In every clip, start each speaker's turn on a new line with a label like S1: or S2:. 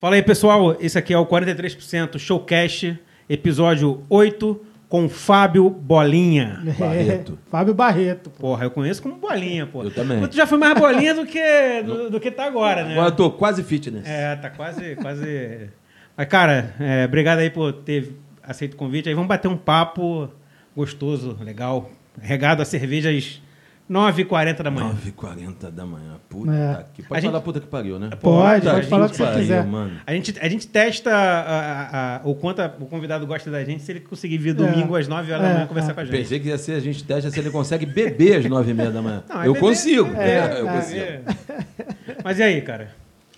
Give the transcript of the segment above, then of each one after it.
S1: Fala aí, pessoal. Esse aqui é o 43% Showcast, episódio 8, com Fábio Bolinha.
S2: Barreto. Fábio Barreto. pô.
S1: Porra, eu conheço como Bolinha, porra.
S3: Eu também.
S1: Mas tu já foi mais Bolinha do que, do, do que tá agora, né?
S3: Agora eu tô quase fitness.
S1: É, tá quase, quase... Mas, cara, é, obrigado aí por ter aceito o convite. Aí vamos bater um papo gostoso, legal, regado a cervejas 9h40 da manhã.
S3: 9h40 da manhã. Puta
S2: É.
S3: que
S1: A
S3: Pode
S1: gente-
S3: falar puta que pariu, né?
S2: Pode,
S3: Puta
S2: pode
S3: que
S2: falar o que você
S3: pariu,
S2: quiser.
S3: Mano.
S1: A gente, a gente testa a- a- a- o quanto a- o convidado gosta da gente se ele conseguir vir domingo às 9 horas da
S2: É,
S1: manhã conversar
S2: é.
S1: com a gente.
S3: Pensei que ia ser a gente testa se ele consegue beber às 9h30 da manhã.
S1: Não, é
S3: eu
S1: beber-
S3: consigo.
S1: é,
S3: eu
S1: é,
S3: consigo.
S1: é. Mas e aí, cara?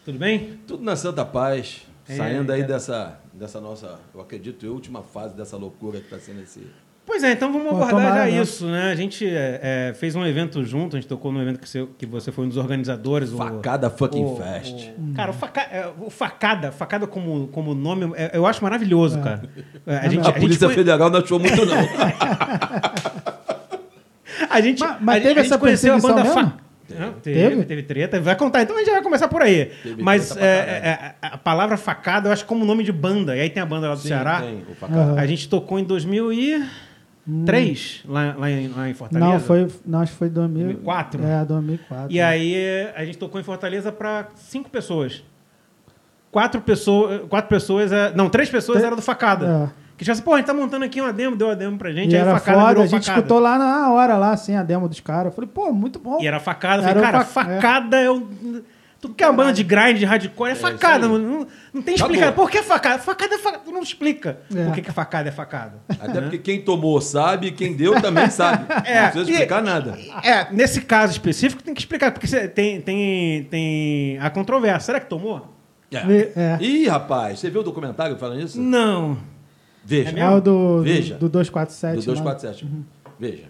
S1: Tudo bem?
S3: Tudo na santa paz.
S1: É,
S3: saindo aí
S1: cara.
S3: dessa, dessa nossa, eu acredito, eu, última fase dessa loucura que tá sendo esse...
S1: Pois é, então vamos
S2: Pô,
S1: abordar
S2: tomara,
S1: já
S2: né?
S1: isso, né? A gente é, é, fez um evento junto, a gente tocou num evento que você, que você foi um dos organizadores. o-
S3: Facada fucking
S1: o-
S3: fest.
S1: o- cara, o, faca- é, o facada, facada como, como nome, é, eu acho maravilhoso, cara. É, a, gente,
S3: A,
S1: a, gente
S3: Polícia
S1: foi,
S3: Federal não achou muito, não.
S1: a gente,
S2: Mas- mas
S1: a-
S2: teve
S1: a gente
S2: essa
S1: conheceu a banda
S2: perseguição
S1: Fa-
S2: mesmo?
S1: Hã? Teve,
S2: Teve?
S1: teve treta. Vai contar, então a gente vai começar por aí.
S3: Teve
S1: Mas
S3: treta pra
S1: é,
S3: caralho.
S1: é, a, a palavra facada eu acho como nome de banda. E aí tem a banda lá do
S3: Sim,
S1: Ceará.
S3: tem o facada.
S1: A gente tocou em 2003, lá, lá em, lá em Fortaleza.
S2: Hum. Não, foi, não, acho que foi 2000,
S1: 2004.
S2: É, 2004.
S1: E aí a gente tocou em Fortaleza para cinco pessoas. Quatro pessoas, quatro pessoas, é- não, três pessoas
S2: Tre- É.
S1: era do Facada. Que tipo assim, pô, a gente tá montando aqui uma demo, deu a demo pra gente,
S2: E
S1: aí
S2: era
S1: Facada
S2: foda,
S1: virou
S2: a gente
S1: Facada.
S2: escutou lá na hora, lá, assim, a demo dos caras. Eu falei, pô, muito bom.
S1: E é era Facada, eu
S2: Era
S1: falei,
S2: o
S1: cara,
S2: Fac-
S1: Facada é um... Tu quer uma banda de grind, de hardcore, é, facada,
S3: isso aí.
S1: mano. Não, não tem
S3: Acabou.
S1: explicação. Por que facada? Facada é facada. Tu não explica
S2: É.
S1: por que, que a facada é facada.
S3: Até porque quem tomou sabe, quem deu também sabe.
S1: É,
S3: não precisa explicar
S1: e-
S3: nada.
S1: É, nesse caso específico tem que explicar, porque cê- tem, tem, tem a controvérsia. Será que tomou?
S2: É.
S3: É. Ih, rapaz, você viu o documentário falando isso?
S1: Não.
S3: Veja.
S2: Hum, É o do,
S3: Veja.
S2: do, do 247.
S3: Do
S2: lá.
S3: 247. Veja.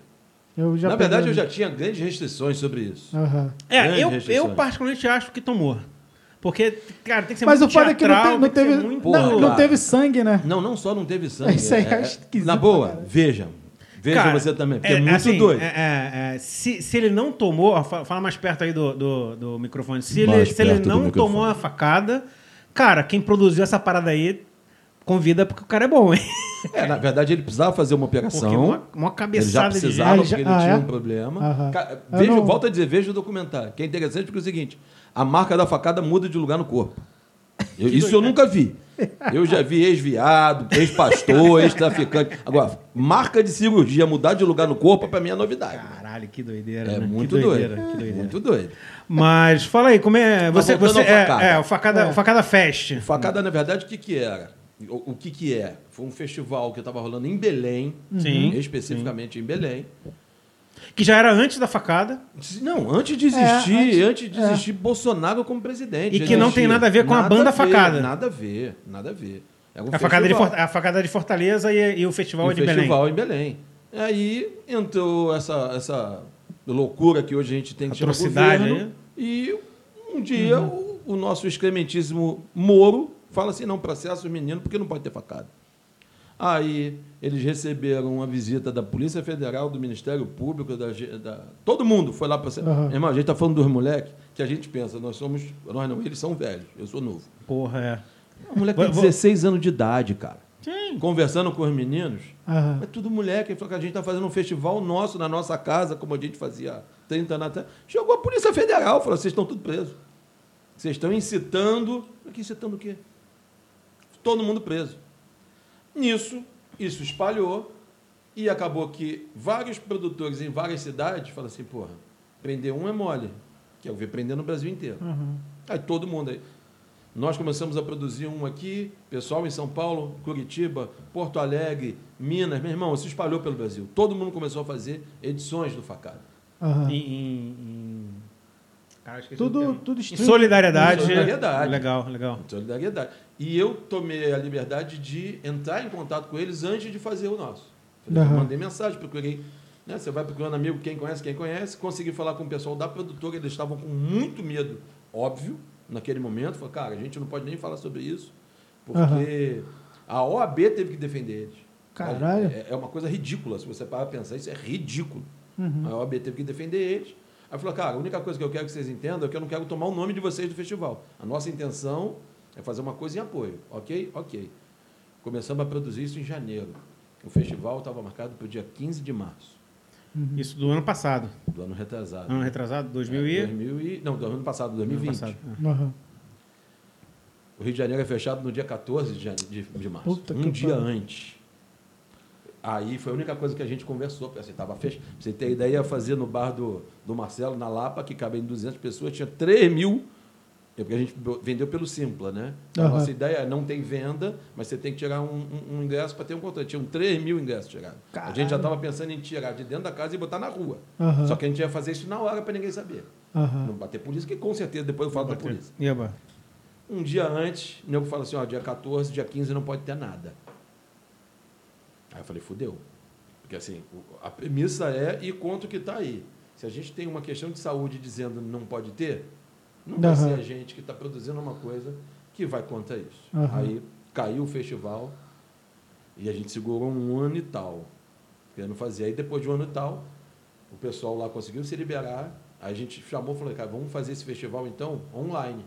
S2: Eu já
S3: Na verdade, eu
S2: peguei.
S3: já tinha grandes restrições sobre isso.
S2: Aham.
S1: É,
S3: Grandes
S1: eu,
S3: restrições.
S1: eu particularmente acho que tomou. Porque, cara, tem que ser
S2: Mas o
S1: muito
S2: foda é que não,
S1: teatral,
S2: te- não
S1: tem que
S2: teve,
S1: ser muito...
S3: Porra,
S2: não,
S3: cara.
S2: não teve sangue, né?
S3: Não, não só não teve sangue.
S2: Isso aí
S3: é-
S2: eu
S3: é-
S2: acho esquisito
S3: Na
S2: pra
S3: boa,
S2: caralho.
S3: veja. Veja
S1: Cara,
S3: você também, porque é, muito
S1: assim,
S3: doido.
S1: é, é, é, se, se ele não tomou... ó, fa- Fala mais perto aí do, do, do microfone. Se ele,
S3: Mais
S1: se ele
S3: perto do
S1: não
S3: microfone.
S1: tomou a facada... Cara, quem produziu essa parada aí, convida porque o cara é bom, hein?
S3: É, na verdade, ele precisava fazer uma
S1: Porque
S3: operação.
S1: uma, uma
S3: Ele já
S1: cabeçada de
S3: precisava,
S2: Ah, ele
S3: porque
S2: já-
S3: ele
S2: ah,
S3: tinha
S2: é?
S3: um problema.
S2: Aham.
S3: Ca-
S2: Eu
S3: Veja,
S2: não-
S3: volta a dizer, veja o documentário, que é interessante porque é o seguinte: a marca da facada muda de lugar no corpo. Eu- isso eu nunca vi. Eu já vi ex-viado, ex-pastor, ex-traficante. Agora, marca de cirurgia mudar de lugar no corpo, pra mim é novidade.
S1: Caralho, que doideira.
S3: É
S1: né?
S3: muito
S1: que
S3: doideira,
S1: doideira, que doideira.
S3: Muito doido.
S1: Mas fala aí, como é. Você,
S3: Tá voltando
S1: você
S3: ao
S1: é,
S3: Facada.
S1: é, o facada, o facada Fest.
S3: Facada, na verdade, o que que era? O, o que que é? Foi um festival que estava rolando em Belém,
S1: Sim,
S3: especificamente em Belém.
S1: Que já era antes da facada
S3: Não, antes de existir,
S2: É,
S3: antes,
S2: antes-
S3: de existir Bolsonaro como presidente.
S1: E
S3: já
S1: que não tem nada a ver com a banda
S3: ver,
S1: Facada. É
S3: Nada a ver, nada a ver. Era um
S1: a facada, de,
S3: festival.
S1: Forta- a facada de Fortaleza e, e o festival
S3: Um
S1: de Belém.
S3: festival em Belém. Aí entrou essa, essa loucura que hoje a gente tem que chamar
S1: Atrocidade, né? Uhum.
S3: governo. E um dia o, o nosso excrementíssimo Moro fala assim, não, processa os meninos porque não pode ter facada. Aí eles receberam uma visita da Polícia Federal, do Ministério Público, da, ge- da- todo mundo foi lá para...
S2: Aham.
S3: Irmão, a gente está falando dos moleques que a gente pensa, nós somos... Nós não, eles são velhos, eu sou novo.
S1: Porra, é.
S3: Um moleque tem
S1: Vou- vou-
S3: 16 anos de idade, cara.
S1: Sim.
S3: Conversando com os meninos,
S1: Uhum.
S2: Aham.
S3: mas É tudo moleque. Ele falou que a gente tá fazendo um festival nosso, na nossa casa, como a gente fazia há 30 anos atrás. Chegou a Polícia Federal, falou, vocês estão tudo presos. Vocês estão incitando... Mas que incitando o quê? Todo mundo preso. Nisso, isso espalhou e acabou que vários produtores em várias cidades falaram assim, porra, prender um é mole. Quer ver prender no Brasil inteiro. Aí todo mundo aí. Nós começamos a produzir um aqui, pessoal em São Paulo, Curitiba, Porto Alegre, Minas. Meu irmão, se espalhou pelo Brasil. Todo mundo começou a fazer edições do Facada.
S2: Aham.
S1: Em, em- em- Cara, eu esqueci o
S2: Tudo,
S1: termo.
S2: tudo
S1: Em
S2: stream.
S1: solidariedade.
S3: Em solidariedade.
S1: Legal, legal.
S3: Solidariedade. E eu tomei a liberdade de entrar em contato com eles antes de fazer o nosso. Falei,
S2: Aham.
S3: eu mandei mensagem, procurei. Né? Você vai procurando amigo, quem conhece, quem conhece. Consegui falar com o pessoal da produtora, eles estavam com muito medo, óbvio, naquele momento. Falei, cara, a gente não pode nem falar sobre isso, porque a OAB teve que defender eles.
S2: Caralho.
S3: É, é uma coisa ridícula, se você parar pra pensar, isso é ridículo. A OAB teve que defender eles. Aí falou, cara, a única coisa que eu quero que vocês entendam é que eu não quero tomar o nome de vocês do festival. A nossa intenção é É fazer uma coisa em apoio. Ok? Ok. Começamos a produzir isso em janeiro. O festival estava marcado para o dia 15 de março
S1: Isso do ano passado.
S3: do ano retrasado.
S1: Ano retrasado,
S3: É,
S1: 2000 Hum, e...
S3: 2000 e- Não, do ano passado, 2020.
S1: Ano passado. é.
S2: Aham.
S3: O Rio de Janeiro é fechado no dia 14 de, jane- de, de março.
S2: Puta
S3: um
S2: que
S3: dia
S2: pariu.
S3: antes. Aí foi a única coisa que a gente conversou. porque, Assim, tava fech... Pra você ter ideia, ia fazer no bar do, do Marcelo, na Lapa, que cabem 200 pessoas, tinha 3 mil. É porque a gente bo- vendeu pelo Simpla, né? Então, A
S2: Aham.
S3: nossa ideia é não tem venda, mas você tem que tirar um, um- um ingresso para ter um contrato. Tinham 3 mil ingressos tirados. A gente
S2: Caralho.
S3: já estava pensando em tirar de dentro da casa e botar na rua.
S2: Aham.
S3: Só que a gente ia fazer isso na hora para ninguém saber. Não
S2: Aham.
S3: bater polícia, que com certeza depois eu falo da polícia.
S1: Eba.
S3: Um dia antes, o nego fala assim, ó, dia 14, dia 15 não pode ter nada. Aí eu falei, fudeu. Porque assim, o- a premissa é ir contra o que está aí. Se a gente tem uma questão de saúde dizendo não pode ter, não vai
S2: Aham.
S3: ser a gente que está produzindo uma coisa que vai contra isso.
S2: Aham.
S3: Aí caiu o festival e a gente segurou um ano e tal. Querendo fazer. Aí depois de um ano e tal, o pessoal lá conseguiu se liberar. Aí a gente chamou e falou, cara, vamos fazer esse festival então online.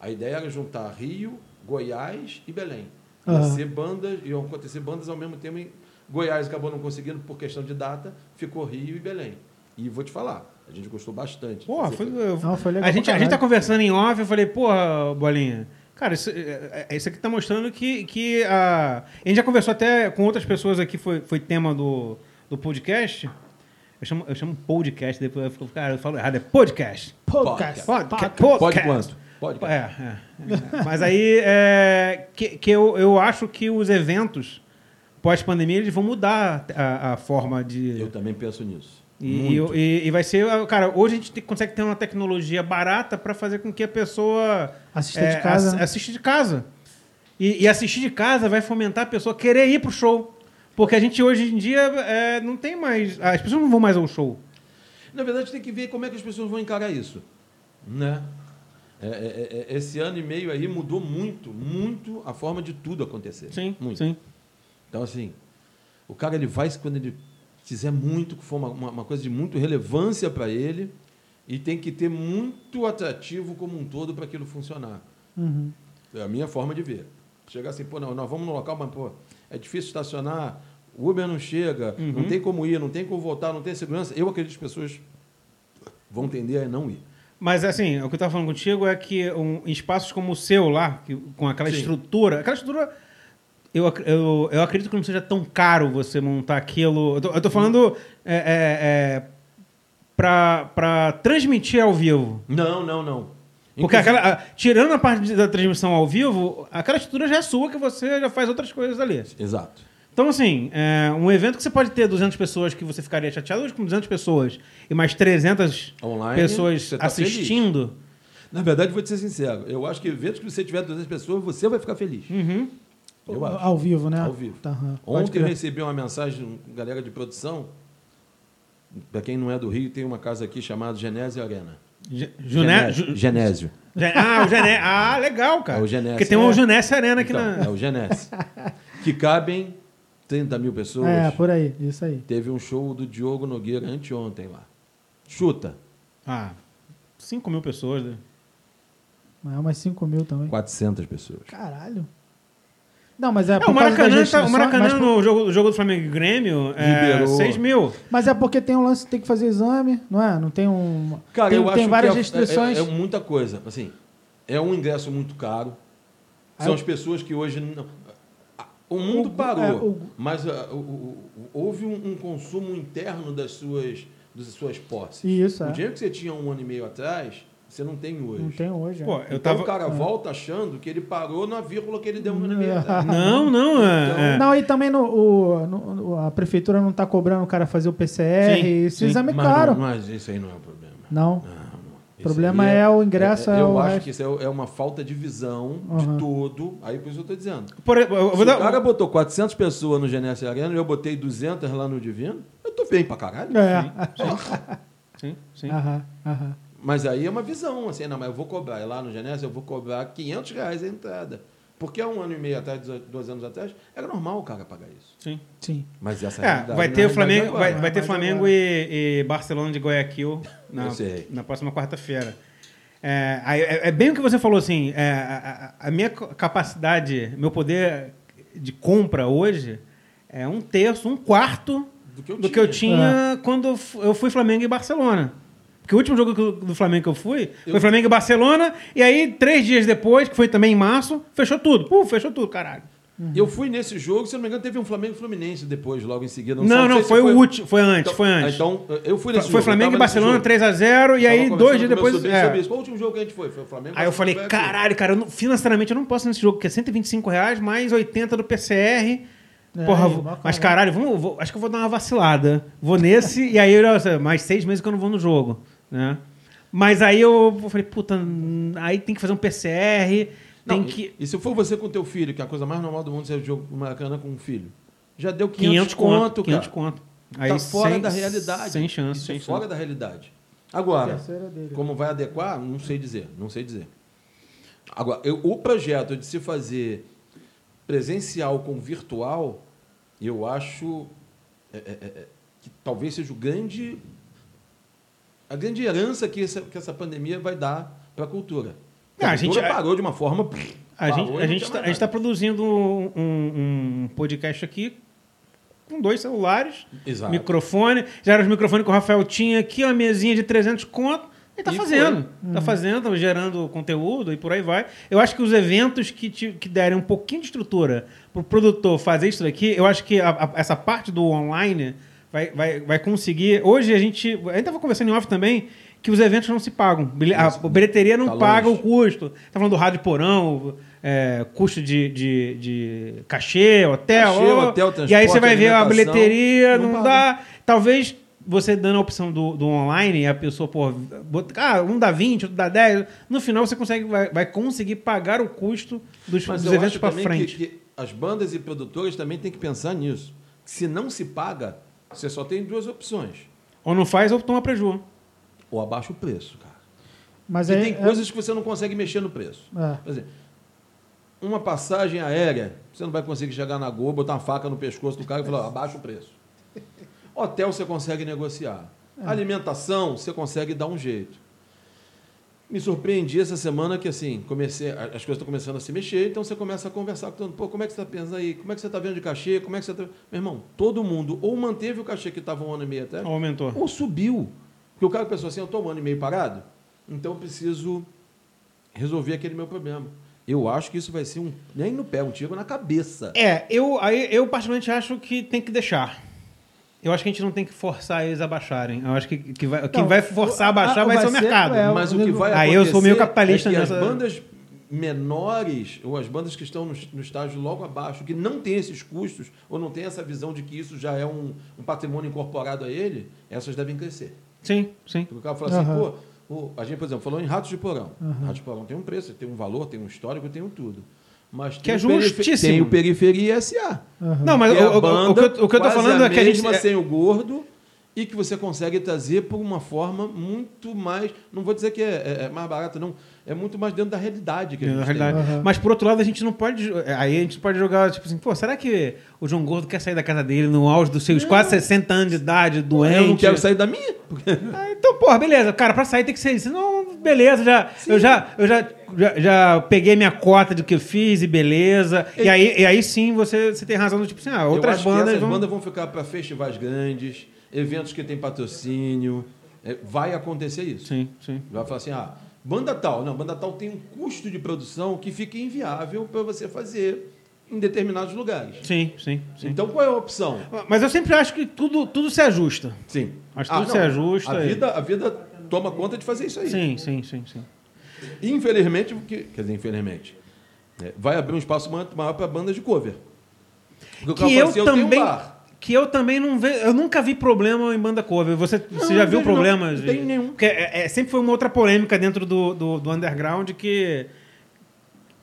S3: A ideia era juntar Rio, Goiás e Belém. Ia
S2: Aham.
S3: ser bandas, iam acontecer bandas ao mesmo tempo. Em... Goiás acabou não conseguindo por questão de data, ficou Rio e Belém. E vou te falar, a gente gostou bastante.
S1: Porra,
S3: Assim,
S1: foi,
S3: foi-
S1: eu-
S2: Não, foi legal
S1: a, gente,
S2: pra
S1: a gente tá
S2: caralho.
S1: conversando em off, eu falei, porra, Bolinha, cara, isso, é, é, isso aqui tá mostrando que, que a... A gente já conversou até com outras pessoas aqui, foi, foi tema do, do podcast. Eu chamo, eu chamo podcast, depois eu fico, cara, eu falo errado, é podcast.
S2: Podcast.
S1: Podca-
S2: Podcast.
S1: podcast.
S3: Pode quanto? Pode
S1: É, é, é. Mas aí, é, que, que eu, eu acho que os eventos pós-pandemia, eles vão mudar a, a forma de...
S3: Eu também penso nisso.
S1: E,
S3: Muito.
S1: e- e vai ser. ah, Cara, hoje a gente te- consegue ter uma tecnologia barata para fazer com que a pessoa. é,
S2: Assista de casa,
S1: ass-
S2: né?
S1: assista de casa. E, e assistir de casa vai fomentar a pessoa querer ir pro show. Porque a gente hoje em dia é, não tem mais. As pessoas não vão mais ao show.
S3: Na verdade, tem que ver como é que as pessoas vão encarar isso. Né? É, é, é, esse ano e meio aí mudou muito, muito a forma de tudo acontecer. muito.
S1: sim.
S3: Então, assim, o cara ele vai quando ele quiser muito, que for uma, uma- uma coisa de muito relevância para ele, e tem que ter muito atrativo como um todo para aquilo funcionar.
S2: Uhum.
S3: É a minha forma de ver. Chegar assim, pô, não, nós vamos no local, mas, pô, é difícil estacionar, o Uber não chega,
S1: Uhum.
S3: não tem como ir, não tem como voltar, não tem segurança. Eu acredito que as pessoas vão tender a não ir.
S1: Mas assim, o que eu tava falando contigo é que um, em espaços como o seu lá, que- com aquela
S3: Sim.
S1: estrutura, aquela estrutura. Eu, ac- eu, eu acredito que não seja tão caro você montar aquilo. Eu tô, eu tô falando é, é, é, pra, pra transmitir ao vivo.
S3: Não, não, não.
S1: Porque
S3: Inclusive-
S1: aquela, a- tirando a parte de- da transmissão ao vivo, aquela estrutura já é sua, que você já faz outras coisas ali.
S3: Exato.
S1: Então, assim, é, um evento que você pode ter 200 pessoas que você ficaria chateado hoje com 200 pessoas e mais 300
S3: Online,
S1: pessoas
S3: você tá
S1: assistindo.
S3: Na verdade, vou te ser sincero, eu acho que eventos que você tiver 200 pessoas, você vai ficar feliz.
S1: Uhum.
S3: Eu acho.
S2: Ao vivo, né?
S3: Ao vivo.
S2: Tá, aham. Pode
S3: Ontem eu
S2: crer.
S3: recebi uma mensagem de uma galera de produção. Para quem não é do Rio, tem uma casa aqui chamada Genésio Arena.
S1: Ge- Juné,
S3: Gené-
S1: Ju-
S3: Genésio.
S1: Gen- ah, o Gené. Ah, legal, cara.
S3: É o Genésio.
S1: Porque tem
S3: É.
S1: um Junesse Arena aqui
S3: Então,
S1: na.
S3: É o Genésio. que cabem 30 mil pessoas.
S2: É, por aí. Isso aí.
S3: Teve um show do Diogo Nogueira anteontem lá. Chuta,
S1: Ah, 5 mil pessoas. né?
S2: Mas é umas 5 mil também.
S3: 400 pessoas.
S2: Caralho. Não, mas é,
S1: É, o
S2: por causa
S1: Maracanã,
S2: das
S1: tá- o
S2: restrições,
S1: Maracanã
S2: mas por-
S1: no jogo, jogo do Flamengo e Grêmio é
S3: Liberou.
S1: 6 mil.
S2: Mas é porque tem um lance que tem que fazer exame, não é? Não tem um.
S3: Cara,
S2: tem
S3: eu acho
S2: tem várias
S3: que é-
S2: restrições.
S3: É, é muita coisa. Assim, é um ingresso muito caro.
S2: Ah,
S3: São
S2: eu-
S3: as pessoas que hoje não. a- O mundo
S2: O-
S3: parou,
S2: é, o-
S3: mas ah, o- o- o- houve um, um consumo interno das suas, das suas posses.
S2: Isso,
S3: O
S2: é.
S3: dinheiro que você tinha um ano e meio atrás, você não tem hoje.
S2: Não tem hoje. é.
S1: Pô, eu
S3: Então
S1: tava.
S3: o cara volta achando que ele parou na vírgula que ele deu um ano e meio atrás.
S1: Não, não.
S3: Então
S1: é- é.
S2: Não, e também no, o- no- no- a prefeitura não tá cobrando o cara fazer o PCR.
S1: Sim,
S2: esse
S1: sim.
S2: exame é
S3: Mas não-
S2: caro.
S3: Mas isso aí não é o problema.
S2: Não.
S3: Não, não. Isso
S2: problema
S3: aí
S2: é o ingresso, é
S3: eu
S2: o
S3: acho
S2: resto.
S3: que isso é, é uma falta de visão
S2: Aham.
S3: de todo. Aí por isso eu estou dizendo.
S1: Por- eu vou
S3: Se o
S1: dar- um
S3: cara é botou 400 pessoas no Genésio Arena e eu botei 200 lá no Divino, eu tô bem pra caralho.
S2: É.
S1: Sim, sim.
S3: Ah.
S2: Aham, aham.
S3: Mas aí é uma visão, assim, não, mas eu vou cobrar. E lá no Genésio eu vou cobrar 500 reais a entrada. Porque há um ano e meio atrás, dois- dois anos atrás, era normal o cara pagar isso.
S1: sim.
S2: Sim.
S3: Mas essa
S1: É,
S3: realidade
S1: vai
S3: não
S1: ter
S3: é
S1: o Flamengo,
S3: realidade
S1: vai,
S3: agora.
S1: vai ter
S2: Mas
S1: Flamengo e, e Barcelona de Guayaquil na,
S3: Eu sei.
S1: na próxima quarta-feira. É, aí, é, é bem o que você falou, assim, é, a, a- a minha co- capacidade, meu poder de compra hoje é um terço, um quarto
S3: Do que eu
S1: do
S3: tinha. É.
S1: que eu tinha quando eu fu- eu fui Flamengo e Barcelona. Porque o último jogo que eu- do Flamengo que eu fui foi Flamengo e Barcelona, e aí, três dias depois, que foi também em março, fechou tudo. Pô, fechou tudo, caralho.
S3: Eu fui nesse jogo, se eu não me engano, teve um Flamengo e Fluminense depois, logo em seguida.
S1: Não,
S3: sei
S1: não,
S3: se
S1: foi o último, foi antes,
S3: Então-
S1: foi antes.
S3: Então, eu fui nesse
S1: foi
S3: jogo, eu
S1: Flamengo
S3: tava
S1: e
S3: nesse
S1: Barcelona
S3: jogo.
S1: 3x0, e
S3: Tava
S1: aí,
S3: conversando
S1: dois
S3: com
S1: dias
S3: meu
S1: depois.
S3: sobrinho
S1: é.
S3: sobre isso. Qual o último jogo que a gente foi? Foi o Flamengo.
S1: Aí eu falei,
S3: Flamengo.
S1: caralho, cara, eu não- financeiramente eu não posso ir nesse jogo, porque é 125 reais mais 80 do PCR.
S2: É,
S1: Porra,
S2: aí,
S1: vou-
S2: mó
S1: mas caralho, vamos- vou- acho que eu vou dar uma vacilada. Vou nesse, e aí eu, nossa, mais seis meses que eu não vou no jogo, né? Mas aí eu falei, puta, hum, aí tem que fazer um PCR,
S3: Não,
S1: tem
S3: e-
S1: que...
S3: E se for você com teu filho, que é a coisa mais normal do mundo, você jogo com Maracanã com um filho. Já deu
S1: 500
S3: 500,
S1: conto,
S3: conto,
S1: 500
S3: cara.
S1: conto.
S3: tá fora
S1: sem-
S3: da realidade.
S1: Sem chance,
S3: Isso
S1: sem
S3: é
S1: chance.
S3: fora da realidade. Agora,
S2: Terceira dele.
S3: como vai adequar, não sei dizer, não sei dizer. Agora, eu- o projeto de se fazer presencial com virtual, eu acho é, é, é, é, que talvez seja o grande a grande herança que essa, que essa pandemia vai dar para a cultura.
S1: Ah,
S3: A,
S1: a
S3: cultura
S1: gente-
S3: parou de uma forma. pff,
S1: A
S3: parou
S1: gente
S3: e
S1: a
S3: não
S1: gente
S3: tinha
S1: tá- a
S3: mais
S1: gente está
S3: nada.
S1: produzindo um, um- um podcast aqui com dois celulares,
S3: Exato.
S1: microfone. Já era os microfones que o Rafael tinha aqui, uma mesinha de 300 conto. Ele tá
S3: E Uhum.
S1: fazendo. Tá fazendo, gerando conteúdo e por aí vai. Eu acho que os eventos que, te- que derem um pouquinho de estrutura pro produtor fazer isso daqui, eu acho que a- a- essa parte do online vai, vai, vai conseguir. Hoje a gente. A gente tava conversando em off também que os eventos não se pagam. Bilhe- A bilheteria não
S3: Tá
S1: paga
S3: longe.
S1: o custo. Tá falando do rádio porão, é, custo de, de, de cachê, hotel.
S3: Cachê,
S1: ó,
S3: hotel,
S1: É, e aí você
S3: transporte,
S1: vai ver a
S3: alimentação,
S1: bilheteria, não,
S3: não né?
S1: dá. Talvez você dando a opção do, do online, a pessoa, pô, bota- ah, um dá 20, outro dá 10. No final você consegue, vai, vai conseguir pagar o custo dos,
S3: Mas
S1: dos
S3: eu
S1: eventos
S3: acho
S1: para
S3: também que-
S1: frente.
S3: que as bandas e produtoras também têm que pensar nisso. Se não se paga, você só tem duas opções.
S1: Ou não faz ou toma prejuízo.
S3: Ou abaixa o preço, cara.
S2: Mas é,
S3: E
S2: aí,
S3: tem coisas que você não consegue mexer no preço.
S2: É.
S3: Por exemplo, uma passagem aérea, você não vai conseguir chegar na Gol, botar uma faca no pescoço do cara e falar, "Ó, abaixa o preço. Hotel você consegue negociar. Alimentação você consegue dar um jeito. Me surpreendi essa semana que assim, comecei, a- as coisas estão começando a se mexer, então você começa a conversar com todo mundo. Pô, como é que você está pensando aí? Como é que você está vendo de cachê? Como é que você tá... Meu irmão, todo mundo ou manteve o cachê que estava um ano e meio até,
S1: Ou aumentou.
S3: ou subiu. Porque o cara pensou assim, eu estou um ano e meio parado, então eu preciso resolver aquele meu problema. Eu acho que isso vai ser um nem no pé, um tiro na cabeça.
S1: É, eu, aí, eu particularmente acho que tem que deixar. Eu acho que a gente não tem que forçar eles a baixarem. Eu acho que, que vai- quem
S2: Não,
S1: vai forçar a baixar
S2: ah,
S1: vai,
S2: vai
S1: ser o
S2: ser-
S1: mercado.
S2: é,
S3: Mas o que vai
S1: Ah,
S3: acontecer
S1: eu sou meio capitalista
S3: é que
S1: nessa-
S3: as bandas menores ou as bandas que estão no, no estágio logo abaixo, que não tem esses custos ou não tem essa visão de que isso já é um, um patrimônio incorporado a ele, essas devem crescer.
S1: Sim, sim.
S3: Porque o cara fala assim,
S2: Aham.
S3: pô, o- a gente, por exemplo, falou em Ratos de Porão. Ratos de Porão tem um preço, tem um valor, tem um histórico, tem um tudo. Mas
S1: Que
S3: tem
S1: é
S3: o perife-
S1: justíssimo.
S3: Tem o Periferia SA.
S2: Aham.
S1: Não, mas
S3: que é
S1: o, o-
S3: a
S1: o
S3: banda,
S1: que eu, o que eu tô
S3: quase
S1: falando
S3: a
S1: é que a gente.
S3: mesma sem o gordo e que você consegue trazer por uma forma muito mais... Não vou dizer que é, é- é mais barato, não. É muito mais dentro da realidade que a
S1: É,
S3: gente
S1: na
S3: tem.
S1: realidade.
S2: Aham.
S1: Mas por outro lado, a gente não pode. jo- Aí a gente pode jogar, tipo assim, pô, será que o João Gordo quer sair da casa dele no auge dos seus quase 60 anos de idade, doente?
S3: Eu não quero sair da minha. porque-
S1: Ah, então, porra, beleza. Cara, pra sair tem que ser isso. Não, beleza, já, eu, já, eu já, já, já peguei minha cota do que eu fiz e beleza. E,
S3: E-
S1: aí, e aí sim você, você tem razão do tipo assim, ah,
S3: eu
S1: outras
S3: acho que
S1: bandas
S3: essas
S1: vão.
S3: bandas vão ficar para festivais grandes, eventos que tem patrocínio. É, vai acontecer isso.
S1: Sim, sim.
S3: Vai falar assim, ah, banda tal. Não, banda tal tem um custo de produção que fica inviável para você fazer em determinados lugares.
S1: Sim, sim, sim.
S3: Então qual é a opção?
S1: Mas eu sempre acho que tudo, tudo se ajusta.
S3: Sim. Ah,
S1: Mas tudo se ajusta
S3: A
S1: e-
S3: vida, a vida toma conta de fazer isso aí.
S1: Sim, sim, sim, sim.
S3: Infelizmente, porque, quer dizer, infelizmente, é, vai abrir um espaço ma- maior para bandas de cover. Porque o cara
S1: que
S3: fala
S1: eu
S3: assim, tenho um
S1: também
S3: bar.
S1: que eu também não vejo eu nunca vi problema em banda cover você, você já
S3: não
S1: viu
S3: vejo, não.
S1: problemas
S3: Não tem nenhum.
S1: porque é, é- sempre foi uma outra polêmica dentro do, do, do underground que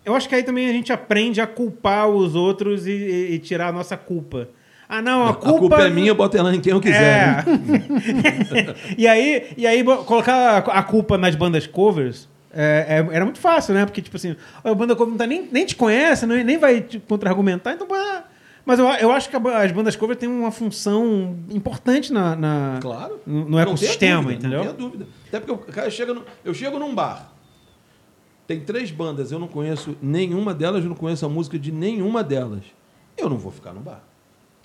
S1: eu acho que aí também a gente aprende a culpar os outros e, e- e tirar a nossa culpa ah não a,
S3: A culpa,
S1: culpa
S3: é minha, bota ela em quem eu quiser. né?
S1: é. e aí, e aí bo- colocar a- a culpa nas bandas covers é- é- era muito fácil, né? Porque, tipo assim, a banda cover não tá nem, nem te conhece, não- nem vai te contra-argumentar, então. ah, Mas eu, a- eu acho que a ba- as bandas cover têm uma função importante na, na-
S3: Claro.
S1: no, no
S3: Não tenha
S1: ecossistema,
S3: dúvida,
S1: entendeu?
S3: Não tenha dúvida. Até porque o cara chega. no- eu chego num bar. Tem três bandas, eu não conheço nenhuma delas, eu não conheço a música de nenhuma delas. Eu não vou ficar no bar.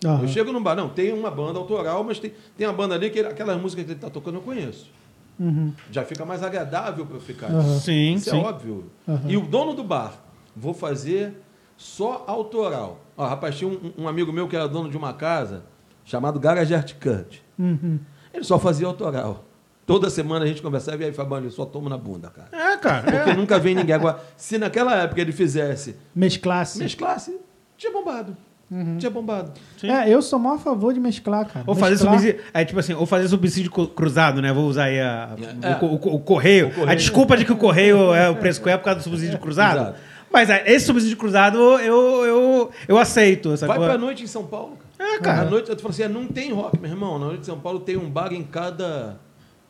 S2: Aham.
S3: Eu chego num bar, não, tem uma banda autoral, mas tem, tem uma banda ali que ele- aquelas músicas que ele está tocando eu conheço.
S2: Uhum.
S3: Já fica mais agradável para eu ficar.
S2: Aham.
S1: Sim,
S3: Isso
S1: sim.
S3: é óbvio.
S2: Aham.
S3: E o dono do bar, vou fazer só autoral. Ó, rapaz, tinha um, um amigo meu que era dono de uma casa chamado Garage Articante.
S2: Uhum.
S3: Ele só fazia autoral. Toda semana a gente conversava e aí, Fabão, eu só tomo na bunda, cara.
S1: É, cara.
S3: Porque
S1: é.
S3: nunca vem ninguém. Agora, se naquela época ele fizesse
S2: Mesclasse.
S3: mesclasse, tinha bombado. Tinha bombado.
S1: Sim.
S2: É, eu sou maior a favor de mesclar, cara.
S1: Ou fazer
S2: Mesclar-
S1: subsídio. É tipo assim, ou fazer subsídio cru- cruzado, né? Vou usar aí a-
S3: É.
S1: o, co- o co- o correio.
S3: O correio.
S1: A desculpa de que o correio é o preço que é por causa do subsídio cruzado.
S3: Exato.
S1: Mas é, esse subsídio cruzado eu, eu, eu aceito. Sabe?
S3: Vai pra noite em São Paulo. Cara.
S1: É, cara.
S3: Na noite, eu falo assim, é, não tem rock, meu irmão. Na noite de São Paulo tem um bar em cada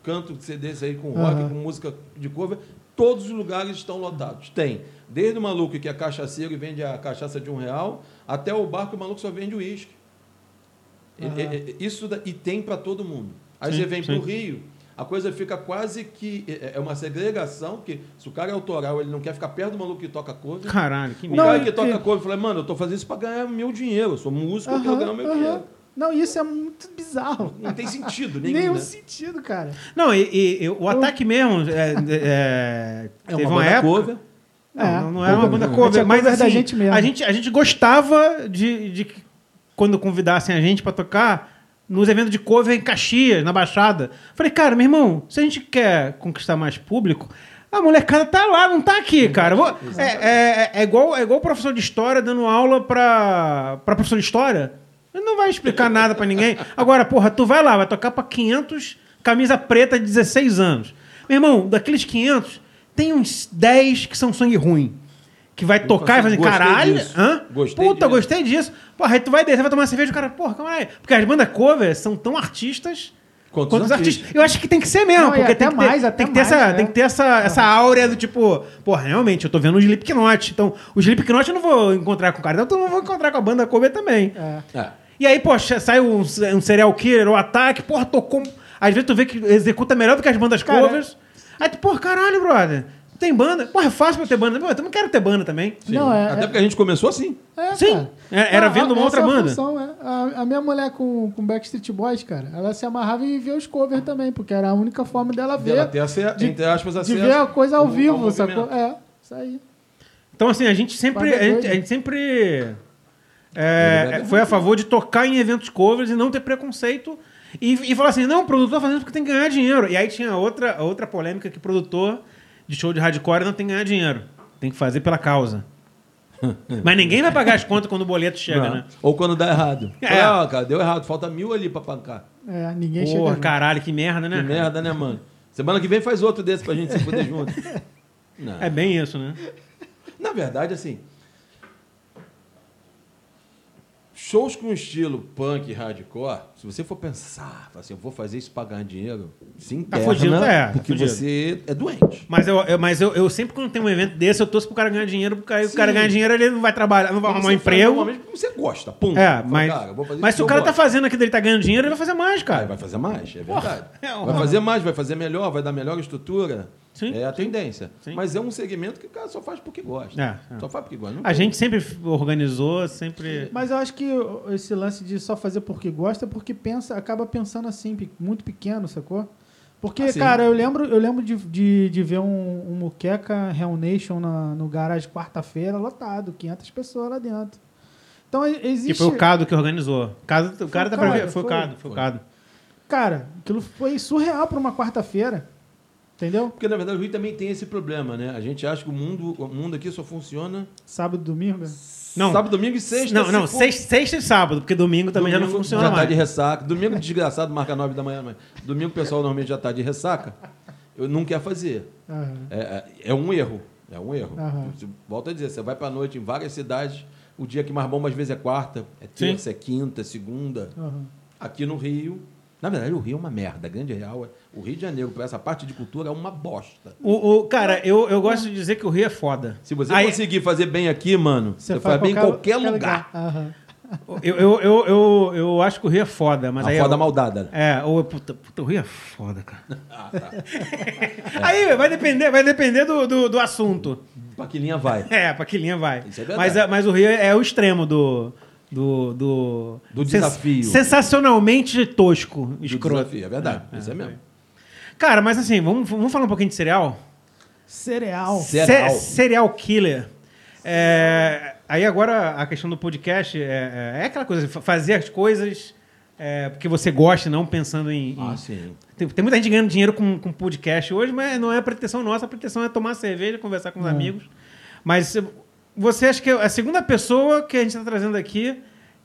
S3: canto que você desse aí com rock,
S2: Aham.
S3: com música de cover. Todos os lugares estão lotados. Tem. Desde o maluco que é cachaceiro e vende a cachaça de um real, até o bar que o maluco só vende uísque. E-
S2: Aham.
S3: e- e- Isso da- e tem para todo mundo. Aí
S1: Sim,
S3: você vem
S1: sim.
S3: pro Rio, a coisa fica quase que. é- É uma segregação, porque se o cara é autoral, ele não quer ficar perto do maluco que toca cover.
S1: Caralho, que
S3: O
S1: merda.
S3: cara
S2: Não, é
S3: que
S2: e-
S3: toca cover fala, mano, eu tô fazendo isso pra ganhar meu dinheiro. Eu sou músico, eu quero
S2: Aham,
S3: ganhar meu
S2: aham.
S3: dinheiro.
S2: Não, isso é muito bizarro.
S3: Não tem sentido nenhum.
S2: Nenhum
S3: né?
S2: sentido, cara.
S1: Não, e, e- e o ataque mesmo. É, é,
S3: É
S1: teve
S3: uma
S1: uma,
S3: banda
S1: época.
S3: cover.
S1: Não,
S2: É.
S1: não, não era uma banda
S2: Cover,
S1: cover,
S2: é
S1: mas
S2: cover
S1: assim,
S2: da gente mesmo.
S1: A, gente, a gente gostava de, de que quando convidassem a gente pra tocar nos eventos de cover em Caxias, na Baixada. Falei, cara, meu irmão, se a gente quer conquistar mais público, a molecada tá lá, não tá aqui, cara. Eu vou- é, é- é- é igual, é igual o professor de história dando aula pra, pra professor de história. Ele não vai explicar nada pra ninguém. Agora, porra, tu vai lá, vai tocar pra 500 camisa preta de 16 anos. Meu irmão, daqueles 500, tem uns 10 que são sangue ruim. Que vai tocar e fazer
S3: gostei
S1: caralho.
S3: disso.
S1: Hã?
S3: Gostei
S1: Puta,
S3: disso."
S1: gostei disso. Porra, aí tu vai descer, vai tomar uma cerveja e o cara, porra, calma aí. Porque as bandas cover são tão artistas.
S3: Quantos
S1: quanto os
S3: artistas.
S1: artistas? Eu acho que tem que ser mesmo,
S2: Não, e
S1: porque tem
S2: até
S1: que,
S2: mais,
S1: ter,
S2: até
S1: tem que ter
S2: mais,
S1: essa,
S2: né?
S1: tem que ter essa, essa áurea do tipo, porra, realmente, eu tô vendo o Slipknot, então o Slipknot eu não vou encontrar com o cara, então eu não vou encontrar com a banda cover também.
S2: É.
S3: É.
S1: E aí, poxa, sai um, um serial killer, um ataque, porra, tocou. Às vezes tu vê que executa melhor do que as bandas
S2: Cara,
S1: covers. Aí tu, porra, caralho, brother. Tem banda? Porra, é fácil pra ter banda. Pô, Eu também quero ter banda também.
S2: Não, é-
S3: Até
S2: é-
S3: porque a gente começou assim.
S2: É,
S1: Sim, é- era vendo uma
S2: essa
S1: outra
S2: é a
S1: banda.
S2: função, é. A, a minha mulher com, com Backstreet Boys, cara, ela se amarrava em ver os covers também, porque era a única forma dela ver,
S3: Dela ter acesso,
S2: de-
S3: entre aspas,
S2: de
S3: acesso.
S2: ver a coisa
S3: ao-
S2: ao
S3: ao
S2: vivo,
S3: movimento.
S2: sacou? É, isso aí.
S1: Então, assim, a gente sempre.
S2: Banda
S1: A gente,
S2: doida.
S1: a gente sempre.
S3: Na
S1: é,
S3: verdade,
S1: foi a favor de tocar em eventos covers e não ter preconceito. E, e falar assim, não, o produtor fazendo porque tem que ganhar dinheiro. E aí tinha outra, outra polêmica que produtor de show de hardcore não tem que ganhar dinheiro. Tem que fazer pela causa. Mas ninguém vai pagar as contas quando o boleto chega,
S3: Não.
S1: né?
S3: Ah. Ou quando dá errado.
S1: É.
S3: Ah, cara, deu errado. Falta mil ali pra pancar.
S2: É, ninguém chega.
S1: Porra,
S2: junto.
S1: caralho, que merda, né?
S3: Que merda, né, mano? Semana que vem faz outro desse pra gente se fuder junto. Não.
S1: É bem isso, né?
S3: Na verdade, assim. Shows com estilo punk e hardcore, se você for pensar, fala assim, eu vou fazer isso pra ganhar dinheiro, se interna,
S1: fudido, é, tá
S3: porque
S1: fudido.
S3: você é doente.
S1: Mas, eu, eu- mas eu, eu sempre quando tem um evento desse, eu torço pro cara ganhar dinheiro, porque aí o
S3: Sim.
S1: cara ganha dinheiro, ele não vai trabalhar, não vai
S3: Você
S1: arrumar um
S3: faz
S1: emprego.
S3: normalmente porque você gosta, ponto.
S1: É,
S3: Fala,
S1: mas,
S3: cara, eu vou fazer
S1: mas
S3: isso
S1: se o
S3: que eu
S1: cara tá
S3: gosto.
S1: fazendo aquilo, ele tá ganhando dinheiro, ele vai fazer mais,
S3: Cara,
S1: cara.
S3: vai fazer mais, é verdade.
S1: é uma-
S3: vai fazer mais, vai fazer melhor, vai dar melhor estrutura.
S1: Sim,
S3: é a tendência.
S1: sim.
S3: Mas é um segmento que o cara só faz porque gosta.
S1: É, é.
S3: Só faz porque gosta. Não
S1: A
S3: tem-
S1: gente sempre organizou, sempre.
S2: Mas eu acho que esse lance de só fazer porque gosta é porque pensa, acaba pensando assim, pe- muito pequeno, sacou? Porque,
S3: Ah, sim.
S2: cara, eu lembro, eu lembro de, de, de ver um, um Muqueca Reunation na, no garagem quarta-feira lotado, 500 pessoas lá dentro. Então e- existe.
S1: Que foi o Cado que organizou. Cado, o cara
S2: o
S1: dá pra
S2: Cado,
S1: ver. Foi o
S2: foi.
S1: Cado, foi o
S3: Foi.
S1: Cado.
S2: Cara, aquilo foi surreal pra uma quarta-feira. Entendeu?
S3: Porque, na verdade, o Rio também tem esse problema, né? A gente acha que o mundo, o mundo aqui só funciona
S2: Sábado, domingo. né?
S1: Não.
S3: sábado, domingo e sexta.
S1: Não,
S3: se
S1: não,
S3: for-
S1: sexta, sexta e sábado, porque domingo também já não
S3: Domingo
S1: funciona
S3: já tá
S1: mais.
S3: de ressaca. Domingo desgraçado, marca 9 da manhã, mas domingo o pessoal normalmente já tá de ressaca. Eu não quero fazer.
S2: Aham.
S3: É, é- é um erro. É um erro.
S2: Aham.
S3: Você- Volto a dizer, você vai pra noite em várias cidades, o dia que mais bomba às vezes é quarta, é terça, é quinta, é segunda.
S2: aham.
S3: Aqui no Rio. Na verdade, o Rio é uma merda. A grande real é. O Rio de Janeiro, pra essa parte de cultura, é uma bosta.
S1: O, o- cara, eu, eu gosto de dizer que o Rio é foda.
S3: Se você
S1: Aí-
S3: conseguir fazer bem aqui, mano, você, faz bem em qualquer lugar.
S2: Aham.
S1: Eu, eu, eu, eu, eu acho que o Rio é foda, mas
S3: a
S1: aí.
S3: foda
S1: eu-
S3: maldada. né?
S1: É, ou puta, puta, o Rio é foda, cara.
S3: Ah, tá.
S1: Aí vai depender, vai depender do, do, do assunto.
S3: Pra que linha vai?
S1: É, pra que linha vai.
S3: Isso é verdade.
S1: mas, a- mas o Rio é o extremo do. Do, do,
S3: Do
S1: sen-
S3: desafio.
S1: Sensacionalmente tosco,
S3: Do
S1: escroto.
S3: desafio, é verdade. isso é mesmo.
S1: Cara, mas assim, vamos, vamos falar um pouquinho de cereal?
S2: Cereal.
S3: Ce- Cereal.
S1: Ce- serial killer. É, aí agora a questão do podcast é, é- é aquela coisa, fa- fazer as coisas é, porque você gosta, não pensando em. em-
S3: Ah, sim.
S1: Tem, tem muita gente ganhando dinheiro com, com podcast hoje, mas não é a pretensão nossa, a pretensão é tomar cerveja, conversar com os amigos. Mas eh, você acha que é a segunda pessoa que a gente está trazendo aqui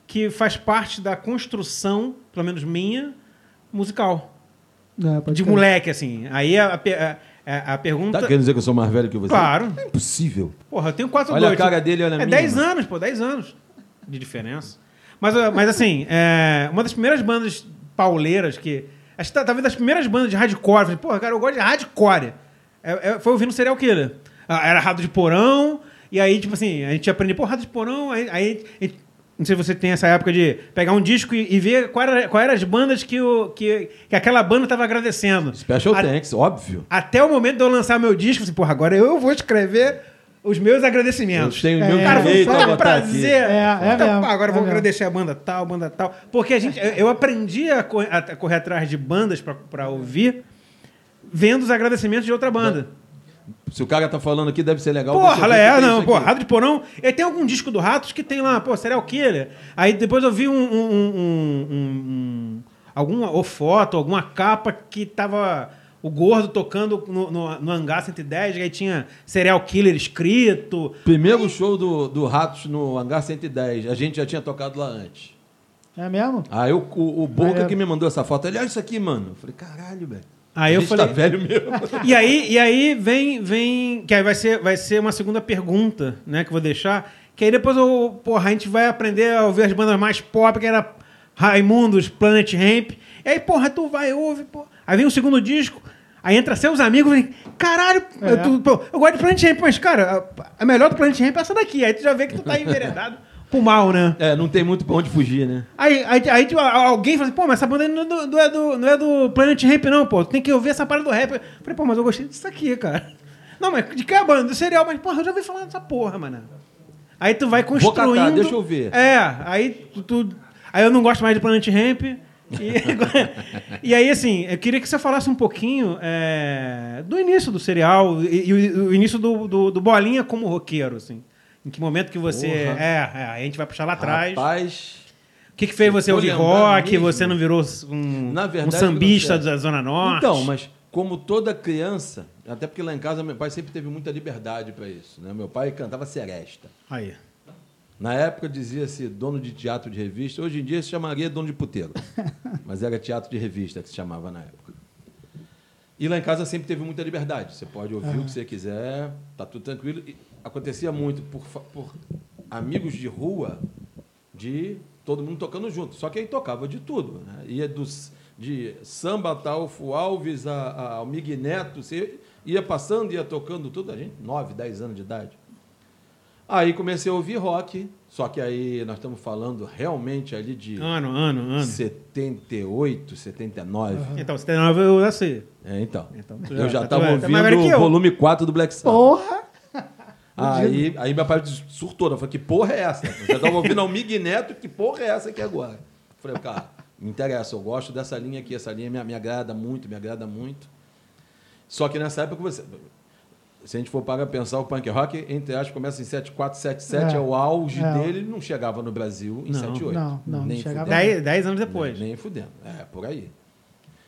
S1: que faz parte da construção, pelo menos minha, musical.
S2: É, pode
S1: De
S2: crer.
S1: moleque, assim. Aí a, a pe- a- a- a pergunta.
S3: Tá querendo dizer que eu sou mais velho que você?
S1: Claro.
S3: É impossível.
S1: Porra, eu tenho 4
S3: Olha a cara dele, olha a
S1: É
S3: minha.
S1: 10 anos, pô, 10 anos de diferença. Mas, ah, mas assim, é, uma das primeiras bandas pauleiras que. Acho que tá- talvez das primeiras bandas de hardcore. Falei, porra, cara, eu gosto de hardcore. É, é, foi ouvindo Serial Killer. Ah, Era Rato de Porão, e aí, tipo assim, a gente aprendeu, pô, Rato de Porão, aí. aí- aí- não sei se você tem essa época de pegar um disco e, e ver quais eram qual era as bandas que, o, que, que aquela banda estava agradecendo.
S3: Special
S1: A-
S3: Thanks, óbvio.
S1: até o momento de eu lançar meu disco, assim, porra, agora eu vou escrever os meus agradecimentos.
S3: Eu tenho o
S1: é,
S3: meu
S1: cara, foi um
S3: direito a
S1: puta
S3: botar
S1: prazer.
S2: aqui. É, é
S1: Puta,
S2: mesmo,
S1: pá, agora
S2: é
S1: eu vou
S2: mesmo.
S1: agradecer a banda tal, banda tal. Porque a gente, eu- eu aprendi a cor- a correr, atrás de bandas pra, pra ouvir, vendo os agradecimentos de outra banda.
S3: Se o cara tá falando aqui, deve ser legal. você
S1: Porra,
S3: ver que
S1: é,
S3: tem
S1: não,
S3: isso
S1: pô,
S3: aqui.
S1: Rato de Porão. E tem algum disco do Ratos que tem lá, pô, Serial Killer. Aí depois eu vi um. um- um- um- um- um- alguma ou foto, alguma capa que tava o gordo tocando no, no, no Hangar 110, e aí tinha Serial Killer escrito.
S3: Primeiro show do, do Ratos no Hangar 110. A gente já tinha tocado lá antes.
S2: É mesmo?
S3: Aí o, o, o Boca
S1: é-
S2: Maneiro.
S3: que me mandou essa foto, ele, olha isso aqui, mano. Eu falei, caralho, velho.
S1: Aí
S3: a
S1: eu
S3: gente
S1: falei-
S3: tá velho mesmo.
S1: E aí, e aí vem, vem. Que aí vai ser, vai ser uma segunda pergunta, né? Que eu vou deixar. Que aí depois eu, porra, a gente vai aprender a ouvir as bandas mais pop, que era Raimundos, Planet Hemp. E aí, porra, tu vai, ouve, porra. Aí vem o segundo disco. Aí entra seus amigos e vem, caralho,
S2: É.
S1: eu, tu- pô, eu gosto de Planet Hemp, mas, cara, a, a melhor do Planet Hemp é essa daqui. Aí tu já vê que tu tá enveredado pro mal, né?
S3: É, não tem muito pra onde fugir, né?
S1: Aí, aí, aí, tipo, alguém fala assim, pô, mas essa banda não, não- não é do, não é do Planet Ramp, não, pô. Tem que ouvir essa parada do rap. Eu falei, pô, mas eu gostei disso aqui, cara. Não, mas de que é a banda? Do cereal, mas, porra, eu já ouvi falar dessa porra, mano. Aí tu vai construindo.
S3: catar, deixa eu ver.
S1: É, aí tu, tu- Aí eu não gosto mais de Planet Ramp. E, e aí, assim, eu queria que você falasse um pouquinho é, do início do cereal e, e o, o início do, do, do Bolinha como roqueiro, assim. Em que momento que você.
S3: Porra.
S1: É, é, aí a gente vai puxar lá atrás.
S3: Rapaz,
S1: O que, que fez você
S3: Tô
S1: ouvir
S3: lembrando
S1: rock?
S3: mesmo.
S1: Você não virou um,
S3: Na verdade,
S1: um sambista
S3: você-
S1: da Zona Norte?
S3: Então, mas como toda criança, até porque lá em casa meu pai sempre teve muita liberdade pra isso, né? Meu pai cantava seresta.
S1: Aí.
S3: Na época dizia-se dono de teatro de revista, hoje em dia se chamaria dono de puteiro. Mas era teatro de revista que se chamava na época. E lá em casa sempre teve muita liberdade. Você pode ouvir o que você quiser, tá tudo tranquilo. E acontecia muito por, fa- por amigos de rua, de todo mundo tocando junto. Só que aí tocava de tudo. Né? Ia dos, de samba Talfo Alves a, a- ao Mig Neto. Você ia passando, ia tocando tudo. A gente, 9, 10 anos de idade. Aí comecei a ouvir rock. Só que aí nós estamos falando realmente ali de
S1: Ano, ano, ano.
S3: 78, 79.
S1: Então, 79 eu nasci.
S3: É, então.
S1: Então, tu já-
S3: eu já
S1: tu
S3: estava
S1: é- tu é mais velho que
S3: ouvindo
S1: eu.
S3: o volume 4 do Black Sabbath.
S2: Porra!
S3: Aí, aí meu pai surtou. né? Eu falei, que porra é essa? Eu já estava ouvindo Almig Neto, que porra é essa aqui agora? Eu falei, cara, me interessa, eu gosto dessa linha aqui, essa linha me, me agrada muito, me agrada muito. Só que nessa época você. Se a gente for parar para pensar, o punk rock, entre aspas, começa em 7477,
S2: É.
S3: é, o auge
S2: É.
S3: dele, não chegava no Brasil em
S1: Não.
S3: 78.
S2: Não, não, não
S3: Nem
S2: chegava
S3: fudendo.
S1: Dez, dez anos depois.
S3: Nem, nem fudendo. É, por aí.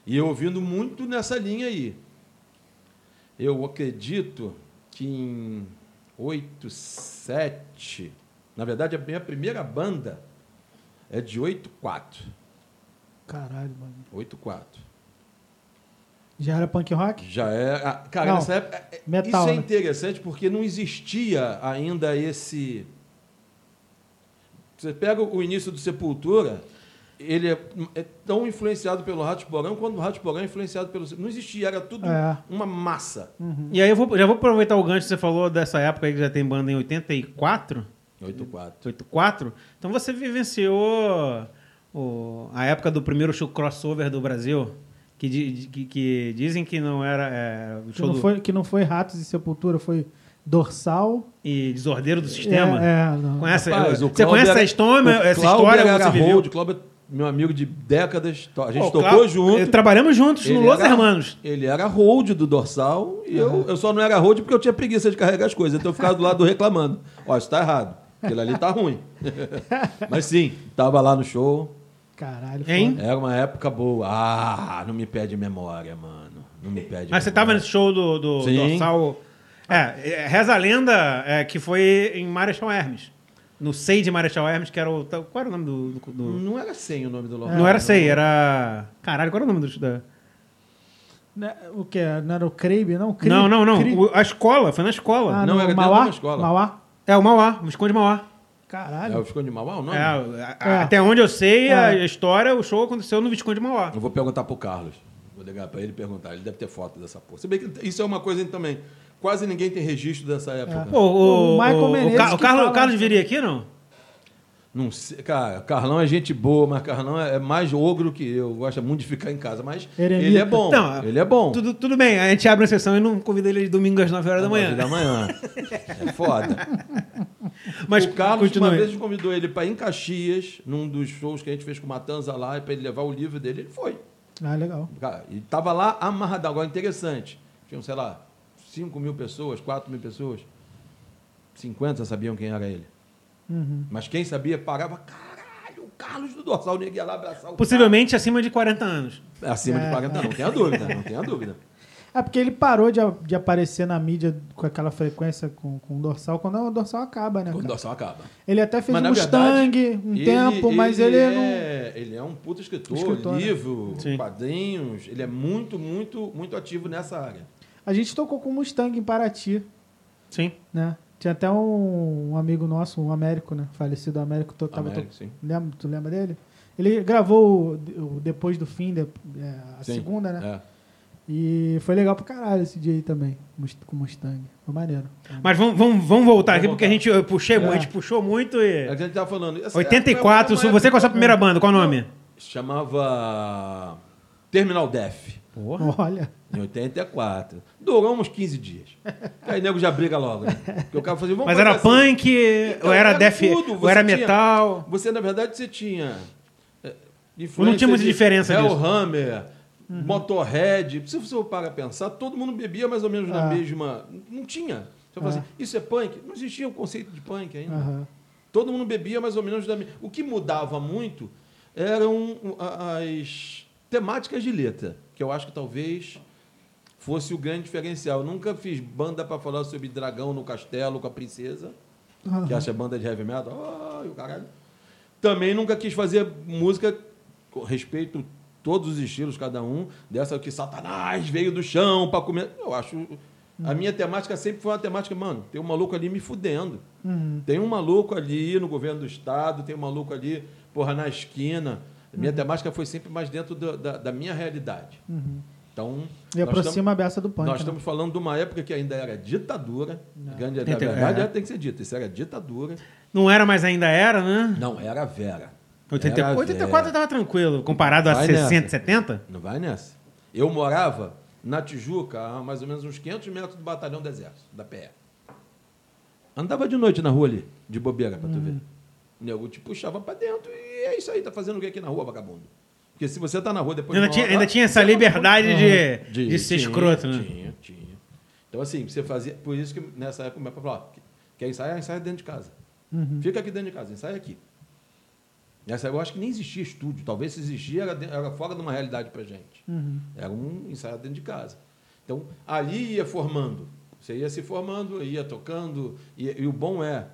S3: E eu ouvindo muito nessa linha aí. Eu acredito que em 8, 7. Na verdade, a minha primeira banda é de 8, 4.
S2: Caralho, mano.
S3: 8, 4.
S2: Já era punk rock?
S3: Já é. ah, Cara,
S2: Não,
S3: nessa época. é-
S2: metal,
S3: isso é
S2: né?
S3: interessante porque não existia ainda esse. Você pega o início do Sepultura, ele é, é tão influenciado pelo Rato de Porão quanto o Rato de Porão é influenciado pelo. Sepultura. Não existia, era tudo
S2: É. Hum.
S3: uma massa.
S1: E aí eu vou- já vou aproveitar o gancho que você falou dessa época aí que já tem banda em 84.
S3: 84.
S1: 84. Então você vivenciou o- a época do primeiro show crossover do Brasil, que, di- di- que- que dizem que não era é, o
S2: Que
S1: show
S2: não,
S1: do-
S2: foi, que não foi Ratos e Sepultura, foi Dorsal.
S1: e desordeiro do sistema.
S2: É, é, não.
S1: Conhece,
S3: Rapaz, o
S1: você
S3: Cláudio
S1: conhece
S3: era-
S1: essa história,
S3: o
S1: essa
S3: Cláudio
S1: história
S3: era
S1: que você viveu?
S3: Rahold, o Cláudio é meu amigo de décadas. to- A gente
S1: Pô,
S3: tocou
S1: Cláudio- eh,
S3: junto.
S1: Trabalhamos juntos
S3: Ele é
S1: no Los
S3: era-
S1: Hermanos.
S3: Ele era hold do dorsal e eu, eu só não era hold porque eu tinha preguiça de carregar as coisas. Então eu ficava do lado reclamando. Ó, isso tá errado. Aquilo ali tá ruim. Mas sim, tava lá no show.
S2: Caralho,
S1: Hein?
S3: Era uma época boa. Ah, não me pede memória, mano. Não me pede
S1: Mas você
S3: memória.
S1: tava nesse show do, do
S3: Sim.
S1: Dorsal. É, é, reza a lenda é, que foi em Marechal Hermes. No SEI de Marechal Hermes, que era o. tal- Qual era o nome do. do- do-
S3: Não era sem o nome do local.
S1: Não era SEI, era. Caralho, qual era o nome do. Da...
S2: Né, O que? Não era o Crabe, não? Cri-
S1: Não, não, não.
S2: Cri-
S1: O- a escola, foi na escola.
S2: Ah,
S3: Não, é
S2: não,
S3: era
S2: era
S3: dentro
S2: Mauá?
S3: da escola.
S2: Mauá?
S1: É o Mauá, o Visconde Mauá.
S2: Caralho.
S3: Eu ficou de mal, não?
S1: É, a- a-
S2: É.
S1: Até onde eu sei,
S2: É.
S1: a história, o show aconteceu no Visconde Mauá.
S3: Eu vou perguntar pro Carlos. Vou ligar pra ele e perguntar. Ele deve ter foto dessa porra. Se bem que isso é uma coisa também. Quase ninguém tem registro dessa época.
S1: Pô, o,
S2: O Michael
S1: o- o
S2: Menezes
S1: Ca- o
S2: que
S1: Carlos,
S2: fala-
S1: o Carlos viria aqui, não?
S3: Não sei, cara, Carlão é gente boa, mas Carlão é é mais ogro que eu. Gosta muito de ficar em casa, mas
S2: Eremita.
S3: ele é bom. ele é bom.
S1: Tudo, tudo bem, a gente abre uma sessão e não convida ele de domingo às 9 horas da manhã.
S3: da manhã. É foda.
S1: Mas
S3: o Carlos, uma
S1: continue.
S3: vez, convidou ele para ir em Caxias, num dos shows que a gente fez com o Matanza lá, para ele levar o livro dele. Ele foi.
S2: Ah, legal.
S3: Cara, e tava lá amarrado. Agora, interessante. Tinham, sei lá, 5 mil pessoas, 4 mil pessoas. 50 sabiam quem era ele.
S2: Uhum.
S3: Mas quem sabia parava, caralho, o Carlos do Dorsal, o nego ia lá abraçar o
S1: Possivelmente acima de 40 anos.
S3: Acima de
S2: É,
S3: 40, não tenha dúvida, não tenha dúvida.
S2: É porque ele parou de, a- de aparecer na mídia com aquela frequência com, com o dorsal quando o dorsal acaba, né?
S3: Quando o
S2: cara?
S3: dorsal acaba.
S2: Ele até fez
S3: Mas,
S2: um
S3: na
S2: Mustang
S3: verdade,
S2: um tempo, mas ele, não.
S3: é, Ele é um puta escritor,
S2: Escritor, né?
S3: livro,
S1: Sim.
S3: quadrinhos. Ele é muito, muito, muito ativo nessa área.
S2: A gente tocou com o Mustang em Paraty,
S1: Sim.
S2: né? Tinha até um, um amigo nosso, um Américo, né? Falecido Américo, to, tava to-
S3: Américo, sim.
S2: lembra, tu lembra dele? Ele gravou o, o Depois do Fim, de- é, a
S3: Sim,
S2: segunda, né?
S3: É.
S2: E foi legal pra caralho esse dia aí também, Must- com o Mustang. Foi maneiro.
S1: Uhum. Mas vamos, vamos, vamos voltar
S3: Vamos
S1: aqui, porque a
S3: voltar.
S1: gente, eu puxei, muito,
S2: É.
S1: a gente puxou muito
S3: É o
S1: e.
S3: que a gente tava falando. Essa época
S1: 84,
S3: é uma
S1: você
S3: época-
S1: com a sua primeira banda, qual o nome?
S3: Chamava Terminal Def,
S1: Porra.
S2: Olha.
S3: em 84. Durou uns 15 dias. Aí o nego já briga logo, né? Porque o cara fazia, "Vamos
S1: Mas
S3: fazer
S1: era
S3: assim."
S1: punk,
S3: Então,
S1: ou era
S3: era
S1: def,
S3: tudo,
S1: ou
S3: você
S1: era
S3: tinha-
S1: metal.
S3: Você, na verdade, você tinha. é,
S1: Eu não tinha muita
S3: influência de
S1: diferença disso. Uhum.
S3: Hellhammer, Motorhead. Se você for para pensar, todo mundo bebia mais ou menos na
S2: Ah.
S3: mesma. Não tinha. Você fala
S2: Ah.
S3: assim, isso é punk? Não existia o conceito de punk ainda.
S1: Ah.
S2: Aham.
S3: Todo mundo bebia mais ou menos da mesma. O que mudava muito eram o- a- as temáticas de letra, que eu acho que talvez fosse o grande diferencial. Eu nunca fiz banda para falar sobre dragão no castelo com a princesa
S2: Aham.
S3: que acha banda de heavy metal, ai, o caralho. Também nunca quis fazer música, com respeito todos os estilos, cada um, dessa que Satanás veio do chão para comer. Eu acho. A minha temática sempre foi uma temática, mano, tem um maluco ali me fudendo.
S2: Uhum.
S3: Tem um maluco ali no governo do estado, tem um maluco ali, porra, na esquina. A minha temática foi sempre mais dentro da, da- da minha realidade.
S2: Uhum.
S3: Então.
S2: E
S3: nós estamos-
S2: aproxima a beça do punk.
S3: nós
S2: né?
S3: estamos falando de uma época que ainda era ditadura. Grande, na
S1: Tem- tem-
S3: verdade,
S1: é.
S3: é, tem que ser dito. Isso era ditadura.
S1: Não era, mas ainda era, né?
S3: Não, era Vera.
S1: 80,
S3: Era
S1: 84 eu
S3: Vera.
S1: tava tranquilo, comparado a
S3: Vai
S1: 60,
S3: nessa.
S1: 70?
S3: Não vai nessa. Eu morava na Tijuca, a mais ou menos uns 500 metros do batalhão do Exército, da PE. Andava de noite na rua ali, de bobeira, pra tu
S1: Hum.
S3: ver. O nego te puxava pra dentro e é isso aí, tá fazendo o que aqui na rua, vagabundo? Porque se você tá na rua depois
S1: Ainda
S3: de
S1: tinha,
S3: uma hora-
S1: ainda tinha essa liberdade de, de, ser
S3: tinha,
S1: escroto, né?
S3: Tinha, tinha. Então, assim, você fazia. Por isso que nessa época o meu pai falava: "Ó, quer ensaiar? Ensaia dentro de casa.
S1: Uhum.
S3: Fica aqui dentro de casa, ensaia aqui. Nessa época eu acho que nem existia estúdio. Talvez se existia, era, de- era fora de uma realidade pra gente.
S2: Uhum.
S3: Era um ensaio dentro de casa. Então, ali ia formando. Você ia se formando, ia tocando. E, e o bom é,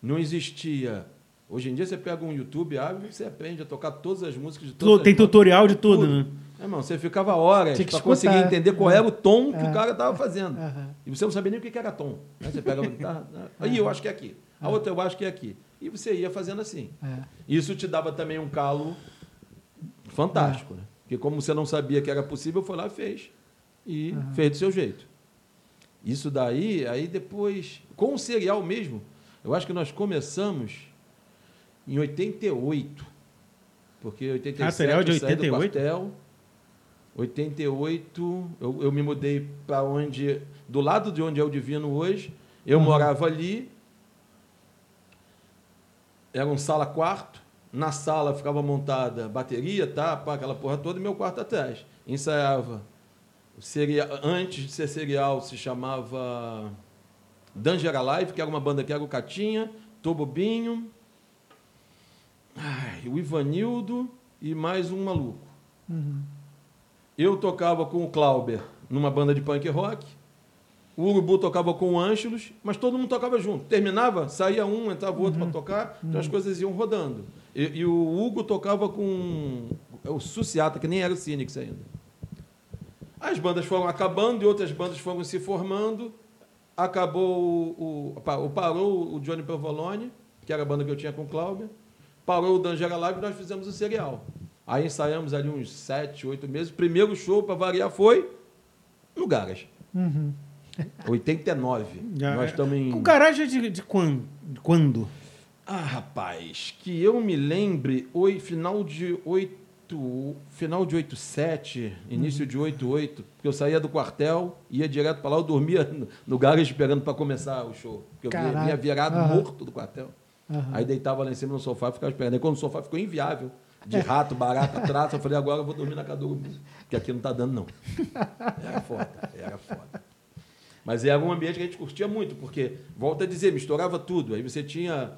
S3: não existia. Hoje em dia você pega um YouTube, abre e você aprende a tocar todas as músicas de
S1: Tu-
S3: todas
S1: tem
S3: as bandas.
S1: tutorial de tudo, né?
S3: É, irmão, você ficava horas
S2: Tinha que
S3: para conseguir
S2: escutar,
S3: entender qual
S2: é.
S3: era o tom que
S2: É.
S3: o cara estava fazendo.
S2: Aham.
S3: E você não sabia nem o que que era tom. Aí você pega a guitarra, né? aí eu acho que é aqui, a outra eu acho que é aqui. E você ia fazendo assim.
S2: É.
S3: Isso te dava também um calo fantástico,
S2: É.
S3: né? Porque como você não sabia que era possível, foi lá e fez. E
S2: Aham.
S3: fez do seu jeito. Isso daí, aí depois, com o serial mesmo, eu Eu acho que nós começamos em 88. Porque 87
S1: Ah, serial de
S3: eu saí do
S1: 88?
S3: quartel. 88, eu, eu me mudei para onde. Do lado de onde é o Divino hoje. Eu morava ali. Era um sala quarto. Na sala ficava montada bateria, tá, pá, aquela porra toda, e meu quarto atrás. Ensaiava. O seria, antes de ser serial, se chamava Danger Alive, que era uma banda que era o Catinha, Tobobinho, ai, o Ivanildo e mais um maluco.
S2: Uhum.
S3: Eu tocava com o Clauber numa banda de punk rock. O Urubu tocava com o Ângelos, mas todo mundo tocava junto. Terminava, saía um, entrava o outro para tocar, então as coisas iam rodando. E, e o Hugo tocava com é o Suciata, que nem era o Cynics ainda. As bandas foram acabando e outras bandas foram se formando. Acabou o. o- pa- o- parou o Johnny Provolone, que era a banda que eu tinha com o Cláudio. Parou o Dangera Live e nós fizemos o serial. Aí ensaiamos ali uns sete, oito meses. O primeiro show, para variar, foi no Garas.
S2: Uhum.
S3: 89.
S1: Já-
S3: Nós estamos em.
S1: O garagem é de, de quan- de quando?
S3: Ah, rapaz, que eu me lembre, oi, final de 8, final de 87, início de 88, porque eu saía do quartel, ia direto para lá, eu dormia no- no garagem esperando para começar o show. Porque eu vinha-
S2: Caraca.
S3: vinha virado
S2: Aham.
S3: morto do quartel.
S2: Aham.
S3: Aí deitava lá em cima no sofá e ficava esperando. Aí quando o sofá ficou inviável,
S2: É.
S3: de rato, barata, traça, eu falei, agora eu vou dormir na casa do Urubu, porque aqui não tá dando, não. Era foda, era foda. Mas era um ambiente que a gente curtia muito, porque, volta a dizer, misturava tudo. Aí você tinha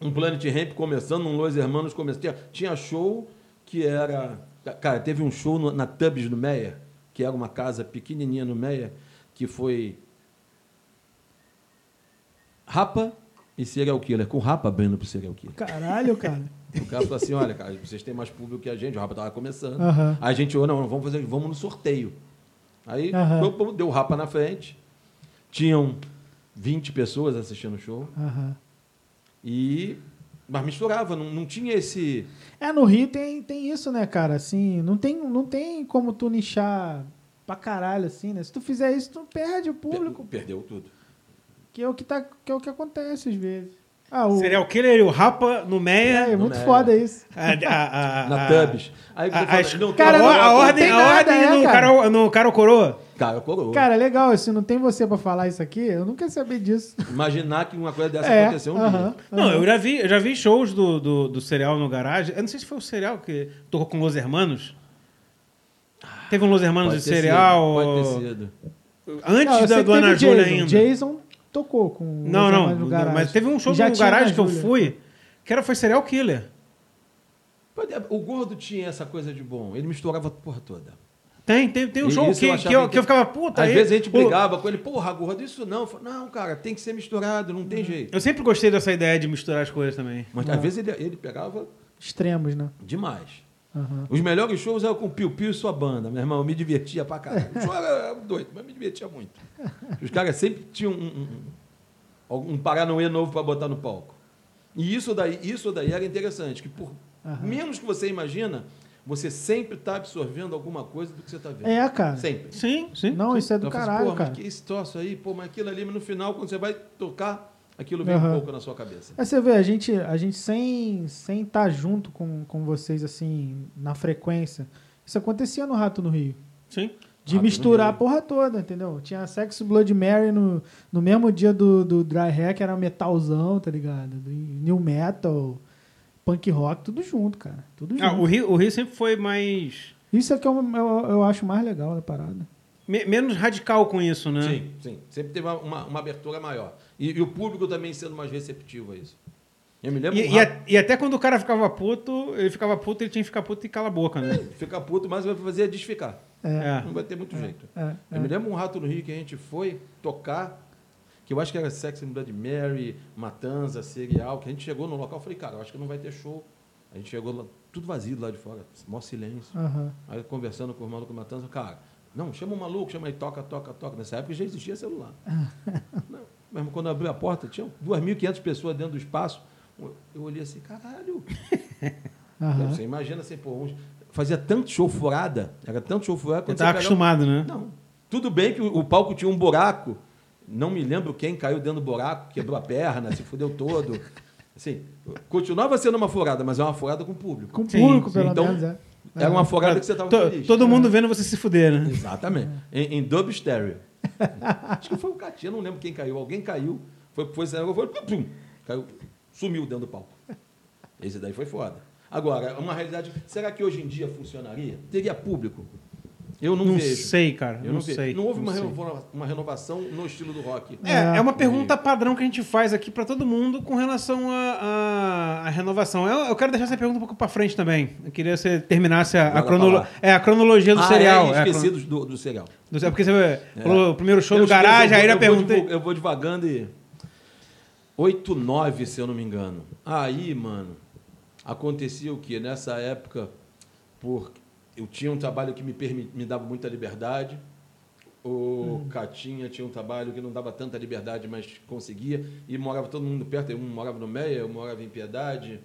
S3: um Planet Ramp começando, um Los Hermanos começando. Tinha, tinha show que era. Cara, teve um show no- na Tubbs no Meia, que era uma casa pequenininha no Meia, que foi. Rapa e Serial Killer. Com o Rapa abrindo pro Serial Killer.
S2: Caralho, cara.
S3: O cara falou assim: olha, cara, vocês têm mais público que a gente, o Rapa tava começando.
S2: Aham.
S3: Aí a gente, ou não, vamos fazer, vamos no sorteio. Aí
S2: Aham.
S3: pum, pum, deu o Rapa na frente. Tinham 20 pessoas assistindo o show.
S2: Aham.
S3: E. Mas misturava, não, não tinha esse.
S2: É, no Rio tem, tem isso, né, cara? Assim, não tem, não tem como tu nichar pra caralho, assim, né? Se tu fizer isso, tu perde o público,
S3: Per- perdeu tudo.
S2: que é o que, tá, que, é o que acontece às vezes. Ah, o...
S1: Serial Killer e o Rapa no
S2: É, é
S1: Meia.
S2: muito
S3: Não é.
S2: foda isso.
S1: A,
S2: Ah,
S1: a, a,
S3: Na
S1: a-
S3: Tubbs. Aí
S1: a-
S3: você fala,
S1: as-
S3: não,
S2: Cara,
S1: a,
S3: tem
S2: não-
S1: a
S3: agora-
S1: ordem,
S2: tem
S1: a
S2: nada,
S1: ordem
S2: é,
S1: no,
S2: cara.
S1: cara, no cara ou coroa.
S3: Cara, coroa.
S2: Cara, é legal, assim, não tem você pra falar isso aqui, eu não quero saber disso.
S3: Imaginar que uma coisa dessa
S2: É,
S3: aconteceu um
S2: aham,
S3: dia.
S1: Não, eu já vi, eu já vi shows do, do, do Serial no garagem. Eu não sei se foi o Serial que tocou com Los Hermanos. Teve um Los Hermanos
S3: Pode
S1: de
S3: ter
S1: serial.
S3: sido, pode ter sido.
S2: Não, eu
S1: Antes
S2: sei
S1: da
S2: que
S1: do
S2: teve
S1: Ana
S2: o Jason.
S1: Júlia ainda.
S2: Jason tocou com o
S1: não,
S2: Jason
S1: não,
S2: mais no
S1: não,
S2: garagem.
S1: Mas teve um show
S2: Já
S1: no
S2: tinha
S1: garagem que eu
S2: Ana Júlia.
S1: fui, que era foi Serial Killer.
S3: Pode- é, O gordo tinha essa coisa de bom. Ele misturava a porra toda.
S1: Tem, tem, tem um
S3: E
S1: show
S3: isso
S1: que
S3: eu
S1: eu,
S3: achava
S1: que eu,
S3: inte-
S1: que eu ficava puta.
S3: Às
S1: aí,
S3: vezes a gente
S1: o-
S3: brigava com ele, porra, gordo, isso não. Eu falava, não, cara, tem que ser misturado, não tem jeito.
S1: Eu sempre gostei dessa ideia de misturar as coisas também.
S3: Mas às vezes ele, ele pegava
S2: Extremos, né?
S3: demais.
S2: Aham.
S3: Os melhores shows eram com o Piu Piu e sua banda, meu irmão. Eu me divertia pra caralho. O show era, era doido, mas me divertia muito. Os caras sempre tinham um, um, um, um paranoê novo pra botar no palco. E isso daí, isso daí era interessante, que por
S2: Aham.
S3: menos que você imagina, você sempre tá absorvendo alguma coisa do que você tá vendo.
S2: É, cara.
S3: Sempre.
S1: Sim, sim.
S2: Não, isso é do
S3: Então, eu falo assim,
S2: caralho,
S3: pô,
S2: cara.
S3: Mas que esse troço aí, pô, mas aquilo ali, mas no final, quando você vai tocar, aquilo vem um
S2: Aham.
S3: pouco na sua cabeça.
S2: É, você vê, a gente, a gente sem sem estar junto com, com vocês, assim, na frequência. Isso acontecia no Rato no Rio.
S1: Sim.
S2: De
S3: Rato no
S2: misturar a
S3: Rio.
S2: porra toda, entendeu? Tinha Sex Blood Mary no, no mesmo dia do, do Dry Hack, era metalzão, tá ligado? Do New Metal, punk rock, tudo junto, cara. Tudo junto.
S1: Ah, o, Rio, o Rio sempre foi mais.
S2: Isso é que eu, eu, eu acho mais legal da parada.
S1: me- menos radical com isso, né?
S3: Sim, sim. Sempre teve uma, uma, uma abertura maior. E, e o público também sendo mais receptivo a isso. Eu me lembro
S1: E,
S3: um
S1: e
S3: rato
S1: a- e até quando o cara ficava puto, ele ficava puto, ele tinha que ficar puto e cala a boca, né?
S3: ficar puto, mas vai fazer é desficar.
S2: É.
S1: É.
S3: Não vai ter muito jeito.
S2: é,
S1: Ah.
S3: Eu me lembro um rato no Rio que a gente foi tocar, que eu acho que era Sex and Blood Mary, Matanza, Serial, que a gente chegou no local e falei, cara, eu acho que não vai ter show. A gente chegou lá, tudo vazio lá de fora, mó silêncio.
S2: Aham.
S3: Aí conversando com o maluco Matanza, cara, não, chama o maluco, chama ele, toca, toca, toca. Nessa época já existia celular. não, mesmo quando abriu a porta, tinha 2.500 pessoas dentro do espaço. Eu olhei assim, caralho.
S2: Aham.
S3: Você imagina assim, pô, uns- fazia tanto show furada, era tanto show furada.
S1: Você
S3: quando um-
S1: tava
S3: você pegava-
S1: acostumado, né?
S3: Não. Tudo bem que o, o palco tinha um buraco Não me lembro quem caiu dentro do buraco, quebrou a perna, se fudeu todo. Assim, continuava sendo uma furada, mas é uma furada com o público.
S2: Com o
S1: Sim,
S2: público,
S1: sim.
S2: pelo
S3: Então,
S2: menos, é.
S3: Era uma furada que você estava
S1: To-
S3: feliz.
S1: todo mundo vendo você se fuder, né?
S3: Exatamente. Em, em dub stereo. Acho que foi o Catinha, não lembro quem caiu. Alguém caiu, foi, foi esse negócio, foi, pum, pum, caiu, sumiu dentro do palco. Esse daí foi foda. Agora, uma realidade, será que hoje em dia funcionaria? Teria público? Eu não,
S1: Não
S3: vejo.
S1: sei, cara.
S3: Eu
S1: não,
S3: vejo.
S1: sei.
S3: Não houve uma,
S1: sei.
S3: renova- uma renovação no estilo do rock.
S1: É, é uma pergunta padrão que a gente faz aqui pra todo mundo com relação à à- à renovação. Eu, eu quero deixar essa pergunta um pouco pra frente também. Eu queria que você terminasse a, a
S3: Joga pra
S1: crono-
S3: lá.
S1: é, a cronologia do
S3: ah,
S1: serial.
S3: É,
S1: É, a
S3: esqueci
S1: crono-
S3: do, do, do serial.
S1: do- é porque você falou o primeiro show
S3: Eu
S1: do garagem,
S3: esqueço,
S1: aí eu
S3: eu vou- eu vou
S1: perguntei.
S3: divul- Eu vou devagando e. 8, 9, se eu não me engano. Aí, mano, acontecia o quê? Nessa época, por... eu tinha um trabalho que me, permi- me dava muita liberdade.
S1: Hum.
S3: O Catinha tinha um trabalho que não dava tanta liberdade, mas conseguia. E morava todo mundo perto. Um morava no Meia, eu morava em Piedade,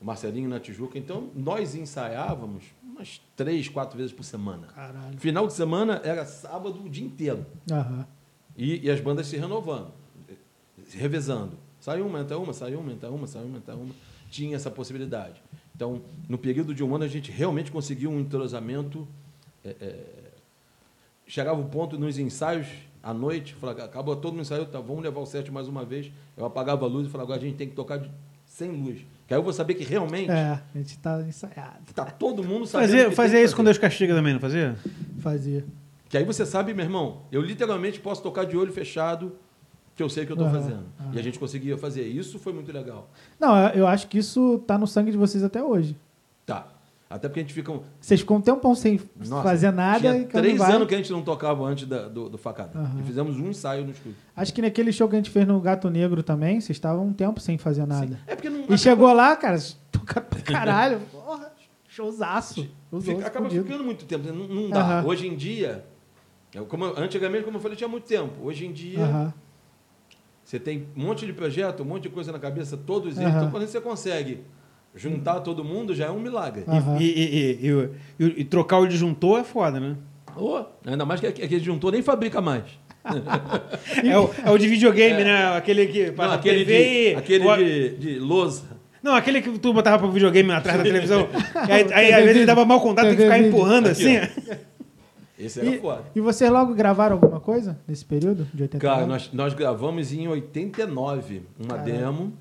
S3: o Marcelinho na Tijuca. Então, nós ensaiávamos umas três, quatro vezes por semana.
S2: Caralho.
S3: Final de semana era sábado o dia inteiro.
S2: Aham.
S3: E, e as bandas se renovando, se revezando. Sai uma, entra uma, sai uma, entra uma, sai uma, entra uma. Tinha essa possibilidade. Então, no período de um ano, a gente realmente conseguiu um entrosamento. é, é, chegava o ponto nos ensaios, à noite, falava, acabou todo o ensaio, tá, vamos levar o set mais uma vez. Eu apagava a luz e falava, agora a gente tem que tocar de- sem luz. Que aí eu vou saber que realmente
S2: É, a gente tá ensaiado.
S3: tá todo mundo sabendo. o
S1: Fazia,
S3: que
S1: fazia
S3: tem que
S1: isso com Deus castiga também, não fazia?
S2: Fazia.
S3: que aí você sabe, meu irmão, eu literalmente posso tocar de olho fechado, que eu sei o que eu estou
S2: Aham,
S3: fazendo. E a gente conseguia fazer. Isso foi muito legal.
S2: Não, eu- eu acho que isso tá no sangue de vocês até hoje.
S3: Tá. Até porque a gente fica. um-
S2: Vocês ficam um tempão sem
S3: Nossa,
S2: fazer nada.
S3: Tinha
S2: e quando
S3: três
S2: vai-
S3: anos que a gente não tocava antes da- do, do facada.
S2: Aham.
S3: E fizemos um ensaio no estúdio.
S2: Acho que naquele show que a gente fez no Gato Negro também, vocês estavam um tempo sem fazer nada.
S3: É porque não.
S2: E chegou lá, cara, tocando pra caralho. Porra, showzaço. Os
S3: Fica-
S2: outros
S3: acaba
S2: fudidos.
S3: ficando muito tempo. né? Não, não dá.
S2: Aham.
S3: Hoje em dia. eu- Como, eu- antigamente, como eu falei, tinha muito tempo. Hoje em dia,
S2: Aham.
S3: você tem um monte de projeto, um monte de coisa na cabeça, todos eles.
S2: Aham.
S3: Então, quando você consegue juntar todo mundo, já é um milagre.
S2: Aham.
S1: E, e- e- e- e- e trocar o disjuntor é foda, né?
S3: Ô, ainda mais que aquele que juntou nem fabrica mais.
S1: É o, é o de videogame, né? Aquele que passa
S3: Não,
S1: a
S3: aquele
S1: TV
S3: de,
S1: e-
S3: aquele
S1: o-
S3: de, de lousa.
S1: Não, aquele que tu botava pro videogame atrás da televisão. aí, aí, às vezes ele dava mau contato, tem que ficar
S2: Aqui, ó.
S1: empurrando assim.
S3: Esse era foda.
S2: E, e vocês logo gravaram alguma coisa nesse período de 80
S3: Cara, nós, nós gravamos em 89 uma
S2: Caralho.
S3: demo.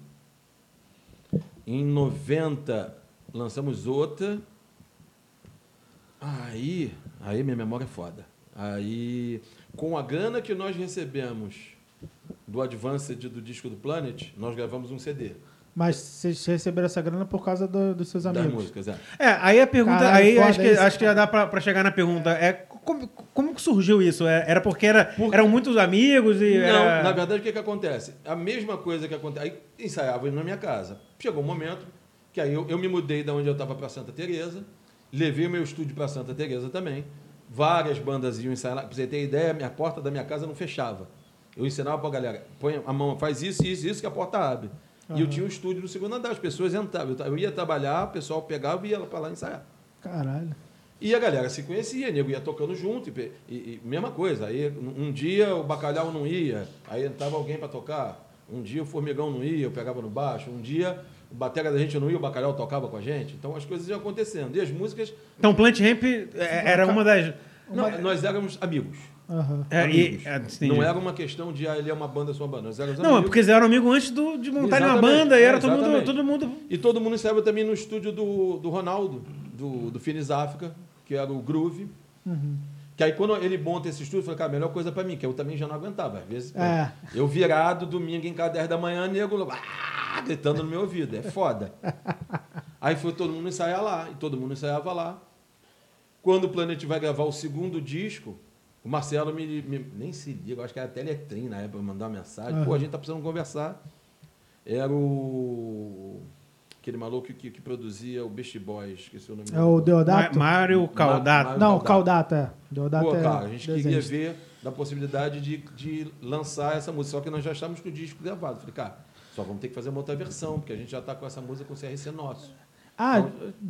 S3: Em 90 lançamos outra. Aí, aí minha memória é foda. Aí, com a grana que nós recebemos do Advanced do disco do Planet, nós gravamos um CD
S2: Mas vocês receberam essa grana por causa do- dos seus
S3: das
S2: amigos.
S3: músicas. É.
S1: É, aí a pergunta.
S2: Caralho,
S1: aí
S2: foda
S1: acho que,
S2: isso.
S1: acho que já dá pra, pra chegar na pergunta. É, como, como que surgiu isso? É, Era porque era, eram muitos amigos e.
S3: Não,
S1: era-
S3: na verdade, o que, que acontece? A mesma coisa que acontece. Aí ensaiava na minha casa. Chegou um momento que aí eu, eu me mudei da onde eu estava para Santa Teresa, levei o meu estúdio para Santa Teresa também. Várias bandas iam ensaiar lá. Pra você ter ideia, minha porta da minha casa não fechava. Eu ensinava pra galera, põe a mão, faz isso, isso, isso, que a porta abre. E eu tinha um estúdio no segundo andar, as pessoas entravam. Eu ta- Eu ia trabalhar, o pessoal pegava e ia para lá ensaiar.
S2: Caralho.
S3: E a galera se conhecia, nego ia tocando junto, e, pe- e- e mesma coisa. Aí um um dia o bacalhau não ia, aí entrava alguém para tocar. Um dia o formigão não ia, eu pegava no baixo. Um dia o batera da gente não ia, o bacalhau tocava com a gente. Então as coisas iam acontecendo. E as músicas.
S1: Então, Plant Ramp é, era uma das.
S3: não, nós éramos amigos.
S2: Aham.
S1: É,
S3: amigos.
S1: e- é, entendi.
S3: não era uma questão de ah, ele é uma banda, sua banda. Nós éramos
S1: Não, é
S3: amigos.
S1: porque eles eram amigos antes do- de montarem uma
S3: Exatamente.
S1: banda e era
S3: É,
S1: todo mundo.
S3: exatamente.
S1: Todo mundo...
S3: E todo mundo ensaiava também no estúdio do, do Ronaldo, do, do Finis África, que era o Groove. Que aí quando ele monta esse estúdio, eu falei, cara, a melhor coisa pra mim, que eu também já não aguentava. Às vezes, né?
S2: É.
S3: eu virado, domingo em casa, 10 da manhã, nego ah, gritando no meu ouvido, é foda. aí foi todo mundo ensaiar lá, e todo mundo ensaiava lá. Quando o Planet vai gravar o segundo disco, o Marcelo me, me- nem se liga, eu acho que era Teletrim na época, mandar uma mensagem. Pô, a gente tá precisando conversar. Era o. Aquele maluco que, que produzia o Beast Boys, esqueci o nome
S2: É o Deodato?
S1: Mário Caldato.
S3: Ma-
S2: Não, o Caldato,
S3: Caldato.
S2: é. Deodato
S3: Pô,
S2: é
S3: cara, a gente queria
S2: desenhista.
S3: ver da possibilidade de, de lançar essa música. Só que nós já estávamos tá com o disco gravado. Falei, cara, só vamos ter que fazer uma outra versão, porque a gente já está com essa música com o CRC nosso.
S2: Ah,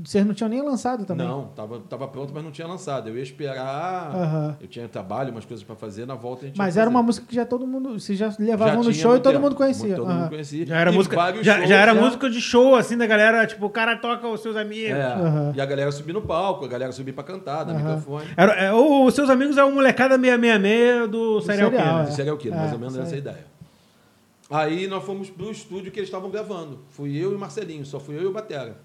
S2: vocês não tinham nem lançado também?
S3: Não, tava, tava pronto, mas não tinha lançado. Eu ia esperar.
S2: Aham.
S3: Eu tinha trabalho, umas coisas para fazer, na volta a gente.
S2: Mas
S3: ia
S2: era
S3: fazer.
S2: uma música que já todo mundo. Vocês já
S3: Já
S2: levavam no
S3: tinha
S2: show e todo
S3: tempo.
S2: mundo conhecia.
S3: Todo
S2: Aham.
S3: mundo conhecia.
S1: Já era
S3: E
S1: música,
S3: vários
S1: já,
S3: shows,
S1: já era
S3: né?
S1: música de show, assim, da galera, tipo, o cara toca os seus amigos.
S3: É.
S2: Aham.
S3: E a galera subir no palco, a galera subir pra cantar, no
S2: Aham.
S3: microfone.
S1: Era, é, ou os seus amigos é o molecada 666 do, Serial
S2: Serial,
S1: Killer.
S2: é.
S3: Isso seria o quê? Mais
S2: É,
S3: ou menos
S2: isso
S3: essa
S2: aí.
S3: ideia. Aí nós fomos pro estúdio que eles estavam gravando. Fui eu e o Marcelinho, só fui eu e o Batera.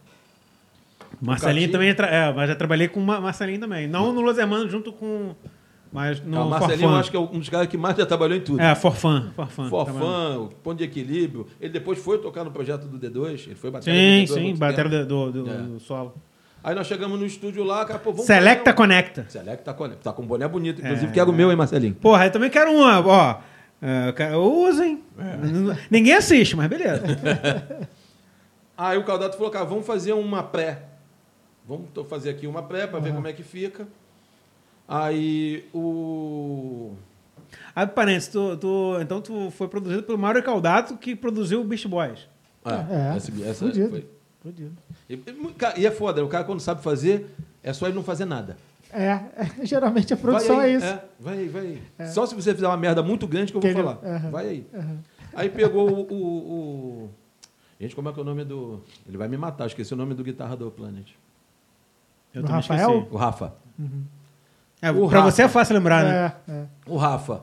S1: Marcelinho
S3: Catinho.
S1: também, tra- é, mas já trabalhei com Ma- Marcelinho também. Não no Los Hermanos junto com. Mas no
S3: Ah, o Marcelinho eu
S1: Forfan.
S3: acho que é um dos caras que mais já trabalhou em tudo.
S1: É, Forfan. Forfan. trabalhando.
S3: Forfã, o Ponto de Equilíbrio. Ele depois foi tocar no projeto do D2. Ele foi batera
S1: Sim,
S3: do D2 há
S1: sim,
S3: muito
S1: batera
S3: tempo.
S1: do, do- do-
S3: É.
S1: do solo.
S3: Aí nós chegamos no estúdio lá, cara, pô, vamos
S1: Selecta
S3: fazer
S1: Conecta.
S3: um- Selecta Conecta. Tá com um boné bonito, inclusive,
S1: É.
S3: que era o meu, hein, Marcelinho?
S1: Porra, eu também quero uma, ó. é, eu quero- Usem. N-
S3: É.
S1: Ninguém assiste, mas beleza.
S3: Aí o Caldato falou, cara, vamos fazer uma pré. Vamos to- fazer aqui uma pré pra ver como é que fica. Aí o.
S1: Abre parênteses, tu, tu- então tu foi produzido pelo Mário Caldato, que produziu o Beast Boys.
S3: Ah,
S2: É,
S3: essa, essa
S2: fudido.
S3: foi.
S2: Fudido.
S3: E, e mu- ca- e é foda, o cara quando sabe fazer, é só ele não fazer nada.
S2: É, geralmente a produção
S3: Vai aí,
S2: é isso.
S3: vai aí, vai aí. Só se você fizer uma merda muito grande que eu vou
S2: Que ele-
S3: falar.
S2: Aham.
S3: Vai aí.
S2: Aham.
S3: Aí pegou o, o- o- Gente, como é que é o nome do. Ele vai me matar, esqueci o nome do guitarra do Planet.
S1: Eu
S2: Do
S1: também
S2: Rafael?
S1: esqueci.
S3: O Rafa.
S1: É,
S3: O
S1: pra
S3: Rafa.
S1: você é fácil lembrar, né?
S2: É, é.
S3: O Rafa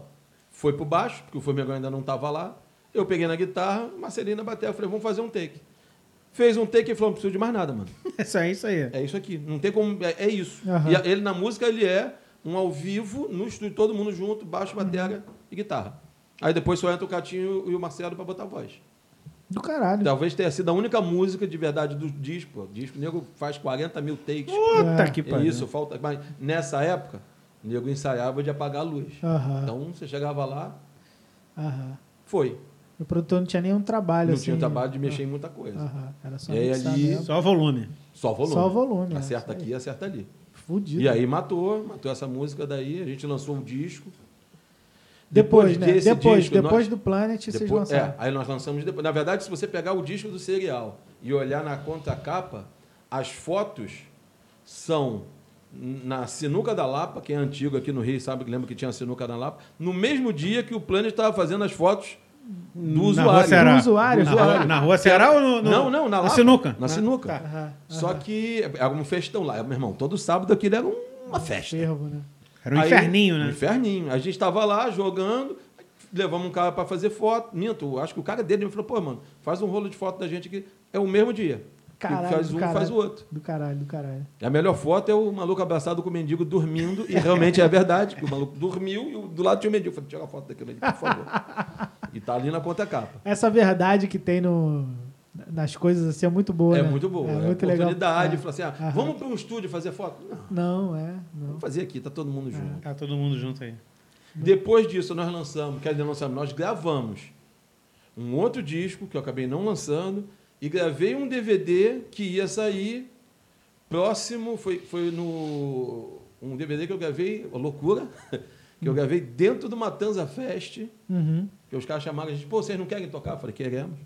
S3: foi pro baixo, porque o Formigão ainda não estava lá. Eu peguei na guitarra, Marcelina bateu. Eu falei, vamos fazer um take. Fez um take e falou, não preciso de mais nada, mano.
S1: Isso aí, isso aí.
S3: É isso aqui. Não tem como. É, é isso.
S2: Aham.
S3: E a- ele na música, ele é um ao vivo, no estúdio, todo mundo junto, baixo, bateria e guitarra. Aí depois só entra o Catinho e o Marcelo pra botar a voz.
S2: Do caralho.
S3: Talvez tenha sido a única música de verdade do disco. O disco, o nego faz 40 mil takes.
S1: Puta
S2: É.
S1: que
S3: é
S1: pariu.
S3: isso, falta. Mas nessa época, o nego ensaiava de apagar a luz.
S2: Aham.
S3: Então você chegava lá,
S2: Aham.
S3: foi.
S2: O produtor não tinha nenhum trabalho.
S3: Não
S2: assim,
S3: tinha trabalho de
S2: né?
S3: mexer em muita coisa.
S2: Aham. Era só
S3: E aí
S2: mixar
S3: ali-
S2: mesmo.
S1: Só volume.
S3: Só volume.
S2: Só volume, é, isso
S3: Acerta
S2: aí.
S3: aqui, acerta ali.
S2: Fudido.
S3: E aí matou, matou essa música daí, a gente lançou um disco.
S2: Depois, né?
S3: desse
S2: Depois,
S3: disco,
S2: depois
S3: nós-
S2: do Planet, vocês
S3: depois-
S2: lançaram.
S3: É, aí nós lançamos depois. Na verdade, se você pegar o disco do Serial e olhar na contracapa, as fotos são na Sinuca da Lapa, quem é antigo aqui no Rio sabe que lembra que tinha a Sinuca da Lapa, no mesmo dia que o Planet estava fazendo as fotos do
S1: Na rua
S3: usuário.
S1: Ceará.
S2: Do usuário.
S1: Na rua, na rua Ceará ou no, no-
S3: Não, não, na
S1: na
S3: Lapa.
S1: sinuca? né? Tá.
S3: Na sinuca.
S2: Aham.
S3: Só que era um festão lá. Meu irmão, todo sábado aquilo era uma festa.
S2: Fervo, né?
S1: Era um
S3: Aí-
S1: inferninho,
S3: Um
S1: né?
S3: inferninho. A gente estava lá jogando, levamos um cara para fazer foto. Minto, acho que o cara dele me falou, pô, mano, faz um rolo de foto da gente que é o mesmo dia. Que
S2: Caralho,
S3: faz
S2: do
S3: um,
S2: caralho.
S3: faz o outro.
S2: Do caralho, do caralho.
S3: E A melhor foto é o maluco abraçado com o mendigo dormindo, e realmente é verdade, que o maluco dormiu e o- do lado tinha o mendigo. Eu falei, tira a foto daquele mendigo, por favor. E tá ali na conta capa.
S2: Essa verdade que tem no, nas coisas assim é muito boa.
S3: É
S2: né?
S3: muito boa, é,
S2: muito legal.
S3: oportunidade.
S2: É.
S3: Fala assim, ah,
S2: Aham.
S3: vamos para um estúdio fazer foto? Não,
S2: Não, é. Não.
S3: vamos fazer aqui, tá todo mundo junto.
S1: Tá todo mundo junto aí.
S3: Depois disso, nós lançamos, quer dizer, lançamos, nós gravamos um outro disco que eu acabei não lançando e gravei um DVD que ia sair próximo, foi, foi no um DVD que eu gravei, uma loucura, que eu gravei dentro do Matanza Fest,
S2: Uhum.
S3: que os caras chamaram a gente, pô, vocês não querem tocar? Eu falei, queremos.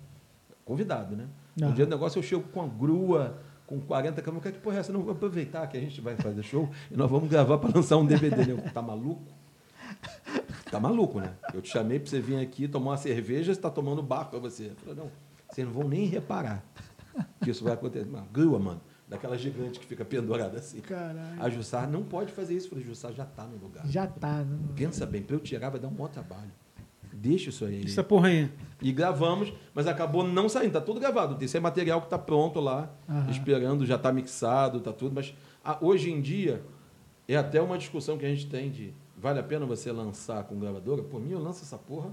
S3: Convidado, né?
S2: Ah.
S3: Um dia do negócio eu chego com a grua, com 40 câmeras, eu quero que porra é essa, não vou aproveitar que a gente vai fazer show e nós vamos gravar para lançar um DVD. né? Eu, tá maluco? Tá maluco, né? Eu te chamei pra você vir aqui tomar uma cerveja, você tá tomando barco pra você. Eu falei, não, vocês não vão nem reparar que isso vai acontecer. Uma grua, mano, daquela gigante que fica pendurada assim.
S2: Caralho.
S3: A Jussar não pode fazer isso. Eu falei, Jussar já tá no lugar.
S2: Já tá, né?
S3: Pensa bem, pra eu tirar vai dar um maior trabalho. Deixa isso aí.
S1: Essa porra aí.
S3: E gravamos, mas acabou não saindo. Tá tudo gravado. Isso é material que tá pronto lá,
S2: Aham.
S3: esperando, já tá mixado, tá tudo. Mas ah, hoje em dia é até uma discussão que a gente tem de vale a pena você lançar com gravadora? Por mim, eu lanço essa porra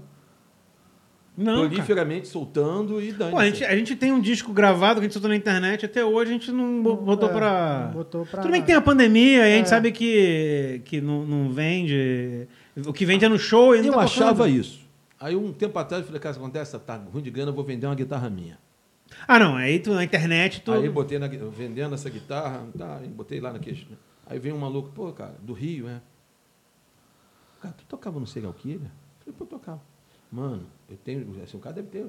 S1: Não, cara.
S3: proliferamente, soltando e dando.
S1: Pô, a, gente, a gente tem um disco gravado que a gente soltou na internet, até hoje a gente não bo- botou
S2: É,
S1: pra.
S2: Botou pra.
S1: Tudo bem que tem a pandemia e a gente
S2: É.
S1: sabe que, que não, não vende. O que vende é no show e não
S3: Eu
S1: tá tocando.
S3: achava isso. Aí um tempo atrás eu falei, cara, isso acontece, tá ruim de grana, eu vou vender uma guitarra minha.
S1: Ah, não, aí tu na internet tu.
S3: Aí botei na, gui- vendendo essa guitarra, tá, e botei lá na queixa. né? Aí veio um maluco, pô, cara, do Rio, é. Cara, tu tocava no Serial Killer? Eu né? falei, pô, eu tocava. Mano, eu tenho, assim, o cara deve ter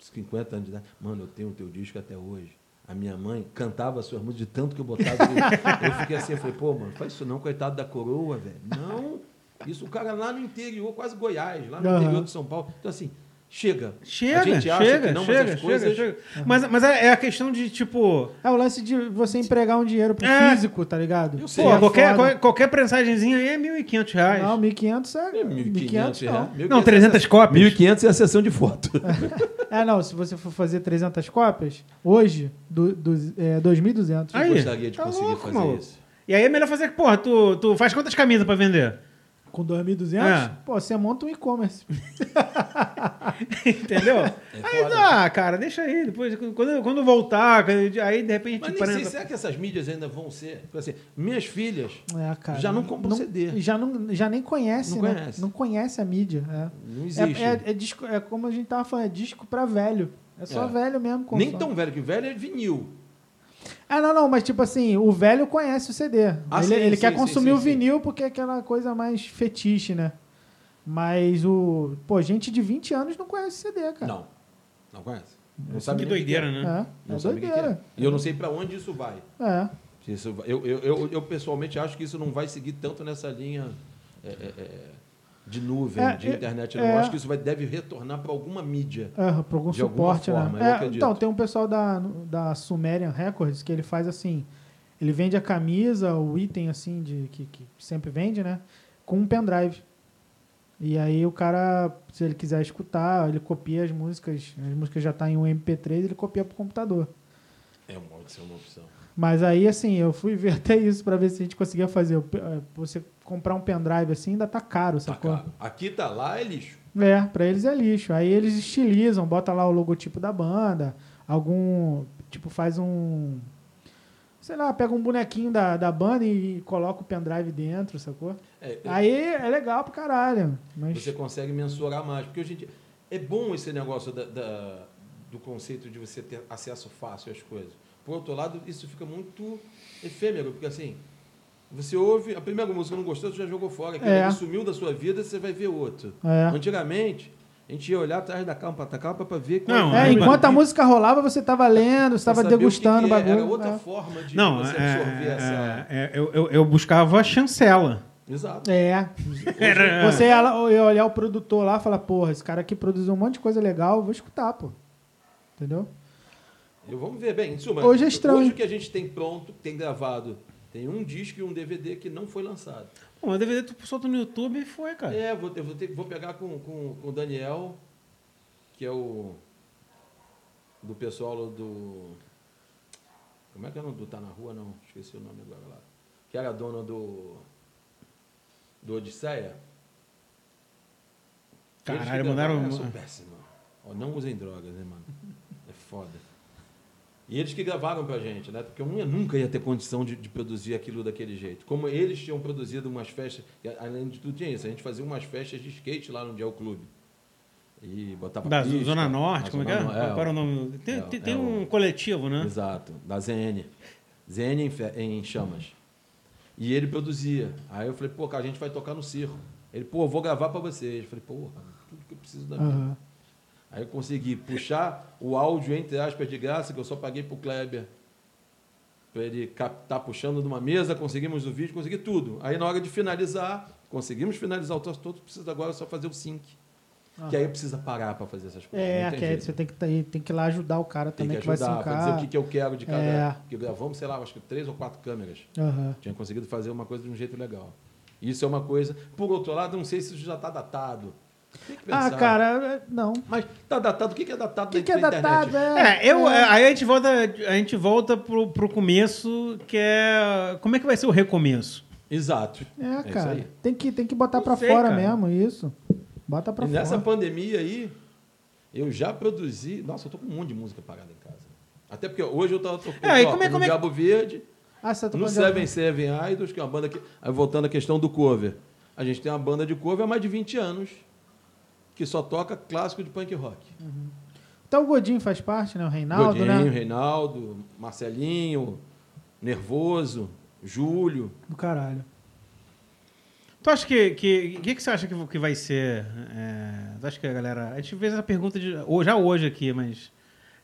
S3: 50 anos de idade. Mano, eu tenho o teu disco até hoje. A minha mãe cantava as suas músicas de tanto que eu botava. Eu, eu fiquei assim, eu falei, pô, mano, faz isso não, coitado da coroa, velho. Não. Isso o cara lá no interior, quase Goiás, lá no
S2: Aham.
S3: interior de São Paulo. Então, assim, chega.
S1: Chega,
S3: a gente
S1: chega,
S3: acha que não,
S1: chega,
S3: mas as
S1: chega,
S3: coisas.
S1: chega. Mas, mas é é a questão de, tipo...
S2: É o lance de você empregar um dinheiro pro
S1: É.
S2: físico, tá ligado?
S3: Eu sei.
S1: Pô,
S3: é
S1: qualquer,
S2: foda.
S1: qual- qualquer prensagenzinha aí é 1.500 reais.
S2: Não, 1.500 é... 1.500 não.
S3: reais.
S1: Não, 300 cópias.
S3: 1.500 é a sessão de foto.
S2: É, não, se você for fazer 300 cópias, hoje, do, do, é, 2.200.
S1: Aí,
S3: gostaria de
S1: tá
S3: conseguir
S1: louco,
S3: fazer
S1: maluco.
S3: isso.
S1: E aí é melhor fazer que, porra, tu, tu faz quantas camisas pra vender?
S2: Com 2.200,
S1: É.
S2: pô, você monta um e-commerce.
S1: Entendeu? aí
S3: É foda.
S1: dá, cara, deixa aí. Depois, quando, quando voltar, quando- aí de repente tu
S3: Mas nem sei,
S1: parenta-
S3: será que essas mídias ainda vão ser? Porque, Assim, minhas filhas
S2: É, cara.
S3: já não compram CD.
S2: Já, não, já nem conhece,
S3: Não
S2: né?
S3: conhece.
S2: Não conhece a mídia. É.
S3: Não
S2: É-
S3: existe.
S2: É, é disco, é como a gente tava falando, é disco pra velho. É só
S3: É.
S2: velho mesmo. consome.
S3: Nem tão velho, que velho é vinil.
S2: Ah, não, não, mas tipo assim, o velho conhece o CD.
S3: Ah,
S2: ele
S3: sim,
S2: ele
S3: sim,
S2: quer
S3: sim,
S2: consumir
S3: sim,
S2: o
S3: sim.
S2: vinil porque é aquela coisa mais fetiche, né? Mas o. Pô, gente de 20 anos não conhece CD, cara.
S3: Não. Não conhece? Não sabe
S1: Que
S3: nem o
S1: doideira,
S3: é.
S1: né?
S2: É,
S3: Não
S2: é
S3: sabe o que que é.
S2: doideira.
S3: E eu não sei para onde isso vai.
S2: É.
S3: Se isso vai- eu, eu, eu, eu pessoalmente acho que isso não vai seguir tanto nessa linha é, é, é, de nuvem,
S2: É,
S3: de
S2: eu-
S3: internet. Eu não
S2: é.
S3: acho que isso vai, deve retornar para alguma mídia.
S2: É, pra algum
S3: De alguma
S2: suporte,
S3: forma, eu
S2: né? É,
S3: acredito.
S2: então, tem um pessoal da, da Sumerian Records que ele faz assim: ele vende a camisa, o item assim, de, que, que sempre vende, né? Com um pendrive. E aí o cara, se ele quiser escutar, ele copia as músicas, as músicas já tá em um MP3, ele copia pro computador.
S3: É uma, isso é uma opção.
S2: Mas aí, assim, eu fui ver até isso pra ver se a gente conseguia fazer. O pe- eh, Você comprar um pendrive assim ainda tá caro,
S3: Tá
S2: sacou?
S3: caro. Aqui tá lá é lixo.
S2: É, pra eles é lixo. Aí eles estilizam, bota lá o logotipo da banda, algum. Tipo, faz um. Sei lá, pega um bonequinho da, da banda e coloca o pendrive dentro, sacou?
S3: É,
S2: Aí é legal pra caralho. Mas.
S3: você consegue mensurar mais. Porque hoje em dia é bom esse negócio da- da- do conceito de você ter acesso fácil às coisas. Por outro lado, isso fica muito efêmero, porque assim, você ouve, a primeira música que não gostou, você já jogou fora, aquilo
S2: É.
S3: ali sumiu da sua vida, você vai ver outro.
S2: É.
S3: Antigamente, a gente ia olhar atrás da capa, da capa para ver
S1: Não,
S2: É,
S1: Aí,
S2: enquanto a música rolava, você tava lendo, você tava degustando o
S3: é.
S2: bagulho.
S3: Era outra
S2: né?
S3: forma de
S1: Não,
S3: você
S1: é-
S3: absorver essa.
S1: é- eu, eu, eu buscava chancela.
S3: Exato.
S2: É.
S1: Era-
S2: Você ia, lá- ia olhar o produtor lá e falar, porra, esse cara aqui produziu um monte de coisa legal, eu vou escutar, pô. Entendeu?
S3: Eu, vamos ver bem. em suma,
S2: Hoje é estranho.
S3: Hoje o que a gente tem pronto, tem gravado, tem um disco e um DVD que não foi lançado.
S1: Pô, mas DVD tu soltou no YouTube e foi, cara.
S3: É, vou, eu vou, ter- vou pegar com, com, com o Daniel, que é o. do pessoal lá do. Como é que é o nome do Tá na Rua? Não, esqueci o nome agora lá. Que era dono do. do Odisseia. Eles
S1: Caralho,
S3: que
S1: mandaram um
S3: gravaram- Eu
S1: uma-
S3: sou péssimo. Ó, não usem drogas, né, mano? É foda. E eles que gravaram pra gente, né? Porque eu nu- nunca ia ter condição de, de produzir aquilo daquele jeito. Como eles tinham produzido umas festas, e a- além de tudo tinha isso, a gente fazia umas festas de skate lá no Dial Clube. E botava
S1: um Da
S3: pista,
S1: Zona Norte,
S3: na
S1: como é que
S3: Zona
S1: é?
S3: Norte,
S1: Qual era o nome? Tem,
S3: É,
S1: tem,
S3: é
S1: tem
S3: o-
S1: um coletivo, né?
S3: Exato, da ZN. ZN em, fe- em chamas. E ele produzia. Aí eu falei, pô, cara, a gente vai tocar no circo. Ele, pô, eu vou gravar pra vocês. Eu falei, porra, tudo que eu preciso
S1: Ah.
S3: da vida.
S2: Aham.
S3: Aí eu consegui puxar o áudio, entre aspas, de graça, que eu só paguei pro Kleber. Pra ele captar puxando de uma mesa, conseguimos o vídeo, consegui tudo. Aí na hora de finalizar, conseguimos finalizar o troço todo, precisa agora só fazer o sync. Que aí precisa parar pra fazer essas coisas.
S2: Ah. É,
S3: não tem
S2: que aí
S3: jeito.
S2: você tem que, tá- tem que ir lá ajudar o cara
S3: Tem que
S2: também que, vai
S3: ajudar, pra dizer o
S2: sincar.
S3: que, que eu quero de cada.
S2: É.
S3: Porque gravamos, sei lá, acho que três ou quatro câmeras.
S2: Aham.
S3: Tinha conseguido fazer uma coisa de um jeito legal. Isso é uma coisa. Por outro lado, não sei se isso já está datado. Tem que
S2: Ah,
S3: pensar.
S2: cara, é- não.
S3: Mas tá datado. O que que é datado
S2: O que,
S3: na-
S2: que é
S3: na internet?
S2: datado?
S1: É, eu, é, aí a gente volta, a gente volta pro, pro começo, que é. Como é que vai ser o recomeço?
S3: Exato.
S2: É,
S3: isso
S2: cara.
S3: aí.
S2: tem, que, tem que botar
S1: Não
S2: pra
S1: sei,
S2: fora
S1: cara.
S2: mesmo, isso. Bota pra
S3: e
S2: fora.
S3: nessa pandemia aí, eu já produzi. Nossa, eu tô com um monte de música parada em casa. Até porque hoje eu tava tocando
S1: É, e
S3: ó,
S1: como é-
S3: no
S1: como é que-
S3: Diabo Verde,
S2: Ah, você tá
S3: no
S2: falando de-
S3: Seven Seven Idols, que é uma banda que. Aí voltando à questão do cover. A gente tem uma banda de cover há mais de 20 anos, que só toca clássico de punk rock.
S2: Então o Godinho faz parte, né? O Reinaldo,
S3: Godinho,
S2: né?
S3: Reinaldo, Marcelinho, Nervoso, Júlio.
S2: Do caralho.
S1: Tu acha que. O que, que, que você acha que, que vai ser? É, tu acha que a galera. A gente fez essa pergunta de, ou já hoje aqui, mas.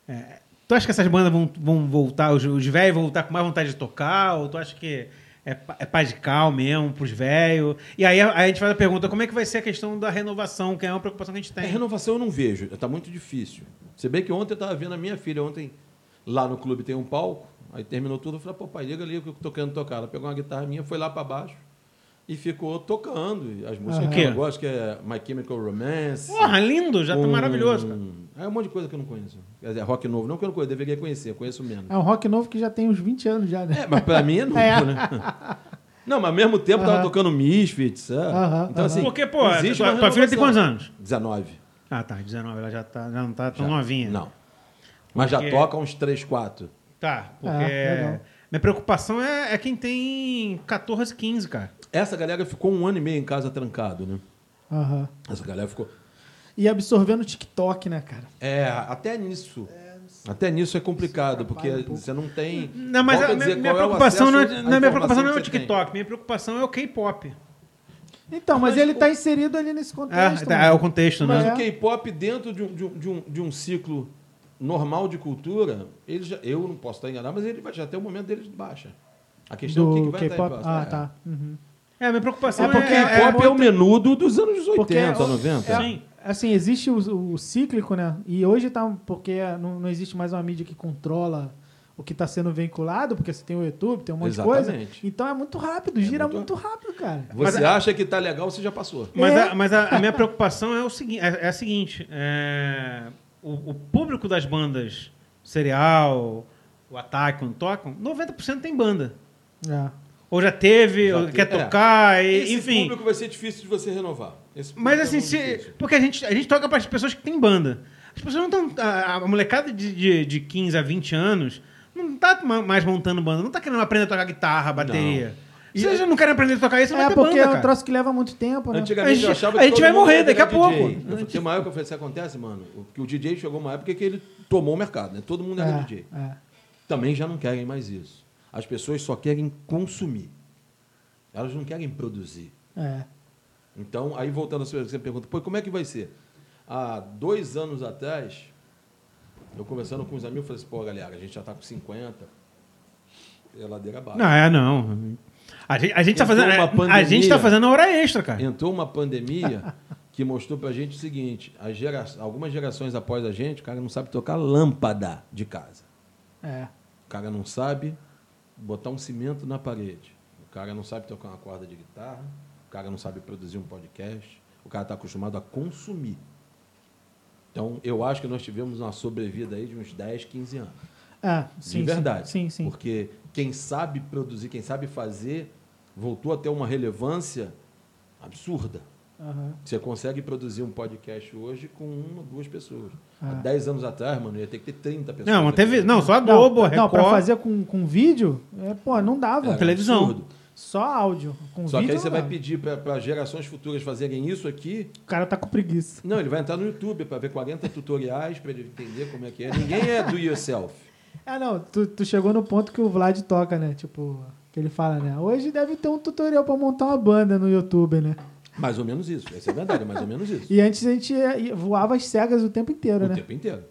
S1: é, tu Tu acha que essas bandas vão, vão voltar, os, os velhos vão voltar com mais vontade de tocar? Ou tu acha que é, pa- é paz de cal mesmo pros velhos? E aí a, a gente faz a pergunta, como é que vai ser a questão da renovação, que é uma preocupação que a gente
S3: É,
S1: tem.
S3: renovação eu não vejo, tá muito difícil. Se bem que ontem eu tava vendo a minha filha, ontem lá no clube tem um palco, aí terminou tudo, eu falei, pô, pai, liga ali o que eu tô querendo tocar. Ela pegou uma guitarra minha, foi lá para baixo e ficou tocando. E As músicas
S2: Aham.
S3: que
S1: O
S3: eu
S1: quê?
S3: gosto, que é My Chemical Romance.
S1: Porra, lindo, já tá
S3: um-
S1: maravilhoso. cara.
S3: É um monte de coisa que eu não conheço. Quer dizer, rock novo, não que eu não conheço, deveria conhecer, eu conheço menos.
S2: É um rock novo que já tem uns 20 anos já, né?
S3: É, mas pra mim é novo,
S2: É.
S3: né? Não, mas ao mesmo tempo tava
S2: Aham.
S3: tocando Misfits, sabe?
S2: Aham, aham.
S3: então, assim,
S1: Porque, pô,
S3: existe
S1: tua,
S3: uma
S1: tua filha tem
S3: renovação.
S1: quantos anos?
S3: 19.
S1: Ah, tá, 19, ela já, tá, já não tá tão
S3: Já.
S1: novinha.
S3: Não. Mas já
S1: Porque-
S3: toca uns 3, 4.
S1: Tá, porque...
S2: Ah, legal.
S1: minha preocupação é, é quem tem 14, 15, cara.
S3: Essa galera ficou um ano e meio em casa trancado, né?
S2: Aham.
S3: Essa galera ficou.
S2: E absorvendo o TikTok, né, cara?
S3: É, até nisso. até nisso é complicado, porque
S2: atrapalha um pouco.
S3: você não tem.
S1: Não, mas
S3: Volto
S1: a
S3: dizer,
S1: minha, minha
S3: qual é o
S1: preocupação não é,
S3: acesso à
S1: não, minha preocupação
S3: informação
S1: não é o
S3: que você tem.
S1: TikTok, minha preocupação é o K-pop.
S2: Então, mas,
S3: Mas
S2: ele
S3: o-
S2: tá inserido ali nesse contexto.
S1: Ah, tá,
S2: mano.
S1: é o contexto,
S2: Mas
S1: né?
S3: Mas o K-pop, dentro de um, de, um, de, um, de um ciclo normal de cultura, ele já, eu não posso estar enganado, mas ele vai já até o momento dele baixa. A questão é o que, que
S2: Do
S3: vai estar em
S2: K-pop?
S3: baixa.
S2: Ah,
S3: É.
S2: tá. Uhum.
S1: É, minha preocupação
S2: É
S1: é...
S2: porque
S1: é-
S3: K-pop é,
S2: muito-
S3: o menudo dos anos 80,
S2: Porque é o-
S3: 90.
S1: é- Sim.
S2: Assim, existe o, o cíclico, né? E hoje tá. Porque não, não existe mais uma mídia que controla o que tá sendo veiculado, porque você tem o YouTube, tem um monte de coisa.
S3: Exatamente.
S2: Então é muito rápido, gira muito,
S3: muito-
S2: rápido, cara.
S3: Você
S1: Mas- é-
S3: acha que tá legal, você já passou.
S1: Mas,
S2: É.
S1: a, mas a- a minha preocupação é, o segui é, é a seguinte: é, o, o público das bandas Serial, o Ataque, quando tocam, 90% tem banda.
S2: É.
S1: Ou já teve,
S3: Já
S1: ou
S3: teve,
S1: quer
S3: é.
S1: tocar, e-
S3: Esse
S1: enfim.
S3: público vai ser difícil de você renovar. Esse
S1: Mas
S3: público é
S1: assim,
S3: muito
S1: se,
S3: difícil.
S1: porque a gente, a gente toca para as pessoas que têm banda. As pessoas não estão. A, a molecada de, de, de 15 a 20 anos não tá ma- mais montando banda, não tá querendo aprender a tocar guitarra, bateria. Se eles não querem aprender a tocar isso, não
S2: É
S1: vai ter
S2: porque
S1: banda,
S2: é um
S1: cara.
S2: troço que leva muito tempo, né?
S1: A
S3: Antigamente
S1: gente-
S3: eu achava
S1: a
S3: que
S1: gente
S3: todo
S1: vai
S3: mundo
S1: morrer
S3: ia
S1: daqui a
S3: virar
S1: pouco.
S3: DJ. Eu, tem uma época que isso acontece, mano. Porque o DJ chegou uma época que ele tomou o mercado, né? Todo mundo era
S2: É,
S3: DJ.
S2: é.
S3: Também já não querem mais isso. As pessoas só querem consumir. Elas não querem produzir.
S2: É.
S3: Então, aí voltando à sua você pergunta, pô, como é que vai ser? Há dois anos atrás, eu conversando com os amigos, eu falei assim, pô, galera, a gente já está com 50, é ladeira abaixo.
S1: Não, é, não. A gente, a gente tá
S3: Entrou
S1: fazendo.
S3: uma
S1: A, a
S3: pandemia.
S1: gente tá fazendo hora extra, cara.
S3: Entrou uma pandemia que mostrou pra gente o seguinte: as gera- algumas gerações após a gente, o cara não sabe tocar lâmpada de casa.
S2: É.
S3: O cara não sabe botar um cimento na parede. O cara não sabe tocar uma corda de guitarra. O cara não sabe produzir um podcast. O cara está acostumado a consumir. Então, eu acho que nós tivemos uma sobrevida aí de uns 10, 15 anos.
S2: É, sim,
S3: de
S2: sim.
S3: verdade.
S2: Sim, sim.
S3: Porque quem sabe produzir, quem sabe fazer, voltou a ter uma relevância absurda.
S2: Aham.
S3: Você consegue produzir um podcast hoje com uma, duas pessoas.
S2: Ah.
S3: Há 10 anos atrás, mano, ia ter que ter 30 pessoas.
S1: Não, mas teve.
S3: aqui.
S1: Não, só a
S2: Não,
S1: Globo, a
S2: não, pra
S1: Record.
S2: fazer com, com vídeo, é, pô, não dava.
S3: Era
S1: televisão.
S3: absurdo.
S2: Só áudio. Com
S3: Só
S2: Um vídeo,
S3: que aí você
S2: não
S3: vai
S2: dava.
S3: pedir para gerações futuras fazerem isso aqui.
S2: O cara tá com preguiça.
S3: Não, ele vai entrar no YouTube para ver 40 tutoriais, para ele entender como é que é. Ninguém é do yourself.
S2: É, não, tu, tu chegou no ponto que o Vlad toca, né? Tipo, que ele fala, né? Hoje deve ter um tutorial pra montar uma banda no YouTube, né?
S3: Mais ou menos isso. Essa é a verdade, é mais ou menos isso.
S2: E antes a gente ia- ia- voava as cegas o tempo inteiro,
S3: O
S2: né?
S3: tempo inteiro.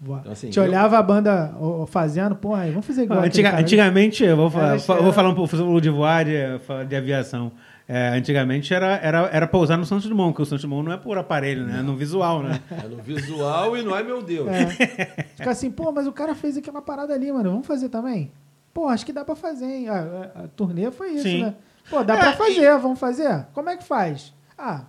S2: Voava.
S3: Então, assim,
S2: a gente
S3: eu-
S2: olhava a banda ó, ó, fazendo, pô, aí vamos fazer igual.
S1: Ah,
S2: aquele
S1: antiga-
S2: cara. né?
S1: antigamente, eu vou, fa-
S2: Era-
S1: fa- vou falar um pouco fazer um ludivoar de, falar de aviação. É, antigamente era, era, era pousar no Santos Dumont, porque o Santos Dumont não é por aparelho, né? É no visual, né?
S3: É no visual e não é meu Deus.
S2: É. Fica assim, pô, mas o cara fez aquela parada ali, mano. Vamos fazer também? Pô, acho que dá pra fazer, hein? A, a- a turnê foi isso,
S1: Sim.
S2: né? Pô, dá
S1: É,
S2: pra
S1: e-
S2: fazer, vamos fazer? Como é que faz? Ah,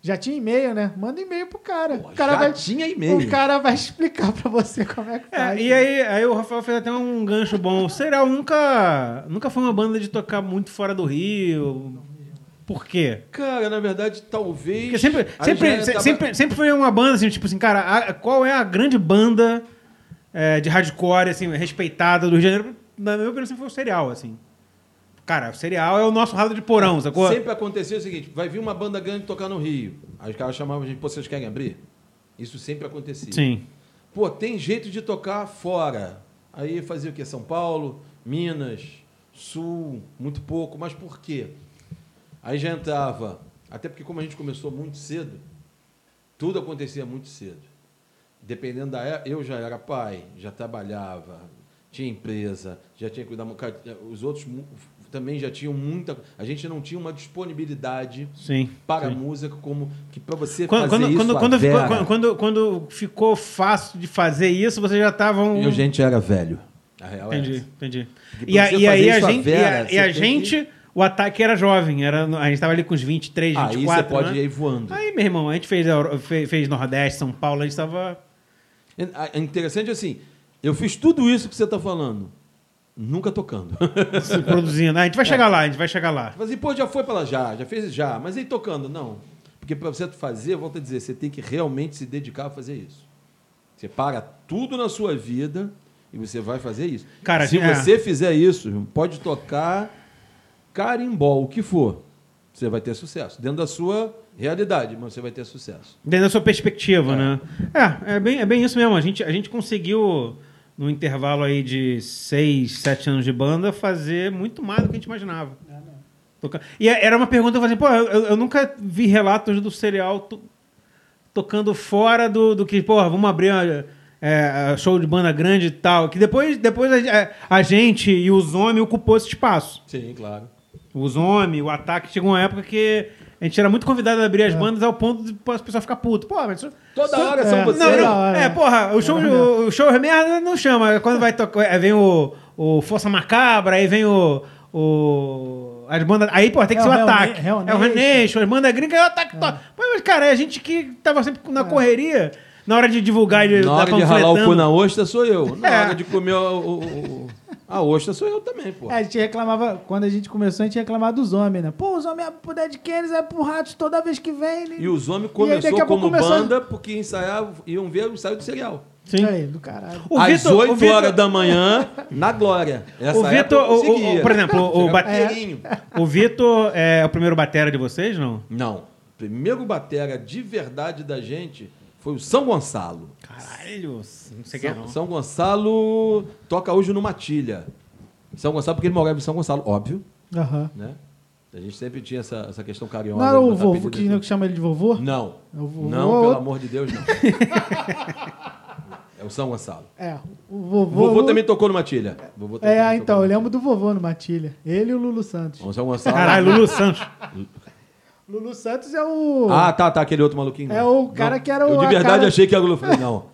S2: já tinha e-mail, né? Manda e-mail pro cara.
S3: Pô,
S2: o cara
S3: já
S2: vai,
S3: tinha e-mail.
S2: O cara vai explicar pra você como é que
S1: É,
S2: faz.
S1: e aí, aí o Rafael fez até um gancho bom. O Serial nunca, nunca foi uma banda de tocar muito fora do Rio. Por quê?
S3: Cara, na verdade, talvez.
S1: Porque sempre,
S3: a
S1: sempre,
S3: gente
S1: se-
S3: tava-
S2: é
S1: sempre, sempre foi uma banda, assim, tipo assim, cara, a- qual é a grande banda é, de hardcore, assim, respeitada do Rio de Janeiro? Na minha opinião, sempre foi o Serial, assim. Cara, o Serial é o nosso ralo de porão, sacou?
S3: Sempre acontecia o seguinte: vai vir uma banda grande tocar no Rio. Aí os caras chamavam a gente, pô, vocês querem abrir? Isso sempre acontecia.
S1: Sim.
S3: Pô, tem jeito de tocar fora. Aí fazia o quê? São Paulo, Minas, Sul, muito pouco. Mas por quê? Aí já entrava. Até porque, como a gente começou muito cedo, tudo acontecia muito cedo. Dependendo da época, eu já era pai, já trabalhava, tinha empresa, já tinha que cuidar. mu- cara, Os outros mu- também já tinham muita. A gente não tinha uma disponibilidade
S1: Sim.
S3: para a
S1: sim.
S3: música como que para você
S1: Quando,
S3: fazer
S1: quando,
S3: isso
S1: quando,
S3: a
S1: quando, ficou,
S3: Vera-
S1: quando- quando, quando ficou fácil de fazer isso, vocês já estavam.
S3: eu gente era velho. A real é
S1: Hum. Entendi,
S3: essa.
S1: entendi.
S3: Porque
S1: E, a-
S3: pra você
S1: e aí
S3: fazer
S1: a
S3: isso à
S1: gente,
S3: Vera,
S1: e a- e a,
S3: você tem
S1: gente o ataque era jovem, era, a gente estava ali com uns 23,
S3: Aí
S1: 24.
S3: você pode
S1: né?
S3: ir voando.
S1: Aí, meu irmão, a gente fez, a Euro- fe- fez Nordeste, São Paulo, a gente estava.
S3: É é interessante assim, eu fiz tudo isso que você está falando, nunca tocando.
S1: se produzindo. Ah, A gente vai
S3: É.
S1: chegar lá, a gente vai chegar lá.
S3: Mas e pô, já foi para lá já, já fez já, mas e tocando? Não. Porque para você fazer, eu volto a dizer, você tem que realmente se dedicar a fazer isso. Você para tudo na sua vida e você vai fazer isso.
S1: Cara,
S3: se
S1: é.
S3: você fizer isso, irmão, pode tocar carimbó, o que for. Você vai ter sucesso. Dentro da sua realidade, mas você vai ter sucesso.
S1: Dentro da sua perspectiva, né? É, é bem, é bem isso mesmo. A gente, a gente conseguiu, no intervalo aí de seis, sete anos de banda, fazer muito mais do que a gente imaginava. Toca- E é- era uma pergunta, eu falei, pô, eu, eu nunca vi relatos do serial to- tocando fora do, do que, porra, vamos abrir uma, é, show de banda grande e tal. Que depois, depois a, a- a gente e os homens ocupou esse espaço.
S3: Sim, claro.
S1: Os homens, o ataque, chegou uma época que a gente era muito convidado a abrir as bandas ao ponto de as pessoas ficar puto. Pô, mas isso...
S3: Toda hora
S2: é,
S3: são vocês.
S1: Não,
S2: Sei
S1: não,
S2: lá,
S1: é,
S2: é.
S1: porra, o show, o, o show é merda não chama. Quando vai tocar, é, vem o, o Força Macabra, aí vem o. o as bandas. Aí, porra, tem que
S2: É
S1: ser o
S2: o Hell
S1: ataque.
S2: Na-
S1: é
S2: Hell
S1: o
S2: Nation.
S1: Renation, as bandas gringas, é o ataque. É. Pô, mas, cara, é a gente que tava sempre
S2: É.
S1: na correria, na hora de divulgar e de tá
S3: Na hora de ralar o
S1: panfletando.
S3: cu na ostra sou eu. Na
S1: É.
S3: hora de comer o, o- o- o- a ostra sou eu também, pô.
S2: É, a gente reclamava, quando a gente começou, a gente reclamava dos homens, né? Pô, os homens é pro Dead Kennedys, é pro Ratos toda vez que vem. né? Ele...
S3: E os homens
S2: E aí, daqui
S3: começou
S2: a pouco
S3: como
S2: começou-
S3: banda porque ensaiavam, iam ver o ensaio de cereal.
S1: Sim.
S2: Aí, do caralho.
S1: O
S3: Às
S1: Vitor- o
S3: 8
S1: Vitor-
S3: horas da manhã, na glória. Essa
S1: O Vitor,
S3: época eu
S1: o- o- o-
S3: conseguia.
S1: por exemplo, o- o
S3: Chegava
S1: bate-
S3: inteirinho.
S1: O Vitor é o primeiro batera de vocês, não?
S3: Não. O primeiro batera de verdade da gente foi o São Gonçalo.
S1: Caralho, não sei quem é.
S3: São,
S1: não.
S3: São Gonçalo toca hoje no Matilha. São Gonçalo, porque ele morava em São Gonçalo, óbvio,
S2: Aham.
S3: né? A gente sempre tinha essa, essa questão carioca.
S2: Não era o
S3: botar
S2: vovô
S3: apelido
S2: que, que chama ele de vovô?
S3: tá Não.
S2: Eu vou-
S3: não,
S2: vou-
S3: pelo amor de Deus, não. é o São Gonçalo.
S2: É, o
S3: O
S2: vovô.
S3: vovô, também tá tocou no Matilha. Vovô também
S2: É, ah,
S3: tocou
S2: então,
S3: no
S2: eu lembro do vovô no Matilha. Ele e o Lulu Santos.
S3: Matilha. O São Gonçalo.
S1: Caralho, Lulu Santos.
S2: Lulu Santos é o.
S3: Ah, tá, tá, aquele outro maluquinho.
S2: É o cara que era o-
S3: Eu de
S2: a
S3: verdade
S2: cara-
S3: achei que era o Lulu. Falei, não.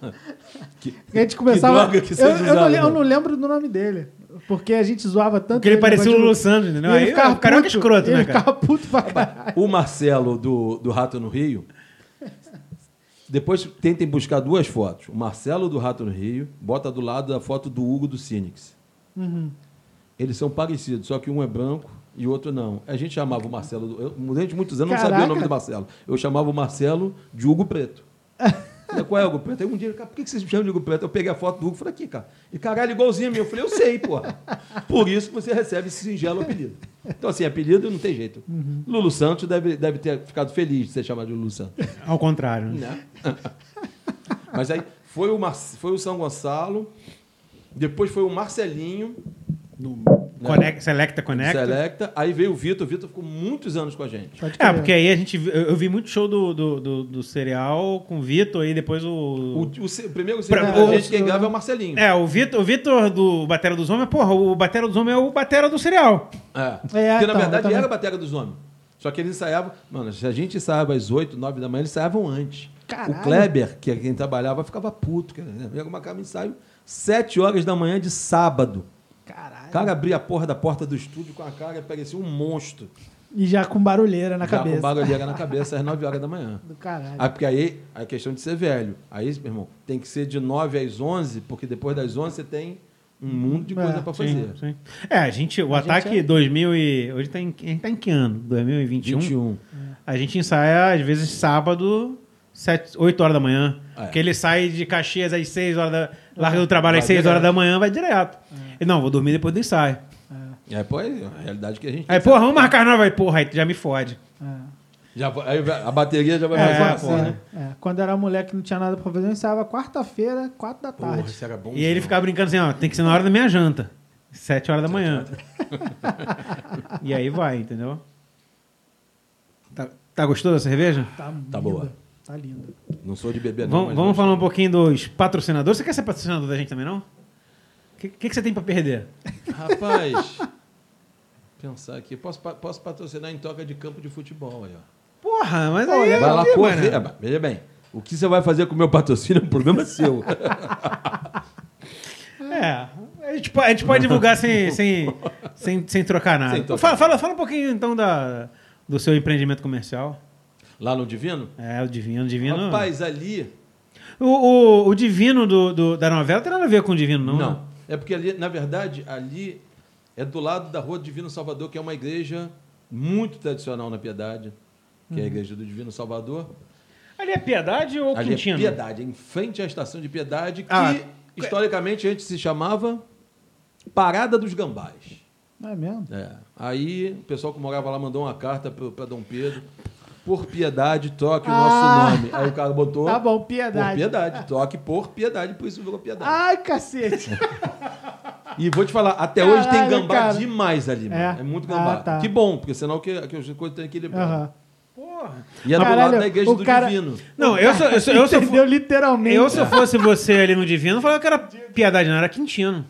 S3: Que-
S2: a gente começava.
S3: droga que
S2: eu,
S3: vocês
S2: eu
S3: usavam,
S2: não, le- eu
S3: né?
S2: não lembro do nome dele. Porque a gente zoava tanto.
S1: Porque ele parecia o
S2: negócio de
S1: Lulu Santos, entendeu?
S2: E
S1: Aí
S2: Ele ficava
S1: o carioca é
S2: puto,
S1: escroto, né,
S2: Ele
S1: cara?
S2: ficava puto pra caralho.
S3: O Marcelo do, do Rato no Rio. Depois tentem buscar duas fotos. O Marcelo do Rato no Rio, bota do lado a foto do Hugo do Cinix.
S2: Uhum,
S3: Eles são parecidos, só que um é branco e o outro não. A gente chamava o Marcelo. do- Eu, durante muitos anos eu não sabia o
S2: Caraca.
S3: nome do Marcelo. Eu chamava o Marcelo de Hugo Preto. Falei, Qual é o Hugo Preto? Aí um dia, cara, por que que vocês me chamam de Hugo Preto? Eu peguei a foto do Hugo e falei, aqui, cara. E caralho, igualzinho a mim. Eu falei, eu sei, porra. Por isso que você recebe esse singelo apelido. Então, assim, apelido não tem jeito. Lulu Santos deve, deve ter ficado feliz de ser chamado de Lulu Santos.
S1: Ao contrário. né?
S3: Né? Mas aí foi o, Mar... foi o São Gonçalo, depois foi o Marcelinho, né?
S1: Conec- Selecta Conecta.
S3: Selecta, aí veio o Vitor. O Vitor ficou muitos anos com a gente.
S2: Pode
S1: É,
S2: crer.
S1: porque aí a gente. vi- Eu eu vi muito show do, do, do, do Cereal com o Vitor aí depois
S2: Hum.
S3: O,
S1: o.
S3: o, se- o primeiro
S1: Pra-
S3: pra,
S1: o-
S3: a gente quem grava é o Marcelinho.
S1: É, o Vitor, o Vitor do Batera dos Homens, porra, o Batera dos Homens é o Batera do Cereal.
S3: É. Porque,
S2: É,
S3: na
S2: então, eu
S3: verdade,
S2: também-
S3: era a bateria dos homens. Só que eles ensaiavam... Mano, se a gente ensaiava às 8, 9 da manhã, eles ensaiavam antes.
S2: Caralho.
S3: O Kleber, que é quem trabalhava, ficava puto. né? Vinha marcava ensaio 7 horas da manhã de sábado.
S2: Caralho.
S3: O cara abria a porra da porta do estúdio com a cara e parecia um monstro.
S2: E já com barulheira na
S3: já
S2: cabeça.
S3: com barulheira na cabeça às 9 horas da manhã.
S2: Do caralho.
S3: Ah, porque aí a questão de ser velho. Aí, meu irmão, tem que ser de 9 às 11, porque depois das 11 você tem um mundo de
S2: É,
S3: coisa pra fazer.
S1: Sim, sim. É, a gente. O ataque
S2: é-
S1: 2000 e. Hoje tá em, a gente tá em que ano? 2021?
S3: 21.
S1: A gente ensaia, às vezes, sábado, 7, 8 horas da manhã.
S3: Ah, é.
S1: Porque ele sai de Caxias às 6 horas da. Larga do trabalho às
S3: Vai
S1: 6 horas da
S3: direto.
S1: manhã, vai direto. E, não, vou dormir depois do ensaio.
S3: É, pô, é a realidade que a gente.
S1: Aí, porra, vamos marcar nova. Aí, porra, aí tu já me fode.
S2: É.
S3: Já, vai- aí vai- a bateria já vai
S1: É,
S3: fazer uma
S1: sim,
S3: porra.
S1: né?
S2: É, Quando era moleque não tinha nada pra fazer, eu ensaiava quarta-feira, quatro da
S3: Porra, é
S2: tarde.
S3: isso era bom.
S1: E aí ele
S3: demais.
S1: ficava brincando assim, ó, tem que ser na hora da minha janta. 7 horas da manhã. e aí vai, entendeu? Tá, tá gostoso da cerveja?
S2: Tá,
S3: Tá
S2: linda.
S3: boa.
S2: Tá linda.
S3: Não sou de beber, É, não.
S1: Vamos,
S3: mas
S1: vamos
S3: gosto.
S1: falar um pouquinho dos patrocinadores. Você quer ser patrocinador da gente também, não? O que, que, que você tem pra perder?
S3: Rapaz, pensar aqui. Posso, pa- posso patrocinar em toca de campo de futebol aí, ó.
S1: Porra, mas aí...
S3: Vai lá
S1: aí,
S3: correr.
S1: mano.
S3: Ah, Veja bem, o que você vai fazer com o meu patrocínio é um problema seu.
S1: É, a gente, po- a gente pode divulgar sem, sem, sem, sem trocar nada.
S3: Sem trocar.
S1: Fala, fala, fala um pouquinho, então, da, do seu empreendimento comercial.
S3: Lá no Divino?
S1: É, o Divino, o Divino...
S3: Rapaz, ali.
S1: O, o, o Divino do, do- da novela tem nada a ver com o Divino, não?
S3: Não.
S1: né?
S3: É porque ali, na verdade, ali é do lado da Rua Divino Salvador, que é uma igreja muito tradicional na Piedade, que
S2: Uhum.
S3: é a igreja do Divino Salvador.
S1: Ali é Piedade ou
S3: ali
S2: né?
S1: Quintino?
S3: é Piedade, em frente à estação de Piedade, que
S1: Ah,
S3: historicamente a gente se chamava Parada dos Gambás.
S2: Não é mesmo?
S3: É. Aí o pessoal que morava lá mandou uma carta para Dom Pedro. Por piedade, troque o
S2: Ah.
S3: nosso nome. Aí o cara botou.
S2: Tá bom,
S3: Por
S2: piedade.
S3: piedade, troque por piedade, por isso virou piedade.
S2: Ai, cacete.
S3: E vou te falar, até
S2: Caralho,
S3: hoje tem gambá
S2: cara.
S3: demais ali, mano.
S2: É?
S3: É, muito gambá.
S2: Ah, tá.
S3: Que bom, porque senão que, que as coisas têm equilibrado.
S2: Aham.
S1: Porra.
S3: E é do
S2: Caralho,
S3: lado da igreja
S2: o
S3: do
S2: cara-
S3: divino.
S1: Não, eu só... Eu, só, eu, só,
S2: Entendeu literalmente.
S1: eu se eu fosse você ali no Divino, eu falava que era Piedade, não, era Quintino.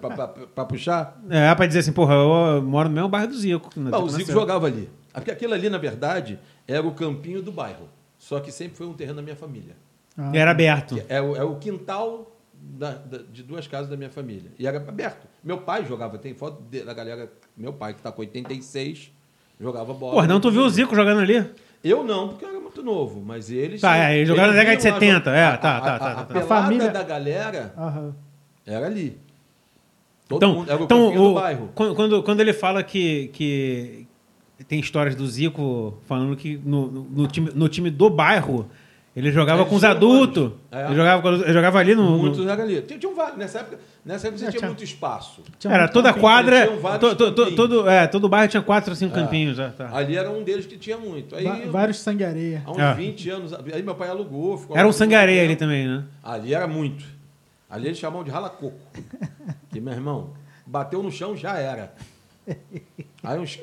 S3: pra, pra- pra puxar.
S1: É, pra dizer assim, porra, eu moro no mesmo bairro do Zico.
S3: Bah, o Zico jogava ali. É Porque aquilo ali, na verdade, era o campinho do bairro. Só que sempre foi um terreno da minha família.
S2: Ah,
S1: Era aberto.
S3: Que É o, é o quintal da- da- de duas casas da minha família. E era aberto. Meu pai jogava, tem foto de- da galera. Meu pai, que tá com 86, jogava bola.
S1: Porra, não, tu viu o Zico jogando ali?
S3: Eu não, porque eu era muito novo, mas eles.
S1: Tá, é, eles jogaram na década de
S3: vinham lá
S1: 70,
S3: jogar.
S1: é,
S3: A-
S1: tá,
S3: a-
S1: tá, tá,
S3: a-
S1: tá.
S3: A,
S1: A
S3: pelada
S2: família-
S3: da galera
S2: Aham.
S3: era ali. Todo
S1: Então,
S3: mundo era o
S1: então
S3: campinho
S1: o-
S3: do bairro.
S1: quando, quando, quando ele fala que, que tem histórias do Zico falando que no, no- no time, no time do bairro ele jogava
S3: Eles
S1: com os
S3: jogam
S1: adultos.
S3: antes. É.
S1: Ele, jogava, com- ele jogava ali no.
S3: Muitos
S1: no-
S3: era ali. Tinha, tinha um va- nessa época, nessa época você
S2: É,
S3: tinha,
S2: tinha-
S3: muito espaço.
S2: Tinha
S1: Era
S2: muito
S1: toda a
S2: campinho.
S1: quadra.
S3: Tinham um vários
S1: to- to- to-
S3: campinhos.
S1: todo, é, todo bairro tinha quatro ou cinco
S3: É.
S1: campinhos. é, tá.
S3: Ali era um deles que tinha muito. Aí,
S2: Va- Vários sangue-areia.
S3: há uns
S1: É.
S3: 20 anos, aí meu pai alugou. Ficou
S1: Era um
S3: alugando
S1: sangareia
S3: tempo.
S1: ali também, né?
S3: Ali era muito. Ali eles chamavam de rala-coco. Que, meu irmão, bateu no chão, já era. Aí, uns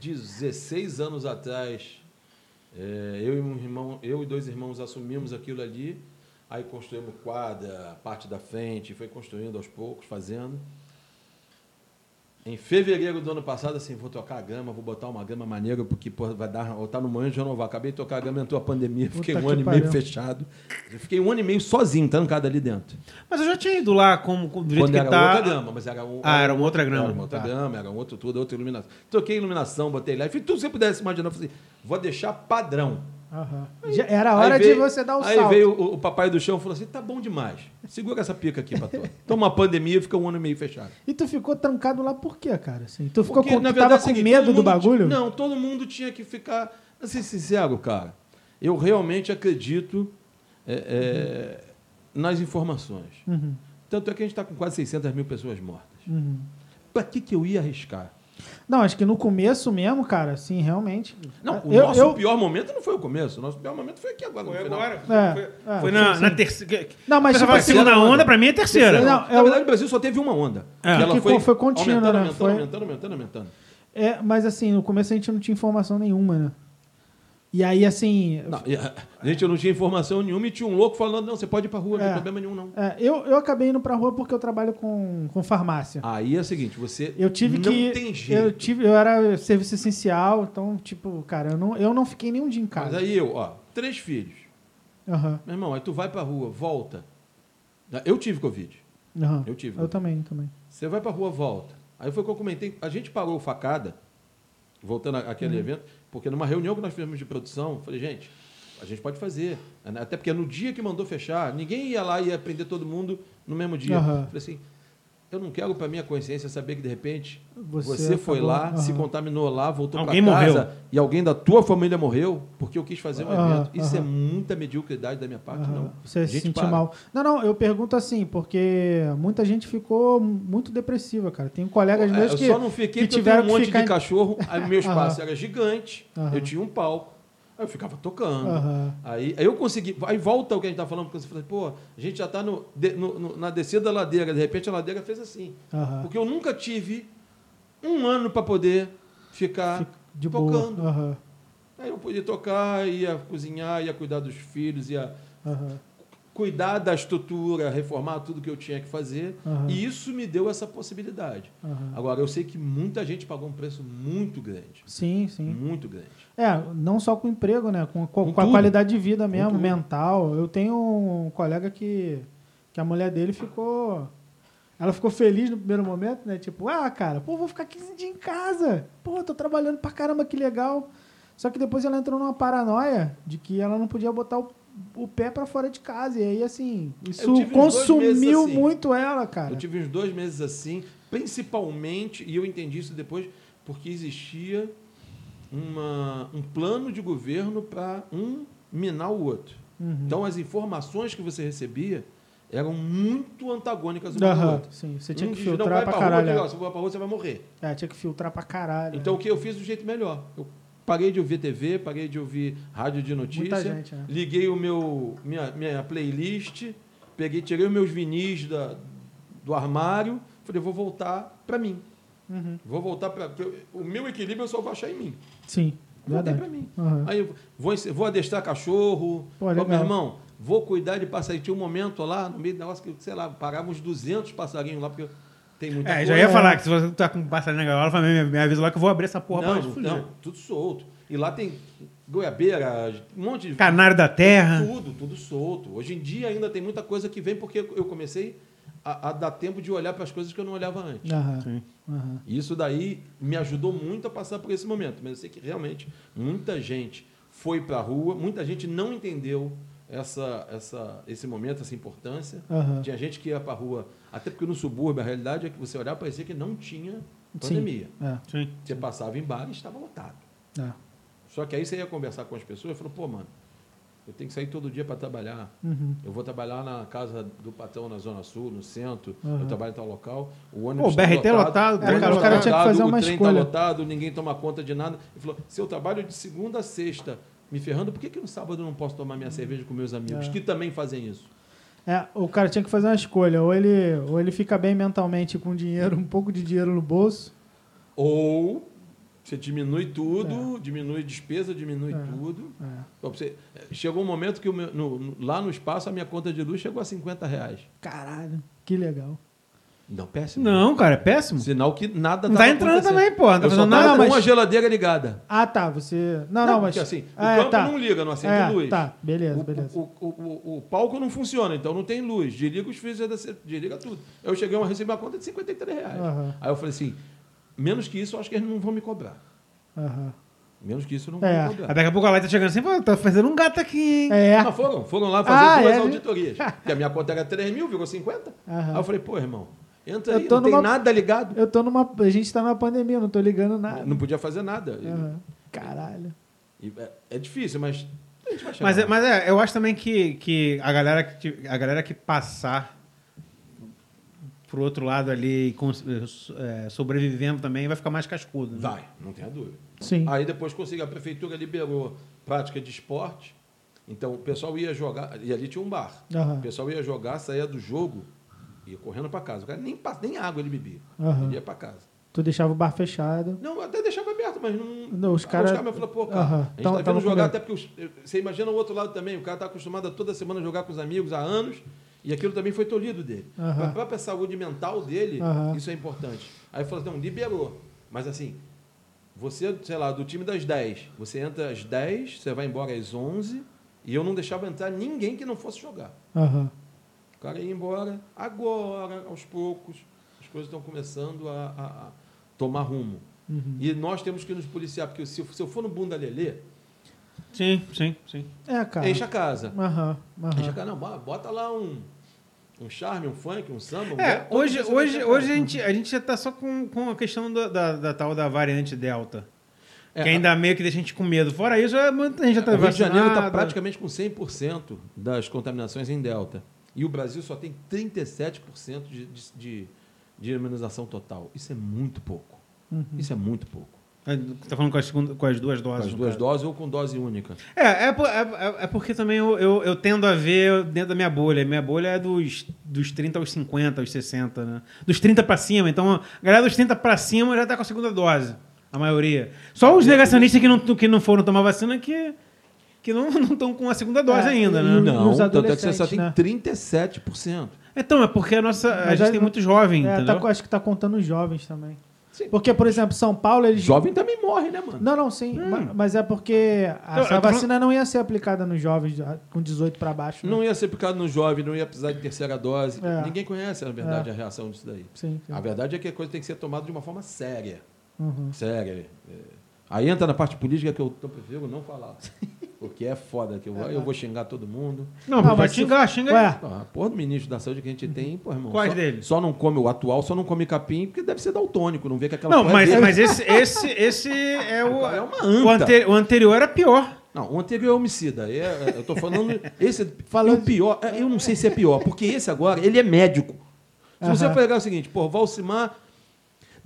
S3: 16 anos atrás, é, eu e um irmão, eu e dois irmãos assumimos aquilo ali. Aí construímos quadra, a parte da frente, foi construindo aos poucos, fazendo. Em fevereiro do ano passado, assim, vou tocar a grama, vou botar uma grama maneira, porque pô, vai dar, ou tá no manjo de renovar. Acabei de tocar a grama, entrou a pandemia,
S2: Puta
S3: fiquei um
S2: que
S3: ano e meio
S2: pariu.
S3: fechado. Eu fiquei um ano e meio sozinho, trancado ali dentro.
S1: Mas eu já tinha ido lá como, como do jeito
S3: Quando
S1: que
S3: era
S1: tá.
S3: outra grama, mas era um,
S1: Ah, era uma outra grama.
S3: Era uma outra
S1: Tá.
S3: grama, era um outro tudo, outra iluminação. Toquei iluminação, botei lá. Fiz tudo que você pudesse imaginar. Eu Falei, assim, vou deixar padrão.
S2: Aham. Já era a hora
S3: Aí veio-
S2: de você dar o
S3: Aí
S2: salto.
S3: veio o, o papai do chão e falou assim, tá bom demais. Segura essa pica aqui pra tu. Toma uma pandemia e fica um ano e meio fechado.
S2: E tu ficou trancado lá por quê, cara? Assim, tu ficou
S3: Porque,
S2: com,
S3: na
S2: tu
S3: verdade, é
S2: tava
S3: o
S2: com
S3: seguinte,
S2: medo
S3: todo
S2: do
S3: mundo ti-
S2: bagulho?
S3: Não, todo mundo tinha que ficar. Pra ser sincero, cara, eu realmente acredito é, é, nas informações.
S2: Uhum.
S3: Tanto é que a gente está com quase 600 mil pessoas mortas.
S2: Uhum.
S3: Pra que, que eu ia arriscar?
S2: Não, acho que no começo mesmo, cara, assim, realmente.
S3: Não, o
S2: Eu-
S3: nosso
S2: eu-
S3: pior momento não foi o começo. O nosso pior momento foi aqui agora. no final.
S2: É,
S1: Foi,
S2: é,
S1: foi na,
S2: sim,
S1: na
S2: sim.
S1: terceira.
S2: Não, mas
S1: Você
S2: tipo
S1: fala
S2: assim,
S1: segunda
S3: onda.
S1: onda, pra mim é terceira.
S2: Terceira
S3: Não,
S2: Não,
S3: Na
S2: eu-
S3: verdade, o Brasil só teve uma onda.
S1: É.
S3: E ela
S2: Que
S3: foi,
S2: foi contínua,
S3: aumentando,
S2: né?
S3: aumentando,
S2: Foi-
S3: aumentando, aumentando, aumentando.
S2: É, mas assim, no começo a gente não tinha informação nenhuma, né? E aí, assim.
S3: Não, e a a gente não tinha informação nenhuma e tinha um louco falando, não, você pode ir pra rua, não
S2: É.
S3: tem problema nenhum, não.
S2: é, eu, eu acabei indo pra rua porque eu trabalho com, com farmácia.
S3: Aí é o seguinte, você
S2: Eu tive
S3: não
S2: que.
S3: tem jeito.
S2: eu tive, eu era serviço essencial, então, tipo, cara, eu não, eu não fiquei nenhum dia em
S3: Mas
S2: casa.
S3: aí eu, ó, três filhos.
S2: Aham,
S3: Meu irmão, aí tu vai pra rua, volta. Eu tive Covid.
S2: aham.
S3: Eu tive.
S2: Eu também, também.
S3: Você vai pra rua, volta. Aí foi o que eu comentei. A gente parou o facada, voltando à-
S2: Uhum.
S3: àquele evento, porque numa reunião que nós fizemos de produção, eu falei, gente, a gente pode fazer. Até porque no dia que mandou fechar, ninguém ia lá e ia prender todo mundo no mesmo dia.
S2: Aham.
S3: Eu Falei assim, eu não quero pra minha consciência saber que de repente
S2: Você
S3: você, foi
S2: acabou-
S3: lá, se
S2: aham.
S3: contaminou lá, voltou pra
S1: Alguém
S3: casa
S1: morreu.
S3: e alguém da tua família morreu porque eu quis fazer um
S2: Aham,
S3: evento. Isso é
S2: aham.
S3: muita mediocridade da minha parte,
S2: Aham,
S3: não. A
S2: Você se
S3: gente
S2: sentir
S3: para.
S2: mal. Não, não, eu pergunto assim, porque muita gente ficou muito depressiva, cara. Tem colegas
S3: É,
S2: meus
S3: eu
S2: que.
S3: só não fiquei
S2: que
S3: porque eu
S2: tiveram
S3: tenho um
S2: que
S3: monte
S2: ficar
S3: de
S2: em-
S3: cachorro. Aí meu espaço
S2: Aham.
S3: era gigante,
S2: Aham.
S3: eu tinha um palco. Aí eu ficava tocando.
S2: Aham.
S3: Aí, aí eu consegui. Aí volta o que a gente tá falando, porque você fala, pô, a gente já tá no, de- no- no- na descida da ladeira, de repente a ladeira fez assim.
S2: Aham.
S3: Porque eu nunca tive um ano para poder ficar
S2: Fica de boa.
S3: tocando.
S2: Aham.
S3: Aí eu podia tocar, ia cozinhar, ia cuidar dos filhos, ia
S2: Aham.
S3: cuidar da estrutura, reformar tudo que eu tinha que fazer.
S2: Aham.
S3: E isso me deu essa possibilidade.
S2: Aham.
S3: Agora, eu sei que muita gente pagou um preço muito grande.
S2: Sim, sim.
S3: Muito grande.
S2: É, não só com emprego, né? Com, com-
S3: Com
S2: com a
S3: tudo.
S2: qualidade de vida mesmo,
S3: tudo.
S2: mental. Eu tenho um colega que, que a mulher dele ficou. Ela ficou feliz no primeiro momento, né? Tipo, ah, cara, pô, vou ficar 15 dias em casa. Pô, tô trabalhando pra caramba, que legal. Só que depois ela entrou numa paranoia de que ela não podia botar o, o pé pra fora de casa. E aí, assim, isso
S3: tive uns dois meses
S2: consumiu
S3: assim.
S2: muito ela, cara.
S3: Eu tive uns dois meses assim, principalmente, e eu entendi isso depois, porque existia uma- um plano de governo para um minar o outro.
S2: Uhum.
S3: Então, as informações que você recebia eram muito antagônicas uma da
S2: Aham,
S3: outra.
S2: sim. Você tinha
S3: Um
S2: que
S3: diz, não,
S2: filtrar
S3: vai
S2: pra
S3: rua,
S2: caralho.
S3: outro diz, ó, se você vai pra rua, você vai morrer.
S2: É, tinha que filtrar pra caralho.
S3: Então, o
S2: né?
S3: que eu fiz do jeito melhor? Eu parei de ouvir TV, parei de ouvir rádio de notícia.
S2: Muita gente, né?
S3: Liguei o meu minha, minha playlist, peguei, tirei os meus vinis da, do armário, falei, vou voltar para mim.
S2: Uhum.
S3: Vou voltar para o meu equilíbrio eu só vou achar em mim.
S2: Sim,
S3: Voltei
S2: verdade.
S3: para mim.
S2: Aham.
S3: Aí eu vou, ensi- vou adestrar cachorro.
S2: Pô,
S3: Ó,
S2: legal.
S3: meu irmão, vou cuidar de passarinho. Tinha um momento lá no meio do negócio que, sei lá, parava uns 200 passarinhos lá porque tem muita
S1: É,
S3: coisa.
S1: já ia falar que se você tá com um passarinho na gaiola, fala, me, me avisa lá é que eu vou abrir essa porra pra
S3: não,
S1: fugir.
S3: não, tudo solto. E lá tem goiabeira, um monte de
S1: Canário da terra.
S3: tudo, tudo solto. Hoje em dia ainda tem muita coisa que vem porque eu comecei a, a dar tempo de olhar para as coisas que eu não olhava antes.
S2: Aham.
S1: Sim.
S2: Aham.
S3: E Isso daí me ajudou muito a passar por esse momento. Mas eu sei que realmente muita gente foi para a rua, muita gente não entendeu essa, essa, esse momento, essa importância.
S2: Aham.
S3: Tinha gente que ia para a rua, até porque no subúrbio a realidade é que você olhar parecia que não tinha pandemia.
S2: É,
S1: Sim.
S3: Você passava em bar e estava lotado.
S2: é.
S3: Só que aí você ia conversar com as pessoas e falou, pô, mano, eu tenho que sair todo dia para trabalhar.
S2: Uhum.
S3: Eu vou trabalhar na casa do patrão na Zona Sul, no centro,
S2: Aham.
S3: eu trabalho em tal local. O
S1: Pô,
S3: ônibus
S1: o
S3: tá
S1: BRT lotado,
S3: o
S1: é,
S3: ônibus
S1: cara, o
S3: tá
S1: cara tinha
S2: que
S3: lotado,
S2: fazer uma
S3: o trem
S2: escolha.
S3: tá lotado, ninguém toma conta de nada. Ele falou: se eu trabalho de segunda a sexta me ferrando, por que, que no sábado eu não posso tomar minha cerveja com meus amigos,
S2: É.
S3: que também fazem isso?
S2: É, o cara tinha que fazer uma escolha. Ou ele, ou ele fica bem mentalmente com dinheiro, um pouco de dinheiro no bolso.
S3: Ou você diminui
S1: É.
S3: tudo, diminui despesa, diminui
S2: É.
S3: tudo.
S2: É.
S3: Ó, pra você- Chegou um momento que o meu- no- no- lá no espaço a minha conta de luz chegou a 50 reais.
S2: Caralho, que legal.
S3: Não, péssimo.
S1: Não, cara, é péssimo.
S3: Sinal que nada
S1: Não
S3: tava
S1: tá entrando
S3: acontecendo.
S1: também, pô. Não tá
S3: Eu só
S1: fazendo
S3: tava
S1: nada,
S3: com a
S1: mas...
S3: geladeira ligada.
S2: Ah, tá, você... Não, não, mas...
S3: Porque assim, o
S2: É,
S3: campo
S2: tá.
S3: não liga, não acende
S2: É,
S3: luz.
S2: Tá, beleza,
S3: O-
S2: beleza.
S3: O, o, o, o palco não funciona, então não tem luz. Desliga os fios, desliga tudo. Eu cheguei a receber uma conta de 53 reais.
S2: Aham.
S3: Aí eu falei assim, menos que isso, eu acho que eles não vão me cobrar.
S2: Aham.
S3: Menos que isso, não
S2: É.
S3: vão me cobrar.
S1: Daqui a pouco a Light tá chegando assim, pô, tá fazendo um gato aqui, hein?
S2: É,
S3: Mas foram, foram lá fazer
S2: Ah,
S3: duas
S2: é, né?
S3: auditorias. Porque a minha conta era 3 mil, virou 50.
S2: Aham.
S3: Aí eu falei, pô, irmão, entra
S2: Eu
S3: aí,
S2: tô
S3: não tem
S2: numa-
S3: nada ligado.
S2: eu tô numa... A gente tá numa pandemia, eu não tô ligando nada.
S3: Ah, Não podia fazer nada. E-
S2: Aham. Caralho.
S3: e é, é difícil, mas a gente vai chegar.
S1: Mas, é-
S3: lá.
S1: mas é, eu acho também que, que, a, galera que ti- a galera que passar pro outro lado ali, e cons- eh, so- eh, sobrevivendo também, vai ficar mais cascudo. Né?
S3: Vai, não tenha dúvida.
S2: Sim.
S3: Aí depois conseguiu, a prefeitura liberou prática de esporte. Então o pessoal ia jogar, e ali tinha um bar.
S2: Aham.
S3: O pessoal ia jogar, saía do jogo, ia correndo para casa. O cara nem, pa- nem água ele bebia.
S2: Aham.
S3: Ele ia para casa.
S2: Tu deixava o bar fechado.
S3: Não, eu até deixava aberto, mas não.
S2: Não, os
S3: Aí
S2: cara-
S3: Os caras falaram, pô, cara,
S2: Aham.
S3: a gente
S2: Tão-
S3: tá
S2: tava
S3: vendo
S2: com
S3: jogar,
S2: medo.
S3: até porque. os- eu- Você imagina o outro lado também, o cara tá acostumado a toda semana jogar com os amigos há anos, e aquilo também foi tolhido dele.
S2: Aham.
S3: Para a própria saúde mental dele,
S2: Aham.
S3: isso é importante. Aí falou, não, liberou. Mas assim, você, sei lá, do time das 10, você entra às 10, você vai embora às 11, e eu não deixava entrar ninguém que não fosse jogar.
S2: Aham.
S3: O cara ia embora agora, aos poucos. As coisas estão começando a, a- a tomar rumo.
S1: Uhum.
S3: E nós temos que nos policiar, porque se, eu- se eu for no bunda lelê,
S1: Sim, sim, sim.
S2: É,
S1: Tá.
S2: cara.
S3: enche a casa.
S2: Aham,
S3: Enche a
S2: aham.
S3: casa. Não, bo- bota lá um, um charme, um funk, um samba. um
S1: É,
S3: rap, todo
S1: hoje,
S3: mundo vai encher
S1: hoje,
S3: a
S1: hoje a,
S3: casa.
S1: gente, a gente já tá só com, com a questão da, da, da tal da variante Delta.
S3: É,
S1: que ainda meio que deixa a gente com medo. Fora isso, é, muita gente já tá
S3: o Rio de Janeiro está
S1: vacinada.
S3: praticamente com 100% das contaminações em Delta. E o Brasil só tem 37% de, de, de, de imunização total. Isso é muito pouco.
S1: Uhum.
S3: Isso é muito pouco.
S1: Tá falando com as, segunda- com as duas
S3: Com
S1: doses.
S3: as
S1: no
S3: duas
S1: caso.
S3: doses ou com dose única.
S1: É, é, por- é- é- é porque também eu, eu, eu tendo a ver dentro da minha bolha. Minha bolha é dos, dos 30 aos 50, aos 60, né? Dos 30 pra cima. Então, a galera dos 30 pra cima já tá com a segunda dose. A maioria. Só os negacionistas que não, que não foram tomar vacina que, que não estão com a segunda dose
S2: É,
S1: ainda,
S2: e-
S1: né?
S2: Não,
S3: Não,
S2: os
S3: tanto é que você só
S2: adolescentes,
S3: tem
S2: né?
S3: 37%.
S1: Então, é porque a nossa. A
S2: Mas
S1: gente
S2: aí
S1: tem
S2: não-
S1: muito jovem,
S2: É,
S1: entendeu?
S2: tá, acho que tá contando os jovens também.
S3: Sim.
S2: Porque, por exemplo, São Paulo, eles.
S3: Jovem também morre, né, mano?
S2: Não, não, sim.
S1: Hum.
S2: ma- Mas, é porque
S1: Eu-
S2: a,
S1: eu
S2: essa
S1: tô
S2: vacina não ia ser aplicada nos jovens ah, com 18 para baixo. né?
S3: Não ia ser picado no um jovem, não ia precisar de terceira dose.
S2: É.
S3: Ninguém conhece, na verdade, a reação disso daí.
S2: Sim. sim.
S3: A verdade é que a coisa tem que ser tomada de uma forma séria.
S2: Uhum.
S3: Séria. É. Aí entra na parte política que eu, eu prefiro não falar. Porque é foda, que eu, vou- eu vou xingar todo mundo.
S1: Não,
S2: Não,
S1: vai
S2: mas
S1: xingar, xinga aí.
S2: Ué,
S3: Ah, a porra do ministro da saúde que a gente tem, pô, irmão.
S1: Quais
S3: só,
S1: dele?
S3: Só não come o atual, só não come capim, porque deve ser daltônico, não vê que aquela
S1: Não,
S3: porra é
S1: mas,
S3: dele.
S1: mas esse, esse, esse é o.
S3: É uma
S1: O,
S3: anta.
S1: ante- o anterior era pior.
S3: Não, o anterior é homicida. É, é, eu tô falando. Esse, falando o pior, é, eu não sei se é pior, porque esse agora, ele é médico. Se você
S2: Aham.
S3: pegar o seguinte, pô, Valsimar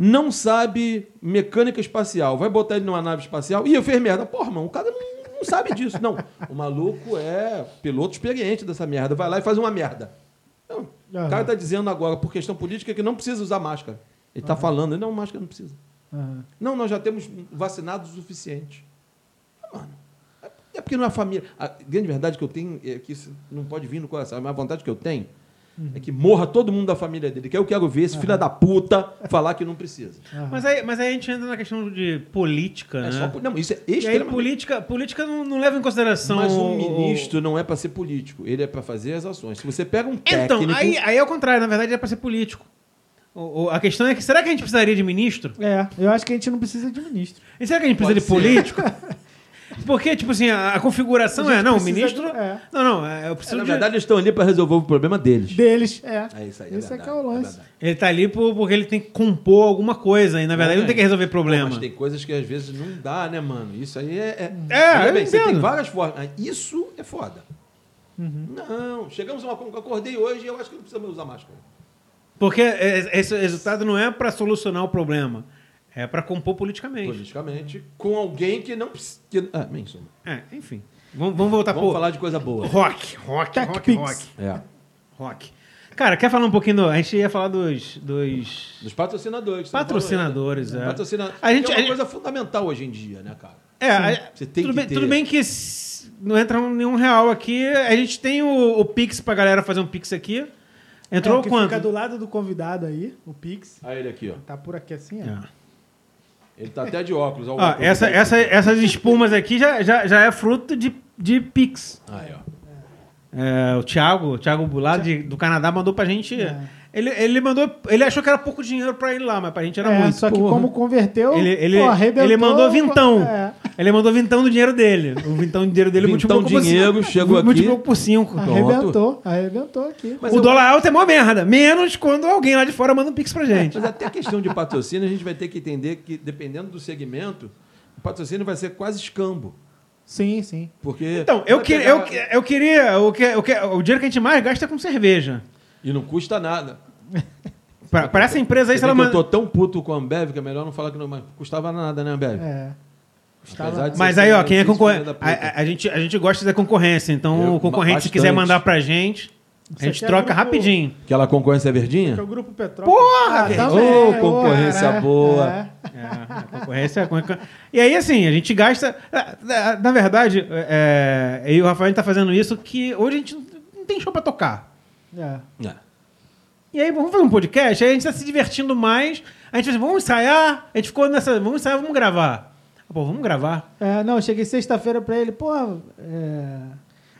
S3: não sabe mecânica espacial, vai botar ele numa nave espacial e eu fez merda. Porra, irmão, o cara não, não sabe disso. Não, o maluco é piloto experiente dessa merda. Vai lá e faz uma merda. Não, O
S2: Aham.
S3: cara tá dizendo agora, por questão política, que não precisa usar máscara. Ele tá falando, não, máscara não precisa.
S2: aham.
S3: Não, nós já temos vacinados o suficiente. Ah, Mano, é porque não é família. A grande verdade que eu tenho é que isso não pode vir no coração, mas a vontade que eu tenho é que morra todo mundo da família dele, que é eu quero ver esse filho da puta falar que não precisa.
S2: aham.
S1: Mas aí, mas aí a gente entra na questão de política, né?
S3: É só, po- não, isso é
S1: E aí
S3: extremamente...
S1: política, política não, não leva em consideração.
S3: Mas um
S1: o-
S3: ministro não é para ser político, ele é para fazer as ações. Se você pega um
S1: Então,
S3: técnico...
S1: aí, aí é o contrário, na verdade é pra ser político. O- o- a questão é que será que a gente precisaria de ministro?
S2: É, eu acho que a gente não precisa de ministro.
S1: E será que a gente precisa
S3: Pode
S1: de
S3: ser.
S1: político? Porque, tipo assim, a, a configuração
S2: A gente
S1: é, não, o
S2: precisa de-
S1: ministro.
S2: é.
S1: Não, não, é, eu
S3: É,
S1: preciso
S3: na
S1: de-
S3: verdade, eles estão ali para resolver o problema deles.
S2: Deles, é.
S3: É isso aí,
S2: Esse é
S3: verdade,
S2: que é o lance.
S3: verdade.
S1: Ele tá ali por- porque ele tem que compor alguma coisa, e na verdade ele não tem que resolver problema.
S3: é. Mas tem coisas que às vezes não dá, né, mano? Isso aí é. É,
S1: É,
S3: Olha
S1: eu
S3: bem, você tem
S1: entendo. Uhum.
S3: várias formas. Ah, Isso é foda. Não, chegamos a uma. conclusão. Acordei hoje e eu acho que não precisamos usar máscara.
S1: Porque é- esse resultado não é pra solucionar o problema, é pra compor politicamente.
S3: Politicamente, com alguém que não precisa. Ah, bem, suma.
S1: É, enfim. Vamos, vamos voltar
S3: Vamos
S1: pro
S3: falar de coisa boa.
S1: rock, rock,
S2: Tech
S1: rock,
S2: Pix.
S1: rock,
S3: É.
S1: rock. Cara, quer falar um pouquinho do. A gente ia falar dos. dos...
S3: Dos patrocinadores.
S1: Patrocinadores,
S2: né?
S1: é.
S3: Patrocinadores.
S1: A gente- a
S3: é uma
S1: gente-
S3: coisa fundamental hoje em dia, né, cara?
S1: É, a-
S3: Você tem
S1: tudo,
S3: que
S1: bem,
S3: ter.
S1: tudo bem que s- não entra um- nenhum real aqui. A gente tem o, o Pix pra galera fazer um Pix aqui. Entrou
S2: é, que
S1: quanto?
S2: Fica do lado do convidado aí, o Pix.
S3: Olha ele aqui, ó.
S2: Tá por aqui assim, ó.
S1: É.
S3: Ele tá até de óculos. ó,
S1: Ó,
S3: o-
S1: Ah, essa, essa, essas espumas aqui já, já, já é fruto de, de Pix.
S3: Aí, ó.
S1: É, o Thiago, o Thiago Goulart de- do Canadá mandou pra gente.
S2: É.
S1: Ele, ele mandou. Ele achou que era pouco dinheiro pra ele lá, mas pra gente era
S2: É,
S1: muito.
S2: só que
S1: Porra.
S2: como converteu,
S1: Ele, ele,
S2: pô, arrebentou,
S1: ele mandou vintão.
S2: É.
S1: Ele mandou vintão do dinheiro dele. O vintão do dinheiro dele
S3: Vintão
S1: multiplicou por
S3: dinheiro,
S1: cinco.
S3: chegou aqui. Tá
S1: Multiplicou por 5.
S2: Arrebentou, arrebentou aqui.
S3: Mas
S1: o
S3: eu-
S1: dólar alto é mó merda. Menos quando alguém lá de fora manda um pix pra gente.
S3: Mas até questão de patrocínio, a gente vai ter que entender que, dependendo do segmento, o patrocínio vai ser quase escambo.
S2: Sim, sim.
S3: Porque
S1: Então, eu,
S3: vai
S1: que,
S3: pegar-
S1: eu, que- eu queria. O, que, o, que, o dinheiro que a gente mais gasta é com cerveja.
S3: E não custa nada.
S1: Pra, pra essa empresa aí, se
S3: Você
S1: ela
S3: vê que eu
S1: manda.
S3: tô tão puto com a Ambev que é melhor não falar que não mas custava nada, né, Ambev?
S2: É.
S3: Apesar de ser
S1: Mas aí, ó,
S3: caro,
S1: quem é
S3: vocês
S1: concorrente.
S3: filha da puta.
S1: A, a- a gente, a gente gosta da concorrência. Então,
S3: Eu-
S1: o concorrente, se
S3: bastante.
S1: quiser mandar pra gente, a
S2: Isso
S1: gente
S2: aqui é
S1: troca
S2: grupo-
S1: rapidinho.
S3: Aquela concorrência
S2: Que é
S3: verdinha?
S2: o grupo Petróleo.
S1: Porra, velho!
S2: tá
S3: Ô, concorrência boa.
S1: É, a concorrência é com- E aí, assim, a gente gasta. ah, na- Na verdade, é, eu e o Rafael tá fazendo isso que hoje a gente não tem show pra tocar.
S2: É.
S3: É.
S1: E aí, vamos fazer um podcast? Aí a gente tá se divertindo mais. A gente fala assim, vamos ensaiar? A gente ficou nessa, vamos ensaiar, vamos gravar. Ah, Pô, vamos gravar.
S2: É, não, eu cheguei sexta-feira pra ele, pô, é,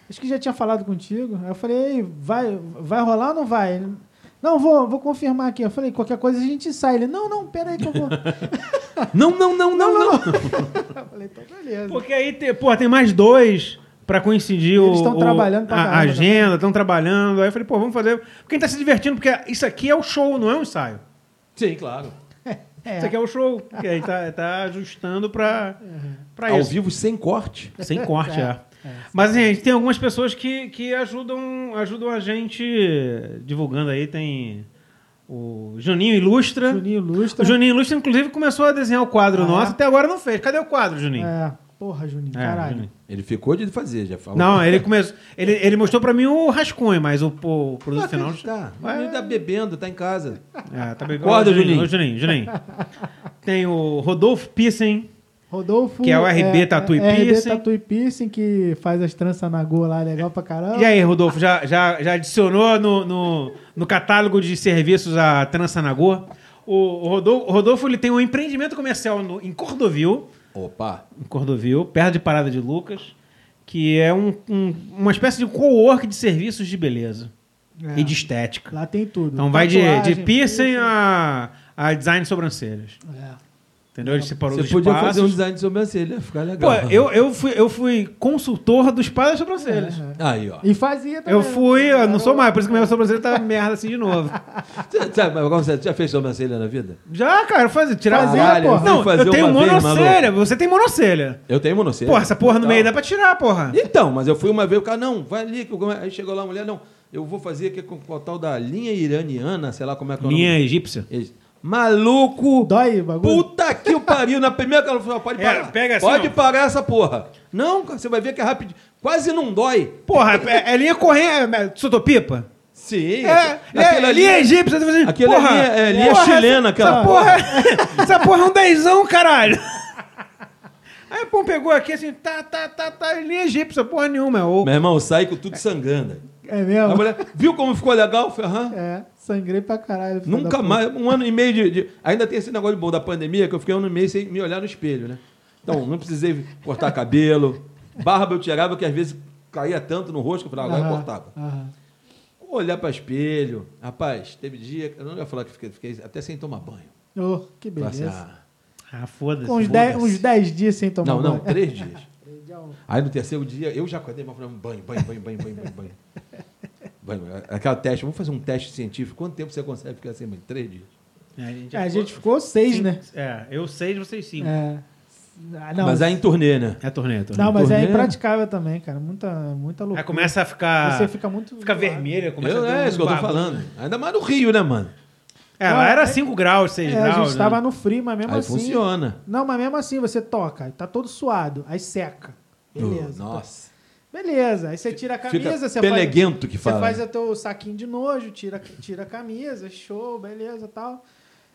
S2: acho que já tinha falado contigo. Aí eu falei, Ei, vai, vai rolar ou não vai? Ele, não, vou, vou confirmar aqui. Eu falei, qualquer coisa a gente sai. Ele, não, não, pera aí que eu vou.
S3: Não, não, não, não, não.
S2: eu falei, então beleza.
S1: Porque aí, tem, pô, tem mais dois pra coincidir o,
S2: Eles tão
S1: o-
S2: trabalhando pra
S1: a- a,
S2: caramba também.
S1: agenda, estão trabalhando. Aí eu falei, pô, vamos fazer. Porque a gente tá se divertindo, porque isso aqui é o show, não é um ensaio.
S3: Sim, claro.
S2: É.
S1: Isso aqui é o show. Que a gente tá, tá ajustando pra,
S2: Uhum.
S1: pra
S3: Ao
S1: isso.
S3: vivo, sem corte.
S1: Sem corte, é.
S2: É,
S1: Mas, gente, tem algumas pessoas que, que ajudam, ajudam a gente divulgando aí. Tem o Juninho Ilustra.
S2: Juninho Lustra.
S1: O Juninho Ilustra, inclusive, começou a desenhar o quadro
S2: Ah,
S1: nosso.
S2: é?
S1: Até agora não fez. Cadê o quadro, Juninho?
S2: É, porra, Juninho,
S1: É,
S2: caralho.
S1: Juninho.
S3: Ele ficou de fazer, já falou.
S1: Não, ele começou. Ele, ele mostrou pra mim o rascunho, mas o, o produto final.
S3: Ele tá bebendo, tá em casa.
S1: É, tá bem
S3: Acorda,
S1: Ô,
S3: Juninho.
S1: Ô, Juninho, Juninho. tem o Rodolfo Pissen,
S2: Rodolfo.
S1: Que é o RB Tatu e
S2: RB
S1: Piercing.
S2: Tatu e Piercing, que faz as tranças na goa lá, legal pra caramba.
S1: E aí, Rodolfo, já, já, já adicionou no, no, no catálogo de serviços a Trança Nagô? O, o Rodolfo, o Rodolfo, ele tem um empreendimento comercial no- em Cordovil,
S3: Opa!
S1: em Cordovil, perto de Parada de Lucas, que é um- um- uma espécie de co-work de serviços de beleza
S2: É.
S1: e de estética.
S2: Lá tem tudo.
S1: Então vai de,
S2: Tatuagem,
S1: de piercing a, a design de sobrancelhas.
S2: É.
S1: Entendeu? Ele separou
S3: Você
S1: os
S3: podia
S1: espaços.
S3: fazer um design de sobrancelha, ia ficar
S1: Pô,
S3: legal.
S1: eu, eu, fui, eu fui consultor dos pais das sobrancelhas.
S2: É, é.
S3: Aí, ó.
S2: E fazia também. né?
S1: Eu fui, eu não sou
S2: Era
S1: mais, por isso que minha sobrancelha tá merda assim de novo.
S3: Você- Sabe, mas como você já fez sobrancelha na vida?
S1: Já, cara, faz, tirar
S2: Fazia,
S1: Caralho,
S2: porra.
S1: Não,
S3: Fui fazer
S1: eu tenho
S3: uma vez,
S1: monocelha, você tem monocelha.
S3: Eu tenho monocelha.
S1: Porra, essa porra no
S3: Então-
S1: meio dá pra tirar, porra.
S3: Então, mas eu fui uma vez, o cara, não, vai ali. que eu- Aí chegou lá a mulher, não, eu vou fazer aqui com, com a tal da linha iraniana, sei lá como é que é o nome.
S1: Linha egípcia.
S3: Eles- Maluco!
S2: Dói o bagulho?
S3: Puta que o pariu! Na primeira que ela falou, pode
S1: É,
S3: parar.
S1: pega assim,
S3: pode
S1: ó.
S3: parar essa porra. Não, cara, você vai ver que é rápido. Quase não dói.
S1: Porra, é, é linha corrente, é, sotopipa?
S3: Sim.
S1: É, é, é linha egípcia. você tá fazendo-
S3: Aquilo é
S1: porra,
S3: linha- é linha
S1: porra,
S3: chilena,
S1: essa-
S3: aquela
S1: Essa porra, essa porra é um dezão, caralho. Aí o pão pegou aqui assim, tá, tá, tá, tá, linha egípsia, porra nenhuma. é Ou,
S3: Meu irmão, sai com tudo sangrando.
S2: É
S3: A
S2: mesmo?
S3: mulher, viu como ficou legal? Eu falei, aham.
S2: É, sangrei pra caralho. filho da
S3: Nunca
S2: puta.
S3: mais, um ano e meio de, de- Ainda tem esse negócio de bom da pandemia que eu fiquei um ano e meio sem me olhar no espelho, né? Então, não precisei cortar cabelo. Barba eu tirava, que às vezes caía tanto no rosto que eu é falava, agora eu
S2: Aham,
S3: cortava.
S2: aham.
S3: Olhar para espelho, rapaz, teve dia. Eu não ia falar que fiquei, fiquei até sem tomar banho.
S2: Oh, que
S3: Falei assim,
S2: beleza.
S3: ah,
S1: Ah, foda-se.
S2: Com uns
S3: foda-se.
S2: 10 uns 10 dias sem tomar
S3: não, não,
S2: banho.
S3: três dias. Aí no terceiro dia, eu já acordei, mas falei, banho, banho, banho, banho, banho, banho, banho. banho. Aquela teste, vamos fazer um teste científico. Quanto tempo você consegue ficar sem banho? Três dias.
S1: É, a gente,
S2: É, a gente ficou seis, né?
S1: É, eu sei de vocês sim. É,
S2: É. Ah, não,
S3: mas aí em turnê, né?
S1: é torneio, é torneio.
S2: não, mas é
S3: Torneira.
S2: impraticável também, cara. Muita, muita loucura.
S1: Aí começa a ficar.
S2: Você fica muito.
S1: Fica vermelha, começa
S3: Eu,
S1: a ter
S3: é
S1: um
S3: isso que eu tô
S1: barro.
S3: falando. Ainda mais no Rio, né, mano?
S1: É,
S2: Não,
S1: lá
S2: é-
S1: era 5 graus, 6
S2: É,
S1: graus.
S2: a gente
S1: né?
S2: tava no frio, mas mesmo
S3: Aí
S2: assim.
S3: funciona.
S2: Não, mas mesmo assim você toca, aí tá todo suado, aí seca. Beleza.
S3: Oh, Nossa.
S2: Beleza. Aí você tira a camisa,
S3: Fica
S2: você
S3: peleguento
S2: faz.
S3: que
S2: Você
S3: fala. né?
S2: faz o teu saquinho de nojo, tira, tira a camisa, show, beleza tal.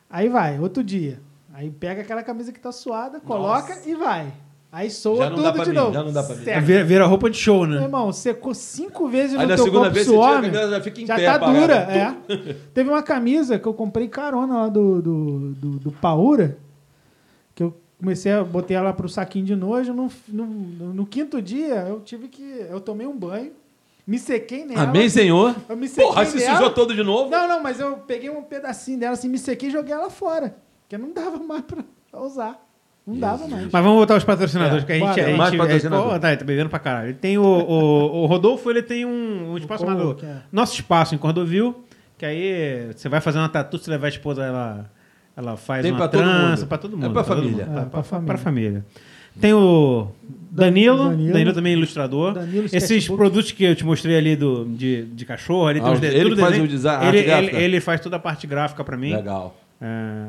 S2: Aí vai, outro dia. Aí pega aquela camisa que tá suada, coloca e vai. Aí soa
S3: Já não
S2: tudo
S3: dá pra
S2: de
S3: mim,
S2: novo.
S3: já não dá pra mim.
S1: É,
S2: Seca.
S1: Vira, vira roupa de show,
S2: Meu
S1: né?
S2: irmão, secou cinco vezes
S3: Aí
S2: no
S3: na
S2: teu
S3: segunda
S2: corpo
S3: vez você
S2: suor,
S3: tira a
S2: meu.
S3: camisa, já fica em
S2: já
S3: pé,
S2: tá
S3: apagada.
S2: dura, é. Teve uma camisa que eu comprei carona lá do, do, do, do Paura, que eu comecei a botei ela pro saquinho de nojo. No, no, no quinto dia, eu tive que... Eu tomei um banho, me sequei nela.
S3: É. Amém, senhor?
S2: Eu me sequei
S3: Porra, se
S2: nela.
S3: sujou todo de novo?
S2: Não, não, mas eu peguei um pedacinho dela, assim, me sequei e joguei ela fora. Porque não dava mais pra pra usar. Não dava mais.
S1: Mas vamos voltar aos patrocinadores, porque a gente, é,
S2: bora.
S1: a gente,
S3: É. Mais
S1: a gente-
S3: patrocinador.
S1: Pô, tá, tá bebendo pra caralho. Ele Tem o, o, o Rodolfo, ele tem um, um espaço
S2: O
S1: chamado
S2: que é?
S1: Nosso Espaço em Cordovil, que aí você vai fazer uma tatu, você levar a esposa, ela, ela faz
S3: Tem
S1: uma
S3: pra todo
S1: trança,
S3: mundo.
S1: pra todo
S3: É
S1: mundo.
S3: pra
S1: todo
S3: família.
S1: mundo.
S2: É,
S1: Pra,
S2: pra
S1: pra- pra família.
S2: família.
S1: Tem o Danilo, Danilo,
S2: Danilo.
S1: também é ilustrador.
S2: Danilo
S1: Esses
S2: Sketchbook.
S1: produtos que eu te mostrei ali do, de, de cachorro, ali
S3: Ah,
S1: tem os de-
S3: ele
S1: tudo
S3: que faz
S1: desenho.
S3: o design- a
S1: ele,
S3: arte
S1: ele,
S3: gráfica.
S1: ele faz toda a parte gráfica pra mim.
S3: Legal.
S1: É,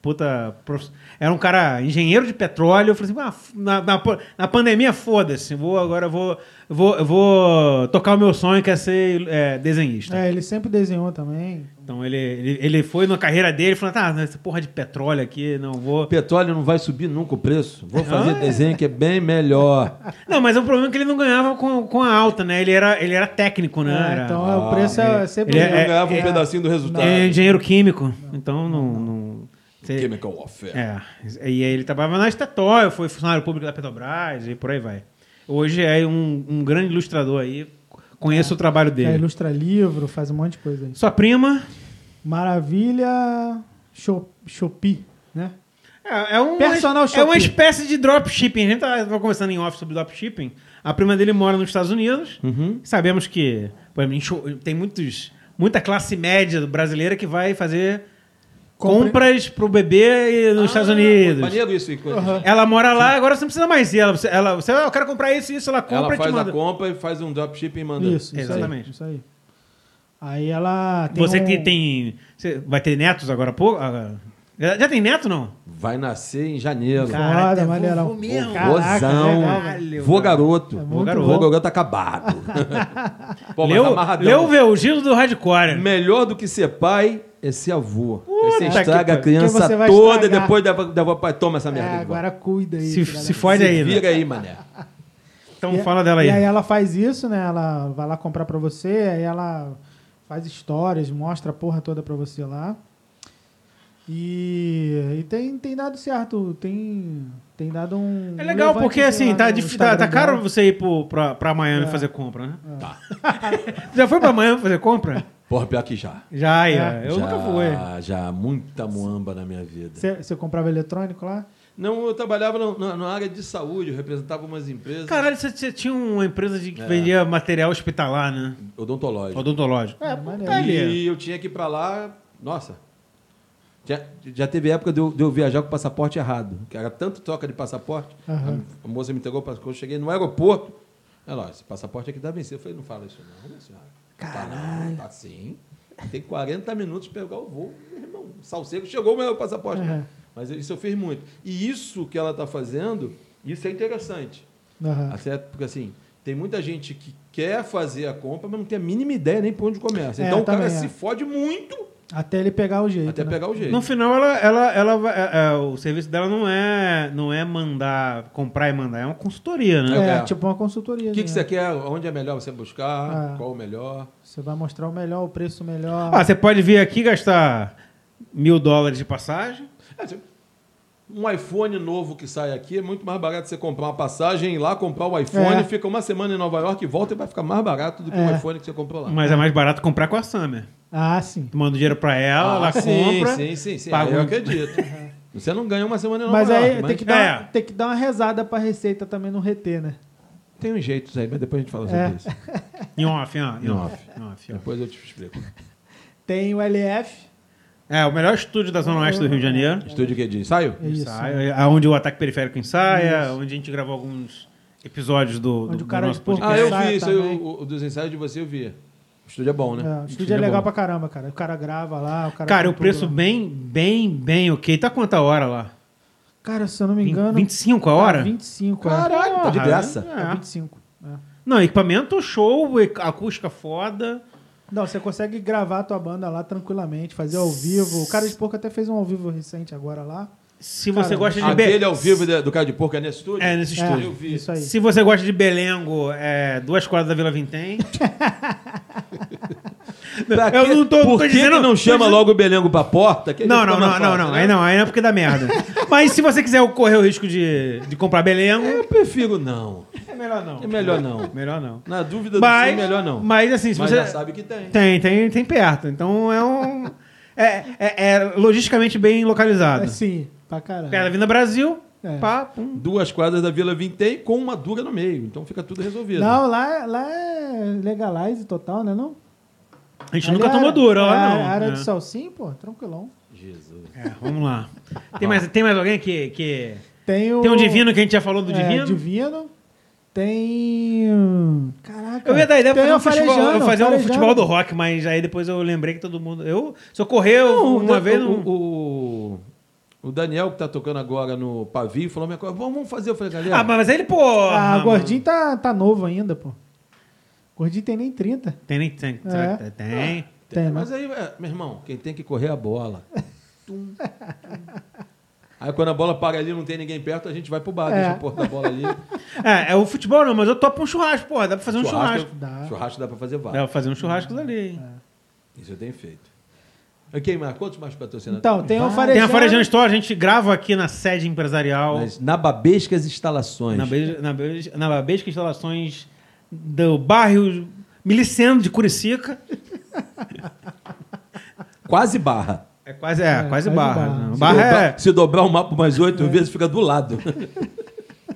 S1: puta. prof- Era um cara engenheiro de petróleo. Eu falei assim: "Ah, f- na, na, po- na pandemia, foda-se. Vou, agora eu vou, eu vou, eu vou tocar o meu sonho, que é ser é, desenhista.
S2: É, ele sempre desenhou também.
S1: Então ele, ele, ele foi na carreira dele falando: tá, essa porra de petróleo aqui, não vou.
S3: O petróleo não vai subir nunca o preço. Vou fazer desenho que é bem melhor.
S1: Não, mas o problema é que ele não ganhava com, com a alta, né? Ele era, ele era técnico, né?
S2: É,
S1: Era-
S2: então é, o preço é sempre...
S1: ele
S3: Eu
S1: é-
S3: ganhava um
S1: é-
S3: pedacinho do resultado.
S1: ele é engenheiro químico. Então não. não- cê-
S3: Chemical Warfare.
S1: É, e aí ele trabalhava na Estatóia, foi funcionário público da Petrobras e por aí vai. Hoje é um, um grande ilustrador aí, conheço o trabalho
S2: É,
S1: dele.
S2: ilustra livro, faz um monte de coisa aí.
S1: Sua prima
S2: Maravilha Cho- Shopee, né?
S1: é, é um,
S2: Personal
S1: é uma
S2: shopper.
S1: espécie de dropshipping. A gente estava conversando em off sobre dropshipping. A prima dele mora nos Estados Unidos.
S3: Uhum.
S1: Sabemos que por exemplo, em Cho- tem muitos, muita classe média brasileira que vai fazer
S2: Compre-
S1: compras pro bebê e nos Estados Unidos.
S3: Ah, Maneiro isso, Ico.
S2: Aham.
S1: Ela mora lá, agora você não precisa mais ir. Ela, você- ela, você, "Ah, eu quero comprar isso e isso, ela compra
S3: Ela
S1: e te
S3: faz
S1: manda.
S3: a compra e faz um dropshipping e manda.
S2: Isso, isso
S1: Exatamente.
S2: Aí, isso aí. Aí ela tem
S1: Você
S2: um-
S1: que tem. Você vai ter netos agora há pouco? Ah, Já, já tem neto, não?
S3: Vai nascer em janeiro.
S2: Cara, Foda,
S1: até
S2: maneirão.
S1: vovô mesmo.
S2: Cara, caraca,
S3: Vozão.
S2: legal,
S1: velho. É
S3: Vou garoto.
S2: muito
S3: Vou garoto.
S1: bom.
S3: Vou garoto tá acabado. Pô, mas
S1: Leu,
S3: amarradão.
S1: Leu Velgildo do Hardcore.
S3: Melhor do que ser pai é ser avô.
S1: Puta
S3: você
S1: que
S3: estraga a
S1: pariu.
S2: Porque
S3: criança
S2: você vai
S3: toda e
S2: estragar.
S3: depois da, da, pai toma essa merda.
S2: É,
S3: de volta.
S2: agora cuida aí.
S1: Se,
S2: filha
S1: se
S2: da-
S1: fode aí, né?
S3: Vira aí, mané.
S1: Então fala dela
S2: E aí
S1: aí.
S2: ela faz isso, né? Ela vai lá comprar pra você, aí ela faz histórias, mostra a porra toda pra você lá. E, e tem, tem dado certo, tem, tem dado um.
S1: É legal,
S2: um
S1: porque
S2: levante, sei
S1: assim,
S2: lá,
S1: tá,
S2: no
S1: dif- tá,
S2: Instagram
S1: tá caro
S2: dela.
S1: você ir pro, pra, pra Miami
S2: É.
S1: fazer compra, né? Tá. já foi pra Miami fazer compra?
S3: Porra, pior que já.
S1: Já, aí,
S2: É.
S1: ó. eu
S3: já,
S1: nunca fui.
S3: Já, muita muamba na minha vida.
S2: Você, você comprava eletrônico lá?
S3: Não, eu trabalhava no- na, na área de saúde, eu representava umas empresas
S1: Caralho, você, você tinha uma empresa de, que
S3: É.
S1: vendia material hospitalar, né?
S3: odontológicas.
S1: Odontológico.
S2: É, maneiro.
S1: tá ali.
S3: E eu tinha que ir pra lá. Nossa. Já, já teve época de eu, de eu viajar com o passaporte errado. Que era tanto troca de passaporte.
S2: Aham.
S3: A, a moça me entregou o passaporte. Quando eu cheguei no aeroporto. Ela, ó, esse passaporte aqui tá vencido. Eu falei, não fala isso não, minha senhora. Caralho. Tá sim. Tem 40 minutos pra pegar o voo. Meu irmão, salseiro chegou o meu passaporte.
S2: Aham.
S3: Mas isso eu fiz muito. E isso que ela tá fazendo, isso é interessante.
S2: Aham.
S3: Até porque assim, tem muita gente que quer fazer a compra, mas não tem a mínima ideia nem por onde começa.
S2: É,
S3: então o cara
S2: também é.
S3: se fode muito
S2: Até ele pegar o jeito.
S3: até
S2: né?
S3: pegar o jeito.
S1: No final, ela, ela, ela, vai- é, é, o serviço dela não é, não é mandar, comprar e mandar, é uma consultoria, né?
S3: É.
S2: É,
S3: quero.
S2: tipo uma consultoria.
S3: O que, que você quer? Onde é melhor você buscar?
S2: Ah.
S3: Qual o melhor?
S2: Você vai mostrar o melhor, o preço melhor.
S1: Ah, você pode vir aqui gastar mil dólares de passagem.
S3: É, tipo, um iPhone novo que sai aqui é muito mais barato você comprar uma passagem, ir lá comprar o iPhone,
S2: É.
S3: fica uma semana em Nova York e volta e vai ficar mais barato do que
S2: É.
S3: o iPhone que você comprou lá.
S1: Mas é mais barato comprar com a Summer.
S2: Ah, sim.
S1: Tu manda o dinheiro pra ela,
S3: Ah,
S1: ela
S3: sim,
S1: compra.
S3: Sim, sim, sim.
S1: paga
S3: Aí eu
S1: um-
S3: acredito. você não ganha uma semana em Nova
S2: Mas
S3: York.
S2: aí tem que, dar,
S1: É.
S2: tem que dar uma rezada pra receita também não reter, né?
S3: Tem uns jeitos aí, mas depois a gente fala
S2: É.
S3: sobre isso.
S1: Em off, ó, em
S3: Em
S1: off. em off, ó.
S3: Depois eu te explico.
S2: Tem o LF.
S1: É, o melhor estúdio da Zona Oeste do Rio de Janeiro.
S3: Estúdio que de ensaio?
S2: É isso.
S1: Ensaio, é Onde o Ataque Periférico ensaia,
S2: Isso.
S1: onde a gente gravou alguns episódios do, do,
S2: Onde o
S1: do
S2: cara
S1: nosso
S2: de porco-
S1: podcast.
S3: Ah, eu
S2: Ensaio
S3: vi isso. aí,
S2: também.
S3: o, o- dos ensaios de você eu vi. O estúdio é bom, né?
S2: É, o estúdio é legal pra caramba, cara. O cara grava lá, o cara.
S1: Cara, o
S2: tem tudo
S1: preço
S2: lá.
S1: bem, bem, bem ok. Tá quanto a hora lá?
S2: Cara, se eu não me
S1: Vin-
S2: engano.
S1: 25 a
S2: tá
S1: hora?
S2: 25, é.
S3: Caralho, tá de
S1: Porra,
S3: graça.
S1: né?
S2: Tá
S1: É.
S2: 25. é.
S1: Não, equipamento show, e- acústica foda.
S2: Não, você consegue gravar a tua banda lá tranquilamente, fazer ao vivo. O cara de porco até fez um ao vivo recente agora lá.
S1: Se
S2: Cara,
S1: você gosta de
S3: Aquele é
S1: be...
S3: ao vivo de- do cara de porco é nesse estúdio?
S1: É, nesse
S2: É,
S1: estúdio.
S3: eu vi.
S2: Isso aí.
S1: Se você gosta de Belengo, é, duas quadras da Vila Vintém.
S3: Pra
S1: Eu
S3: quê?
S1: não tô-
S3: Por
S1: tô
S3: que
S1: dizendo-
S3: que não
S1: tô
S3: chama
S1: dizendo-
S3: logo o Belengo pra porta? Que ele
S1: Não,
S3: fica
S1: não,
S3: mais
S1: não, não,
S3: fácil,
S1: não.
S3: né?
S1: Aí não, aí não, porque dá merda. Mas se você quiser correr o risco de, de comprar Belengo,
S3: É, Eu prefiro não.
S1: é melhor não.
S3: É melhor não.
S1: Melhor não.
S3: Na dúvida do
S1: Mas,
S3: sim, melhor não. Mas,
S1: mas assim, se você.
S3: já sabe que tem.
S1: Tem, tem, tem perto. Então é um. É, é, é logisticamente bem localizado.
S2: Assim, pra
S1: Perto da
S2: caralho.
S1: Vinda Brasil,
S2: É.
S1: pá, pum.
S3: Duas quadras da Vila Vintém com uma dura no meio. Então fica tudo resolvido.
S2: Não, lá, lá é legalize total, né? Não?
S1: A gente nunca tomou dura, lá
S2: A
S1: não.
S2: área
S1: É.
S2: de salsinha, pô, tranquilão.
S3: Jesus.
S1: É, vamos lá. Tem mais, tem mais alguém que, que.
S2: Tem o.
S1: Tem um divino que a gente já falou do
S2: é,
S1: divino?
S2: Divino. Tem. Caraca.
S1: Eu ia dar ideia pra fazer
S2: tem
S1: um
S2: o
S1: festival, eu
S2: Farejano,
S1: fazer um
S2: Farejano.
S1: futebol do rock, mas aí depois eu lembrei que todo mundo. Eu. Se eu correr eu-
S3: Não,
S1: uma
S3: o,
S1: vez.
S3: o,
S1: não-
S3: o, o Daniel, que tá tocando agora no Pavio, falou minha coisa. Vamos fazer. Eu falei, galera.
S1: Ah, mas ele, pô.
S2: Ah,
S1: mano.
S2: o Gordinho tá, tá novo ainda, pô. Gordinho tem nem 30.
S1: Tem, nem- tem,
S2: É.
S1: tem.
S2: Tem, né?
S3: mas aí, é, meu irmão, quem tem que correr é a bola. Tum, tum. Aí quando a bola para ali não tem ninguém perto, a gente vai pro bar,
S2: É.
S3: deixa a porta da bola ali.
S1: É, é o futebol não, mas eu topo um churrasco, pô. Dá pra fazer um
S3: é
S1: churrasco.
S2: Dá.
S3: Dá. Churrasco dá pra fazer
S1: Dá
S3: vários.
S1: pra fazer um churrasco ali,
S2: É.
S1: hein?
S3: Isso eu tenho feito. Ok, mas quantos mais patrocinadores?
S2: Então, tem o
S1: Tem
S2: Farejano.
S1: a Farejão Store, a gente grava aqui na sede empresarial.
S3: Nas nababescas instalações.
S1: Na, Beija- na, Beija- na Babesca Instalações do bairro Miliceno de Curicica.
S3: Quase barra.
S1: É quase, é,
S2: É,
S1: quase
S2: quase
S1: barra.
S2: barra.
S1: né?
S3: Se
S1: Barra
S3: dobrar- Se dobrar o mapa mais oito vezes, fica do lado.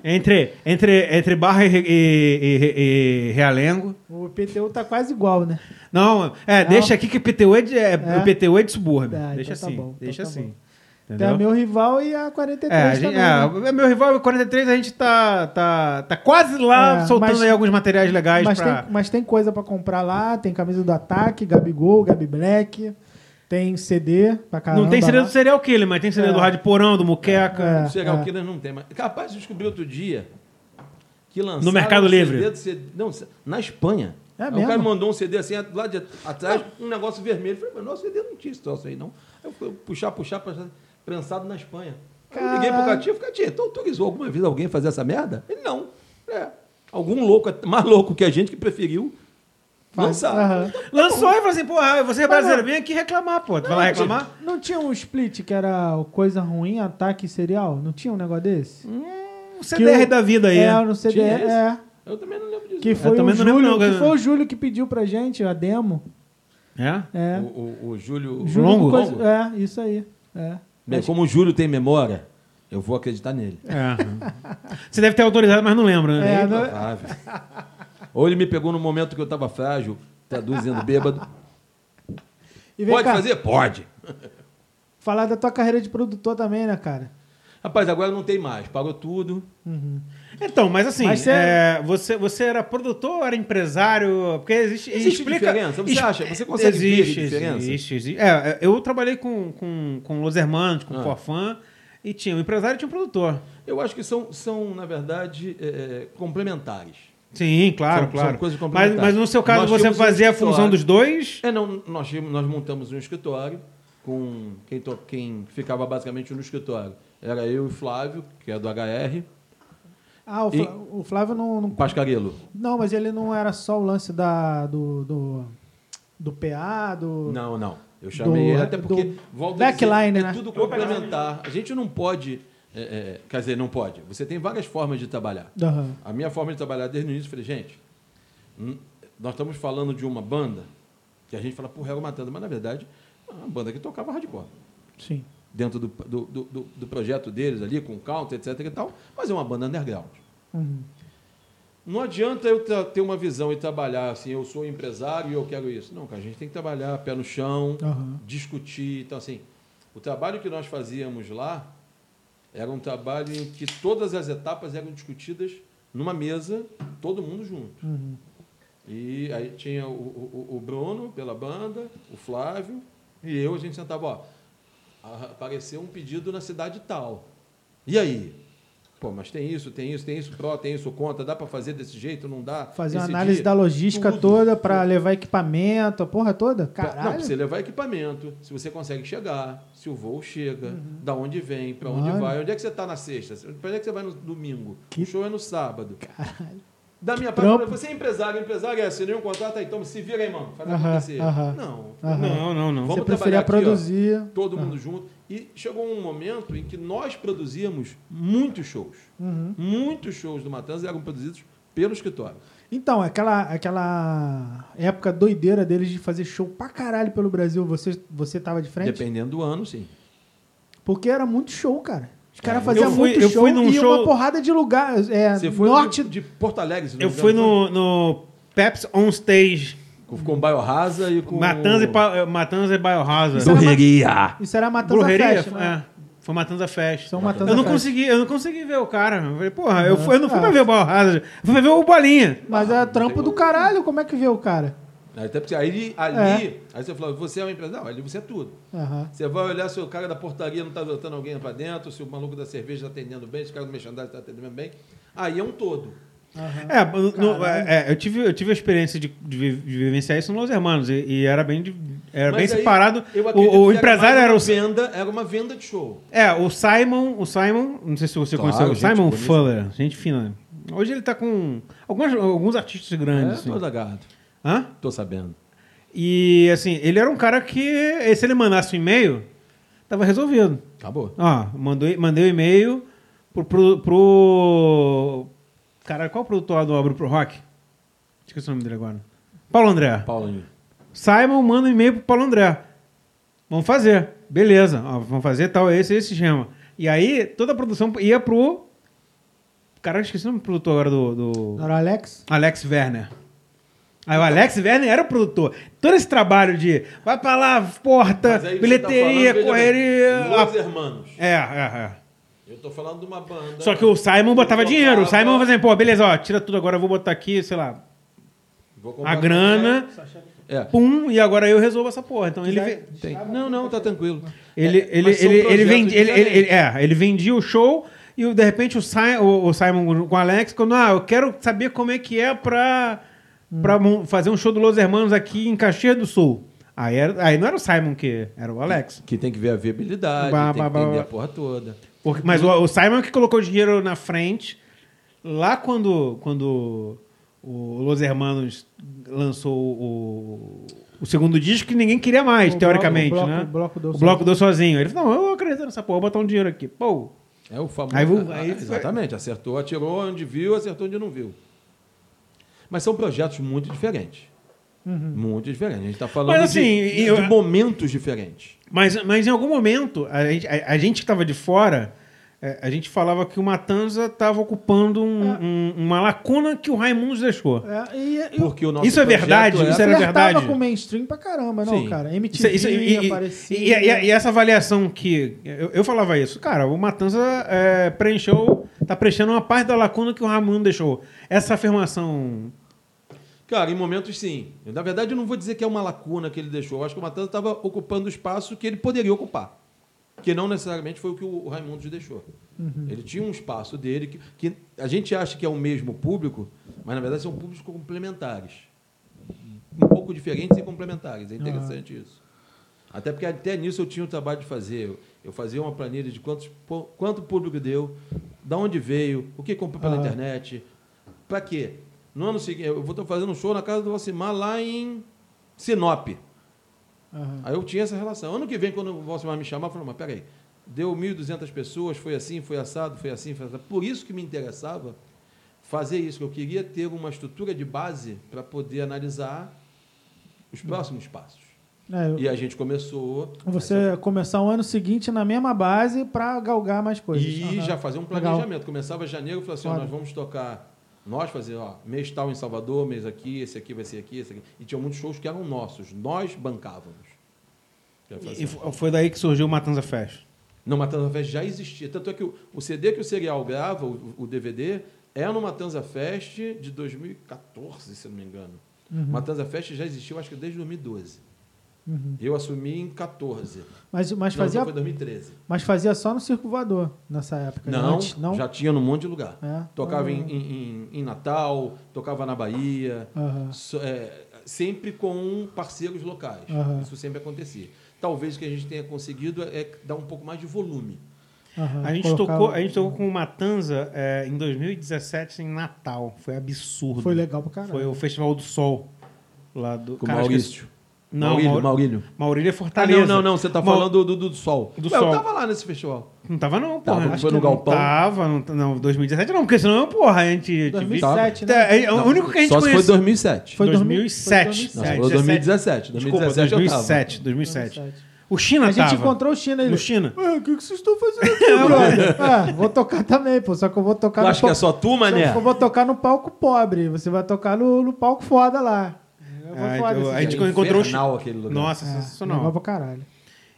S1: é entre, entre, entre barra e, e- e- e Realengo.
S2: O PTU tá quase igual, né?
S1: Não, é,
S2: Não.
S1: deixa aqui que PTU é de, é,
S2: É.
S1: PTU é de subúrbio.
S2: Ah,
S1: deixa
S2: então tá
S1: assim,
S2: bom, então
S1: deixa
S2: tá
S1: assim.
S2: Tem
S1: Entendeu?
S2: o meu rival e a
S1: É,
S2: 43
S1: a gente-
S2: também. né?
S1: é, meu rival é o 43, a gente tá, tá, tá quase lá
S2: É,
S1: soltando
S2: mas-
S1: aí alguns materiais legais
S2: Mas,
S1: pra...
S2: tem, mas tem coisa pra comprar lá, tem camisa do ataque, Gabigol, Gabi Black. Tem CD pra caramba.
S1: não tem CD do
S2: lá.
S1: serial killer, mas tem CD
S2: É.
S1: do Rádio Porão, do Muqueca.
S2: É,
S3: Serial
S2: é.
S3: killer não tem, mas. Capaz, eu descobri outro dia que lançaram.
S1: No Mercado
S3: um
S1: Livre.
S3: CD do CD não, na Espanha.
S2: É
S3: aí
S2: mesmo?
S3: o cara mandou um CD assim, lá de atrás, um negócio vermelho. Eu falei, mas nosso CD não tinha esse troço aí, não. Aí eu fui puxar, puxar, puxar, prensado na Espanha. Aí eu liguei pro
S2: Caralho.
S3: Catinho e falei, Catinho, tu autorizou então, alguma vez alguém a fazer essa merda? Ele, não. É. Algum louco, mais louco que a gente, que preferiu
S2: Faz-
S3: lançar.
S2: Aham.
S1: Lançou e falou assim, porra, você é brasileiro, vem aqui reclamar, pô. Tu vai lá reclamar?
S2: Não tinha um split que era o coisa ruim, ataque serial? Não tinha um negócio desse? um
S1: O CDR
S2: o-
S1: da vida aí.
S2: é,
S1: né?
S2: no CD.
S3: Tinha esse?
S2: É.
S3: Eu também não lembro disso.
S2: Que foi, o
S1: também não lembro
S2: Júlio,
S1: não,
S2: que
S1: cara.
S2: foi o Júlio que pediu pra gente a demo.
S1: É?
S2: É.
S3: O, o- o Júlio...
S2: Júlio
S1: Longo?
S2: do Coisa-
S3: Longo?
S2: É, isso aí. É.
S3: Bem, como o Júlio tem memória, eu vou acreditar nele.
S1: É. Você deve ter autorizado, mas não lembra, né?
S2: É,
S3: Bem
S2: não-
S3: provável. Ou ele me pegou no momento que eu estava frágil, traduzindo bêbado.
S2: E vem
S3: Pode
S2: cá,
S3: fazer? Pode.
S2: falar da tua carreira de produtor também, né, cara?
S3: Rapaz, agora não tem mais. Parou tudo.
S2: Uhum.
S1: Então, mas assim,
S2: Mas você-
S1: é, você... você era produtor, era empresário? Porque existe.
S3: Existe
S1: explica,
S3: diferença? Você
S1: es-
S3: acha? Você consegue ver
S1: existe,
S3: diferença?
S1: Existe, existe. É, é, eu trabalhei com, com, com Los Hermanos, com
S3: Ah.
S1: Forfã, e tinha um empresário e tinha um produtor.
S3: Eu acho que são, são na verdade, é, é, complementares.
S1: Sim, claro,
S3: São-
S1: claro.
S3: são coisas
S1: mas,
S3: complementares.
S1: mas no seu caso,
S3: Nós
S1: você
S3: tínhamos um
S1: fazia a
S3: escritório.
S1: função dos dois?
S3: É, não, nós, tínhamos- nós montamos um escritório com quem, to- quem ficava basicamente no escritório. Era eu e o Flávio, que é do HR,
S2: Ah, o,
S3: E-
S2: Fla- o Flávio não, não.
S3: Pascarello.
S2: Não, mas ele não era só o lance da, do, do. do PA, do.
S3: Não, não. Eu chamei
S2: Do-
S3: ele, até porque
S2: do
S3: volta
S2: backline,
S3: é
S2: né?
S3: tudo complementar. A gente não pode, é, é, quer dizer, não pode. Você tem várias formas de trabalhar.
S2: Aham.
S3: A minha forma de trabalhar desde o início, eu falei, gente, hum, nós estamos falando de uma banda que a gente fala, porra, era matando, mas na verdade, é uma banda que tocava hardcore
S2: Sim.
S3: dentro do, do, do- do- do projeto deles ali, com counter, etc e tal, mas é uma banda underground.
S2: Uhum.
S3: Não adianta eu tra- ter uma visão e trabalhar assim, eu sou empresário e eu quero isso. Não, cara, a gente tem que trabalhar pé no chão,
S2: Aham.
S3: discutir. Então, assim, o trabalho que nós fazíamos lá era um trabalho em que todas as etapas eram discutidas numa mesa, todo mundo junto.
S2: Uhum.
S3: E aí tinha o, o- o Bruno pela banda, o Flávio e eu, a gente sentava, ó, a- apareceu um pedido na cidade tal. E aí? Pô, mas tem isso, tem isso, tem isso, pró, tem isso, conta, dá para fazer desse jeito, não dá?
S2: Fazer uma
S3: Esse
S2: análise
S3: dia,
S2: da logística
S3: tudo.
S2: toda pra levar equipamento, a porra toda?
S3: Pra-
S2: Caralho.
S3: Não, pra você levar equipamento, se você consegue chegar, se o voo chega, da onde vem, para onde
S2: Uhum. Mano.
S3: vai, onde é que você tá na sexta, para onde é que você vai no domingo,
S2: Que-
S3: o show é no sábado.
S2: Caralho.
S3: Da minha
S2: Trampo.
S3: parte, você é empresário, empresário é, assinei um contrato, aí toma, se vira aí, mano, faz
S2: Aham,
S3: acontecer.
S2: ahã.
S3: Não,
S2: Aham.
S1: Não, não, não.
S3: Vamos
S2: Você preferia
S3: trabalhar aqui, ó.
S2: produzir.
S3: todo mundo junto. E chegou um momento em que nós produzíamos muitos shows.
S2: Uhum.
S3: Muitos shows do Matanza eram produzidos pelo escritório.
S2: Então, aquela, aquela época doideira deles de fazer show pra caralho pelo Brasil, você, você tava de frente?
S3: Dependendo do ano, sim.
S2: Porque era muito show, cara. Os caras
S3: É,
S2: faziam
S1: eu fui-
S2: muito
S1: eu
S2: show
S1: fui num
S2: e uma
S1: show-
S2: porrada de lugar. É,
S3: Você foi
S2: norte.
S3: no- de Porto Alegre, se não
S1: Eu
S3: me
S1: fui
S3: engano,
S1: no, no Peps On Stage,
S3: Com, com Biohazard e com...
S1: Matanza e, Pa- eh, Matanza e Biohazard.
S3: Burreria.
S2: Isso era é Matanza
S1: Burreria?
S2: Fest, né?
S1: É, foi Matanza Fest.
S2: São Matanza
S1: Eu não
S2: Fest.
S1: consegui, eu não consegui ver o cara. Eu falei, porra, eu, fui- eu não fui
S2: Ah.
S1: pra ver o Biohazard, eu fui pra ver o Bolinha.
S2: Mas é trampo do caralho, como é que vê o cara?
S3: Até porque aí, ali, aí você falou, você é um empresário. Não, ali você é tudo.
S2: Aham.
S3: Você vai olhar se o cara da portaria não está adotando alguém para dentro, se o maluco da cerveja está atendendo bem, se o cara do merchandising está atendendo bem. Aí é um todo.
S2: aham.
S1: É, no-
S2: Caralho.
S1: é, é, eu, tive, eu tive a experiência de, de vi- de vivenciar isso no Los Hermanos e, e era bem, de- era
S3: Mas
S1: É bem
S3: aí,
S1: separado.
S3: eu
S1: O-
S3: acredito
S1: O,
S3: que
S1: empresário
S3: mais
S1: era o,
S3: uma venda, era uma venda de show.
S1: É, o Simon, o Simon, não sei se você
S3: Claro,
S1: conheceu, o
S3: gente
S1: Simon
S3: boníssima.
S1: Fuller, gente fina. Hoje ele tá com algumas- alguns artistas grandes. assim.
S3: tô lagado.
S1: Hã?
S3: É, Tô sabendo.
S1: E assim, ele era um cara que, se ele mandasse um e-mail, tava resolvido.
S3: Acabou.
S1: Ó, mandei, mandei um e-mail pro, pro, pro. Caralho, qual produtor lá do Abro Pro Rock? Esqueci o nome dele agora. Paulo André.
S3: Paulo,
S1: Simon manda um e-mail pro Paulo André. Vamos fazer. Beleza. Ó, vamos fazer tal, esse, esse esquema. E aí, toda a produção ia pro. Caralho, esqueci o nome do produtor agora do. do-
S2: Não Era o Alex?
S1: Alex Werner. Aí o Alex Werner era o produtor. Todo esse trabalho de vai pra lá, porta,
S3: Mas aí você
S1: Tá, bilheteria,
S3: tá falando, veja
S1: correria.
S3: bem, Los
S1: a-
S3: Hermanos.
S1: É, é, é.
S3: Eu tô falando de uma banda.
S1: Só que o Simon botava dinheiro. O Simon fazia, pô, beleza, ó, tira tudo agora, eu vou botar aqui, sei lá,
S3: Vou
S1: a
S3: comprar
S1: grana.
S3: É.
S1: Pum, e agora eu resolvo essa porra. Então ele, ve-
S3: Tem. Não, não, tá tranquilo.
S1: ele,
S3: É,
S1: ele,
S3: mas são
S1: ele, ele,
S3: projetos
S1: vendi- ele, ele,
S3: diferentes.
S1: ele- é, ele vendia o show e o- de repente o, Si- o- o Simon com o Alex quando, ah, eu quero saber como é que é pra, pra mon- fazer um show do Los Hermanos aqui em Caxias do Sul. Aí, era- aí não era o Simon que era o Alex.
S3: Que tem que ver a viabilidade,
S1: Bah,
S3: tem
S1: bah,
S3: que
S1: bah,
S3: entender
S1: bah.
S3: a porra toda.
S1: Porque- mas o, o Simon que colocou o dinheiro na frente, lá quando, quando o Los Hermanos lançou o, o segundo disco, que ninguém queria mais,
S2: O
S1: teoricamente,
S2: bloco- o
S1: né?
S2: bloco- o bloco deu
S1: o bloco deu sozinho. Ele falou, não, eu acredito nessa porra, vou botar um dinheiro aqui. Pô,
S3: É o famoso.
S1: Aí vo-
S3: Ah,
S1: aí-
S3: exatamente, acertou, atirou onde viu, acertou onde não viu. Mas são projetos muito diferentes. Muito diferentes. A gente está falando
S1: Uhum. Mas,
S3: de-
S1: assim,
S3: de,
S1: eu-
S3: momentos diferentes.
S1: Mas, mas em algum momento, a gente, a, a gente que estava de fora, é, a gente falava que o Matanza estava ocupando um-
S2: É.
S1: um- uma lacuna que o Raimundos deixou.
S2: É, e, e,
S3: Porque o nosso
S1: Isso é
S3: projeto
S1: verdade,
S3: é-
S1: isso era
S2: flertava
S1: verdade.
S2: com o mainstream pra caramba, não,
S3: Sim.
S2: cara.
S1: Isso-
S2: MTV
S1: isso- e, e-
S2: aparecia.
S1: e- e- e essa avaliação que. Eu, eu falava isso, cara, o Matanza é, preencheu. tá preenchendo uma parte da lacuna que o Raimundo deixou. Essa afirmação.
S3: Cara, em momentos sim. Eu, na verdade, eu não vou dizer que é uma lacuna que ele deixou. Eu acho que o Matanza estava ocupando o espaço que ele poderia ocupar. Que não necessariamente foi o que o Raimundo deixou. Ele tinha um espaço dele que, que a gente acha que é o mesmo público, mas na verdade são públicos complementares. Um pouco diferentes e complementares. É interessante isso. Até porque até nisso eu tinha o trabalho de fazer. Eu, eu fazia uma planilha de quantos, po- quanto o público deu, da onde veio, o que comprou pela
S2: Ah.
S3: internet. Para quê? No ano seguinte, eu vou estar fazendo um show na casa do Alcimar lá em Sinop.
S2: Aham.
S3: Aí eu tinha essa relação. Ano que vem, quando o Alcimar me chamar, eu falo, mas peraí, deu 1.200 pessoas, foi assim, foi assado, foi assim, foi assado. Por isso que me interessava fazer isso, que eu queria ter uma estrutura de base para poder analisar os próximos passos.
S2: É, eu-
S3: E a gente começou...
S2: Você começar o ano seguinte na mesma base pra galgar mais coisas.
S3: E
S2: Aham.
S3: já fazer um
S2: Legal.
S3: planejamento. Começava janeiro, eu falava assim, ó,
S2: Foda.
S3: nós vamos tocar, nós fazer, ó, mês tal em Salvador, mês aqui, esse aqui vai ser aqui, esse aqui. E tinha muitos shows que eram nossos, nós bancávamos. Eu falava
S1: E
S3: assim,
S1: fo- foi daí que surgiu o Matanza Fest.
S3: No Matanza Fest já existia. Tanto é que o, o CD que o Serial grava, o, o DVD, é no Matanza Fest de 2014, se eu não me engano. Matanza Fest já existiu, acho que desde 2012.
S2: Uhum.
S3: Eu assumi em 14.
S2: Mas, mas,
S3: não,
S2: fazia,
S3: então foi 2013.
S2: mas fazia só no circo voador nessa época. né?
S3: Não,
S2: Antes, não?
S3: já tinha num monte de lugar.
S2: É?
S3: Tocava em,
S2: Ah.
S3: em- em- em Natal, tocava na Bahia,
S2: Aham.
S3: so- é, sempre com parceiros locais.
S2: Aham.
S3: Isso sempre acontecia. Talvez o que a gente tenha conseguido é é dar um pouco mais de volume.
S2: Aham.
S1: A gente,
S2: Colocava-
S1: tocou, a gente tocou com o Matanza é, em 2017 em Natal. Foi absurdo.
S2: Foi legal pra caralho.
S1: Foi o Festival do Sol. Lá do.
S3: Com
S1: Cara, esqueci-
S3: Maurício.
S1: Não,
S3: Maurílio,
S1: Maurílio.
S3: Maurílio.
S1: Maurílio é
S3: Ah,
S1: Fortaleza.
S3: não, não, não, você tá
S1: Mau-
S3: falando do, do, do Sol.
S1: Do
S3: Ué, Eu
S1: Sol.
S3: tava lá nesse festival.
S1: Não tava, não,
S3: Tava,
S1: porra.
S3: não
S1: Acho
S3: foi
S1: que
S3: no
S1: não
S3: Galpão?
S1: Tava, não, não, 2017 não, porque senão, porra, a gente.
S2: 2007,
S1: te-
S2: né?
S1: É, é, o único que a gente
S3: Só
S1: conhece.
S3: se foi 2007.
S2: Foi
S1: 2007.
S3: Não,
S2: dois
S3: você
S1: É,
S3: falou 2017. 2017
S1: Desculpa,
S3: eu tava.
S1: 2007, 2007. O China
S2: A gente né?
S1: tava.
S2: encontrou o China ele.
S1: No China.
S2: "Ué, Ah, o que que vocês estão fazendo aqui, brother? ah, vou tocar também, pô. Só que eu vou tocar
S3: É, Tu
S2: no
S3: acha que é
S2: palco-
S3: só tu,
S2: só
S3: mané?
S2: que Eu vou tocar no palco pobre. Você vai tocar no, no palco foda lá. É, então Eu vou
S1: Ah,
S2: foda
S1: eu-
S2: esse
S1: a gente
S2: dia.
S1: encontrou o Chi-
S3: É Infernal aquele lugar.
S1: Nossa,
S2: É, legal
S1: sensacional.
S2: pra caralho.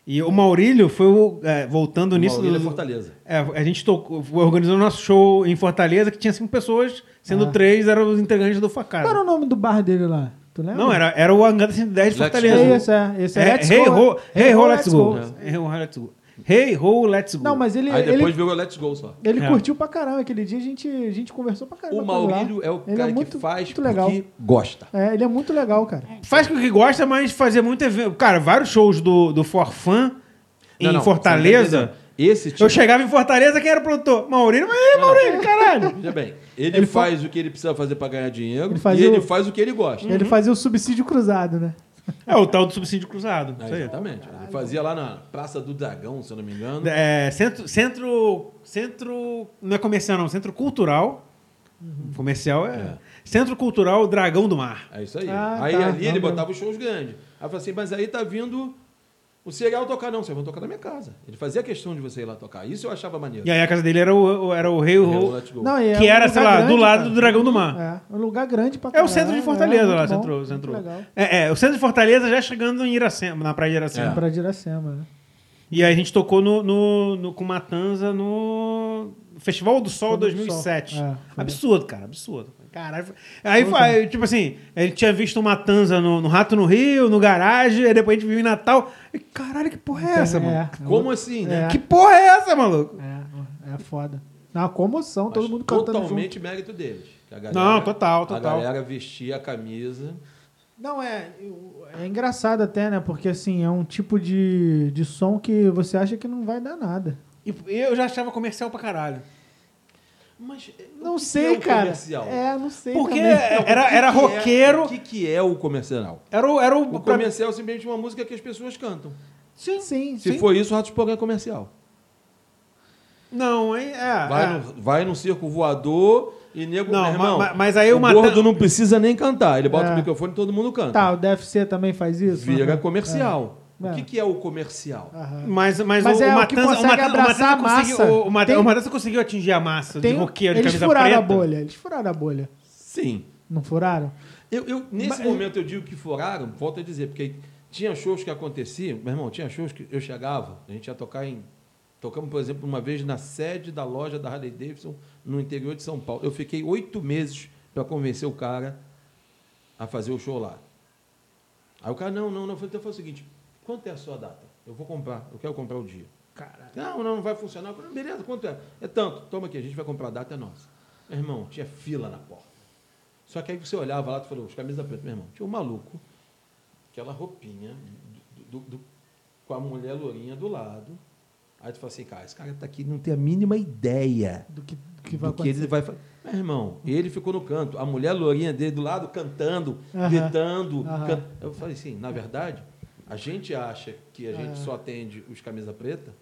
S1: E o Maurílio foi o. é, voltando nisso.
S3: Maurílio é Fortaleza.
S1: É, a gente tocou, organizou nosso show em Fortaleza, que tinha cinco pessoas, sendo
S2: Ah.
S1: três eram os integrantes do Facada.
S2: Qual era o nome do bar dele lá? Tu lembra?
S1: Não, era, era o Angada 110 de
S3: Let's
S1: Fortaleza.
S2: É esse, é. Esse é,
S1: É,
S2: Let's
S1: hey,
S2: Go,
S1: ho,
S2: né?
S1: hey, ho, let's go.
S2: Go.
S1: Hey, ho, let's go. Hey, ho, let's go.
S2: Não, mas ele,
S3: Aí depois
S2: ele,
S3: virou Let's Go só.
S2: ele
S1: É.
S2: curtiu pra caramba. Aquele dia a gente, a gente conversou pra caramba.
S3: O
S2: com ele lá.
S3: Maurílio é o
S2: Ele
S3: cara que faz
S2: muito legal.
S3: porque gosta.
S2: É, ele é muito legal, cara.
S1: Faz com que gosta, mas fazia muito evento. Cara, vários shows do, do Forfã em
S3: Não, não, você não
S1: Fortaleza.
S3: tá entendendo. Esse tipo...
S1: Eu chegava em Fortaleza, quem era o produtor? Maurílio, mas aí, Maurílio, caralho.
S3: Veja bem, ele,
S2: Ele fa-
S3: faz o que ele precisa fazer para ganhar dinheiro
S2: Ele faz
S3: e
S2: o-
S3: ele faz o que ele gosta.
S2: Ele fazia o subsídio cruzado, né?
S1: É o tal do subsídio cruzado.
S3: É,
S1: isso aí.
S3: exatamente. Ele fazia lá na Praça do Dragão, se eu não me engano.
S1: É, centro, centro, centro. Não é comercial, não. Centro cultural. Comercial é.
S3: É.
S1: Centro cultural Dragão do Mar.
S3: É isso aí.
S2: Ah,
S3: aí
S2: tá.
S3: ali
S2: Não,
S3: ele
S2: não.
S3: botava os shows grandes. Aí eu falei assim, mas aí tá vindo o cereal tocar. Não, vocês vão tocar na minha casa. Ele fazia questão de você ir lá tocar. Isso eu achava maneiro.
S1: E aí a casa dele era o, o- era o Rei
S3: Eu,
S1: Ro,
S3: let's go.
S2: Não, e é
S1: que
S2: um
S1: era,
S2: lugar
S1: sei lá, do
S2: grande,
S1: lado
S2: cara.
S1: do Dragão do Mar.
S2: É, um lugar grande
S1: É
S2: pra
S1: o
S2: caralho,
S1: centro de
S2: é,
S1: Fortaleza
S2: muito
S1: lá,
S2: bom,
S1: centro,
S2: muito
S1: centro.
S2: legal.
S1: É, é, o centro de Fortaleza já chegando em Iracema, na praia de Iracema.
S3: É.
S2: Pra Diracema, né?
S1: E aí a gente tocou no, no, no- com Matanza no Festival do Sol
S2: Festival do
S1: 2007.
S2: Sol. É, foi.
S1: absurdo, cara, absurdo. Caralho. Aí, fa- tipo assim, ele tinha visto uma tanza no, no Rato no Rio, no garagem, aí depois a gente viu em Natal. E, caralho, que porra é essa, mano?
S3: Como assim, né?
S2: É.
S1: Que porra é essa, maluco?
S2: É, é foda. Na comoção, todo
S3: Mas
S2: mundo cantando junto.
S3: totalmente mérito deles. que a galera-
S1: Não, total, total.
S3: A galera vestia a camisa.
S2: Não, é, eu- é engraçado até, né? Porque assim, é um tipo de, de som que você acha que não vai dar nada.
S1: E eu já achava comercial pra caralho.
S3: Mas eh, o
S2: Não
S3: que
S2: sei,
S3: é o
S2: cara.
S3: comercial?
S2: É, não sei.
S1: Porque
S2: também.
S3: O
S1: era,
S3: que
S1: era
S3: que é-
S1: roqueiro,
S3: O que, que é o comercial?
S1: era o... Era o,
S3: O
S1: pra mim-
S3: comercial é simplesmente uma música que as pessoas cantam.
S1: Sim.
S2: Sim,
S3: Se
S2: sim.
S3: for isso, o Ratos Porão é comercial.
S1: Não, hein?
S2: Ah,
S1: É,
S3: Vai,
S1: é.
S3: no, vai num circo voador e nego.
S1: Não,
S3: meu irmão,
S1: ma- ma- mas aí
S3: o
S1: uma
S3: gordo
S1: tan-
S3: não precisa nem cantar. Ele bota
S2: É.
S3: o microfone e todo mundo canta.
S2: Tá, o DFC também faz isso?
S3: Vira
S2: Aham.
S3: comercial.
S2: É. Ah.
S3: O que, que é o comercial?
S2: Aham.
S1: Mas, mas,
S2: Mas
S1: o,
S2: é
S1: o
S2: o que
S1: Matanza, o
S2: consegue
S1: Matanza, o
S2: abraçar
S1: Matanza
S2: a
S1: conseguiu,
S2: massa.
S1: o, Mata-
S2: Tem-
S1: o Matanza conseguiu atingir a massa
S2: Tem- um-
S1: de roqueiro, de
S2: eles
S1: camisa
S2: furaram
S1: preta.
S2: a bolha, eles furaram a bolha.
S3: Sim.
S2: Não furaram?
S3: Eu, eu- nesse
S2: Mas-
S3: momento eu digo que foraram, volto a dizer, porque tinha shows que aconteciam, meu irmão, tinha shows que eu chegava, a gente ia tocar em. Tocamos, por exemplo, uma vez na sede da loja da Harley Davidson, no interior de São Paulo. Eu fiquei oito meses para convencer o cara a fazer o show lá. Aí o cara, não, não, não. Eu falei, então faz o seguinte: quanto é a sua data? Eu vou comprar, eu quero comprar o dia.
S2: Caralho.
S3: Não, não, não vai funcionar. Eu falei, beleza, quanto é? É tanto. Toma aqui, a gente vai comprar a data, é nossa. Meu irmão, tinha fila na porta. Só que aí você olhava lá, tu falou, os camisas pretas, meu irmão, tinha um maluco, aquela roupinha, do- do- do- com a mulher lourinha do lado. Aí tu fala assim, cara, esse cara tá aqui, não tem a mínima ideia
S2: Do que, do que vai
S3: do que
S2: acontecer.
S3: ele vai fazer. Meu irmão, ele ficou no canto, a mulher lourinha dele do lado cantando,
S2: Aham.
S3: gritando.
S2: Aham.
S3: can- Eu falei assim, na verdade, a gente acha que a gente
S2: Aham.
S3: só atende os camisa preta,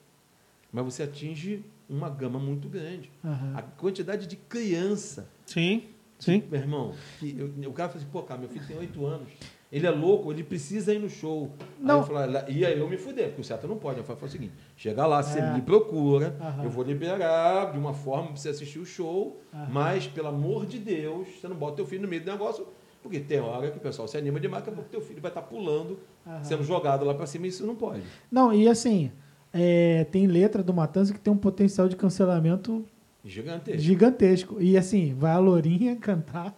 S3: mas você atinge uma gama muito grande.
S2: Aham.
S3: A quantidade de criança,
S1: Sim, sim.
S3: meu irmão, que eu- o cara fala assim, pô, cara, meu filho tem oito anos, ele é louco, ele precisa ir no show.
S2: Não.
S3: Aí eu falava, e aí eu me fudei, porque o certo não pode. Eu falei, foi o seguinte, chega lá, você
S2: É.
S3: me procura,
S2: Aham.
S3: eu vou liberar de uma forma pra você assistir o show,
S2: Aham.
S3: mas, pelo amor de Deus, você não bota teu filho no meio do negócio, porque tem hora que o pessoal se anima demais, daqui a pouco teu filho vai estar pulando,
S2: Aham.
S3: sendo jogado lá pra cima, e isso não pode.
S2: Não, e assim, é, tem letra do Matanza que tem um potencial de cancelamento
S3: Gigantesco.
S2: gigantesco. Tá. E assim, vai a Lourinha cantar.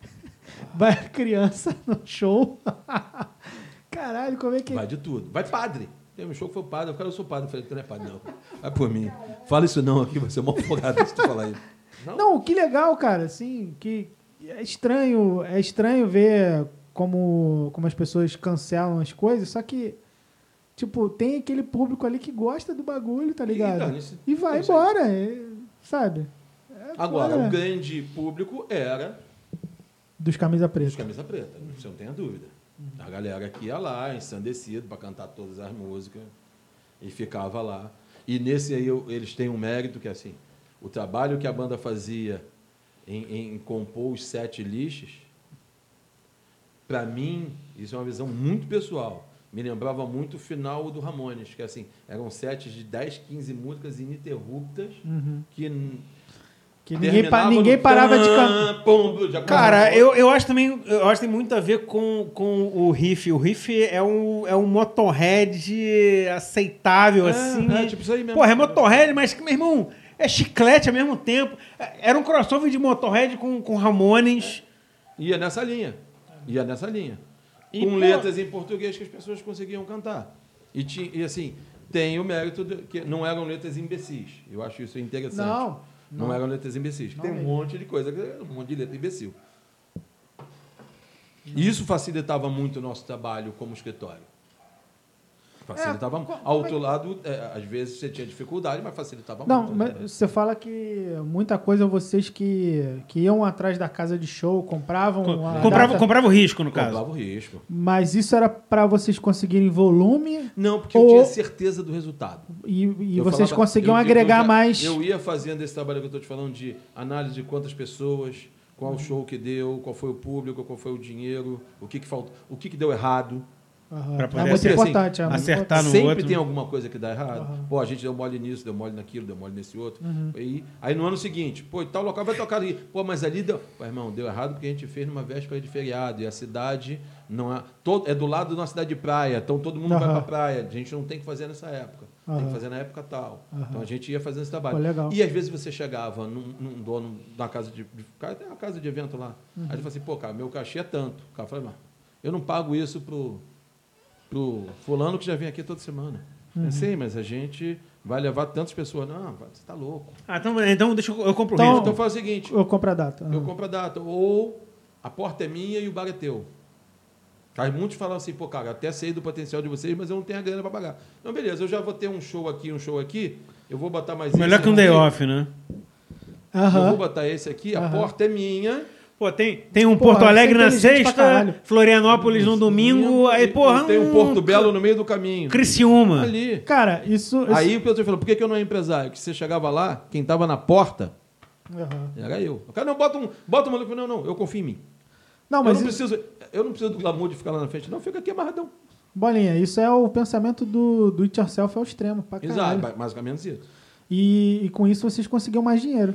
S2: Vai a criança no show. Caralho, como é que.
S3: Vai de tudo. Vai padre. Tem um show que foi padre. Eu quero, eu sou padre. Eu falei, tu não é padre, não. Vai por mim. Fala isso não aqui, vai ser mó folgado se tu falar isso.
S2: Não, que legal, cara. Assim, que é estranho, é estranho ver como, como as pessoas cancelam as coisas, só que tipo, tem aquele público ali que gosta do bagulho, tá ligado?
S3: dane-se.
S2: E vai
S3: Dane-se.
S2: embora, é, sabe? É
S3: Agora,
S2: foda,
S3: o
S2: né?
S3: grande público era
S2: dos camisa
S3: os
S2: preta.
S3: camisa preta. né? Você não tem a dúvida. A galera que ia lá, ensandecido, para cantar todas as músicas. E ficava lá. E nesse aí eu- eles têm um mérito que, assim, o trabalho que a banda fazia em, em compor os sete lixos, para mim, isso é uma visão muito pessoal. Me lembrava muito o final do Ramones, que assim, eram sets de 10, 15 músicas ininterruptas
S2: Uhum.
S3: que n-
S2: Que ninguém, pa-
S3: terminavam
S2: ninguém
S3: no
S2: parava de
S3: tan,
S2: cantar.
S3: pum, já
S1: Cara,
S3: começava.
S1: eu, eu acho também, eu acho que tem muito a ver com, com o riff. O riff é um, é um motorhead aceitável,
S3: É,
S1: assim.
S3: é, tipo isso aí mesmo.
S1: Porra, é motorhead, mas que, meu irmão, é chiclete ao mesmo tempo. É- Era um crossover de motorhead com, com Ramones.
S3: Ia nessa linha. Ia nessa linha.
S1: E,
S3: com
S1: pô-
S3: letras em português que as pessoas conseguiam cantar. E, ti- e, assim, tem o mérito de que não eram letras imbecis. Eu acho isso interessante.
S2: Não.
S3: Não, eram letras imbecis.
S2: Não
S3: tem um
S2: mesmo.
S3: monte de coisa, que é um monte de letra imbecil. E Isso facilitava muito o nosso trabalho como escritório. Facilitava
S2: co-
S3: muito.
S2: como
S3: Ao
S2: é
S3: outro lado, é, às vezes você tinha dificuldade, mas facilitava
S2: Não,
S3: muito.
S2: mas
S3: né?
S2: você fala que muita coisa vocês que, que iam atrás da casa de show, compravam.
S1: Com-
S2: a
S1: comprava,
S2: data,
S1: comprava o risco, no caso.
S3: Comprava o risco.
S2: Mas isso era pra vocês conseguirem volume
S3: Não, porque eu
S2: Ou-
S3: tinha certeza do resultado.
S2: E, e
S3: Eu
S2: vocês
S3: falava-
S2: conseguiam
S3: eu- eu
S2: agregar
S3: já-
S2: mais.
S3: Eu ia fazendo esse trabalho que eu estou te falando de análise de quantas pessoas, qual show que deu, qual foi o público, qual foi o dinheiro, o que, que faltou, o que, que deu errado.
S2: Aham.
S1: Pra poder
S2: é muito
S3: assim,
S2: importante. é muito
S1: acertar
S2: importante.
S1: no
S3: Sempre
S1: outro.
S3: tem alguma coisa que dá errado.
S2: Aham.
S3: Pô, a gente deu mole nisso, deu mole naquilo, deu mole nesse outro.
S2: Uhum.
S3: Aí, aí no ano seguinte, pô, e tal local vai tocar ali. Pô, mas ali deu. Pô, irmão, deu errado porque a gente fez numa véspera de feriado e a cidade não é. Todo, é do lado de uma cidade de praia, então todo mundo vai
S2: Aham.
S3: pra praia. A gente não tem que fazer nessa época. Tem
S2: Aham.
S3: que fazer na época tal.
S2: Aham.
S3: Então a gente ia fazendo esse trabalho.
S2: Pô, legal.
S3: E às vezes você chegava num, num dono da casa de. de cara, tem uma casa de evento lá.
S1: Uhum.
S3: Aí ele fala assim, pô, cara, meu cachê é tanto. O cara fala, mas eu não pago isso pro, pro fulano que já vem aqui toda semana.
S1: Uhum.
S3: Eu sei, mas a gente vai levar tantas pessoas. Não, você tá louco.
S1: Ah, então, então deixa eu, eu compro
S2: Então-
S1: o
S3: Então
S1: risco.
S3: faz o seguinte,
S2: Eu compro a data.
S1: Ah.
S3: eu
S2: Aham.
S3: compro a data. Ou a porta é minha e o bar é teu. Aí muitos falam assim, pô, cara, até sei do potencial de vocês, mas eu não tenho a grana pra pagar. Não, beleza, eu já vou ter um show aqui, um show aqui, eu vou botar mais
S1: Melhor
S3: esse
S1: que um day
S3: aqui,
S1: off, né?
S2: Aham.
S3: Eu vou botar tá esse aqui, a
S2: Aham.
S3: porta é minha.
S1: Pô, tem, tem um
S2: Pô,
S1: Porto Alegre
S2: isso é
S1: na
S2: inteligente pra
S1: sexta,
S2: caralho.
S1: Florianópolis no domingo, aí,
S3: e-
S1: porra.
S3: e Tem um Porto Belo no meio do caminho.
S1: Criciúma.
S3: Ali.
S2: Cara, isso. isso-
S3: Aí o pessoal falou, por que, que eu não é empresário? Que você chegava lá, quem tava na porta
S2: Aham.
S3: era eu. O cara, não, bota um, bota um maluco. Não, não, eu confio em mim.
S2: Não,
S3: eu,
S2: Ah, mas
S3: não
S2: isso-
S3: preciso, eu não preciso do glamour de ficar lá na frente. Não, fica aqui amarradão.
S2: bolinha, isso é o pensamento do, do it yourself ao extremo, pra caralho.
S3: Exato, ba- mais ou menos isso.
S2: E, e com isso vocês conseguiam mais dinheiro.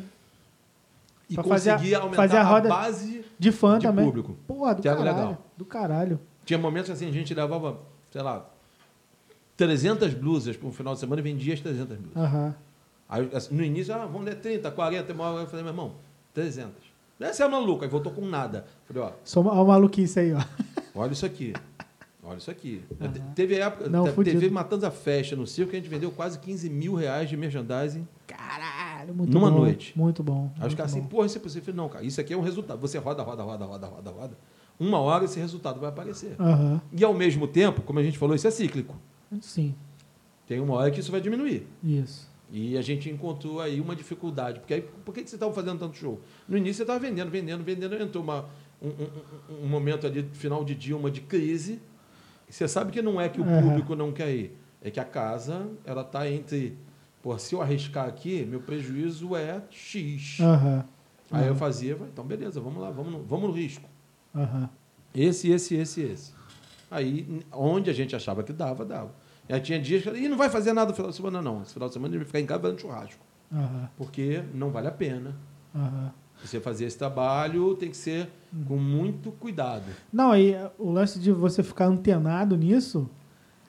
S3: E
S2: Pra fazer a-
S3: conseguir aumentar
S2: fazer a
S3: a,
S2: roda-
S3: base.
S2: De fã
S3: De
S2: também.
S3: público.
S2: Pô, do
S3: Que era
S2: caralho.
S3: legal.
S2: Do caralho.
S3: Tinha momentos que assim, a gente levava, sei lá, 300 blusas para um final de semana e vendia as 300 blusas.
S2: Aham.
S3: Aí, assim, no início, ah, vamos ler 30, 40, uma hora eu falei, meu irmão, 300. Daí você é maluco, aí voltou com nada. Falei, ó,
S2: Só uma, uma maluquice aí, ó.
S3: olha isso aqui. Olha isso aqui. Te- Teve época,
S2: Não,
S3: te-
S2: fudido.
S3: teve Matanza Festa no circo que a gente vendeu quase 15 mil reais de merchandising.
S2: Caralho, muito
S3: Numa
S2: bom.
S3: noite.
S2: Muito bom.
S3: Aí os
S2: muito
S3: caras assim,
S2: bom.
S3: porra, isso é possível. Eu falei, Não, cara, isso aqui é um resultado. Você roda, roda, roda, roda, roda, roda. Uma hora esse resultado vai aparecer.
S2: Aham.
S3: E ao mesmo tempo, como a gente falou, isso é cíclico.
S2: Sim,
S3: Tem uma hora que isso vai diminuir.
S2: isso.
S3: E a gente encontrou aí uma dificuldade. Porque aí, por que, que você estava fazendo tanto show? No início você estava vendendo, vendendo, vendendo. Entrou uma, um, um- um- um momento ali, final de dia, uma de crise. E Você sabe que não é que o
S2: Aham.
S3: público não quer ir. É que a casa, ela está entre... Pô, se eu arriscar aqui, meu prejuízo é X.
S2: Aham.
S3: Aí eu fazia, vai, então beleza, vamos lá, vamos no, vamos no risco.
S2: Aham.
S3: Esse, esse, esse, esse. Aí, n- onde a gente achava que dava, dava. E aí tinha dias que e não vai fazer nada no final de semana, não. Esse final de semana ele vai ficar em casa fazendo churrasco
S2: Aham.
S3: porque não vale a pena.
S2: Aham.
S3: Você fazer esse trabalho tem que ser com muito cuidado.
S2: Não, e eh, o lance de você ficar antenado nisso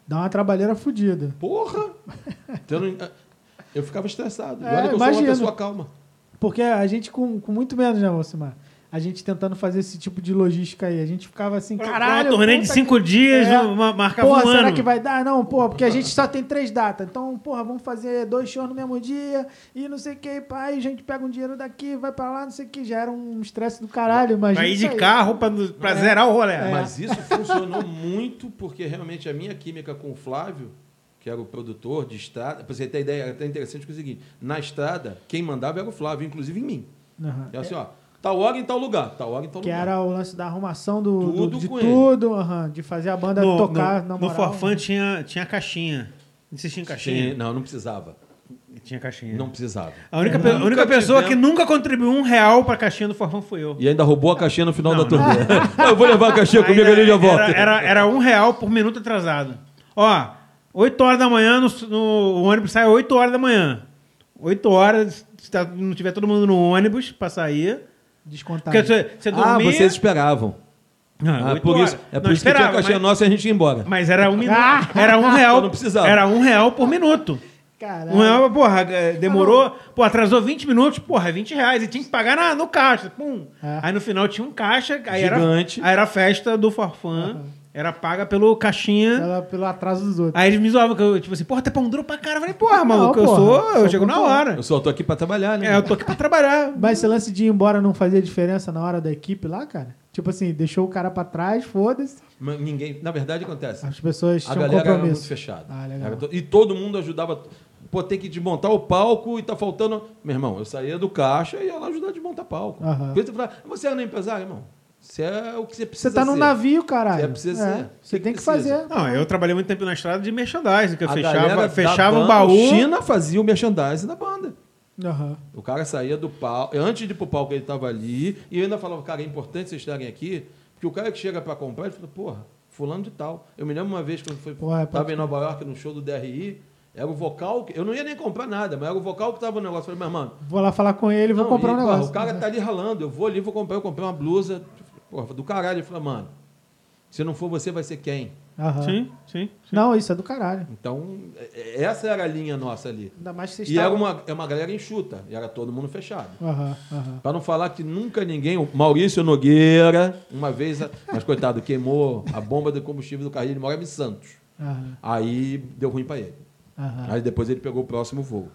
S2: dá uma trabalheira fodida.
S3: Porra! Então, eu não- eu ficava estressado. E
S2: É,
S3: olha que eu sou
S2: imagino.
S3: uma pessoa calma.
S2: Porque a gente, com, com muito menos, né, Alcimar? A gente tentando fazer esse tipo de logística aí. A gente ficava assim, caralho.
S1: um torneio de
S2: puta
S1: cinco dias,
S2: É.
S1: uma, marcava
S2: Porra,
S1: um
S2: será
S1: ano.
S2: que vai dar? Não, porra, porque a gente só tem três datas. Então, porra, vamos fazer dois shows no mesmo dia e não sei o que, pai, a gente pega um dinheiro daqui, vai pra lá, não sei o que. Já era um estresse do caralho, imagina.
S1: Pra ir
S2: isso
S1: de
S2: aí. É.
S1: carro pra, pra zerar o rolê.
S3: Mas isso funcionou muito porque realmente a minha química com o Flávio, que era o produtor de estrada, pra você ter ideia, era até interessante que é o seguinte: na estrada, quem mandava era o Flávio, inclusive em mim.
S2: Aham.
S3: Era assim, ó, tal hora em tal lugar, tal hora em tal
S2: Que
S3: lugar.
S2: era o lance da arrumação do, do-
S3: Tudo
S2: de
S3: com
S2: tudo, aham, de fazer a banda
S1: no,
S2: tocar
S1: no,
S2: na
S1: no
S2: moral. né?
S1: Forfã tinha, tinha caixinha. Não sei se tinha
S3: Sim,
S1: caixinha.
S3: não, não precisava.
S1: Tinha caixinha.
S3: Não precisava.
S1: A única, pe- a
S3: Nunca
S1: única pessoa
S3: tivemos-
S1: que nunca contribuiu um real pra caixinha do Forfã fui eu.
S3: E ainda roubou a caixinha no final
S1: Não,
S3: da turnê. eu vou levar a caixinha comigo
S1: Ainda
S3: ali e já volto.
S1: Era, era, era um real por minuto atrasado. Ó, 8 horas da manhã, no, no- o ônibus sai 8 horas da manhã. 8 horas, se tá- não tiver todo mundo no ônibus pra sair.
S2: Descontar.
S1: Porque você, você
S3: Ah,
S1: dormia...
S3: vocês esperavam.
S1: Não,
S3: Ah,
S1: oito
S3: por isso,
S1: horas.
S3: é por
S1: Não,
S3: isso que tinha a
S1: esperava,
S3: caixinha
S1: mas,
S3: nossa e a gente ia embora.
S1: mas era um minuto. Era um real.
S3: Eu não precisava.
S1: Era um real por minuto.
S2: Caralho. Tá
S1: Um real, porra, eh, demorou, pô, atrasou 20 minutos, porra, 20 reais. E tinha que pagar na, no caixa. Pum.
S2: É.
S1: Aí no final tinha um caixa, aí era,
S3: Gigante.
S1: aí era a festa do Forfã. Era paga pelo caixinha.
S2: Pela- pelo atraso dos outros.
S1: Aí eles me zoavam, que eu, tipo assim, porra, tá pão duro pra cara. Eu falei, porra,
S2: Não,
S1: maluco, eu
S2: porra,
S1: sou, eu
S2: sou
S1: chego na
S2: pontual.
S1: hora.
S3: Eu só tô aqui pra trabalhar, né?
S1: É, eu tô aqui pra trabalhar.
S2: Mas esse lance de ir embora não fazia diferença na hora da equipe lá, cara? Tipo assim, deixou o cara pra trás, foda-se.
S3: Mas Ninguém, na verdade, acontece.
S2: As pessoas
S3: A
S2: tinham
S3: galera era muito
S2: um compromisso.
S3: fechada.
S2: Ah, legal.
S3: Era to- E todo mundo ajudava. Pô, tem que desmontar o palco e tá faltando. Meu irmão, eu saía do caixa e ia lá ajudar a desmontar palco.
S2: Aham.
S3: Por isso eu falava, Você é um empresário, irmão. Você é o que você
S2: Você
S3: precisa.
S2: tá num
S3: ser.
S2: navio, caralho.
S3: Você precisa
S2: É,
S3: ser.
S2: Você
S3: Que
S2: tem que
S3: precisa.
S2: fazer.
S1: Não, eu trabalhei muito tempo na estrada de merchandising, que eu
S3: A galera
S1: fechava,
S3: da
S1: fechava o
S3: banda,
S1: baú.
S3: China fazia o merchandising da banda.
S2: Aham.
S3: O cara saía do palco, antes de ir pro palco ele estava ali, e eu ainda falava, cara, é importante vocês estarem aqui, porque o cara que chega para comprar, ele fala, porra, fulano de tal. Eu me lembro uma vez que eu fui,
S2: Pô, é, pode
S3: tava em
S2: crer.
S3: Nova York, num show do DRI, era o vocal, que, eu não ia nem comprar nada, mas era o vocal que tava no negócio. Eu falei, meu irmão,
S2: Vou lá falar com ele, vou
S3: não,
S2: comprar
S3: e,
S2: um
S3: porra,
S2: negócio.
S3: o cara tá ali ralando, eu vou ali, vou comprar, eu comprei uma blusa, porra, do caralho. Ele falou, mano, se não for você, vai ser quem?
S2: Aham.
S1: Sim, sim.
S2: Não, isso é do caralho.
S3: Então, é- é- essa era a linha nossa ali.
S2: Ainda mais que vocês
S3: E era
S2: estavam-
S3: uma, é uma galera enxuta, e era todo mundo fechado.
S2: Aham, aham.
S3: Pra não falar que nunca ninguém, o Maurício Nogueira, uma vez, mas coitado, queimou a bomba de combustível do carrinho, ele morava em Santos.
S2: Aham,
S3: Aí deu ruim pra ele.
S1: Ah.
S2: aham.
S3: Aí depois ele pegou o próximo voo.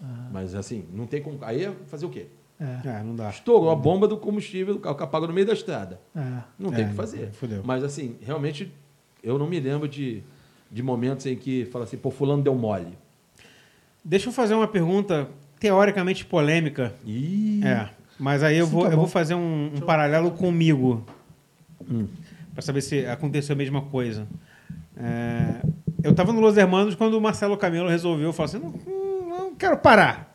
S2: aham.
S3: Mas assim, não tem como. Aí é fazer o quê?
S2: É,
S1: É, não dá.
S3: Estourou a bomba do combustível do carro que apaga no meio da estrada.
S2: é.
S3: Não tem o
S1: É,
S3: que fazer.
S1: fudeu.
S3: Mas assim, realmente, eu não me lembro de, de momentos em que fala assim, pô, fulano deu mole.
S1: Deixa eu fazer uma pergunta teoricamente polêmica.
S3: Ih,
S1: É. Mas aí eu
S2: Sim,
S1: vou,
S2: Hum. tá
S1: eu
S2: bom.
S1: vou fazer um, um paralelo comigo.
S3: hum.
S1: Pra saber se aconteceu a mesma coisa. É, eu tava no Los Hermanos quando o Marcelo Camelo resolveu falar assim: não, não- não quero parar.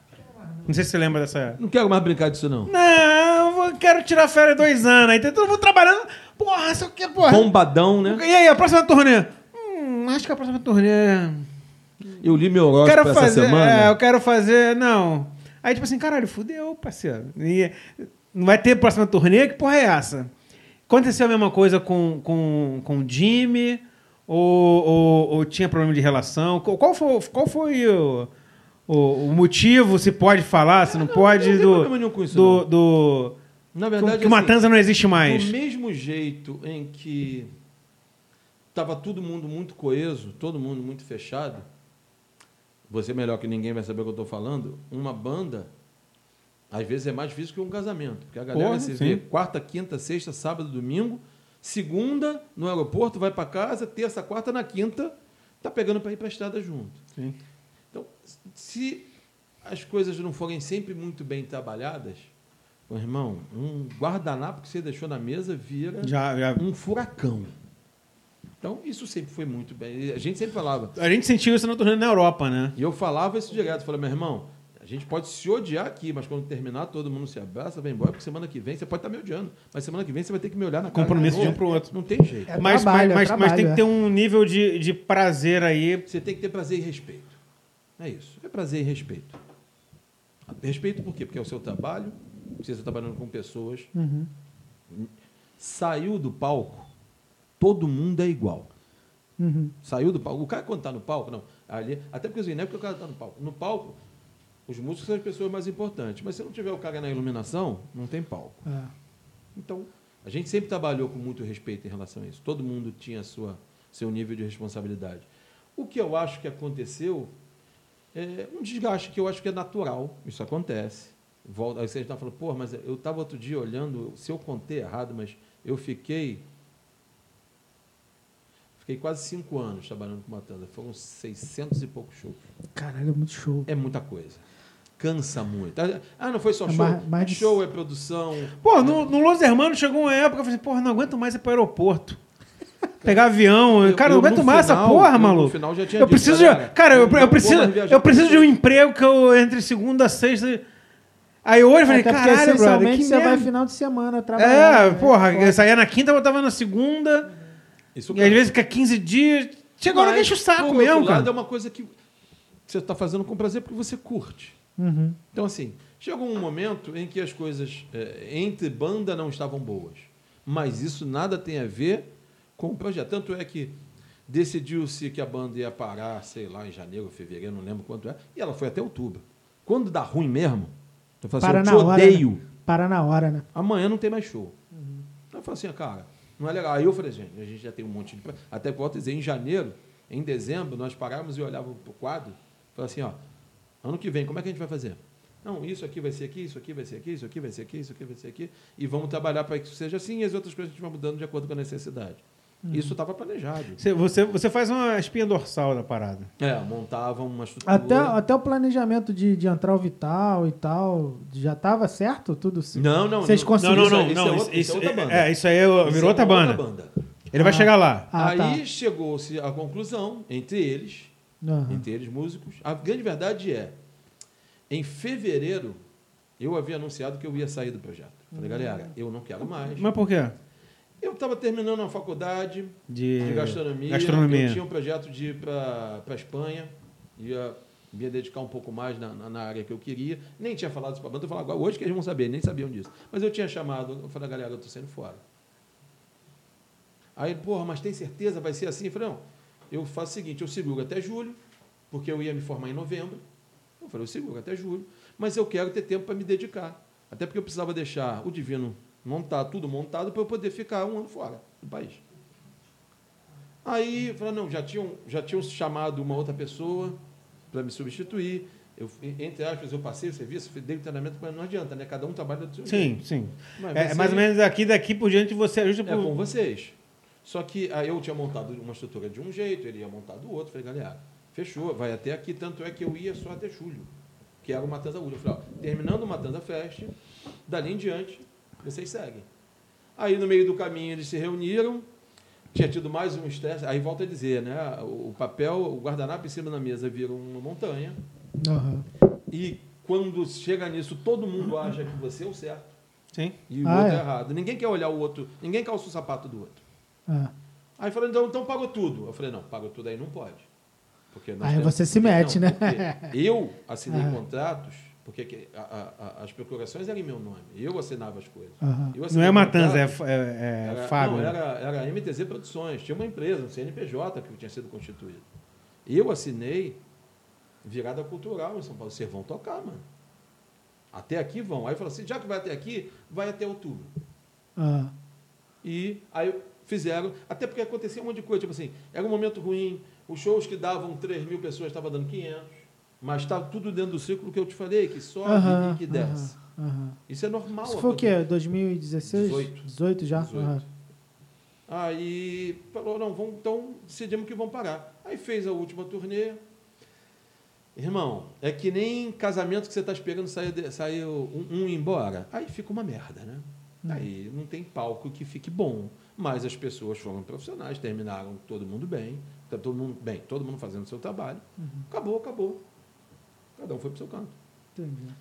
S1: Não sei se você lembra dessa.
S3: não quero mais brincar disso, não.
S1: Não, vou- quero tirar férias dois anos. Aí tá todo mundo trabalhando. Porra, sei o que, porra.
S3: Bombadão, né?
S1: E aí, a próxima turnê? Hum, acho que a próxima turnê.
S3: Eu li meu horóscopo
S1: quero
S3: essa
S1: fazer,
S3: semana.
S1: é, eu quero fazer, não. Aí tipo assim, caralho, fudeu, parceiro. E não vai ter próxima turnê? Que porra é essa? Aconteceu a mesma coisa com, com, com o Jimmy? Ou, ou, ou tinha problema de relação? Qual qual foi, qual foi o, o, o motivo? Se pode falar, se não, pode?
S3: não tem
S1: do,
S3: problema nenhum com isso,
S1: do,
S3: não.
S1: do-
S3: Na
S1: que-
S3: verdade, assim,
S1: que o Matanza não existe mais.
S3: Do mesmo jeito em que estava todo mundo muito coeso, todo mundo muito fechado, você é melhor que ninguém vai saber o que eu estou falando, uma banda às vezes é mais difícil que um casamento, porque a galera
S1: Porra,
S3: se
S1: sim.
S3: vê quarta, quinta, sexta, sábado, domingo, segunda no aeroporto, vai para casa, terça, quarta, na quinta, tá pegando para ir para a estrada junto.
S1: Sim.
S3: Então, se as coisas não forem sempre muito bem trabalhadas, meu irmão, um guardanapo que você deixou na mesa vira
S1: Já, já-
S3: um furacão. Então, isso sempre foi muito bem. E A gente sempre falava.
S1: A gente sentiu isso na turnê na Europa, né?
S3: E eu falava isso direto. Falei, meu irmão, a gente pode se odiar aqui, mas quando terminar, todo mundo se abraça, vai embora, porque semana que vem você pode estar me odiando. Mas semana que vem você vai ter que me olhar na cara.
S1: Compromisso
S3: na
S1: de um
S3: rua.
S1: pro outro.
S3: Não tem jeito.
S2: É
S1: mas,
S2: trabalho, é
S1: mas, mas, mas
S2: trabalho,
S1: tem
S2: é.
S1: que ter um nível de, de prazer aí.
S3: Você tem que ter prazer e respeito. É isso. É prazer e respeito. Respeito por quê? Porque é o seu trabalho, você está trabalhando com pessoas.
S2: Uhum.
S3: Saiu do palco, todo mundo é igual.
S2: Uhum.
S3: Saiu do palco. O cara quando está no palco, não. Ali, até porque assim, não é porque o cara está no palco. No palco, os músicos são as pessoas mais importantes. Mas se não tiver o cara na iluminação, não tem palco.
S2: É.
S3: Então, a gente sempre trabalhou com muito respeito em relação a isso. Todo mundo tinha sua seu nível de responsabilidade. O que eu acho que aconteceu é um desgaste que eu acho que é natural. Isso acontece. Volta, aí você está falando, pô, mas eu estava outro dia olhando, se eu contei errado, mas eu fiquei. Fiquei quase cinco anos trabalhando com Matanza. Foram 600 e poucos shows.
S2: Caralho, é muito show.
S3: É muita coisa. Cansa muito. Ah, não foi só
S2: É
S3: show?
S2: mais- mais de-
S3: Show é produção.
S1: Pô, no, no Los Hermanos chegou uma época, eu falei, assim, porra, não aguento mais ir pro aeroporto. Pegar avião,
S3: Eu-
S1: cara, não
S3: eu, no
S1: aguento mais essa
S3: final, eu,
S1: porra,
S3: no
S1: maluco.
S3: final, já tinha
S1: Eu
S3: dito,
S1: preciso de. um-"
S3: galera,
S1: Cara, eu,
S3: não
S1: eu
S3: vou
S1: preciso,
S3: mais viajar
S1: eu preciso de um
S3: pra
S1: emprego que eu entre segunda a sexta. Aí hoje eu falei,
S2: Até porque,
S1: caralho, brother,
S2: essencialmente,
S1: que
S2: você vai
S1: merda.
S2: final de semana trabalhar.
S1: É,
S2: né?
S1: porra,
S2: Foda.
S1: eu saía na quinta, voltava na segunda.
S3: Isso
S1: E às vezes fica 15 dias. Chegou hora que enche o saco
S3: por
S1: mesmo,
S3: outro lado,
S1: cara.
S3: é uma coisa que você está fazendo com prazer porque você curte.
S2: Uhum.
S3: Então, assim, chegou um momento em que as coisas eh, entre banda não estavam boas. Mas isso nada tem a ver com o projeto. Tanto é que decidiu-se que a banda ia parar, sei lá, em janeiro, fevereiro, não lembro quanto é, e ela foi até outubro. Quando dá ruim mesmo, eu falo assim,
S2: Para
S3: eu
S2: na
S3: te
S2: hora,
S3: odeio.
S2: né? Para na hora, né?
S3: Amanhã não tem mais show. Aí eu falei assim, cara, não é legal. Aí eu falei, gente, a gente já tem um monte de. Até que eu dizer, em janeiro, em dezembro, nós parávamos e olhávamos pro quadro. Falei assim, ó, ano que vem, como é que a gente vai fazer? Não, isso aqui vai ser aqui, isso aqui vai ser aqui, isso aqui vai ser aqui, isso aqui vai ser aqui. E vamos trabalhar para que isso seja assim e as outras coisas a gente vai mudando de acordo com a necessidade. Isso estava planejado.
S1: Você, você, você faz uma espinha dorsal da parada.
S3: É, montavam uma estrutura.
S2: Até, até o planejamento de, de entrar o Vital e tal, já tava certo tudo? se-
S3: Não, não,
S2: Vocês
S3: não.
S1: Não,
S2: conseguiram?
S1: não, não.
S3: isso é- isso é
S1: não,
S3: outra- isso é outra banda.
S1: é, isso aí é- virou
S3: Isso é
S1: outra banda.
S3: banda.
S1: Ele vai
S2: Ah.
S1: chegar lá.
S2: Ah, tá.
S3: Aí chegou-se à conclusão, entre eles,
S2: Aham.
S3: entre eles músicos. A grande verdade é, em fevereiro, eu havia anunciado que eu ia sair do projeto. Falei, galera, eu não quero mais.
S1: Mas por quê?
S3: Eu estava terminando a faculdade
S1: De,
S3: de gastronomia.
S1: gastronomia.
S3: Eu tinha um projeto de ir para a Espanha. Ia me dedicar um pouco mais na, na- na área que eu queria. Nem tinha falado isso para a banda. Eu falava agora, hoje que eles vão saber, nem sabiam disso. Mas eu tinha chamado, eu falei, galera, eu estou saindo fora. Aí, porra, mas tem certeza vai ser assim? Eu falei, não, eu faço o seguinte, eu seguro até julho, porque eu ia me formar em novembro. Eu falei, eu seguro até julho, mas eu quero ter tempo para me dedicar. Até porque eu precisava deixar o divino montar, tudo montado, para eu poder ficar um ano fora do país. Aí, eu falei, não, já tinham, já tinham chamado uma outra pessoa para me substituir. Eu, entre aspas, eu passei o serviço, dei o treinamento, mas não adianta, né? Cada um trabalha do seu jeito.
S1: Sim, sim.
S3: Ah, Mas
S1: É,
S3: você-
S1: mais ou menos aqui, daqui por diante você ajusta
S3: é
S2: Tipo,
S1: pro...
S3: com vocês. Só que aí eu tinha montado uma estrutura de um jeito, ele ia montar do outro. Falei, galera, fechou, vai até aqui. Tanto é que eu ia só até julho, que era o Matanza Ulho. Eu falei, ó, terminando o Matanza Fest, dali em diante, vocês seguem. Aí no meio do caminho eles se reuniram, tinha tido mais um estresse. Aí volta a dizer, né? O o papel, o guardanapo em cima da mesa vira uma montanha.
S2: Aham.
S3: E quando chega nisso, todo mundo acha que você é o certo
S1: Sim.
S3: e o
S2: Ah,
S3: outro
S2: é.
S3: é errado. Ninguém quer olhar o outro, ninguém calça o sapato do outro.
S2: Ah.
S3: Aí falou, então, então pagou tudo. Eu falei, não, pagou tudo aí não pode. Porque nós
S2: Aí
S3: temos-
S2: você se mete,
S3: Não,
S2: né?
S3: porque Eu assinei
S2: Ah.
S3: contratos, porque que- a- a- a- as procurações eram em meu nome. Eu assinava as coisas.
S2: Aham.
S3: Eu
S1: Não
S3: assinei
S1: é Matanza, é,
S3: contrato,
S1: F- é- é
S3: era-
S1: Fábio.
S3: Não, era, era a MTZ Produções. Tinha uma empresa, um CNPJ, que tinha sido constituído. Eu assinei virada cultural em São Paulo. Vocês vão tocar, mano. Até aqui vão. Aí eu falei assim, já que vai até aqui, vai até outubro.
S2: Ah.
S3: E aí fizeram, até porque acontecia um monte de coisa, tipo assim, era um momento ruim, os shows que davam 3 mil pessoas estavam dando 500, mas estava tudo dentro do círculo que eu te falei, que sobe
S2: Aham,
S3: e que desce.
S2: aham, aham.
S3: Isso é normal.
S2: Isso foi o quê?
S3: acontecer.
S2: 2016?
S3: 18.
S2: 18 já?
S3: 18.
S2: Aham.
S3: Aí falou, não, vamos, então decidimos que vão parar. Aí fez a última turnê. Irmão, é que nem casamento que você está esperando sair, de- sair um, um ir embora. Aí fica uma merda, né?
S2: Hum.
S3: Aí não tem palco que fique bom. Mas as pessoas foram profissionais, terminaram todo mundo bem. Tá todo mundo bem, todo mundo fazendo o seu trabalho.
S2: Uhum.
S3: Acabou, acabou. Cada um foi para o seu canto.
S2: Entendi.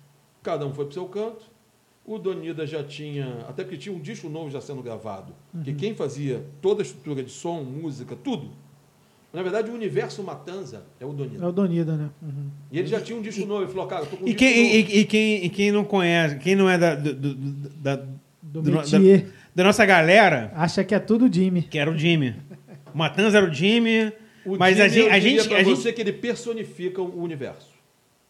S3: Cada um foi pro seu canto. O Donida já tinha. Até porque tinha um disco novo já sendo gravado.
S1: Uhum.
S3: Que quem fazia toda a estrutura de som, música, tudo. Na verdade, o universo Matanza é o
S2: É
S3: Donida.
S2: o Donida, né? Uhum.
S3: E ele já tinha um disco novo. Ele falou, cara, eu tô com um
S1: E
S3: disco
S1: quem,
S3: novo.
S1: e, e- e quem, e quem não conhece, quem não é da, do- do- do- da,
S2: Do
S1: do no-
S2: métier.
S1: da nossa galera,
S2: Acha que é tudo Jimmy.
S1: que era o Jimmy. O Matanza era o Jimmy,
S3: O
S1: mas a
S3: Jimmy,
S1: gente...
S3: eu
S1: A
S3: diria
S1: gente,
S3: pra
S1: a gente-
S3: você que ele personifica o universo.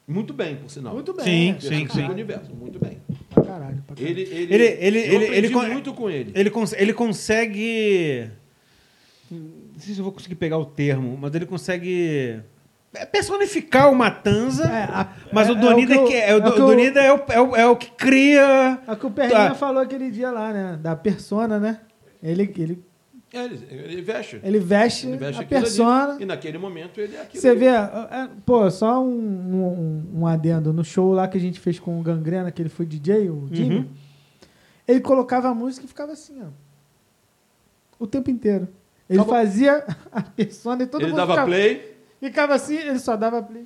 S3: Muito bem, por sinal.
S2: Muito bem.
S1: Sim,
S2: né?
S1: sim,
S3: Personifica
S1: sim.
S3: o universo, muito bem.
S2: Pra caralho, pra caralho.
S3: Ele,
S1: Ele-
S3: ele,
S1: ele-
S3: eu
S1: ele-
S3: aprendi
S1: ele con-
S3: muito com ele.
S1: ele, cons- ele consegue... Não sei se eu vou conseguir pegar o termo, mas ele consegue personificar o Matanza,
S2: É, a-
S1: mas
S2: é-
S1: o Donida
S2: é
S1: é,
S2: o que eu-
S1: que é, o
S2: é o
S1: Do-
S2: que eu-
S1: Donida é o, é, o, é o que cria...
S2: É o que o Perninha
S1: Tá.
S2: falou aquele dia lá, né? Da persona, né? Ele, ele,
S3: É, Ele, ele veste.
S2: ele, veste,
S3: Ele veste
S2: a
S3: aquilo ali.
S2: persona.
S3: E naquele momento ele é aquilo.
S2: Você
S3: ali.
S2: vê, é, pô, só um, um, um adendo. No show lá que a gente fez com o Gangrena, que ele foi DJ, o Jimmy,
S1: Uhum.
S2: ele colocava a música e ficava assim, ó. O tempo inteiro. Ele
S3: Acabou.
S2: fazia a persona e todo
S3: Ele
S2: mundo
S3: dava
S2: ficava,
S3: play.
S2: ficava assim, ele só dava play.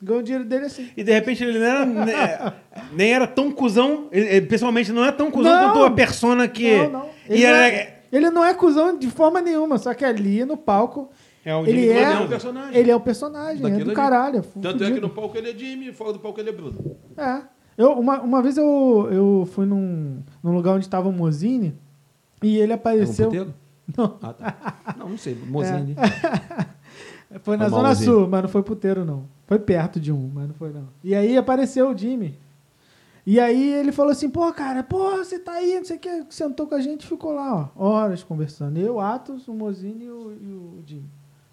S2: Ganhou o dinheiro dele assim.
S1: E de repente ele não era, ne- nem era tão cuzão. Ele, ele, pessoalmente não é tão cuzão
S2: Não.
S1: quanto a persona que.
S2: Não, não. Ele,
S1: E
S2: não
S1: era,
S2: é, ele não é cuzão de forma nenhuma, só que ali no palco,
S1: é o
S2: ele
S1: Jimmy
S2: é,
S1: Matanza.
S3: um personagem.
S2: ele é o personagem, é
S3: Daquilo
S2: do
S3: ali.
S2: caralho. é fu-
S3: Tanto é que
S2: fudido.
S3: no palco ele é Jimmy, fora do palco ele é Bruno.
S2: É. Eu, uma, uma vez eu, eu fui num, num lugar onde estava o Mozini e ele
S1: é
S2: apareceu. Não.
S3: um Ah, tá. Não, não sei. né? Mozini.
S2: Foi na
S3: Foi mal,
S2: Zona
S3: Mozini.
S2: Sul, mas não foi puteiro, não. Foi perto de um, mas não foi, não. E aí apareceu o Jimmy. E aí ele falou assim, pô, cara, pô, você tá aí, não sei o que, sentou com a gente e ficou lá, ó, horas conversando. Eu, Atos, o Mozini e o, e o Jimmy.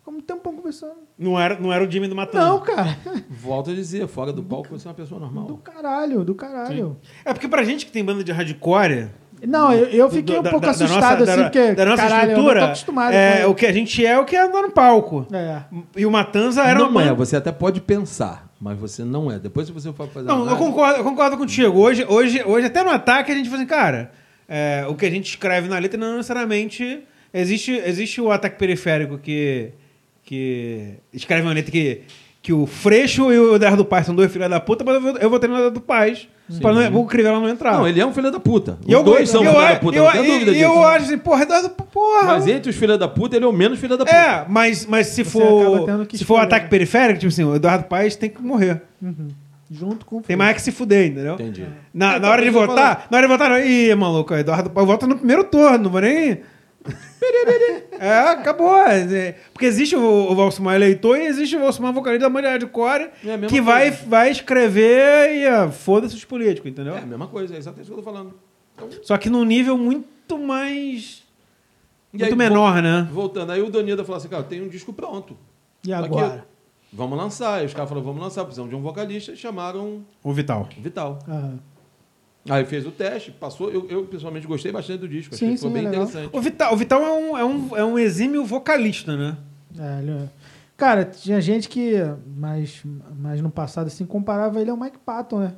S2: Como um tempão conversando.
S1: Não, era, não era o Jimmy do Matanza.
S2: Não, cara.
S3: Volto a dizer, fora do palco você é uma pessoa
S2: Do
S3: normal.
S2: caralho, do caralho.
S1: É porque pra gente que tem banda de hardcore.
S2: Não, eu, eu fiquei um
S1: da-
S2: pouco
S1: da- da
S2: assustado,
S1: nossa-
S2: assim,
S1: da-
S2: porque,
S1: Da nossa
S2: caralho, eu
S1: estrutura.
S2: não tô acostumado
S1: é,
S2: com
S1: o que a gente é é o que é andar no palco.
S2: É.
S1: E o Matanza era uma.
S3: é, você até pode pensar, mas você não é. Depois se você for fazer
S1: Não, eu
S3: análise-
S1: concordo, eu concordo contigo. Hoje, hoje, hoje, até no ataque, a gente fala assim, cara, é, o que a gente escreve na letra não necessariamente. Existe, existe o ataque periférico que, que escreve uma letra que, que o Freixo e o Eduardo Paz são dois filhos da puta, mas eu vou- eu votei no Eduardo Paz pra não, o Crivella não entrar.
S3: Não, ele é um filho da puta. Os
S1: E eu,
S3: dois são
S1: eu,
S3: filha da puta,
S1: eu,
S3: não tem dúvida
S1: e
S3: disso.
S1: eu acho assim, porra, Eduardo, porra.
S3: Mas entre os filhos da puta, ele é o menos filho da puta.
S1: É, mas, mas se
S2: Você acaba
S1: for
S2: tendo que
S1: se for um
S2: escolher,
S1: ataque
S2: né?
S1: periférico, tipo assim, o Eduardo Paes tem que morrer.
S2: Uhum. Junto com o
S1: Tem mais que se fuder, entendeu?
S3: Entendi.
S1: Na,
S3: É,
S1: na hora de
S3: eu tô
S1: votar, na hora de votar, não. ih, maluco, o Eduardo Paes vota no primeiro turno, não vou nem. é, acabou. É, Porque existe o, o Valsumar eleitor e existe o Valsumar vocalista da Mulher de Core,
S3: É a mesma
S1: que vai,
S3: coisa.
S1: vai escrever e ah, foda-se os políticos, entendeu?
S3: É a mesma coisa, é exatamente isso que eu tô falando. Então,
S1: Só que num nível muito mais.
S3: E
S1: muito
S3: aí,
S1: menor, né?
S3: Voltando, aí o Danida falou assim, cara, tem um disco pronto.
S2: E
S3: Só que
S2: agora?
S3: vamos lançar. Aí os caras falaram, vamos lançar, precisamos de um vocalista. E chamaram
S1: O Vital.
S3: o Vital.
S2: Aham.
S3: Aí fez o teste, passou. Eu, eu, pessoalmente gostei bastante do disco.
S2: Sim,
S3: achei que ficou
S2: sim,
S3: bem
S2: é legal.
S3: interessante.
S1: O Vital, o Vital é, um, é, um, é um exímio vocalista, né?
S2: É, ele- Cara, tinha gente que mais, mais no passado assim comparava ele ao Mike Patton, né?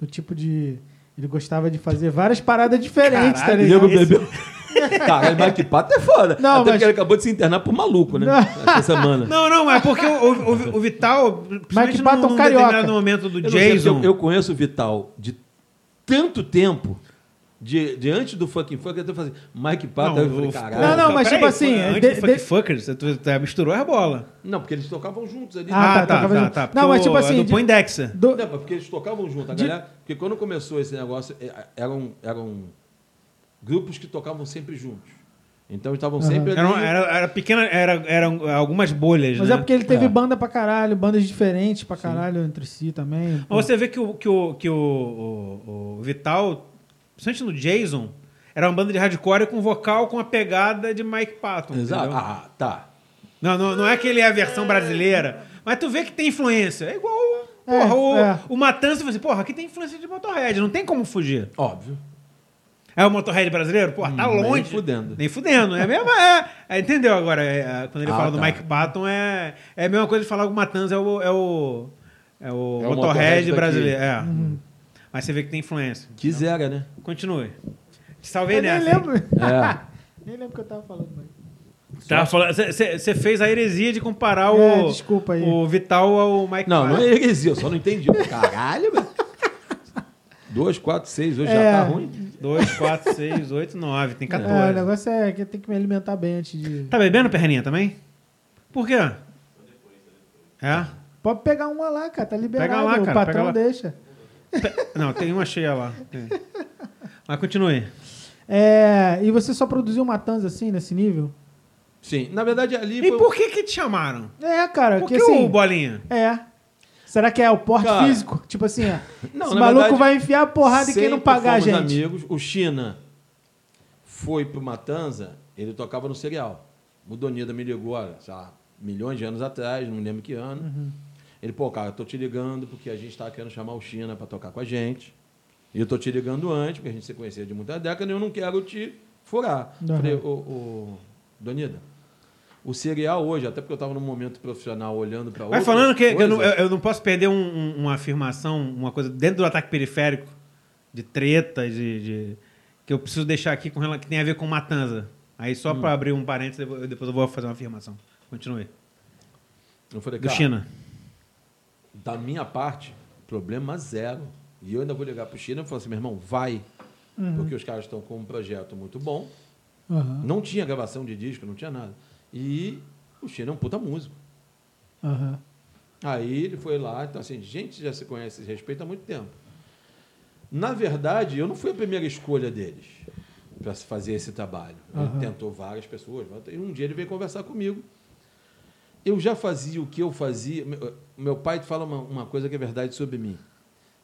S2: Do tipo de. Ele gostava de fazer várias paradas diferentes,
S1: Caralho,
S2: tá ligado?
S3: Nego Caralho, mas que pato é foda.
S2: Não,
S3: Até
S2: mas-
S3: porque ele acabou de se internar por maluco, né?
S2: Não.
S3: Essa semana.
S1: Não, não, é porque o, o, o Vital, principalmente num,
S2: Patton
S1: num
S2: um carioca.
S1: determinado momento do
S3: Eu não sei, porque
S1: Jason.
S3: Eu, eu conheço o Vital de tanto tempo, de, de antes do fucking fuck, eu tô fazendo Mike Pato. aí eu falei,
S1: o-
S3: caralho.
S2: Não, não, mas
S1: peraí,
S2: tipo assim,
S1: foi Antes
S2: de-
S1: do
S2: de-
S1: Fuckers, você tu- tu misturou a bola.
S3: Não, porque eles tocavam juntos ali.
S2: Ah, tá, tocava junto. Não,
S1: porque
S2: mas
S1: o-
S2: tipo
S1: é
S2: assim,
S1: Do
S2: de-
S1: Põe Dexa.
S2: Do-
S3: Não, porque eles tocavam junto. A
S2: De-
S3: galera, porque quando começou esse negócio, é, eram, eram grupos que tocavam sempre juntos. Então eles estavam sempre ali.
S1: Era, um, era, era pequena, era, eram algumas bolhas,
S2: Mas
S1: né?
S2: é porque ele teve
S3: É.
S2: banda pra caralho, bandas diferentes pra caralho entre si também.
S1: Mas você vê que o, que o, que o, o- o Vital, principalmente no Jason, era uma banda de hardcore com vocal com a pegada de Mike Patton.
S3: Exato.
S1: entendeu?
S3: Ah, tá.
S1: Não, não, não é que ele é a versão brasileira, mas tu vê que tem influência. É igual
S2: É,
S1: porra, o,
S2: é.
S1: o Matanza, você, assim, porra, aqui tem influência de Motorhead, não tem como fugir.
S3: Óbvio.
S1: É o Motorhead brasileiro? Porra, tá
S3: Hum, nem
S1: longe.
S3: fudendo.
S1: Nem fudendo. É mesmo, é, é, Entendeu agora? é, é, quando ele
S3: Ah,
S1: fala do
S3: tá.
S1: Mike Patton, é, é a mesma coisa de falar que o Matanza é o, é o, é o
S3: É o Motorhead
S1: Motorhead
S3: daqui.
S1: brasileiro. É.
S2: Uhum.
S1: Mas você vê que tem influência.
S3: Quisera, né?
S1: Continue. Te
S2: Eu
S1: salvei
S2: nem
S1: nessa.
S2: lembro.
S3: É.
S2: nem lembro o que eu tava falando, mas.
S1: Tá, Você fez a heresia de comparar
S2: É,
S1: o,
S2: desculpa aí.
S1: o Vital ao Mike
S3: Não, não
S1: Patton.
S3: é heresia, eu só não entendi. Caralho, velho. Dois, quatro, seis, hoje
S2: É.
S3: já tá ruim.
S1: 2, 4, 6, 8, 9. Tem 14.
S2: É, o negócio é que eu tenho que me alimentar bem antes de.
S1: Tá bebendo perninha também? Por quê? É?
S2: Pode pegar uma lá, cara, tá liberado.
S1: Pega lá, cara,
S2: o patrão
S1: pega lá.
S2: deixa.
S1: Pe- Não, tem uma cheia lá. Tem. Mas continue.
S2: É, e você só produziu Matanza assim, nesse nível?
S3: Sim, na verdade ali
S1: E
S3: foi...
S1: por que que te chamaram?
S2: É, cara,
S1: Por
S2: porque
S1: que
S2: assim.
S1: o Bolinha?
S2: É. Será que é o porte
S3: Cara.
S2: físico? Tipo assim, ó.
S3: Não,
S2: esse
S3: na
S2: maluco
S3: verdade,
S2: vai enfiar a porrada e quem não
S3: Sempre
S2: pagar a
S3: fomos
S2: gente.
S3: amigos. O China foi pro Matanza, ele tocava no cereal. O Donida me ligou, olha, sei lá, milhões de anos atrás, não me lembro que ano. Ele, pô, cara, eu tô te ligando porque a gente tá querendo chamar o China pra tocar com a gente. E eu tô te ligando antes, porque a gente se conhecia de muita década e eu não quero te furar.
S2: Uhum.
S3: Falei, ô, ô, Donida, o cereal hoje, até porque eu tava num momento profissional olhando pra
S1: Vai
S3: outras
S1: falando que, que eu, não,
S3: coisas.
S1: eu- eu não posso perder um- um- uma afirmação, uma coisa dentro do ataque periférico, de treta, de, de- que eu preciso deixar aqui com rela- que tem a ver com Matanza. Aí só pra abrir um parênteses, eu vou- depois eu vou fazer uma afirmação. Continue.
S3: Eu falei,
S1: Do
S3: cara,
S1: China.
S3: da minha parte, problema zero. E eu ainda vou ligar pro China e falar assim, meu irmão, vai. Porque os caras estão com um projeto muito bom.
S2: Aham,
S3: Não tinha gravação de disco, não tinha nada. E o China é um puta músico.
S2: aham.
S3: Aí ele foi lá, então assim, gente já se conhece e respeita há muito tempo. Na verdade, eu não fui a primeira escolha deles para se fazer esse trabalho.
S2: Aham.
S3: Ele tentou várias pessoas. E um dia ele veio conversar comigo. Eu já fazia o que eu fazia. Meu- Meu pai fala uma, uma coisa que é verdade sobre mim.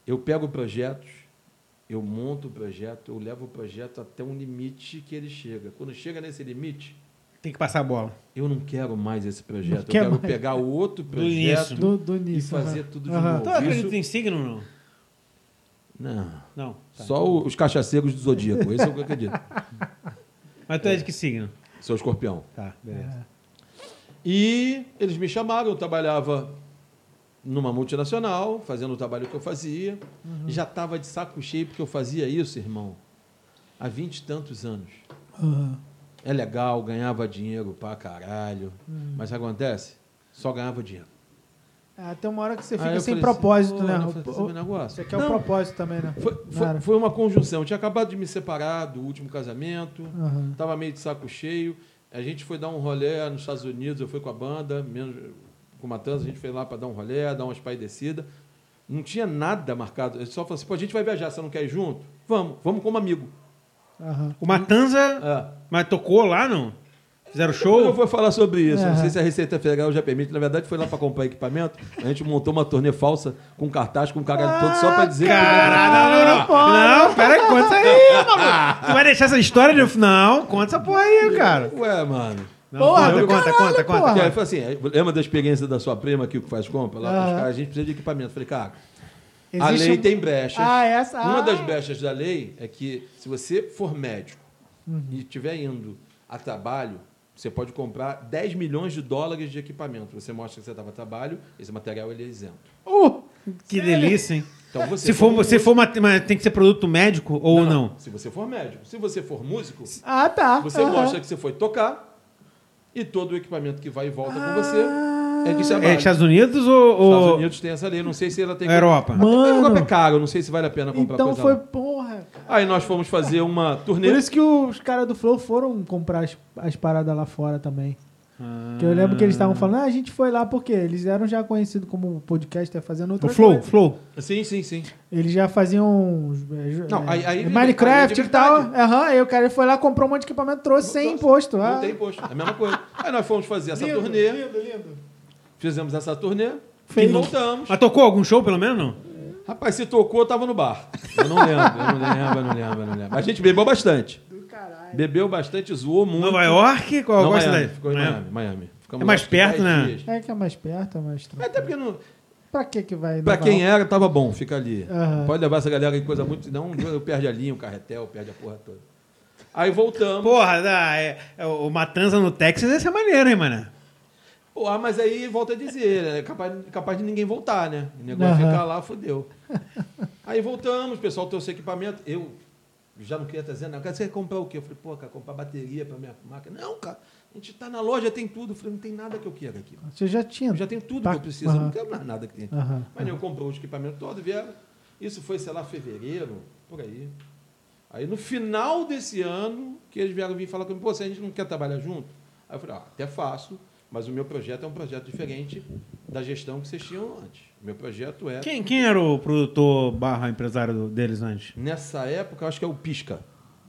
S3: Eu pego projetos, eu monto o projeto, eu levo o projeto até um limite que ele chega. Quando chega nesse limite,
S1: Tem que passar a bola.
S3: eu não quero mais esse projeto. Eu
S2: quer
S3: quero
S2: mais.
S3: pegar o outro
S1: início.
S2: Do,
S3: projeto
S2: do
S3: e
S2: início.
S3: fazer
S2: aham.
S3: tudo de
S2: Aham.
S3: novo.
S1: Tu acredita
S3: Isso-
S1: em signo não?
S3: Não.
S1: Não. tá.
S3: Só o- os cachaceiros do Zodíaco, esse é o que eu acredito.
S1: Mas tu é de que signo?
S3: Sou escorpião.
S1: Tá, beleza.
S2: É,
S3: E eles me chamaram, eu trabalhava numa multinacional, fazendo o trabalho que eu fazia. Já estava de saco cheio, porque eu fazia isso, irmão, há vinte e tantos anos.
S2: Aham.
S3: É legal, Uhum. ganhava dinheiro pra caralho. Mas o que acontece? Só ganhava dinheiro.
S2: É, Até uma hora que você
S3: Aí
S2: fica
S3: Ah, eu
S2: sem
S3: falei
S2: propósito,
S3: assim,
S2: né?
S3: "Olha, eu falei, sabe um negócio?
S2: Você quer é o
S3: Não,
S2: propósito também, né?
S3: Foi, foi-
S2: Cara.
S3: foi uma conjunção. Eu tinha acabado de me separar do último casamento,
S2: Aham.
S3: tava meio de saco cheio. A gente foi dar um rolê nos Estados Unidos, eu fui com a banda, menos com o Matanza, a gente foi lá para dar um rolê, dar umas paidecidas. Não tinha nada marcado. Ele só falou assim: pô, a gente vai viajar, você não quer ir junto? Vamos, vamos como amigo.
S2: Aham.
S1: O Matanza,
S3: É.
S1: mas tocou lá, não? Fizeram
S3: Eu
S1: Ah. show?
S3: vou falar sobre isso. Não
S2: Aham.
S3: sei se a Receita Federal já permite. Na verdade, foi lá para comprar equipamento. A gente montou uma turnê falsa com cartaz, com cagado todo, só para dizer. que-
S1: Cara, Ah, não, não, não. Não, pera aí, conta aí, maluco. Tu vai deixar essa história de... Não, conta essa porra aí, cara.
S3: Ué, mano.
S1: Não,
S2: Porra,
S1: conta,
S2: do
S1: conta,
S2: caralho,
S1: conta, conta,
S2: porra.
S3: Porque
S1: conta.
S3: aí foi assim, aí, lembra da experiência da sua prima aqui que faz compra? Lá pros
S2: Ah.
S3: caras, a gente precisa de equipamento. Falei, cara, a
S2: Existe
S3: lei
S2: um-
S3: tem brechas.
S2: Ah, essa-
S3: Uma
S2: ah.
S3: das brechas da lei é que se você for médico e estiver indo a trabalho, você pode comprar 10 milhões de dólares de equipamento. Você mostra que você estava a trabalho, esse material ele é isento.
S2: Uh!
S1: Que delícia, hein?
S3: Então você
S1: Se for, se for uma- mas tem que ser produto médico ou não?
S3: Se você for médico. Se você for músico,
S2: Ah, tá.
S3: você
S2: Aham.
S3: mostra que você foi tocar e todo o equipamento que vai e volta com você é que isso é
S1: É
S3: válido.
S1: Estados Unidos ou, ou
S3: Estados Unidos tem essa lei, não sei se ela tem.
S1: Europa?
S2: Mano.
S3: Até Europa é caro, não sei se vale a pena comprar
S2: Então
S3: coisa
S2: foi,
S3: lá.
S2: porra.
S3: Aí nós fomos fazer uma turnê.
S2: Por isso que os caras do Flow foram comprar as, as paradas lá fora também. Que eu lembro que eles estavam falando, ah, a gente foi lá porque eles eram já conhecidos como podcaster fazendo
S1: O
S2: outra
S1: Flow,
S2: coisa.
S1: Flow.
S3: Sim, sim, sim.
S2: Eles já faziam é, ju-
S3: Não,
S2: é,
S3: aí- aí- aí é
S2: Minecraft
S3: de
S2: e tal.
S3: verdade.
S2: Aham, aí o cara foi lá, comprou um monte de equipamento, trouxe sem imposto.
S3: Não
S2: Ah,
S3: tem imposto. É a mesma coisa. Aí nós fomos fazer essa
S2: lindo,
S3: turnê.
S2: Lindo, lindo.
S3: Fizemos essa turnê.
S2: Fez.
S3: E voltamos.
S1: Mas tocou algum show, pelo menos, não?
S3: Rapaz, se tocou, eu tava no bar. Eu não lembro, eu não lembro, eu não lembro, eu não lembro. Mas a gente bebeu bastante.
S2: Do caralho.
S3: Bebeu bastante, zoou muito.
S1: Nova York? Qual, é
S3: Não,
S1: qual
S3: Miami.
S1: cidade?
S3: Ficou em
S1: Miami.
S3: Miami. Miami. Ficamos
S1: É mais
S3: lá uns
S1: perto,
S3: 10
S1: né?
S3: dias.
S2: É que é mais perto, é mais tranquilo.
S3: Até porque não,
S2: Pra que que vai?
S3: Pra
S2: Nova
S3: quem é?
S2: York?
S3: era, tava bom, fica ali.
S2: Aham.
S3: Pode levar essa galera em coisa muito. Não, eu perde a linha, o carretel, perde a porra toda. Aí voltamos.
S1: Porra, dá- é- é o Matanza no Texas ia ser maneiro, hein, mané?
S3: Pô, ah, mas aí volta a dizer, né? é capaz, capaz de ninguém voltar, né? O negócio
S2: Aham.
S3: ficar lá, fodeu. Aí voltamos, o pessoal trouxe equipamento. Eu já não queria trazer nada. Cara, você quer comprar o quê? Eu falei, pô, cara, comprar bateria pra minha máquina. Não, cara, a gente tá na loja, tem tudo. Eu falei, não tem nada que eu queira aqui.
S2: Você já tinha.
S3: Eu já tenho tudo
S2: Tá.
S3: que eu preciso, eu não
S2: Aham.
S3: quero mais nada que tem.
S2: Aham.
S3: Mas eu comprou os equipamentos todos, vieram. Isso foi, sei lá, fevereiro, por aí. Aí no final desse ano, que eles vieram vir falar comigo, pô, se a gente não quer trabalhar junto? Aí eu falei, ah, até faço, mas o meu projeto é um projeto diferente da gestão que vocês tinham antes. O meu projeto é.
S1: Quem, quem era o produtor barra empresário do- deles antes?
S3: Nessa época, eu acho que é o Pisca.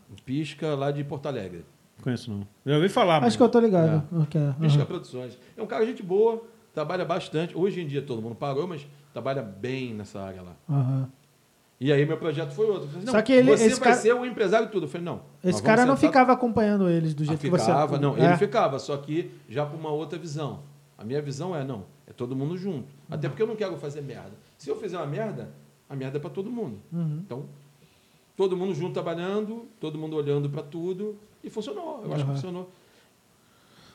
S3: O Pisca lá de Porto Alegre.
S1: Não conheço, não. Já ouvi falar,
S2: Acho que eu
S1: mas...
S2: tô ligado. o que é. Aham.
S3: Pisca Produções. É um cara gente boa, trabalha bastante. Hoje em dia todo mundo parou, mas trabalha bem nessa área lá.
S2: Aham.
S3: E aí meu projeto foi outro. Eu falei, não,
S2: Só que ele-
S3: você
S2: esse
S3: vai
S2: cara-
S3: ser o empresário de tudo. Eu falei, não. nós
S2: Esse
S3: vamos
S2: cara não
S3: sentar-
S2: ficava acompanhando eles do
S3: Ah,
S2: jeito que você.
S3: ficava, não,
S2: É.
S3: ele ficava, só que já com uma outra visão. A minha visão é, não, é todo mundo junto. Até porque eu não quero fazer merda. Se eu fizer uma merda, a merda é para todo mundo.
S2: Uhum.
S3: Então, todo mundo junto trabalhando, todo mundo olhando para tudo, e funcionou. Eu acho que
S2: Aham.
S3: funcionou.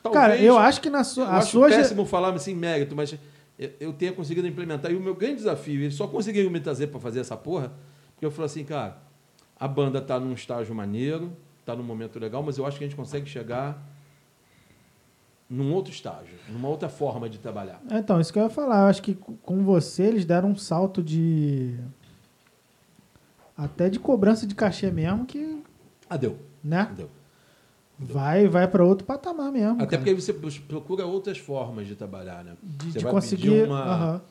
S2: Cara,
S3: Talvez-
S2: eu acho que na sua,
S3: eu
S2: a
S3: acho
S2: sua ge-
S3: péssimo falar assim, mérito, mas eu, eu tenha conseguido implementar. E o meu grande desafio, eles só conseguiram me trazer para fazer essa porra, porque eu falei assim, cara, a banda tá num estágio maneiro, tá num momento legal, mas eu acho que a gente consegue chegar num outro estágio, numa outra forma de trabalhar.
S2: Então, isso que eu ia falar. Eu acho que co- com você eles deram um salto de. Até de cobrança de cachê mesmo, que.
S3: Ah, deu.
S2: Né?
S3: deu.
S2: Vai, vai para outro patamar mesmo.
S3: Até
S2: cara.
S3: porque aí você bus- procura outras formas de trabalhar, né?
S2: De,
S3: você
S2: de
S3: vai
S2: conseguir.
S3: pedir uma,
S2: aham.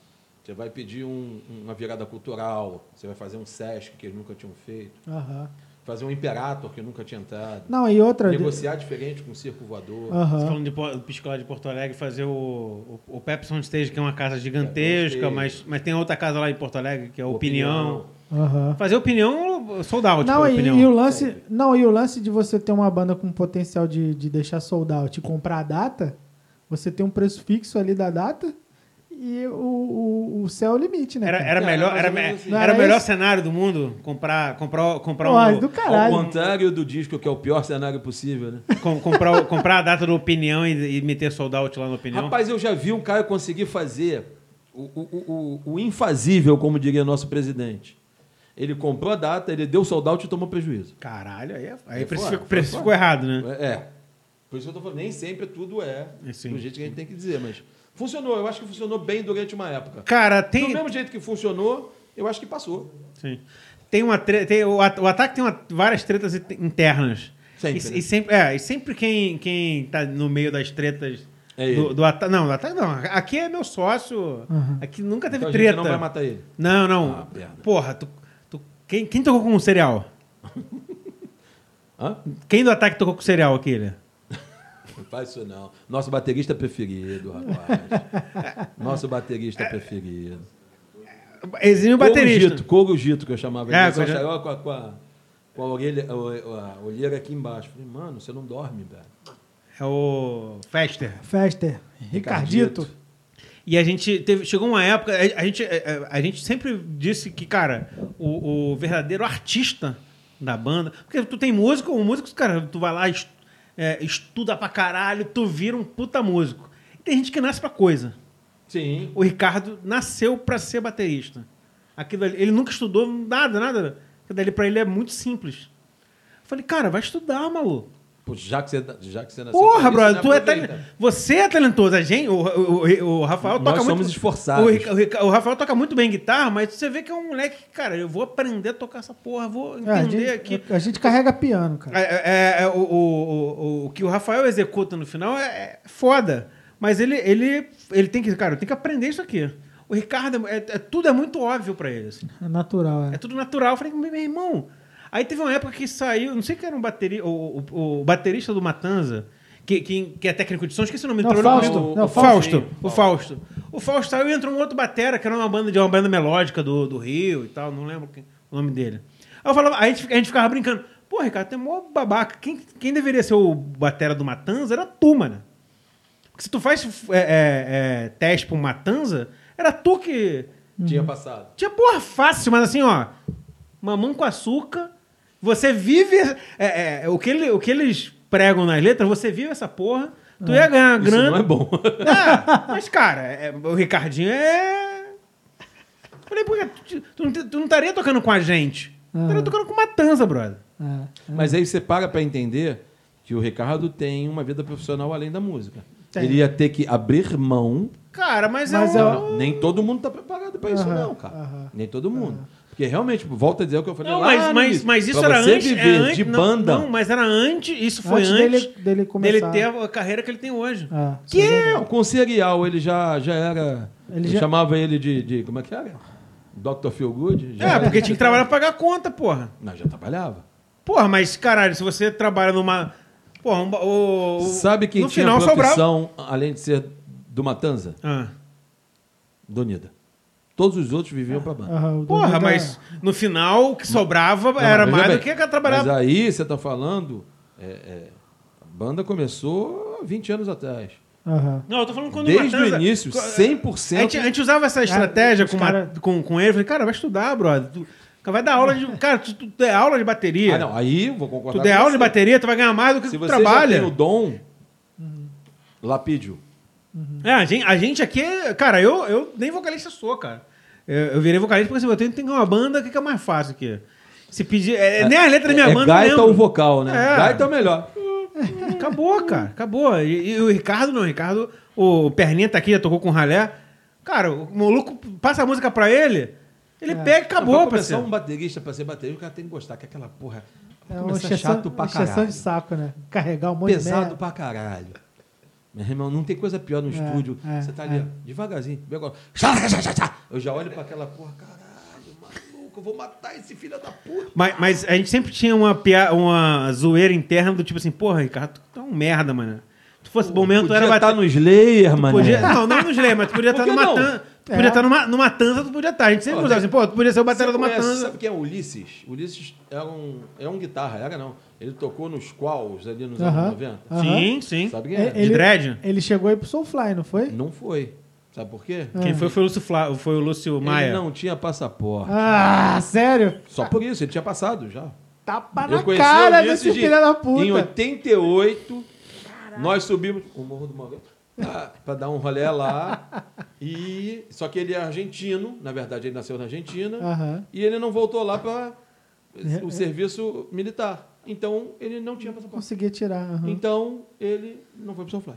S3: você vai pedir um- uma virada cultural, você vai fazer um Sesc que eles nunca tinham feito,
S2: aham.
S3: fazer um Imperator que eu nunca tinha entrado.
S2: Não, e outra. de- Ah,
S3: Negociar diferente com o circo voador.
S2: Aham.
S1: Você falando de po- Piscola de Porto Alegre, fazer o, o, o Pepsi on Stage, que é uma casa gigantesca,
S3: Stage.
S1: mas, mas tem outra casa lá em Porto Alegre, que é Opinião.
S3: Opinião.
S2: aham.
S1: Fazer Opinião, sold out,
S2: Não,
S1: pra
S2: e,
S1: Opinião.
S2: e o lance, não, e o lance de você ter uma banda com potencial de, de deixar sold out e comprar a data, você tem um preço fixo ali da data e o, o, o céu é o limite, né?
S1: Era,
S2: cara?
S1: era
S3: É,
S1: melhor,
S3: mais
S1: era,
S3: ou menos
S1: me-
S3: assim.
S1: era o
S2: Não,
S1: melhor
S2: esse-
S1: cenário do mundo comprar, comprar, comprar,
S2: Porra,
S1: um-
S2: do
S3: Ao
S2: caralho.
S3: contrário do disco, que é o pior cenário possível, né?
S1: com- comprar, o- comprar a data do Opinião e, e meter sold out lá no Opinião.
S3: Rapaz, eu já vi um cara conseguir fazer o, o- o- o- o infazível, como diria nosso presidente. Ele comprou a data, ele deu sold out e tomou prejuízo.
S1: Caralho, aí, é- aí
S3: É
S1: o preço,
S3: foda,
S1: ficou- o preço
S3: foda.
S1: ficou errado, né?
S3: É. Por isso que eu tô falando, nem sempre tudo é
S1: É, sim.
S3: do jeito que a gente tem que dizer, mas funcionou. Eu acho que funcionou bem durante uma época.
S1: Cara, tem.
S3: Do mesmo jeito que funcionou, eu acho que passou.
S1: Sim. Tem uma tre- tem- o, at- o ataque tem uma- várias tretas it- internas.
S3: Sempre,
S1: E,
S3: né?
S1: e sempre, é, e sempre quem, quem tá no meio das tretas
S3: É ele.
S1: do, do ataque. Não, do ataque não. Aqui é meu sócio.
S2: Aham.
S1: Aqui nunca teve
S3: Então a gente
S1: treta.
S3: não vai matar ele.
S1: Não, não.
S3: Ah, merda.
S1: Porra, tu, tu- quem, quem tocou com o cereal?
S3: Hã?
S1: Quem do ataque tocou com o cereal aqui, né?
S3: Não faz isso não. Nosso baterista preferido, rapaz. Nosso baterista preferido.
S1: Exime o baterista.
S3: Corujito, corujito que eu chamava ele.
S1: É,
S3: Eu só
S1: corujito.
S3: chegava com a, com a, com a orelha, a, a olheira aqui embaixo. Falei, mano, você não dorme, velho.
S1: É o Fester.
S2: Fester, Ricardito.
S1: E a gente teve, chegou uma época, a, a gente, é, a, a gente sempre disse que, cara, o, o verdadeiro artista da banda. Porque tu tem músico, o músico, cara, tu vai lá, est- é, estuda pra caralho, tu vira um puta músico. E tem gente que nasce pra coisa.
S3: Sim.
S1: O Ricardo nasceu pra ser baterista. Aquilo ali- ele nunca estudou nada, nada. Aquilo ali pra ele é muito simples. Eu falei, cara, vai estudar, maluco.
S3: Pô, já, que você, tá, já que você nasceu. pra
S1: Porra,
S3: isso, né,
S1: brother, tu é
S3: aproveita.
S1: talen- você é talentoso. A gente, o, o, o- o Rafael
S3: Nós
S1: toca muito.
S3: somos esforçados.
S1: O, Rica- o Rica- o Rafael toca muito bem guitarra, mas você vê que é um moleque, que, cara, eu vou aprender a tocar essa porra, vou
S2: É, a,
S1: entender
S2: gente,
S1: aqui.
S2: a gente carrega piano, cara.
S1: É, é, é, o, o- o- o que o Rafael executa no final é, é foda. Mas ele, ele, ele tem que, cara, eu tenho que aprender isso aqui. O Ricardo, é, é- tudo é muito óbvio pra ele. assim.
S2: É natural,
S1: É
S2: é.
S1: tudo natural. Eu falei, meu irmão. Aí teve uma época que saiu, não sei que era um bateri, o, o- o baterista do Matanza, que, que, que é técnico de som, esqueci o nome
S2: Não,
S1: entrou
S2: Fausto.
S1: no-
S2: Não,
S1: o Fausto.
S3: Fausto.
S1: O Fausto. O Fausto saiu e entrou um outro batera, que era uma banda de uma banda melódica do, do Rio e tal, não lembro quem- o nome dele. Aí eu falava, aí a gente, a gente ficava brincando. Pô, Ricardo, tem mó babaca. Quem, quem deveria ser o batera do Matanza era tu, mano. Porque se tu faz é, é, é, teste pro Matanza, era tu que
S3: Tinha passado.
S1: tinha porra fácil, mas assim, ó. Mamão com açúcar. Você vive. é, é, o, que ele- o que eles pregam nas letras, você vive essa porra. Tu ia ganhar
S3: Isso não é
S1: grana.
S3: bom.
S1: É, mas, cara, é, o Ricardinho é. Falei, pô, tu, tu não te- tu não estaria tocando com a gente. Tu estaria
S2: Ah.
S1: tocando com Matanza, brother.
S2: É.
S3: Mas aí você para para entender que o Ricardo tem uma vida profissional além da música.
S2: Tem.
S3: Ele ia ter que abrir mão.
S1: Cara, mas,
S2: Mas
S1: é
S2: é
S1: um.
S2: o-
S3: Não, nem todo mundo tá preparado para isso,
S2: Aham,
S3: não, cara.
S2: aham.
S3: Nem todo mundo. Porque realmente, tipo, volta a dizer o que eu falei
S1: Não,
S3: lá
S1: mas,
S3: no
S1: mas,
S3: início.
S1: mas isso
S3: Pra
S1: era
S3: você
S1: antes. é
S3: viver
S1: antes-
S3: de
S1: não,
S3: banda.
S1: Não, mas era antes, isso foi
S2: Antes
S1: antes,
S2: dele- dele começar.
S1: ter a carreira que ele tem hoje.
S2: Ah,
S1: que
S2: isso é
S1: é
S3: Não, com o serial ele já, já era.
S2: Ele
S3: eu
S2: já-
S3: chamava ele de, de- Como é que era? Dr. Feel Good?
S1: É, porque tinha que trabalhar pra pagar a conta, porra.
S3: Não, já trabalhava.
S1: Porra, mas caralho, se você trabalha numa. Porra, um, ba- o, o-
S3: Sabe quem
S1: no
S3: tinha
S1: final sobrava.
S3: profissão, além de ser do Matanza?
S1: Ah.
S3: Donida. Todos os outros viviam pra banda.
S2: Aham, o do
S1: Porra,
S2: Duda-
S1: mas no final o que sobrava
S3: Não,
S1: era
S3: mas
S1: mais
S3: veja
S1: do que
S3: bem,
S1: a trabalhar.
S3: Mas aí você tá falando. é, é, a banda começou há 20 anos atrás.
S2: Aham.
S1: Não, eu tô falando quando
S3: Desde o
S1: Matanza-
S3: início,
S1: co-
S3: 100%.
S1: A gente, a gente usava essa estratégia
S2: os
S1: com, uma-
S2: cara-
S1: com, com ele. eu Falei, cara, vai estudar, brother. Tu- vai dar aula de. Cara, tu, tu der aula de bateria.
S3: Ah, não, aí eu vou concordar.
S1: tu der
S3: com
S1: aula de
S3: você.
S1: bateria, tu vai ganhar mais do que
S3: Se
S1: tu
S3: você trabalha.
S1: trabalha. Uhum.
S3: já tem o dom, lapídio.
S1: É, a gente, a gente aqui, é- cara, eu, eu nem vocalista sou, cara. Eu, eu virei vocalista porque assim, eu tenho, tenho uma banda, o que, que é mais fácil aqui? Se pedir. é- nem a letra da minha
S3: é
S1: banda. eu
S3: gaita
S1: lembro.
S3: ou vocal, né?
S1: É.
S3: Gaita é o melhor.
S1: Acabou, cara. Acabou. E, e o Ricardo não, o Ricardo, o Perninha tá aqui, já tocou com o ralé. Cara, o maluco passa a música pra ele, ele
S3: É,
S1: pega e
S3: Não,
S1: acabou,
S3: pra começar
S1: parceiro.
S3: um baterista pra ser baterista, o cara tem que gostar, que é aquela porra.
S2: É uma
S3: começar
S2: encheção,
S3: chato pra
S2: encheção
S3: caralho.
S2: de saco, né? Carregar um monte de
S3: Pesado
S2: merda.
S3: pra caralho. Meu irmão, não tem coisa pior no
S2: É,
S3: estúdio.
S2: é,
S3: Você tá ali,
S2: é.
S3: ó, devagarzinho. vem agora. Chá, chá, chá, chá. Eu já olho pra aquela porra, caralho, maluco, eu vou matar esse filho da puta.
S1: Mas, mas a gente sempre tinha uma, pia- uma zoeira interna do tipo assim, porra, Ricardo, tu é um merda, mano. Se tu fosse bom mesmo, tu
S3: Podia tá
S1: era
S3: estar
S1: bater.
S3: no Slayer, mano.
S1: Podia, não, não nos lembra, tu podia
S3: É. Por
S1: estar
S3: que
S1: numa
S3: não?
S1: tanza. Tu
S2: É.
S1: podia estar numa, numa tanza, tu podia estar. A gente sempre
S3: Pô,
S1: usava
S3: tem-
S1: assim, pô, tu podia ser o batera de uma
S3: conhece,
S1: tanza.
S3: Sabe quem é Ulisses? Ulisses é um, é um guitarra, era não. Ele tocou nos Qualls ali nos
S2: Aham.
S3: anos 90.
S2: Aham.
S1: Sim, sim.
S3: Sabe quem é?
S2: É,
S1: De dread?
S2: ele chegou aí pro Soulfly, não foi?
S3: Não foi. Sabe por
S2: É.
S3: quê?
S1: Quem foi foi o Lúcio, Fla- foi o Lúcio Maia.
S3: Ele não tinha passaporte.
S2: Ah, sério?
S3: Só por isso, ele tinha passado já.
S2: Tapa
S3: Eu
S2: na
S3: conheci
S2: cara
S3: o Ulisses
S2: desse
S3: de-
S2: filho da puta.
S3: Em 88, nós subimos o Morro do Magal pra, pra dar um rolé lá. E, só que ele é argentino, na verdade ele
S2: Ah.
S3: nasceu na Argentina.
S2: Aham. É,
S3: E ele não voltou lá para o serviço militar. Então, ele não tinha passaporte.
S2: Conseguia tirar. aham.
S3: Então, ele não foi pro Soulfly.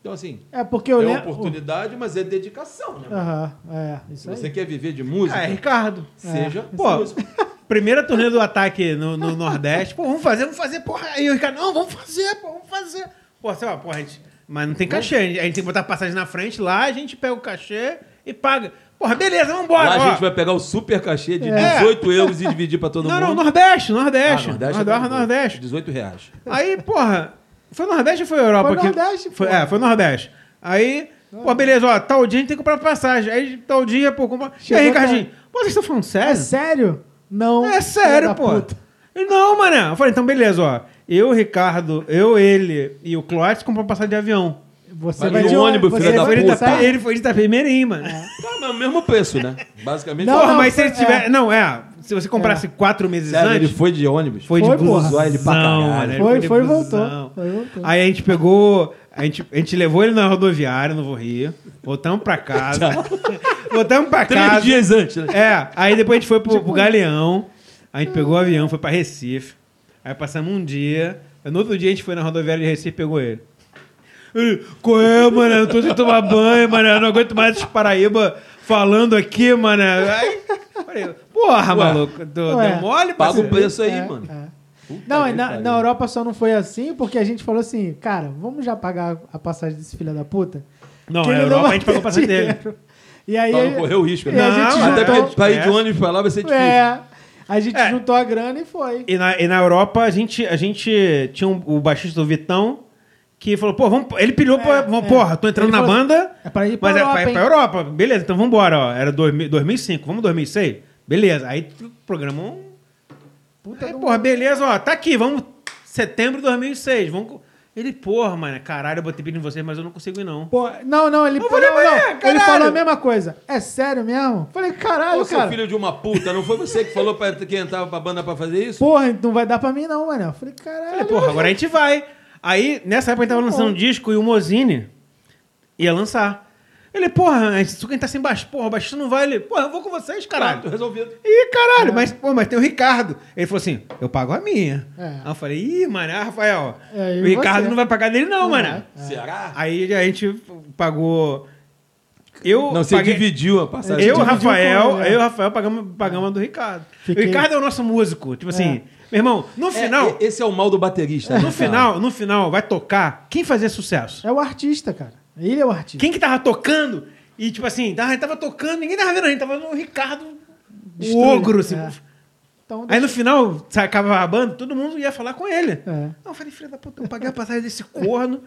S3: Então, assim,
S2: É porque eu
S3: é
S2: lembro.
S3: oportunidade, mas é dedicação, né? mano?
S2: Aham, é,
S3: Se
S2: isso
S3: você
S2: aí. É.
S3: quer viver de música,
S1: Ah, é, Ricardo.
S3: seja
S1: Pô,
S3: músico.
S1: primeira turnê do ataque no, no Nordeste. Pô, vamos fazer, vamos fazer, porra. Aí o Ricardo, não, vamos fazer, pô, vamos fazer. Pô, sei lá, porra, a gente, mas não tem cachê. A gente tem que botar passagem na frente lá, a gente pega o cachê e paga. Porra, beleza, vambora.
S3: Lá a
S1: ó.
S3: gente vai pegar o super cachê de
S1: É.
S3: 18 euros e dividir pra todo
S1: Não,
S3: mundo.
S1: não, Nordeste, Nordeste. Nordeste,
S3: Ah, é
S1: Nordeste.
S3: tranquilo. 18 reais.
S1: Aí, porra, foi Nordeste ou foi Europa?
S2: Foi
S1: que-
S2: Nordeste,
S1: foi,
S2: porra.
S1: É, foi Nordeste. Aí, pô, beleza, ó, tal dia a gente tem que comprar passagem. Aí, tal dia, pô, compra... E
S2: Chegou
S1: aí, Ricardinho, pô, vocês estão falando
S2: É
S1: sério?
S2: sério? Não.
S1: É sério,
S2: filho da
S1: pô.
S2: puta.
S1: Ele, Não, mané. Eu falei, então beleza, ó. Eu, Ricardo, eu, ele e o Clóvis compramos passagem de avião.
S2: Você
S3: Mas
S2: vai
S3: no
S2: de
S3: ônibus,
S2: você
S3: filha da
S2: vai
S1: Ele,
S2: de
S1: tá,
S3: puta.
S2: saia?
S1: ele foi de Itapemirim, mano.
S3: Tá, mas é o mesmo preço, né? Basicamente.
S2: Não,
S1: Porra,
S3: Porra,
S1: mas se
S2: foi-
S1: ele tiver... Não, é. Se você comprasse quatro meses
S3: sério, ele
S1: antes...
S3: foi de ônibus?
S1: Foi,
S2: Foi,
S1: de
S2: porra.
S1: busão,
S3: Zoar ele pra caralho.
S1: mano, ele
S2: Foi,
S1: de
S2: foi e
S1: busão.
S2: voltou. Foi e voltou.
S1: Aí a gente pegou, a gente, a gente levou ele na rodoviária, no Rio, voltamos pra casa, voltamos pra
S3: Três
S1: casa.
S3: dias antes, né?
S1: É, aí depois a gente foi pro,
S2: Tipo
S1: pro Galeão, a gente pegou o avião, foi pra Recife, aí passamos um dia, no outro dia a gente foi na rodoviária de Recife e pegou ele. Ele, qual é, mano? Eu tô sem tomar banho, mano, eu não aguento mais esses Paraíba falando aqui, mano. Aí, falei, porra,
S3: Ué.
S1: maluco, tu
S2: Ué.
S1: deu mole,
S3: Paga o
S1: parceiro?
S3: preço aí,
S2: É,
S3: mano. tá
S2: é.
S3: Puta
S2: Não,
S3: que
S2: e na,
S3: pariu.
S2: na Europa só não foi assim porque a gente falou assim, cara, vamos já pagar a passagem desse filho da puta?
S1: Não,
S2: Que
S1: na
S2: ele
S1: Europa
S2: vai
S1: a gente pagou
S2: ter
S1: a passagem dele.
S2: dinheiro. E aí...
S3: Pra não correr o risco,
S2: e
S3: né?
S2: a
S1: Não,
S2: gente
S3: Até
S2: juntou,
S3: porque pra ir de
S1: É.
S3: ônibus pra lá vai ser difícil.
S2: é, a gente
S1: É.
S2: juntou a grana e foi.
S1: E na, e na Europa, a gente, a gente tinha um- o baixista do Vitão que falou, pô, vamos, ele pilhou,
S2: É,
S1: pô, vamos-
S2: é.
S1: porra, tô entrando
S2: Ele
S1: na
S2: falou
S1: banda,
S2: assim, é pra ir pra
S1: mas
S2: Europa,
S1: é pra,
S2: hein?
S1: pra Europa, beleza, então vambora, ó, era 2000 2005, vamos 2006? Beleza, aí tu programou um...
S2: Puta
S1: aí,
S2: do-
S1: É, porra, beleza, ó, tá aqui, vamos, setembro de 2006, vamos... co- Ele, porra, mano, caralho, eu botei pilha em vocês, mas eu não consigo ir, não.
S2: Pô, não, não, ele,
S1: Eu
S2: não,
S1: falei,
S2: não,
S1: "Ué,
S2: ele
S1: caralho."
S2: falou a mesma coisa. É sério mesmo? Falei, caralho,
S3: Ô, seu
S2: cara.
S3: Ah, filho de uma puta, não foi você que falou pra que entrava pra banda pra fazer isso?
S2: Porra, não vai dar pra mim não, mano. Eu Falei, caralho.
S1: Falei, porra, agora a gente vai. Aí, nessa época, a gente tava lançando um disco e o Mozini ia lançar. Ele, porra, a gente tá sem baixo, porra, baixista não vai. Ele, porra, eu vou com vocês,
S3: Pronto,
S1: caralho.
S3: resolvido.
S1: Ih, caralho, mas, pô, mas tem o Ricardo. Ele falou assim, eu pago a minha.
S2: É.
S1: Aí eu falei, ih, mano, ah, Rafael,
S2: É, e
S1: o Ricardo
S2: você?
S1: não vai pagar dele não,
S2: Não
S1: mano.
S2: vai.
S3: Será?
S1: Aí a gente pagou... Eu
S3: Não, você
S1: paguei-
S3: dividiu a passagem.
S1: eu,
S2: dividiu
S1: Rafael,
S2: com ele, né?
S1: eu, Rafael, pagamos, pagamos a do Ricardo.
S2: Fiquei-
S1: O Ricardo é o nosso músico. Tipo assim, meu irmão, no
S3: É,
S1: final...
S3: e- Esse é o mal do baterista. né,
S1: No
S3: cara?
S1: final, no final, vai tocar quem fazia sucesso.
S2: É o artista, cara. Ele é o artista.
S1: Quem que tava tocando e, tipo assim, tava, tava tocando, ninguém tava vendo a gente, tava no Ricardo, o
S2: Destruiu,
S1: ogro, assim.
S2: é. Então,
S1: Aí no final, sacava a banda, todo mundo ia falar com ele.
S2: É.
S1: Não, eu falei, filho da puta, eu paguei a passagem desse corno.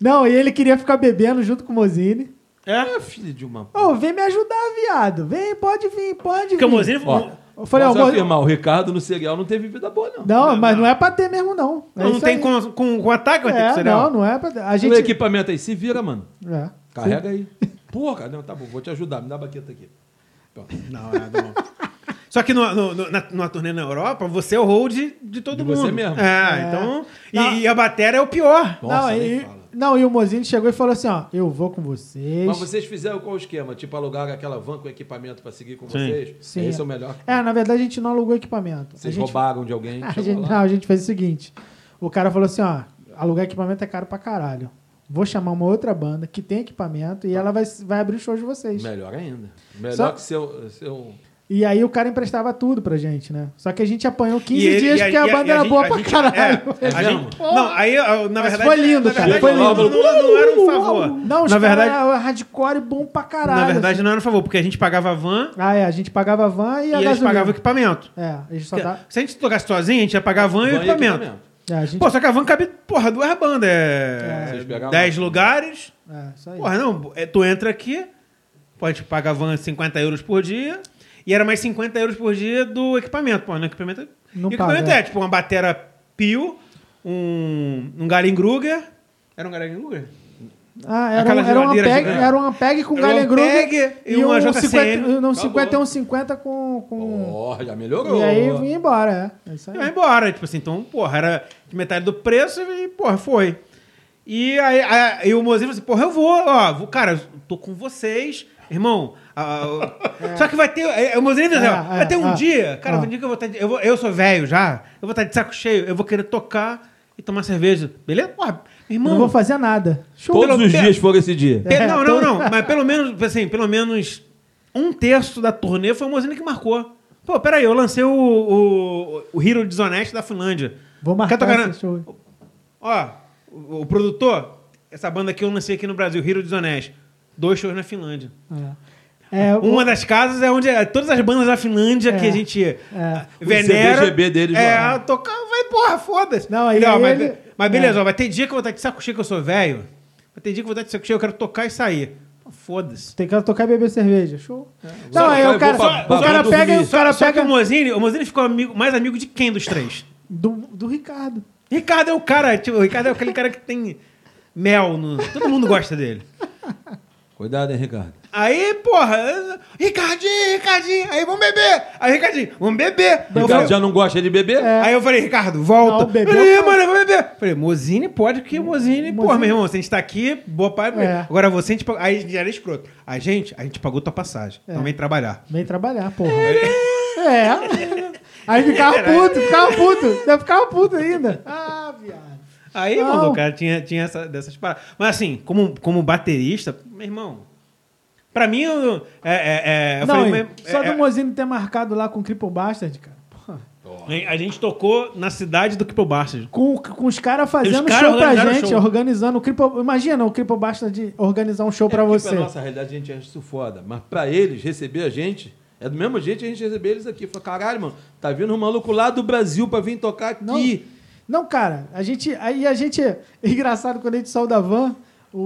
S2: Não, e ele queria ficar bebendo junto com o Mozini.
S1: É?
S3: É, filho de uma
S2: Ô,
S3: puta.
S2: vem me ajudar, viado. Vem, pode vir, pode
S1: Porque o
S2: vir.
S1: Mozini
S3: Ó,
S2: Eu falei,
S3: posso
S2: ó, Mozini-
S3: afirmar, o Ricardo no cereal não teve vida boa, não.
S2: Não, mas não é pra ter mesmo, não. É
S1: não, não
S2: isso
S1: tem
S2: aí.
S1: com, com, com tipo ataque, vai ter que
S2: É,
S1: ser né?
S2: não,
S1: não.
S2: não é pra ter. A
S3: O
S2: gente...
S3: equipamento aí, se vira, mano.
S2: É.
S3: Carrega aí. Pô, cara, não, tá bom, vou te ajudar, me dá a baqueta aqui. Pronto.
S1: Não, é, não. Só que no, no- no- na, numa turnê na Europa, você é o hold de todo
S3: De
S1: mundo.
S3: você mesmo.
S1: É,
S2: É.
S1: então.
S2: Não.
S1: E, e a bateria é o pior.
S3: Nossa,
S2: não,
S3: nem
S2: e,
S3: fala.
S2: não, e o Mozini chegou e falou assim, ó, eu vou com vocês.
S3: Mas vocês fizeram qual o esquema? Tipo, alugaram aquela van com equipamento pra seguir com
S1: Sim.
S3: vocês?
S2: Sim.
S3: Esse é o melhor.
S2: É, na verdade a gente não alugou equipamento.
S3: Vocês
S2: a gente,
S3: roubaram de alguém.
S2: a
S3: chegou
S2: gente-
S3: lá.
S2: não, a gente fez o seguinte. O cara falou assim, ó, alugar equipamento é caro pra caralho. Vou chamar uma outra banda que tem equipamento
S1: Tá.
S2: e ela vai, vai abrir o show de vocês.
S1: Né.
S3: Melhor ainda. Melhor
S2: Só- Um
S3: que seu, seu.
S2: E aí o cara emprestava tudo pra gente, né? Só que a gente apanhou 15
S1: E ele-
S2: dias
S1: e a-
S2: porque a
S1: e
S2: banda
S1: e
S2: era
S1: gente-
S2: boa
S1: a
S2: pra
S1: gente-
S2: caralho.
S1: é, a
S3: É
S1: gente-
S2: mesmo?
S1: não, aí, eu, na
S2: Mas
S1: verdade.
S2: foi lindo,
S1: na
S2: cara,
S1: verdade,
S2: foi
S1: não-
S3: lindo.
S1: Não, não era um favor.
S2: Não, os
S1: na verdade,
S2: caras eram hardcore bom pra caralho.
S1: na verdade, não era um favor, porque a gente pagava a van
S2: Ah, é, a gente pagava a van
S1: e,
S2: e a
S1: eles
S2: gasolina.
S1: pagavam o equipamento.
S2: É, a gente só
S1: Porque
S2: tá...
S1: Se a gente tocasse sozinho, a gente ia pagar a van e o
S3: Van e
S1: equipamento.
S2: É, a gente...
S1: Pô, só que a van cabe, porra, duas bandas. É,
S3: Vocês pegavam?
S1: 10 lugares.
S2: É, isso aí.
S1: Porra, não, é, tu entra aqui, pode pagar a van 50 euros por dia, e era mais 50 euros por dia do equipamento. Porra, no equipamento.
S2: Não
S1: e o equipamento
S2: paga.
S1: é tipo uma batera Pio, um, um Galen Kruger. Era um Galen Kruger?
S2: Ah, era,
S1: Aquela
S2: um- era, um
S1: geladeira
S2: Ampeg,
S1: gigante.
S2: era um Ampeg com
S1: Era um
S2: Galen Gruber
S1: Ampeg e
S2: um
S1: uma JCM.
S2: 50, não,
S3: Acabou.
S2: 5150 com... com...
S3: Ó, já melhorou.
S2: E aí eu ia embora, é. É isso aí.
S1: E vai embora. Tipo assim, então, porra, era de metade do preço e, porra, foi. E aí, aí- aí o Mozinho falou assim, porra, eu vou, ó, vou, cara, eu tô com vocês. Irmão, a- o- só que vai ter. É, é o Museu do Israel.
S2: É, é,
S1: vai ter um
S2: é.
S1: dia, cara,
S2: Ah.
S1: um dia que eu vou estar. de- Eu, vou- eu sou velho já, eu vou estar de saco cheio, eu vou querer tocar e tomar cerveja. Beleza? Porra, irmão.
S2: Não vou fazer nada. Show.
S3: Todos
S1: pelo
S3: os
S1: tempo.
S3: dias foram esse dia.
S1: Pe-
S2: um É,
S1: não, não,
S2: todo-
S1: não. Mas pelo menos, assim, pelo menos um terço da turnê foi o Mozine que marcou. Pô, peraí, eu lancei o, o, o Hero Desoneste da Finlândia.
S2: Vou marcar
S1: Quer tocar na-
S2: esse show.
S1: Ó, o, o produtor, essa banda aqui eu lancei aqui no Brasil, Hero Desoneste. Dois shows na Finlândia.
S2: É, é,
S1: Uma
S2: o-
S1: das casas é onde é- todas as bandas da Finlândia
S2: É.
S1: que a gente ah,
S3: O
S1: venera.
S3: CBGB deles
S1: é,
S3: lá.
S1: tocar, vai, porra, foda-se.
S2: Não, aí
S1: Entendeu? mas,
S2: ele-
S1: be- mas beleza,
S2: é.
S1: ó, vai ter dia que eu vou estar de saco cheio que eu sou velho. Vai ter dia que eu vou estar de saco cheio, eu quero tocar e sair. Pô, Foda-se.
S2: Tem que tocar e beber cerveja. Show.
S1: É.
S3: Só
S2: Não, aí
S3: vai,
S2: o cara,
S3: vou pra- pra-
S2: o cara
S3: pra
S2: pega e
S3: dormir.
S2: o cara
S1: Só que o
S2: pega
S1: Mozini, o Mozini ficou amigo- mais amigo de quem dos três?
S2: do, do Ricardo.
S1: Ricardo é o cara, tipo, o Ricardo é aquele cara que tem mel no. Todo mundo gosta dele.
S3: Cuidado, hein, Ricardo.
S1: Aí, porra, eu- Ricardinho, Ricardinho, aí vamos beber. Aí, Ricardinho, vamos beber. Aí eu
S3: Ricardo
S1: falei,
S3: já não gosta de beber?
S2: É.
S1: Aí eu falei, Ricardo, volta.
S2: Não, bebeu,
S1: ele,
S2: pô.
S1: mano, eu vou beber. Falei, Mozine pode, que Mozine, porra,
S2: Mozine.
S1: meu irmão, se a gente tá aqui, boa parte.
S2: É.
S1: Agora você, a gente pagou. Aí já era escroto. A gente, a gente pagou tua passagem.
S2: É.
S1: Então vem trabalhar.
S2: Vem trabalhar, porra. É. Aí ficava puto, ficava puto. Ainda ficava puto ainda. Ah, viado.
S1: Aí,
S2: Não.
S1: mano, o cara tinha, tinha essa- dessas paradas. Mas assim, como, como baterista, meu irmão, pra mim, eu, é, é, é, eu
S2: não,
S1: falei,
S2: e
S1: mas-
S2: só
S1: é,
S2: do Mozini ter marcado lá com o Cripple Bastard, cara. Porra.
S1: é, a gente tocou na cidade do Kipo Bastard.
S2: Com, com os caras fazendo
S1: caras
S2: show pra
S1: organizaram
S2: gente,
S1: show.
S2: organizando o Cripple... Imagina o Cripple Bastard organizar um show pra
S3: É porque
S2: você.
S3: Pra nossa realidade a gente acha isso foda. Mas pra eles receber a gente, é do mesmo jeito que a gente receber eles aqui. Fala, caralho, mano, tá vindo um maluco lá do Brasil pra vir tocar
S2: Não,
S3: aqui.
S2: não, cara, a gente. Aí a gente. é Engraçado, quando a gente saiu da van, o,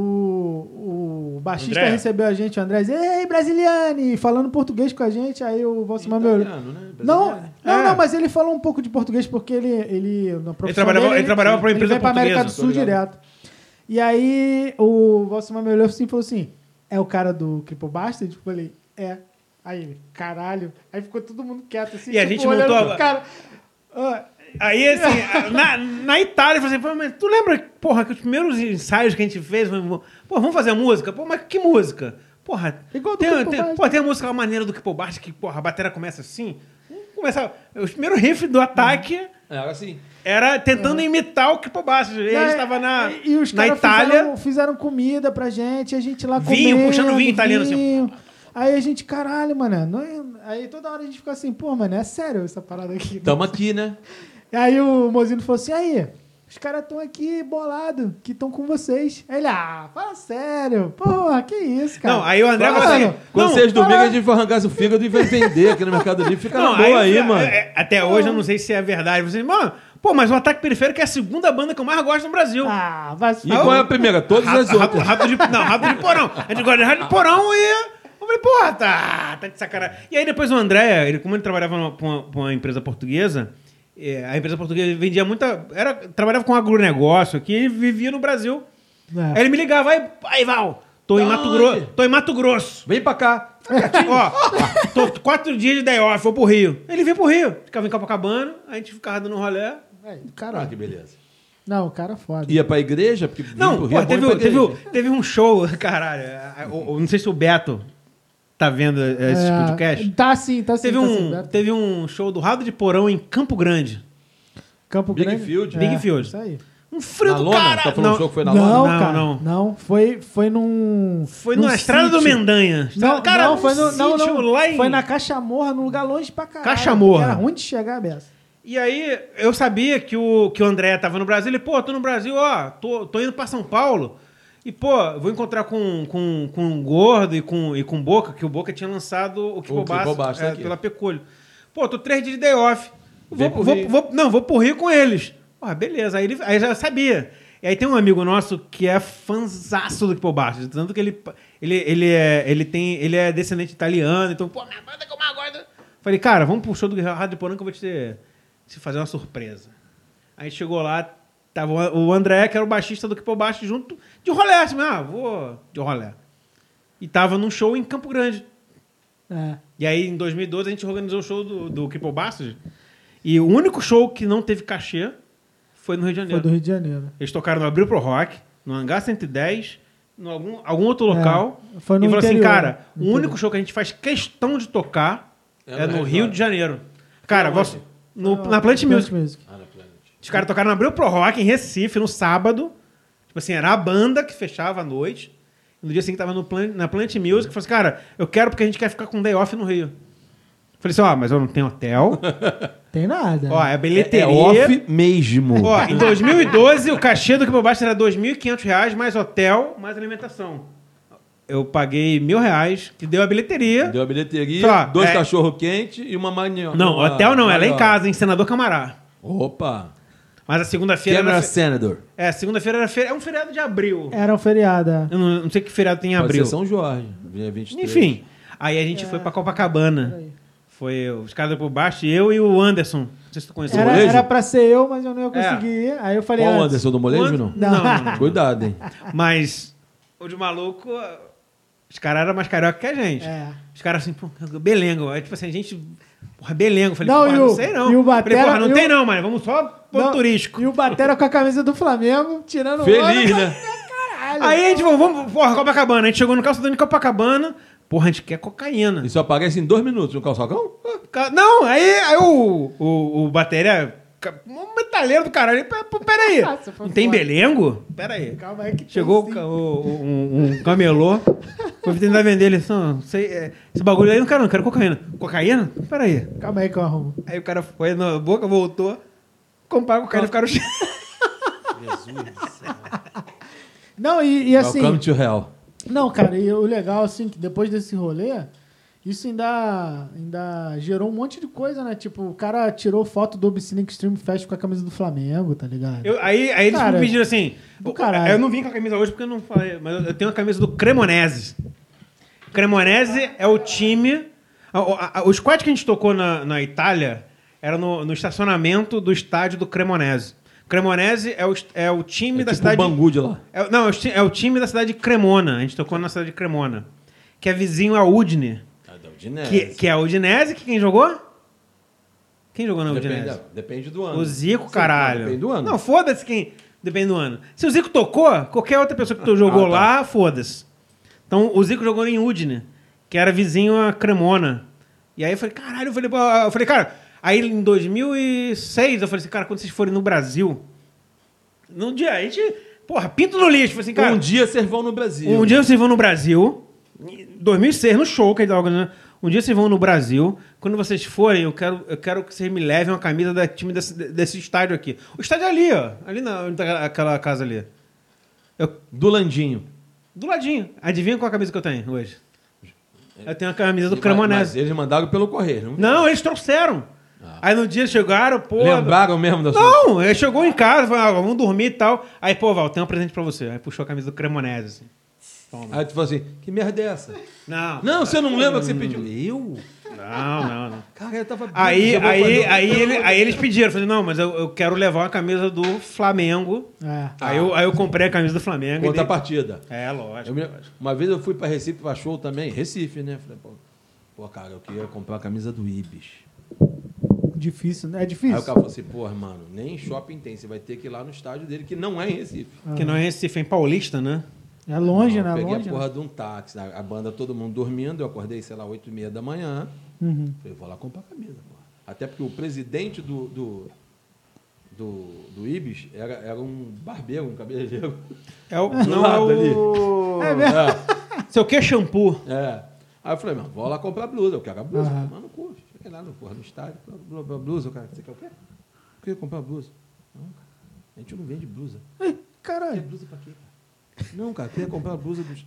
S2: o baixista
S1: André.
S2: recebeu a gente, o André disse, Ei, Brasiliane! Falando português com a gente, aí o Valsimar me olhou.
S3: Italiano, né?
S2: Não,
S3: Brasiliano.
S2: não,
S1: É.
S2: não, mas ele falou um pouco de português porque ele, ele na profissão
S1: trabalhava-
S2: dele,
S1: ele trabalhava pra uma empresa
S2: Ele veio pra América do
S1: portuguesa, tá
S2: Sul
S3: tô ligado.
S2: direto. E aí o Valsimar me olhou assim e falou assim: é o cara do Cripple Bastard? Eu falei, é. Aí ele, caralho. Aí ficou todo mundo quieto assim.
S1: E a gente
S2: olhando
S1: montou a-
S2: pro cara. Ah,
S1: Aí, assim, na, na Itália, eu falei assim, pô, mas tu lembra, porra, que os primeiros ensaios que a gente fez, pô, vamos fazer música? Pô, mas que música? Porra,
S2: Igual do
S1: tem,
S2: Kipo
S1: tem,
S2: Bart.
S1: pô, tem a música maneira do Kipo Bart, que, porra, a bateria começa assim. Começa, os primeiros riffs do ataque
S3: Era assim.
S1: era tentando imitar o Kipo Bart. E a gente
S2: Né?
S1: tava na,
S2: Uhum. E- e os
S1: na
S2: caras
S1: Itália.
S2: Fizeram, fizeram comida pra gente, a gente lá
S1: Vinho,
S2: comendo,
S1: puxando vinho italiano, assim.
S2: vinho. Aí a gente, caralho, mano. não é- Aí toda hora a gente fica assim, pô, mano, é sério essa parada aqui.
S3: Tamo aqui, né?
S2: E aí o Mozino falou assim: aí, os caras estão aqui bolado, que estão com vocês. Aí ele, ah, fala sério. Porra, que isso, cara.
S1: Não, aí o André
S2: Fala,
S1: falou assim,
S2: mano,
S3: Quando
S1: Não,
S3: vocês dormirem,
S2: para.
S3: a gente vai arrancar o fígado e vai vender aqui no Mercado Livre. Fica
S1: Não,
S3: na boa aí,
S1: é,
S3: mano.
S1: é, até hoje eu não sei se é verdade. Vocês, mano, pô, mas o Ataque Periférico é a segunda banda que eu mais gosto no Brasil.
S2: Ah, vai se
S3: E
S2: fuder.
S3: qual é a primeira? Todas as
S1: rato, rato,
S3: outras.
S1: rato de, não, rato de porão. A gente gosta de rato de porão e. Eu falei, porra, tá, tá de sacanagem. E aí depois o André, ele, como ele trabalhava numa- pra uma, pra uma empresa portuguesa, eh, a empresa portuguesa vendia muita. Era, trabalhava com agronegócio aqui, ele vivia no Brasil.
S2: É.
S1: Aí ele me ligava, aí, aí Val, tô em
S3: Da
S1: Mato
S3: onde?
S1: Grosso. Tô em Mato Grosso.
S3: Vem pra cá.
S1: Ó, tô quatro dias de day off, vou pro Rio. Ele veio pro Rio, ficava em Copacabana, a gente ficava dando um rolê.
S2: Aí,
S3: Ah,
S2: Caralho.
S3: que beleza.
S2: Não, o cara é foda.
S3: Ia pra igreja? Porque vir pro
S1: Não,
S3: Rio
S1: pô,
S3: é bom ir
S1: teve,
S3: pra
S1: o- teve, o-
S3: igreja.
S1: teve um show, caralho. a- o- o- não sei se o Beto tá vendo eh, esses
S2: É,
S1: podcasts.
S2: Tá sim, tá sim.
S1: Teve
S2: tá sim,
S1: um,
S2: Beto.
S1: teve um show do Rado de Porão em Campo Grande.
S2: Campo
S3: Big
S2: Grande. É,
S3: Field.
S1: Big Field.
S2: Isso aí.
S1: Um frio
S3: Na
S1: do
S3: lona?
S1: cara.
S3: Tá falando
S1: não,
S3: o jogo foi na
S2: Não,
S3: lona?
S1: Não,
S2: cara.
S1: não.
S2: Não. foi, foi num.
S1: foi
S2: num
S1: na Estrada do
S2: sítio.
S1: Mendanha. Estrada-
S2: Não,
S1: cara,
S2: não,
S1: um
S2: foi no, não,
S1: sítio
S2: não.
S1: lá em...
S2: Foi na Cachamorra, num lugar longe pra caralho.
S1: Cachamorra.
S2: Era ruim de chegar, Bessa.
S1: E aí, eu sabia que o, que o André tava no Brasil. Ele, pô, tô no Brasil, ó, tô, tô indo pra São Paulo. E, pô, vou encontrar com, com, com o Gordo e com, e com o Boca, que o Boca tinha lançado o que
S3: O Kipo
S1: Bobaço
S3: Basso
S1: é,
S3: aqui.
S1: pela Pecolho. Pô, tô três dias de day off.
S3: Vem
S1: Vou,
S3: pro
S1: vou-
S3: Rio.
S1: vou- não, vou pro Rio com eles. Ó, beleza. Aí, ele, aí já sabia. E aí tem um amigo nosso que é fanzaço do Kipo Basso. Tanto que ele, ele, ele, é, ele, tem, ele é descendente italiano. Então, pô, minha banda que eu mais gosto... Falei, cara, vamos pro show do Rádio Porão que eu vou te, te fazer uma surpresa. Aí chegou lá, tava o o André, que era o baixista do Kipo Baixo, junto de rolé. Assim, ah, vou de rolé. E tava num show em Campo Grande.
S2: É.
S1: E aí, em 2012, a gente organizou o show do, do Kipo Baixo. E o único show que não teve cachê foi no Rio de
S2: Foi
S1: Janeiro.
S2: do Rio de Janeiro.
S1: Eles tocaram no Abril Pro Rock, no Hangar 110 em algum, algum outro local
S2: É, foi no
S1: e falou assim,
S2: interior,
S1: cara,
S2: no
S1: o único
S2: interior.
S1: show que a gente faz questão de tocar
S3: É
S1: é,
S3: no
S1: no
S3: Rio
S1: Rio
S3: de
S1: de Janeiro. Cara,
S3: Foi
S1: você- no- na Plant Music.
S3: Ah, na Planet.
S1: Os caras tocaram na Abril Pro Rock em Recife, no sábado. Tipo assim, era a banda que fechava a noite. E no dia seguinte tava no Plan- na Plant Music. Eu Falei assim, cara, eu quero porque a gente quer ficar com um day off no Rio. Falei assim, ó, mas eu não tenho hotel.
S2: Tem nada.
S1: ó, é
S3: É,
S1: bilheteria.
S3: é off mesmo.
S1: Ó, é- em 2012, o cachê do que Kibobasto era R$ 2.500, reais, mais hotel, mais alimentação. Eu paguei mil reais, que deu a bilheteria.
S3: Deu a bilheteria,
S1: Sei lá,
S3: dois
S1: é-
S3: cachorro quente e uma manhã.
S1: Não, hotel não, é lá em casa, em Senador Camará.
S3: Opa!
S1: Mas a segunda-feira...
S3: Câmera
S1: Era fe...
S3: Senator.
S1: É, segunda-feira era feira... é um feriado de abril.
S2: Era um feriado. é.
S1: Eu não, não sei que feriado tem em
S3: Pode
S1: abril.
S3: ser São Jorge, dia 23.
S1: Enfim, aí a gente
S2: É.
S1: foi pra Copacabana.
S2: Peraí.
S1: Foi os caras por baixo, eu e o Anderson. Não sei se tu conheceu
S2: Era,
S1: o
S3: molejo?
S2: era pra ser eu, mas eu
S1: É.
S2: não ia conseguir. Aí eu falei. "Ah,
S3: Qual o
S2: antes,
S3: Anderson do molejo, não?
S1: Anderson. Não, não, não.
S3: Cuidado, hein?
S1: Mas o de maluco, os caras eram mais carioca que a gente.
S2: É.
S1: Os caras assim, pô, Belengo. Aí, tipo assim, a gente. Porra, Belengo. Falei,
S2: Não,
S1: porra,
S2: e
S1: não
S2: o-
S1: sei não.
S2: e
S1: Falei,
S2: o
S1: porra,
S2: Batera-
S1: não
S2: e o-
S1: tem não, mano. Vamos só ponto
S2: Não,
S1: turístico.
S2: E o Batera com a camisa do Flamengo, tirando o
S3: Feliz,
S2: ônibus.
S3: né?
S2: Caralho.
S1: Aí a gente falou, vamos, porra, Copacabana. A gente chegou no calçadão de Copacabana. Porra, a gente quer cocaína.
S3: Isso aparece em dois minutos no calçocão?
S1: Ca- Não, aí, aí o, o, o bateria. ca- Um metalheiro do caralho. Ele, "Pera- pô, Peraí.
S2: Nossa, foi
S1: Não tem
S2: foda.
S1: belengo? Peraí.
S2: Calma aí que tem
S1: Chegou o
S2: sim.
S1: ca- o- o- um, um camelô. Foi tentar vender ele. "Não, sei, é, esse bagulho aí eu não quero, não quero cocaína. Cocaína? Peraí.
S2: Calma aí que eu arrumo.
S1: Aí o cara foi na boca, voltou. Comprar com o cara e ficaram cheios.
S2: Não, e, e assim.
S3: Welcome to hell.
S2: Não, cara, e o legal, assim, que depois desse rolê, isso ainda, ainda gerou um monte de coisa, né? Tipo, o cara tirou foto do Obscenic Stream Fest com a camisa do Flamengo, tá ligado?
S1: Eu- aí, aí eles
S2: Cara,
S1: me pediram assim.
S2: do
S1: "Pô,
S2: caralho."
S1: Eu não vim com a camisa hoje porque eu não falei, mas eu- eu tenho a camisa do Cremonese. Cremonese é o time. a- a- a- o squad que a gente tocou na, na Itália era no, no estacionamento do estádio do Cremonese. Cremonese é o, est- é o time
S3: É
S1: da
S3: tipo
S1: cidade.
S3: o Bangu de lá.
S1: É, não, é o, ti- é o time da cidade de Cremona. A gente tocou na cidade de Cremona. Que é vizinho a Udine.
S3: Ah,
S1: Que, que é a Udinese, que quem jogou? Quem jogou na
S3: depende,
S1: Udinese?
S3: depende do ano.
S1: O Zico,
S3: Sim,
S1: caralho.
S3: Depende do ano.
S1: Não, foda-se quem. Depende do ano. Se o Zico tocou, qualquer outra pessoa que tu jogou
S3: tá.
S1: lá, foda-se. Então, o Zico jogou em Udine, que era vizinho a Cremona. E aí eu falei, caralho, eu falei, pô, eu falei, cara. Aí em 2006, eu falei assim, cara, quando vocês forem no Brasil. Num dia, a gente. Porra, pinto no lixo. Eu Falei assim, cara.
S3: um dia vocês vão no Brasil.
S1: Um dia vocês vão no Brasil, em 2006, no show que a gente tava organizando. Um dia vocês vão no Brasil, quando vocês forem, eu quero, eu quero que vocês me levem uma camisa da time desse, desse estádio aqui. O estádio é ali, ó. Ali na onde tá aquela casa ali. Eu-
S3: Do Landinho.
S1: do ladinho. Adivinha qual a camisa que eu tenho hoje? Eu tenho a camisa do
S3: Mas- mas
S1: Cremonese.
S3: Eles mandaram pelo correio. Não?
S1: Não, eles trouxeram. Aí no dia chegaram, pô.
S3: Lembraram mesmo da sua...
S1: Não, ele chegou em casa, falou, ah, vamos dormir e tal. Aí, pô, Val, tem um presente pra você. Aí puxou a camisa do Cremonese, assim.
S3: Aí tu falou assim, que merda é essa?
S1: Não,
S3: Não, você não lembra que você pediu? Eu?
S1: não, não. não.
S3: Cara, eu tava...
S1: Aí,
S3: bêbado, eu vou
S1: aí,
S3: fazer um-
S1: aí, ele- aí eles pediram, eu falei, não, mas eu, eu quero levar uma camisa do Flamengo.
S2: É.
S1: Aí, eu, aí eu comprei a camisa do Flamengo. e
S3: Tá. Outra
S1: dei-
S3: partida.
S1: É,
S3: Eu
S1: lógico.
S3: me- uma vez eu fui pra Recife pra show também, Recife, né? Falei, pô, pô, cara, eu queria comprar a camisa do Ibis.
S2: Difícil, né? É
S3: Aí o cara
S2: difícil.
S3: falou assim, porra, mano, nem shopping tem, você vai ter que ir lá no estádio dele, que não é em Recife.
S1: Que não é Recife, é em Paulista, né?
S2: É longe,
S3: Não,
S2: né?
S3: Eu peguei
S2: Longe,
S3: a porra de um táxi, a a banda todo mundo dormindo, eu acordei, sei lá, 8 e meia da manhã,
S2: né? Uhum.
S3: falei, vou lá comprar a camisa, porra. Até porque o presidente do... do do, do Ibis era, era um barbeiro, um cabeleireiro.
S1: É o,
S3: Do
S1: não é
S3: lado
S1: o...
S2: É mesmo?
S3: É.
S1: Seu que é shampoo.
S3: É. Aí eu falei, mano, vou lá comprar blusa. Eu quero a blusa.
S2: Aham.
S3: Mano, curte. Cheguei lá no, porra, no estádio, comprar blu- blu- blusa, o cara. Você quer o quê? Eu queria comprar blusa. Não, cara. A gente não vende blusa.
S2: Ih,
S3: Quer
S2: Caralho.
S3: blusa pra quê, cara? Não, cara, eu queria comprar blusa dos.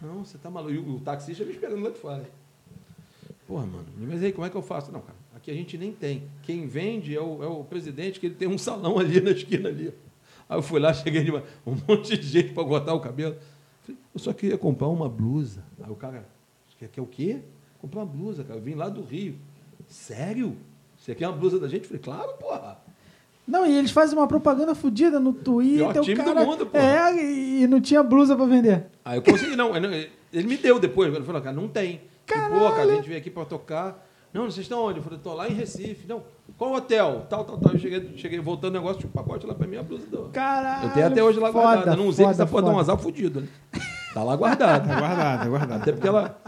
S3: Não, você tá maluco. E o, o taxista me esperando lá de fora. Porra, mano, mas aí como é que eu faço? Não, cara, aqui a gente nem tem. Quem vende é o, é o presidente, que ele tem um salão ali na esquina ali. Aí eu fui lá, cheguei de uma- um monte de gente pra botar o cabelo. Falei, eu só queria comprar uma blusa. Aí o cara, "Você quer, quer o quê? Comprar uma blusa, cara. Eu vim lá do Rio. Sério? Você quer uma blusa da gente? Eu Falei, claro, porra.
S2: Não, e eles fazem uma propaganda fodida no Twitter.
S3: Pior time
S2: o
S3: do
S2: cara...
S3: mundo, porra.
S2: É, e e não tinha blusa pra vender.
S3: Aí eu consegui, não. ele- Ele me deu depois. Ele falou, cara, não tem. Ele, Pô, cara, a gente veio aqui pra tocar. Não, vocês estão onde? Eu falei, tô lá em Recife. Não, qual hotel? Tal, tal, tal. Eu cheguei, cheguei voltando o negócio, tinha um pacote lá pra mim, a blusa do...
S2: Caralho.
S3: Eu tenho até hoje lá
S2: foda,
S3: guardada. Não usei, que
S2: foda,
S3: essa porra dá um
S2: foda.
S3: azar fudido, né? Tá lá guardada.
S1: Tá guardado, tá
S3: Até
S1: guardado.
S3: porque ela.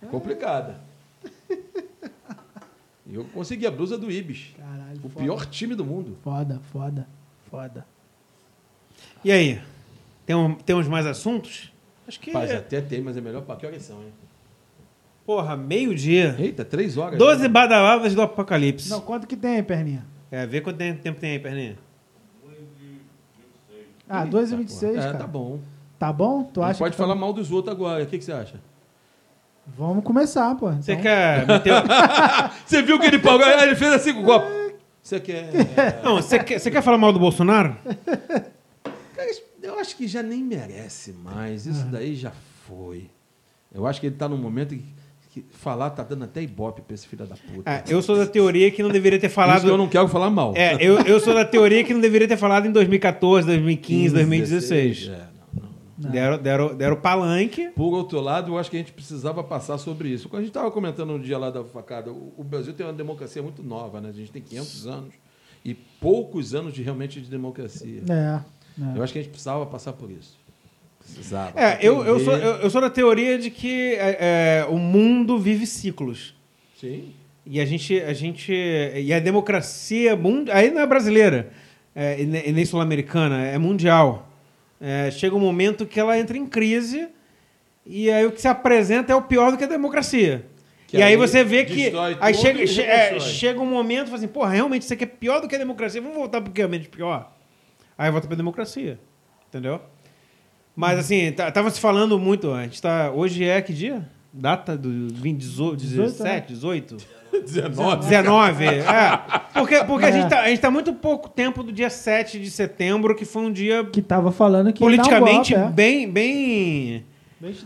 S3: é Complicada. E eu consegui a blusa do Ibis.
S2: Caralho,
S3: O
S2: foda.
S3: pior time do mundo.
S2: Foda, foda, foda.
S1: E aí? Tem um- Temos mais assuntos? Acho que.
S3: Rapaz, até tem, mas é melhor pra. Que horas são, hein?
S1: Porra, meio-dia.
S3: Eita, três né? horas.
S1: 12 badalavas do apocalipse.
S2: Não, quanto que tem aí, perninha?
S1: É, vê quanto tem- tempo tem aí, Perninha.
S2: Ah,
S3: Eita,
S2: 2,26,
S3: porra. É,
S2: cara.
S3: tá bom.
S2: Tá bom? Tu
S3: Não
S2: acha
S3: pode
S2: que tá-
S3: falar mal dos outros agora. O que, que você acha?
S2: Vamos começar, pô.
S1: Você
S2: Então,
S1: quer meter.
S3: Você viu que ele pagou? Ah, Ele fez assim com o copo. Você quer.
S1: Não, você quer, você quer falar mal do Bolsonaro?
S3: Cara, eu acho que já nem merece mais. Isso daí já foi. Eu acho que ele tá num momento que, que falar tá dando até ibope pra esse filho da puta.
S1: Ah, eu sou da teoria que não deveria ter
S3: Por isso
S1: falado.
S3: que eu não quero falar mal.
S1: É, eu, eu sou da teoria que não deveria ter falado em 2014, 2015, 2016.
S3: É, não, não.
S1: Deram, deram, deram palanque.
S3: Por outro lado, eu acho que a gente precisava passar sobre isso. Quando a gente estava comentando um dia lá da facada, o o Brasil tem uma democracia muito nova, né? A gente tem 500 anos e poucos anos de realmente de democracia.
S2: É.
S3: Eu
S2: é.
S3: acho que a gente precisava passar por isso. Precisava.
S1: É, eu, eu, sou,
S3: Aprender.
S1: eu, eu sou da teoria de que é, é, o mundo vive ciclos.
S3: Sim.
S1: E a gente. A gente e a democracia. Mund... Aí não é brasileira, é, e ne- e nem sul-americana, é mundial. É, chega um momento que ela entra em crise e aí o que se apresenta é o pior do que a democracia.
S3: Que
S1: e aí,
S3: aí
S1: você vê que.
S3: destrói
S1: Aí
S3: tudo
S1: chega,
S3: e
S1: che- é,
S3: reconstrói.
S1: chega um momento e fala assim: porra, realmente isso aqui é pior do que a democracia, vamos voltar pro que é menos pior. Aí volta pra democracia. Entendeu? Mas assim, tá- tava se falando muito. A gente tá. Hoje é que dia? Data do 20, 18, 17, 18?
S3: 19.
S1: 19, é. Porque, porque a,
S2: É.
S1: gente tá, a gente tá muito pouco tempo do dia 7 de setembro, que foi um dia
S2: Que tava falando que ia dar um
S1: politicamente
S2: golpe,
S1: bem, bem...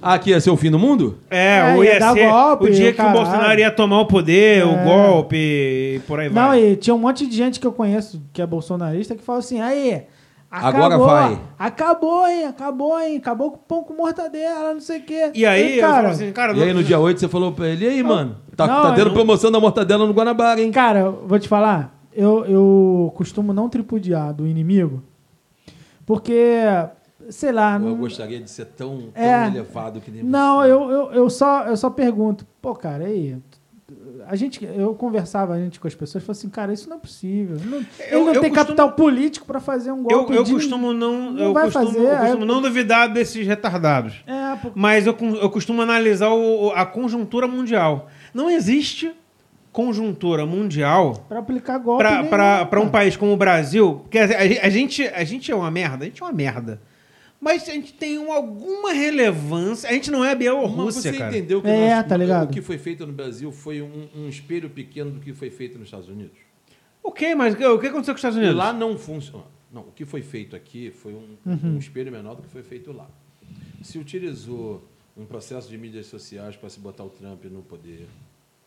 S3: Ah, aqui ia ser o fim do mundo?
S1: É,
S2: É,
S1: o
S2: ia
S1: ia
S2: dar
S1: ser
S2: golpe,
S1: o dia
S2: o
S1: que o Bolsonaro
S2: caralho.
S1: ia tomar o poder, o
S2: É.
S1: golpe e por aí
S2: é. Não,
S1: vai.
S2: e tinha um monte de gente que eu conheço que é bolsonarista que fala assim, aí, acabou,
S3: Agora vai.
S2: acabou, hein, acabou, hein, acabou com pão com mortadela, não sei o quê.
S1: E aí, eu falo
S2: cara,
S1: assim, cara,
S3: E aí no
S1: não-
S3: dia 8 você falou pra ele, e aí, mano? Tá,
S2: Não,
S3: tá tendo
S2: eu-
S3: promoção da mortadela no Guanabara, hein?
S2: Cara, eu vou te falar, eu, eu costumo não tripudiar do inimigo, porque, sei lá...
S3: Eu
S2: não-
S3: gostaria de ser tão, tão
S2: É.
S3: elevado que nem
S2: Não,
S3: você.
S2: eu, eu, eu, só, eu só pergunto, pô, cara, aí. A gente, eu conversava antes com as pessoas e falava assim, cara, isso não é possível. Não, ele
S1: Eu-
S2: não
S1: eu
S2: tem
S1: costumo-
S2: capital político pra fazer um
S1: Eu,
S2: golpe
S1: eu
S2: de-
S1: costumo não,
S2: não
S1: eu
S2: vai
S1: costumo,
S2: fazer,
S1: eu costumo
S2: é.
S1: não duvidar desses retardados.
S2: É, porque...
S1: Mas eu, con- eu costumo analisar o- o- a conjuntura mundial. Não existe conjuntura mundial
S2: pra aplicar golpe.
S1: Pra-
S3: né?
S2: nenhum,
S1: pra pra um
S2: cara.
S1: país como o Brasil, porque a, a- a gente, a gente é uma merda, a gente é uma merda. Mas a gente tem um- alguma relevância. A gente não é a
S3: Mas
S1: Bielorrússia,
S3: você
S1: cara.
S3: entendeu que
S2: É,
S3: o nosso-
S2: tá ligado?
S3: o que foi feito no Brasil foi um, um espelho pequeno do que foi feito nos Estados Unidos?
S1: Ok, mas o que aconteceu com os Estados Unidos?
S3: Lá não funciona. Não, o que foi feito aqui foi um, um espelho menor do que foi feito lá. Se utilizou um processo de mídias sociais para se botar o Trump no poder.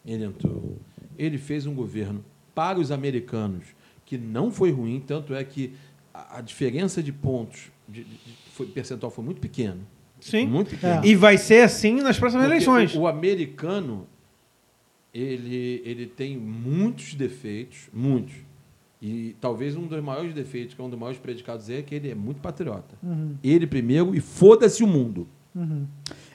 S3: Ele entrou. Ele fez um governo para os americanos que não foi ruim, tanto é que a, a diferença de pontos, de, de- de- foi, percentual, foi muito pequeno.
S1: Sim. É.
S3: Muito pequeno.
S1: E vai ser assim nas próximas
S3: Porque
S1: eleições.
S3: O, o americano, ele, ele tem muitos defeitos, muitos. E talvez um dos maiores defeitos, que é um dos maiores predicados é que ele é muito patriota.
S2: Uhum,
S3: Ele primeiro e foda-se o mundo.
S2: uhum.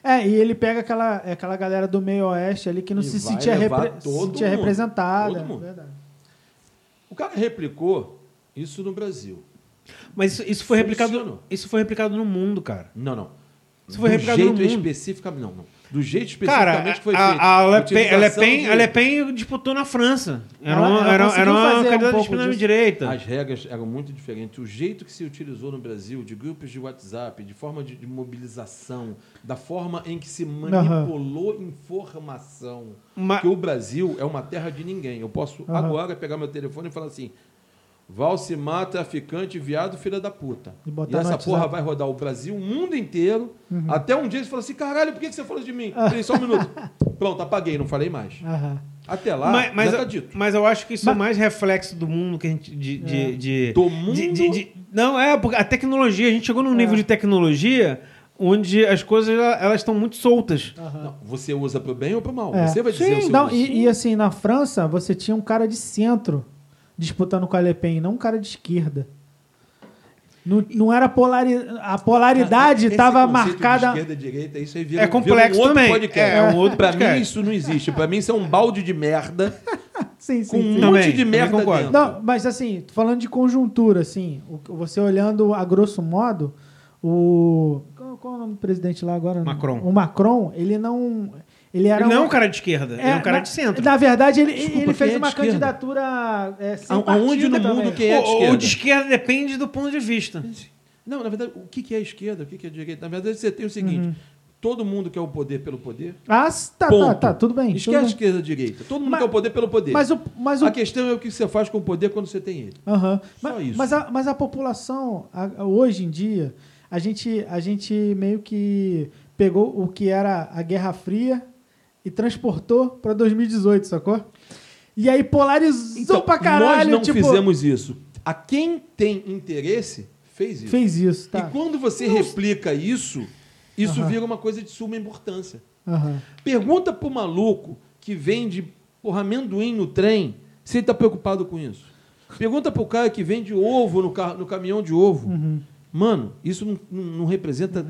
S2: É, e ele pega aquela, aquela galera do meio oeste ali que não
S3: E
S2: se
S3: vai
S2: sentia,
S3: levar
S2: repre- se
S3: todo
S2: sentia
S3: mundo,
S2: representada.
S3: todo mundo.
S2: verdade.
S3: O cara replicou isso no Brasil.
S1: Mas isso, isso foi replicado.
S3: Funcionou.
S1: Isso foi replicado no mundo, cara.
S3: Não, não.
S1: Isso foi
S3: Do
S1: replicado no
S3: jeito
S1: mundo.
S3: especificamente, não, não. Do jeito
S1: Cara,
S3: especificamente que foi
S1: a,
S3: feito.
S1: a, Le Pen, é a, Le
S3: Utilização
S1: Pen,
S3: de-
S1: a Le Pen disputou na França. Era,
S2: Ela-
S1: uma- era,
S2: ela
S1: era
S2: conseguiu fazer
S1: uma
S2: um
S1: candidata de
S2: pouco
S1: extrema
S2: disso.
S1: direita.
S3: As regras eram muito diferentes. O jeito que se utilizou no Brasil de grupos de WhatsApp, de forma de, de mobilização, da forma em que se manipulou informação.
S1: Ma-
S3: Porque o Brasil é uma terra de ninguém. Eu posso
S2: Aham.
S3: agora pegar meu telefone e falar assim: Valsimar, traficante, viado, filha da puta.
S2: E
S3: E,
S2: botar no
S3: essa
S2: WhatsApp. Uhum.
S3: porra vai rodar o Brasil, o mundo inteiro. Até um dia você fala assim: caralho, por que que você falou de mim? Peraí, só um minuto. Pronto, apaguei, não falei mais.
S2: Aham.
S3: Até lá,
S1: mas, mas,
S3: já tá
S1: eu-
S3: dito. É.
S1: mas eu acho que isso
S2: Mas-
S1: é mais reflexo do mundo que a gente. De, de, de- de-
S3: Do mundo?
S1: de- de- não, é, porque a tecnologia, a gente chegou num nível
S2: É.
S1: de tecnologia onde as coisas ela- elas estão muito soltas.
S2: aham.
S3: Não, você usa pro bem ou pro mal?
S2: É.
S3: Você vai dizer o seu
S2: Não,
S3: uso.
S2: e, e assim, na França, você tinha um cara de centro disputando com a Le Pen, não um cara de esquerda. Não, não era polaridade. A polaridade estava marcada.
S3: Esquerda, direita, isso aí vira,
S1: É complexo
S3: vira um outro
S1: também.
S3: Podcast.
S1: É, é um outro
S3: pra
S1: podcast.
S3: mim isso não existe. Pra mim isso é um balde de merda
S2: Sim,
S3: com um
S2: sim. sim.
S1: Também,
S3: monte de
S1: também
S3: merda
S1: concordo.
S3: dentro.
S2: Não, mas assim, falando de conjuntura, assim, o- você olhando a grosso modo, o. Qual, qual é o nome do presidente lá agora?
S1: Macron.
S2: O Macron, ele não. Ele era
S1: Ele não é
S2: um-
S1: um cara de esquerda, ele é um cara
S2: na-
S1: de centro.
S2: Na verdade, ele,
S3: Desculpa,
S2: ele fez
S3: quem é de
S2: uma
S3: esquerda?
S2: candidatura é, sem
S3: A- aonde
S2: partido
S3: no
S2: também.
S3: mundo quem é de
S1: Ou- ou
S3: esquerda?
S1: de esquerda depende do ponto de vista.
S3: Não, na verdade, o que que é esquerda? O que que é direita? Na verdade, você tem o
S2: Uhum.
S3: seguinte: todo mundo quer o poder pelo poder.
S2: Ah, tá, tá,
S3: Ponto.
S2: tá, tudo bem. tudo
S3: Esquece é a
S2: bem.
S3: esquerda e a direita. Todo mundo
S2: Mas-
S3: quer o poder pelo poder.
S2: Mas o. Mas o
S3: A questão é o que você faz com o poder quando você tem ele.
S2: Aham.
S3: Só
S2: Mas,
S3: isso.
S2: mas a, mas a população, a- a- hoje em dia, a gente, a gente meio que pegou o que era a Guerra Fria e transportou para 2018, sacou? E aí polarizou pra caralho.
S3: Então, nós não
S2: tipo,
S3: fizemos isso. A quem tem interesse fez isso.
S2: Fez isso, tá.
S3: E quando você replica isso, isso
S2: Aham.
S3: vira uma coisa de suma importância.
S2: Aham.
S3: Pergunta pro maluco que vende porra, amendoim no trem se ele tá preocupado com isso. Pergunta pro cara que vende ovo no, ca- no caminhão de ovo.
S2: Uhum.
S3: Mano, isso não, não- não representa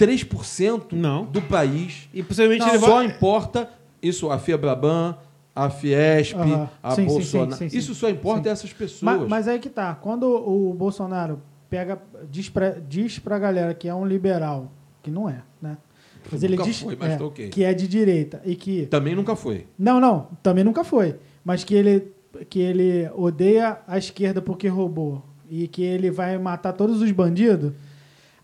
S3: 3%
S1: Não.
S3: do país.
S1: E possivelmente
S3: Não,
S1: ele
S3: só
S1: vai.
S3: importa isso, a Febraban, a Fiesp,
S2: Aham.
S3: a
S2: Sim, sim,
S3: Bolsonaro.
S2: sim, sim, sim.
S3: Isso só importa
S2: Sim.
S3: essas pessoas.
S2: Mas, mas aí que tá. Quando o Bolsonaro pega, diz pra, diz pra galera que é um liberal, que não é, né? Mas ele
S3: Nunca
S2: diz
S3: foi, mas
S2: é,
S3: tá ok.
S2: que é de direita e que
S3: Também nunca foi.
S2: Não, não, também nunca foi. Mas que ele, que ele odeia a esquerda porque roubou e que ele vai matar todos os bandidos.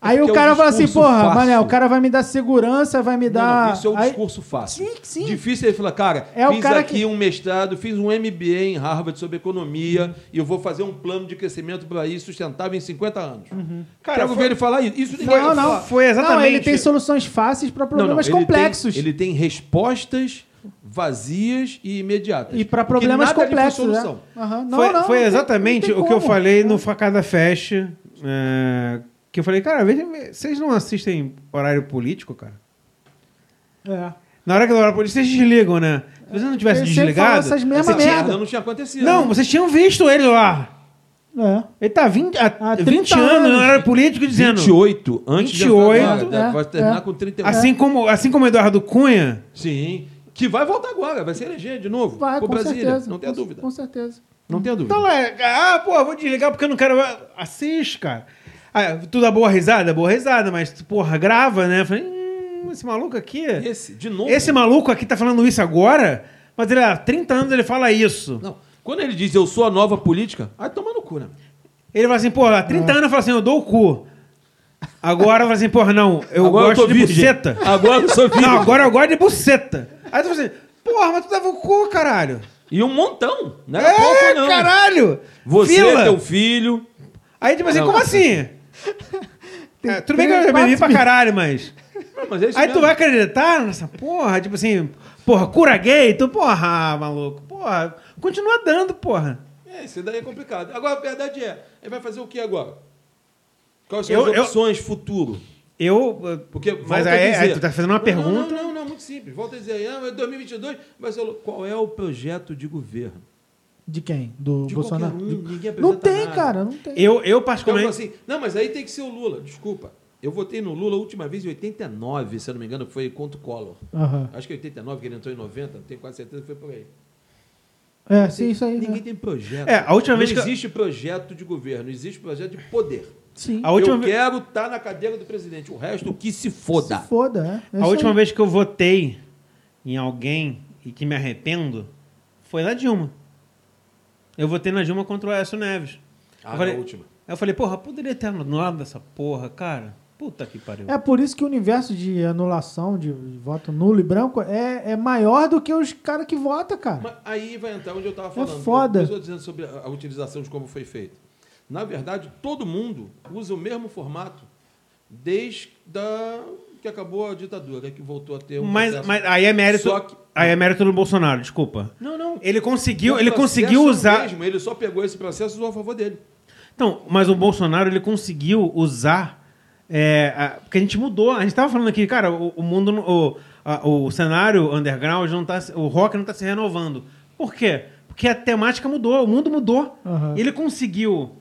S2: Aí
S3: É porque
S2: o
S3: é um
S2: cara fala assim,
S3: discurso
S2: porra,
S3: fácil.
S2: mané, o cara vai me dar segurança, vai me dar.
S3: Não, não, isso é um
S2: Aí-
S3: discurso fácil.
S2: Sim, sim.
S3: Difícil é ele falar, cara,
S2: É o
S3: fiz
S2: cara
S3: aqui
S2: que-
S3: um mestrado, fiz um MBA em Harvard sobre economia e eu vou fazer um plano de crescimento para isso sustentável em 50 anos.
S2: Uhum.
S3: Cara, é
S1: Cara,
S3: Quero ver
S1: foi,
S3: ele falar isso. Isso ninguém
S2: Não,
S3: vai
S2: não.
S3: falar.
S1: foi exatamente.
S2: Não, ele tem soluções fáceis para problemas
S3: ele
S2: complexos.
S3: Tem, ele tem respostas vazias e imediatas.
S2: E para
S3: Porque
S2: problemas
S3: nada ali foi
S2: complexos. né?
S3: solução.
S2: Aham. Não,
S1: foi,
S2: não,
S1: foi
S2: não tem-
S1: exatamente
S2: não tem
S1: o que eu
S2: como.
S1: falei no Facada Fest. é, que eu falei, cara, veja, vocês não assistem horário político, cara?
S2: É.
S1: Na hora que eu horário político, vocês desligam, né? Se vocês não tivessem
S2: Ele sempre
S1: desligado.
S2: fala essas
S3: Essa
S2: mesmas
S3: merda
S2: merda. tá
S3: não tinha acontecido.
S1: Não,
S3: né?
S1: vocês tinham visto ele lá.
S2: É.
S1: Ele tá 20, há
S2: Há
S1: 20
S2: 30
S1: anos no
S2: anos.
S1: horário político dizendo.
S3: 28, antes de
S1: 28,
S3: entrar agora, né?
S2: é,
S3: vai terminar
S2: é.
S3: com 31.
S1: Assim como, assim como Eduardo Cunha,
S3: Sim, que vai voltar agora, vai se eleger de novo.
S2: Vai,
S3: pro
S2: com
S3: Brasília,
S2: certeza.
S3: não tenha
S2: Com-
S3: dúvida.
S2: Com certeza.
S3: Não tenha dúvida.
S1: Então lá, ah, pô, vou desligar porque eu não quero. Assiste, cara. Ah, tu dá boa risada? Boa risada, mas, porra, grava, né? Eu Falei, hum, esse maluco aqui. Esse,
S3: Esse, de novo.
S1: maluco aqui tá falando isso agora, mas ele há 30 anos ele fala isso.
S3: Não. Quando ele diz eu sou a nova política, aí toma no cu, né?
S1: Ele fala assim, porra, há 30 anos eu falo assim, eu dou o cu. Agora eu falo assim, porra, não, eu
S3: Agora
S1: gosto
S3: eu tô
S1: de
S3: virgem.
S1: buceta.
S3: Agora eu sou virgem.
S1: Não, agora eu gosto de buceta. Aí tu fala assim, porra, mas tu dava o cu, caralho.
S3: E um montão, né?
S1: É,
S3: pouco, não.
S1: caralho!
S3: Você,
S1: Fila.
S3: teu filho.
S1: Aí, tipo assim,
S3: Não.
S1: como assim? É, tudo bem que eu já bebi
S2: três,
S1: pra
S2: quatro
S1: caralho, mas.
S3: Não, mas é isso
S1: Aí tu
S3: mesmo.
S1: vai acreditar nessa porra, tipo assim, porra, cura gay? Tu, porra, ah, maluco, porra, continua dando, porora.
S3: É, isso daí é complicado. Agora, a verdade é, ele vai fazer o que agora? Quais são
S1: Eu-
S3: as
S1: eu-
S3: opções futuro?
S1: Eu. Porque,
S3: Porque,
S1: mas
S3: volta a
S1: aí,
S3: dizer-
S1: aí tu tá fazendo uma
S3: Não,
S1: pergunta.
S3: Não, não, não, muito simples. Volta a dizer, ah, mas 2022 vai ser louco. Qual é o projeto de governo?
S2: De quem? Do
S3: De
S2: Bolsonaro?
S3: qualquer um, ninguém
S2: não
S3: apresenta
S2: tem,
S3: nada.
S2: cara, não tem.
S1: Eu, eu
S3: Então,
S1: particularmente.
S3: assim, não, mas aí tem que ser o Lula. Desculpa. Eu votei no Lula a última vez em 89, se eu não me engano, foi contra o Collor.
S2: Aham.
S3: Acho que é 89, que ele entrou em 90, não tenho quase certeza que foi por aí.
S2: É, sim, isso aí.
S3: Ninguém
S2: né?
S3: tem projeto.
S1: É, a última
S3: não
S1: vez que eu-
S3: existe projeto de governo, existe projeto de poder.
S2: Sim.
S1: A última
S3: eu
S1: vez-
S3: quero estar na cadeira do presidente, o resto que se foda.
S2: Se foda, é. É
S1: A
S3: assim,
S2: isso
S1: última
S2: aí.
S1: vez que eu votei em alguém e que me arrependo foi na Dilma. Eu votei na Dilma contra o Aécio Neves.
S3: Ah,
S1: eu, falei,
S3: na última.
S1: eu falei, porra, poderia ter anulado essa porra, cara. Puta que pariu.
S2: É por isso que o universo de anulação de voto nulo e branco é, é maior do que os caras que votam, cara.
S3: Mas aí vai entrar onde eu
S1: É
S3: estava falando. né?
S2: foda.
S3: Eu estou dizendo sobre a a utilização de como foi feito. Na verdade, todo mundo usa o mesmo formato desde da- que acabou a ditadura, que voltou a ter um
S1: mas,
S3: processo.
S1: mas aí é mérito.
S3: Só que-
S1: Aí é mérito do Bolsonaro, desculpa.
S3: Não, não.
S1: Ele conseguiu,
S3: O
S1: ele
S3: processo
S1: conseguiu
S3: é o
S1: usar.
S3: mesmo, ele só pegou esse processo e usou a favor dele.
S1: Então, mas o Bolsonaro ele conseguiu usar. é, a- porque a gente mudou. A gente tava falando aqui, cara, o, o mundo. não- O, a- o cenário underground não tá. se- O rock não tá se renovando. Por quê? Porque a temática mudou, o mundo mudou.
S2: Aham.
S1: Ele conseguiu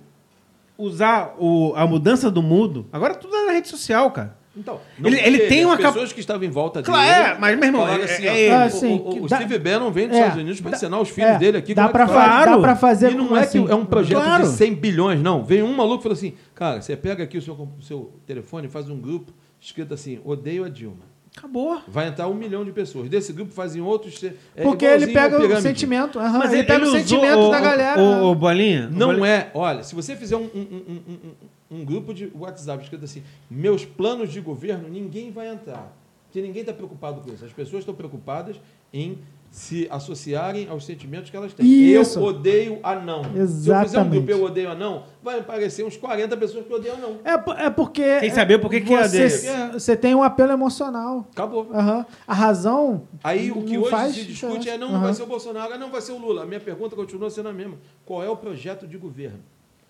S1: usar o, a mudança do mundo. Agora tudo é na rede social, cara.
S3: Então,
S1: Ele- ele
S3: teve.
S1: tem uma
S3: As
S1: cap-
S3: pessoas que estavam em volta dele.
S1: Claro, é, mas, meu irmão,
S3: falaram
S1: é-
S3: assim,
S1: é
S3: ó,
S1: ele.
S3: o-
S2: Ah, assim,
S3: o, o
S2: dá-
S3: Steve Bannon vem dos
S2: é,
S3: Estados Unidos para
S2: dá-
S3: ensinar os filhos
S2: é,
S3: dele aqui
S2: dá
S3: como é
S2: pra
S3: que faz.
S2: fa- dá pra fazer
S3: E não
S2: como
S3: é
S2: assim.
S3: que é um projeto
S1: Claro.
S3: de 100 bilhões, não. Veio um maluco e falou assim, cara, você pega aqui o seu, com- o seu telefone, faz um grupo escrito assim, odeio a Dilma.
S1: Acabou.
S3: Vai entrar um milhão de pessoas. Desse grupo fazem outros... se- é
S2: Porque
S3: igualzinho
S2: ele pega
S3: a
S2: o
S3: pirâmide.
S2: sentimento. aham,
S1: Ah,
S2: ele, pega o sentimento da galera. né?
S1: Ô, ô, Bolinha.
S3: Não
S1: Bolinha,
S3: é. Olha, se você fizer um, um- um- um- um- um grupo de WhatsApp escrito assim, meus planos de governo, ninguém vai entrar. Porque ninguém está preocupado com isso. As pessoas estão preocupadas em se associarem aos sentimentos que elas têm.
S2: Isso.
S3: Eu odeio a não. Se eu fizer um
S2: Exatamente.
S3: grupo eu odeio a não, vai aparecer uns 40 pessoas que odeiam a não.
S2: É, po- é porque.
S1: Tem que saber por que que é
S2: você,
S3: dele.
S2: você tem um apelo emocional.
S3: Acabou.
S2: Aham. A razão.
S3: Aí o que
S2: não
S3: hoje
S2: faz
S3: se discute
S2: diferença.
S3: é não
S2: Aham.
S3: vai ser o Bolsonaro, ah, não vai ser o Lula. A minha pergunta continua sendo a mesma. Qual é o projeto de governo?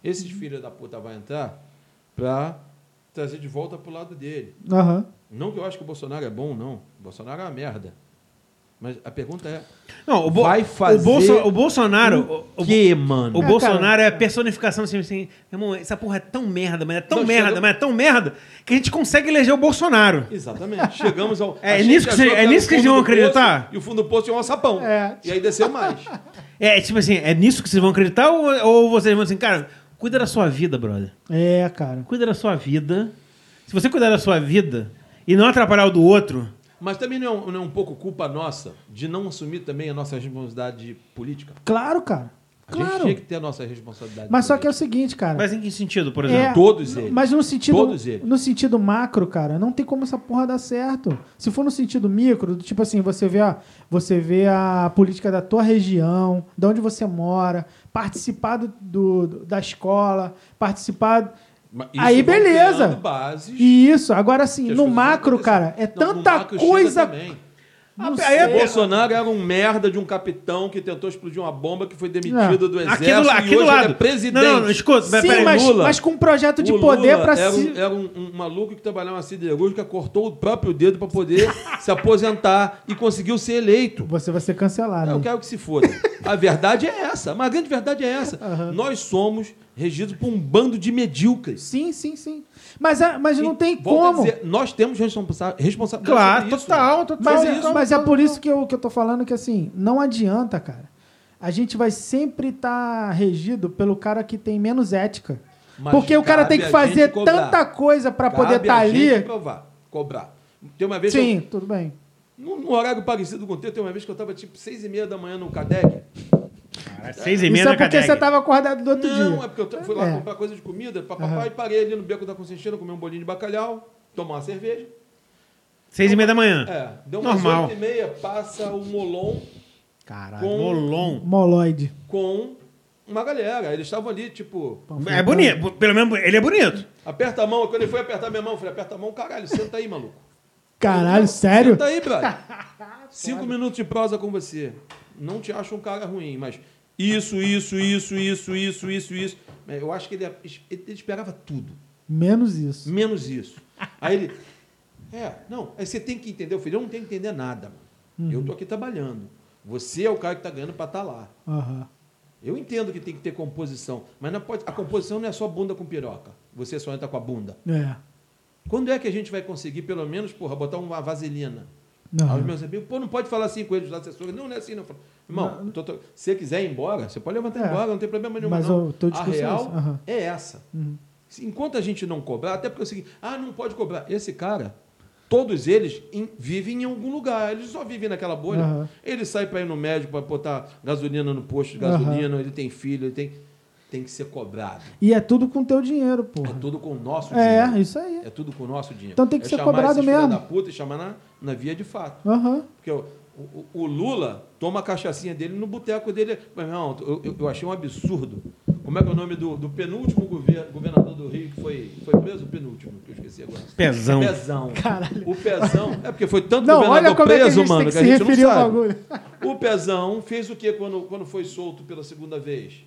S3: Esses
S1: Uhum.
S3: filhos da puta vai entrar para trazer de volta pro lado dele.
S2: Aham.
S3: Não que eu acho que o Bolsonaro é bom, não. O Bolsonaro é uma merda. Mas a pergunta é...
S1: Não, o, Bo-
S3: Vai fazer
S1: o, Bolso- o Bolsonaro. O, o-
S3: que, mano?
S1: o
S2: É,
S1: Bolsonaro
S2: cara.
S1: é a personificação assim, assim, meu irmão, essa porra é tão merda, mas é tão
S3: Não,
S1: merda,
S3: chegou-
S1: mas é tão merda que a gente consegue eleger o Bolsonaro.
S3: Exatamente. Chegamos ao...
S1: É
S3: a gente
S1: nisso que
S3: achou
S1: você- é
S3: era
S1: nisso
S3: o
S1: que
S3: fundo
S1: vocês vão
S3: do poço,
S1: acreditar?
S3: E o fundo do poço tinha um sapão.
S2: É.
S3: E aí desceu mais.
S1: É, tipo assim, é nisso que vocês vão acreditar ou, ou vocês vão assim, cara, cuida da sua vida, brother.
S2: É, cara.
S1: Cuida da sua vida. Se você cuidar da sua vida e não atrapalhar o do outro,
S3: Mas também não é, um, não é um pouco culpa nossa de não assumir também a nossa responsabilidade política?
S2: Claro, cara.
S3: A gente
S2: Claro.
S3: tinha que ter a nossa responsabilidade.
S2: Mas só que é o
S3: política.
S2: seguinte, cara.
S1: mas em que sentido, por
S2: É,
S1: exemplo?
S3: Todos eles.
S2: Mas no sentido,
S3: Todos eles.
S2: no sentido macro, cara, não tem como essa porra dar certo. Se for no sentido micro, do tipo assim, você vê a, você vê a política da tua região, de onde você mora, participar do, do- do- da escola, participar.
S3: Mas
S2: Aí,
S3: vai
S2: beleza.
S3: criando Bases,
S2: E isso, agora assim,
S3: que as
S2: no
S3: coisas vão
S2: macro,
S3: acontecer.
S2: cara, é
S3: Não, no
S2: tanta
S3: macro chega
S2: coisa.
S3: também. Ah,
S2: Não
S1: Aí é
S2: sei.
S3: O Bolsonaro era um merda de um capitão que tentou explodir uma bomba que foi demitido do exército
S1: Aqui do, la-
S3: e
S1: aqui do
S3: hoje
S1: lado.
S3: ele é presidente.
S1: Não, não, escuta,
S2: Sim,
S1: peraí.
S2: mas,
S3: Lula.
S2: mas com um projeto de
S3: O
S2: poder
S3: Lula
S2: pra
S3: era,
S2: si.
S3: um, era um- um maluco que trabalhava na siderúrgica, cortou o próprio dedo para poder se aposentar e conseguiu ser eleito.
S2: Você vai ser cancelado.
S3: Eu quero É que se foda. A verdade é essa. Mas a grande verdade é essa. Nós somos regidos por um bando de medíocres.
S2: Sim, sim, sim. Mas, a- mas não tem
S3: Volto a
S2: como.
S3: dizer, nós temos responsa- responsabilidade.
S1: Claro,
S3: sobre isso.
S1: total, total.
S2: Mas,
S1: Só
S2: é-
S1: isso.
S2: mas é por isso que eu, que eu tô falando que, assim, não adianta, cara. A gente vai sempre estar regido pelo cara que tem menos ética.
S3: Mas
S2: Porque o cara
S3: cabe
S2: tem que
S3: a
S2: fazer
S3: gente cobrar.
S2: tanta coisa pra
S3: Cabe
S2: poder
S3: a
S2: estar
S3: gente
S2: ali.
S3: Provar, cobrar. Tem uma vez
S2: Sim, tudo bem.
S3: que eu, num horário parecido com o teu, tem uma vez que eu tava tipo seis e meia da manhã no Cadeg.
S1: Cara, Seis e meia
S2: Isso é
S1: na
S2: porque
S1: cadeia.
S2: você tava acordado do outro
S3: não,
S2: dia.
S3: é porque eu t- fui lá
S2: É.
S3: comprar coisa de comida, papapá,
S2: Aham.
S3: e parei ali no Beco da Consentindo, comer um bolinho de bacalhau, tomar uma cerveja.
S1: Seis e meia da manhã.
S3: É, deu umas
S1: Normal.
S3: oito e meia, passa o Molon
S1: Caralho.
S3: Com-
S1: Molon.
S2: Moloide.
S3: com uma galera. Eles estavam ali, tipo,
S1: É bonito. bu- Pelo menos ele é bonito.
S3: aperta a mão. Quando ele foi apertar minha mão, eu falei, aperta a mão, caralho, senta aí, maluco.
S2: Caralho,
S3: Não, tá-
S2: sério?
S3: Senta aí, brother. Cinco minutos de prosa com você. Não te acho um cara ruim, mas isso, isso, isso, isso, isso, isso, isso. É, Eu acho que ele, ele esperava tudo,
S2: Menos isso.
S3: menos isso. Aí ele. É, não, aí você tem que entender. Eu falei, eu não tenho que entender nada, mano. Eu tô aqui trabalhando. Você é o cara que tá ganhando pra estar lá.
S2: Aham.
S3: Eu entendo que tem que ter composição, mas não pode, a composição não é só bunda com piroca. Você só entra com a bunda.
S2: É.
S3: Quando é que a gente vai conseguir, pelo menos, porra, botar uma vaselina? Aí os
S2: Aham.
S3: meus amigos, pô, não pode falar assim com eles, os assessores. Não, não é assim, não. Eu falo, Irmão, tô- tô- se você quiser ir embora, você pode levantar e
S2: É.
S3: ir embora, não tem problema nenhum.
S2: Mas
S3: não.
S2: o teu
S3: a
S2: discurso é
S3: real
S2: esse. Aham. Uhum.
S3: é essa. Se- Enquanto a gente não cobrar, até porque é o seguinte, ah, não pode cobrar. Esse cara, todos eles em- vivem em algum lugar, eles só vivem naquela bolha.
S2: Aham.
S3: Ele sai para ir no médico, para botar gasolina no posto de
S2: Aham.
S3: gasolina, ele tem filho, ele tem... Tem que ser cobrado.
S2: E é tudo com teu dinheiro,
S3: É
S2: porra.
S3: tudo com o nosso
S2: É,
S3: dinheiro.
S2: isso aí.
S3: É tudo com o nosso dinheiro.
S2: Então tem que
S3: É
S2: ser
S3: chamar
S2: cobrado
S3: esses filha
S2: mesmo.
S3: da puta e chamar na, na via de fato.
S2: Aham.
S3: Porque o, o- o Lula toma a cachaçinha dele no boteco dele. Mas, meu irmão, eu, eu- eu achei um absurdo. Como é que é o nome do, do penúltimo gover- governador do Rio que foi, foi preso? O penúltimo, que eu esqueci agora.
S1: Pezão.
S3: Pezão.
S2: Caralho.
S3: O Pezão. É porque foi tanto
S2: Não,
S3: governador
S2: olha como é que a
S3: preso,
S2: gente tem
S3: mano,
S2: que
S3: a
S2: se
S3: gente não
S2: referir ao
S3: sabe.
S2: bagulho.
S3: O Pezão fez o que quando, quando foi solto pela segunda vez?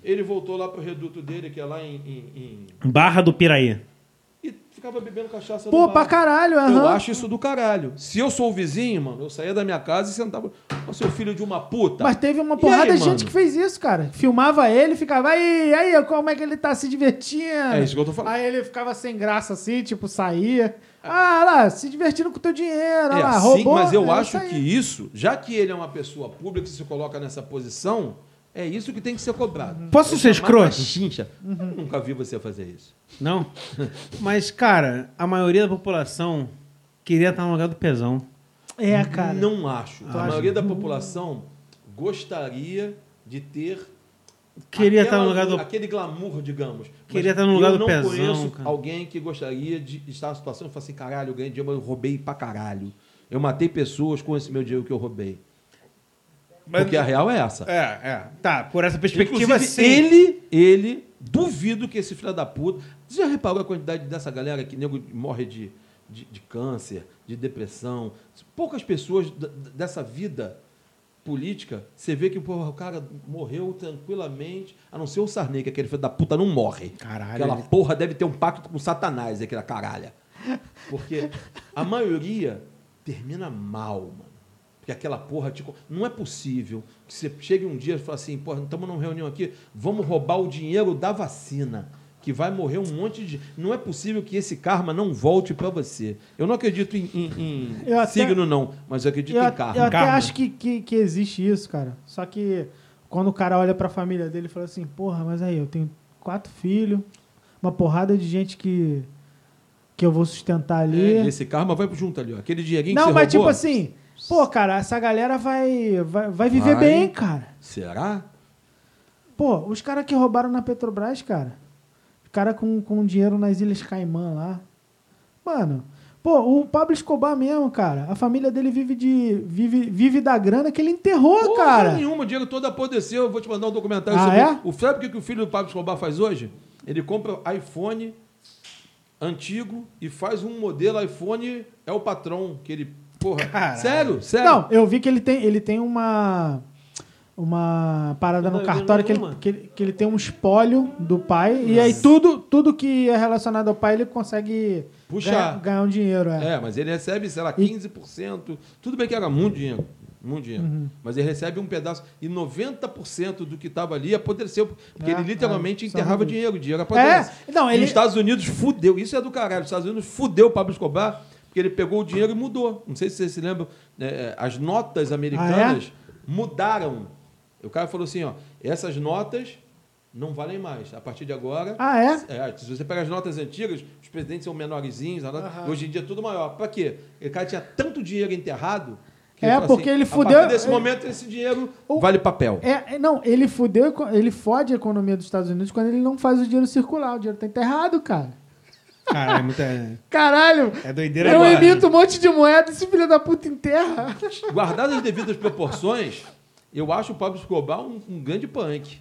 S3: Ele voltou lá pro reduto dele, que é lá em- em- em
S1: Barra do Piraí.
S3: e Ficava bebendo cachaça
S2: Pô,
S3: no
S2: pra
S3: bar.
S2: caralho, aham.
S3: Eu acho isso do caralho. Se eu sou o vizinho, mano, eu saía da minha casa e sentava. Ô, seu filho de uma puta. É
S2: Mas teve uma
S3: E
S2: porrada
S3: aí,
S2: de gente
S3: mano?
S2: que fez isso, cara. Filmava ele, ficava, aí, aí, como é que ele tá se divertindo?
S3: É isso que eu tô falando.
S2: Aí ele ficava sem graça assim, tipo, saía. Ah, lá, se divertindo com o teu dinheiro, ah,
S3: É
S2: lá,
S3: assim,
S2: roubou.
S3: mas eu
S2: né?
S3: acho
S2: Saía.
S3: que isso, já que ele é uma pessoa pública e se coloca nessa posição, é isso que tem que ser cobrado.
S1: Posso ser escroto?
S3: Chincha. Eu nunca vi você fazer isso.
S1: Não? Mas, cara, a maioria da população queria estar no lugar do pesão.
S2: É, cara.
S3: Não acho.
S2: Tu
S3: a
S2: acha?
S3: maioria da população gostaria de ter
S1: Queria
S3: aquela-
S1: estar no lugar do.
S3: aquele glamour, digamos. Mas
S1: Queria estar no lugar
S3: eu
S1: do
S3: não
S1: pezão,
S3: conheço
S1: cara.
S3: alguém que gostaria de estar na situação e falar assim, caralho, eu ganhei dinheiro, mas eu roubei pra caralho. Eu matei pessoas com esse meu dinheiro que eu roubei.
S1: Mas-
S3: Porque a real é essa.
S1: É, é. Tá, por essa perspectiva,
S3: Inclusive,
S1: sim.
S3: ele, ele, duvido que esse filho da puta. Você já reparou a quantidade dessa galera que nego morre de, de, de câncer, de depressão? Poucas pessoas d- d- dessa vida política, você vê que porra, o cara morreu tranquilamente, a não ser o Sarney, que é aquele filho da puta não morre.
S1: Caralho,
S3: Aquela
S1: ele-
S3: porra deve ter um pacto com Satanás, aquela caralha. Porque a maioria termina mal, mano. Porque aquela porra, tipo, não é possível que você chegue um dia e fale assim, porra, estamos numa reunião aqui, vamos roubar o dinheiro da vacina, que vai morrer um monte de... Não é possível que esse karma não volte para você. Eu não acredito em, em- em
S2: Eu até-
S3: signo, não, mas eu acredito
S2: Eu,
S3: em
S2: eu
S3: karma.
S2: até
S1: Karma.
S2: acho que, que, que existe isso, cara. Só que quando o cara olha pra família dele e fala assim, porra, mas aí, eu tenho quatro filhos, uma porrada de gente que, que eu vou sustentar ali.
S3: É, esse karma vai junto ali, ó. Aquele dinheirinho que
S2: Não,
S3: você
S2: mas tipo
S3: roubou,
S2: assim, pô, cara, essa galera vai, vai, vai viver
S3: Vai.
S2: bem, cara.
S3: Será?
S2: Pô, os caras que roubaram na Petrobras, cara. Os caras com, com dinheiro nas Ilhas Caimã lá. Mano. Pô, o Pablo Escobar mesmo, cara. A família dele vive de. vive, vive da grana que ele enterrou,
S3: Porra
S2: cara.
S3: nenhuma, o Diego todo apodreceu. Eu vou te mandar um documentário
S2: Ah,
S3: sobre
S2: é?
S3: o Sabe o que que o filho do Pablo Escobar faz hoje? Ele compra iPhone antigo e faz um modelo iPhone é o patrão que ele porra.
S1: Caralho.
S3: Sério? Sério?
S2: Não, eu vi que ele tem, ele tem uma. Uma parada
S3: Não,
S2: no
S3: eu
S2: cartório que ele,
S3: nenhuma.
S2: que, ele, que ele tem um espólio do pai. E aí tudo, tudo que é relacionado ao pai ele consegue
S3: Puxar.
S2: Ganhar, ganhar um dinheiro. É.
S3: É, mas ele recebe, sei lá, 15%. Tudo bem que era muito dinheiro. Muito dinheiro.
S2: Uhum.
S3: Mas ele recebe um pedaço. E 90% do que estava ali apodreceu. Porque
S2: É,
S3: ele literalmente
S2: é,
S3: enterrava
S2: sabe.
S3: dinheiro. O dinheiro apodrece.
S2: É, não,
S3: E
S2: ele-
S3: os Estados Unidos fudeu. Isso é do caralho. Os Estados Unidos fudeu o Pablo Escobar. Porque ele pegou o dinheiro e mudou. Não sei se vocês se lembram. né, as notas americanas
S2: Ah, é?
S3: mudaram. O cara falou assim: ó, essas notas não valem mais. A partir de agora.
S2: Ah, é?
S3: É, se você pega as notas antigas, os presidentes são menorzinhos, a nota-
S2: Aham.
S3: hoje em dia é tudo maior. Pra quê? O cara tinha tanto dinheiro enterrado.
S2: É,
S3: fala
S2: porque ele
S3: assim, A
S2: fudeu-
S3: partir desse
S2: ele-
S3: momento, esse dinheiro
S2: O-
S3: vale papel.
S2: É, é, não, ele fudeu, ele fode a economia dos Estados Unidos quando ele não faz o dinheiro circular. O dinheiro tá enterrado, cara.
S1: Cara, é muita.
S2: Caralho!
S1: É doideira
S2: Eu
S1: agora.
S2: emito um monte de moeda e esse filho da puta enterra.
S3: Guardadas as devidas proporções, eu acho o Pablo Escobar um, um grande punk.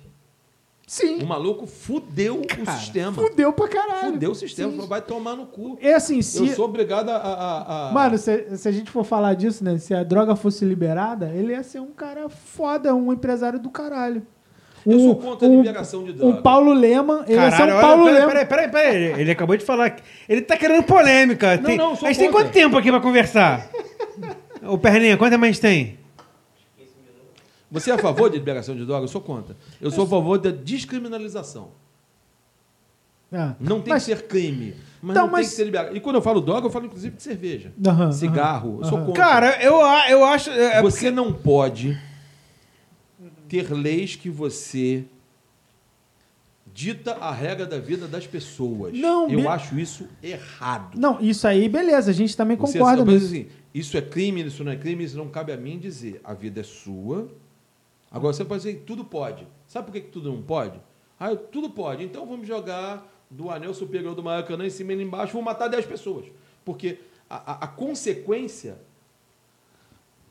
S2: Sim,
S3: O maluco fudeu o sistema. Fudeu,
S2: fudeu pra caralho.
S3: o sistema.
S2: Sim.
S3: falou, Vai tomar no cu.
S2: É assim, se.
S3: Eu sou obrigado a. a- a-
S2: Mano, se, se a gente for falar disso, né? Se a droga fosse liberada, ele ia ser um cara foda, um empresário do caralho.
S3: eu
S2: um,
S3: sou contra a
S2: um-
S3: liberação de droga.
S2: Um Paulo Leman, ele ia ser um
S1: olha,
S2: Paulo
S1: peraí,
S2: Leman.
S1: peraí, peraí, peraí. Ele acabou de falar. que- Ele tá querendo polêmica.
S3: Não,
S1: Tem-
S3: não, sou
S1: a gente tem
S3: contra.
S1: quanto tempo aqui pra conversar? Ô, Perninha, quanto tempo a gente tem?
S3: Você é a favor de liberação de droga? Eu sou contra. Eu sou a favor da descriminalização.
S2: Ah,
S3: Não tem
S2: mas-
S3: que ser crime. Mas
S2: Então,
S3: não
S2: mas-
S3: tem que ser liberado. E quando eu falo droga, eu falo inclusive de cerveja.
S2: Aham,
S3: Cigarro. Eu sou
S2: aham.
S3: contra.
S1: Cara, eu, a- eu acho. é- é-
S3: você não pode ter leis que você dita a regra da vida das pessoas.
S2: Não,
S3: eu
S2: me-
S3: acho isso errado.
S2: Não, isso aí, beleza, a gente também
S3: Você-
S2: concorda.
S3: mas,
S2: nisso.
S3: assim, isso é crime, isso não é crime, isso não cabe a mim dizer. A vida é sua. Agora você pode dizer que tudo pode. Sabe por que, que tudo não pode? Ah, eu- tudo pode. Então vamos jogar do anel superior do Maracanã em cima e embaixo, vou matar 10 pessoas. Porque a, a- a consequência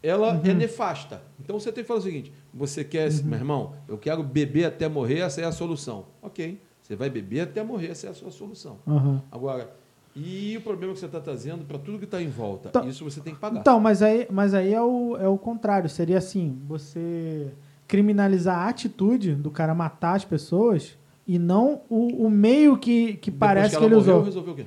S3: ela
S2: Uhum.
S3: é nefasta. Então você tem que falar o seguinte: você quer, meu irmão, eu quero beber até morrer, essa é a solução. Ok. Você vai beber até morrer, essa é a sua solução.
S2: Aham.
S3: Agora, e o problema que você está trazendo para tudo que está em volta?
S2: Então-
S3: isso você tem que pagar.
S2: Então, mas aí, mas aí é, o, é o contrário. Seria assim, você criminalizar a atitude do cara matar as pessoas e não o, o meio que, que
S3: Depois
S2: parece que,
S3: ela
S2: ele
S3: morreu,
S2: usou.
S3: Resolveu o quê?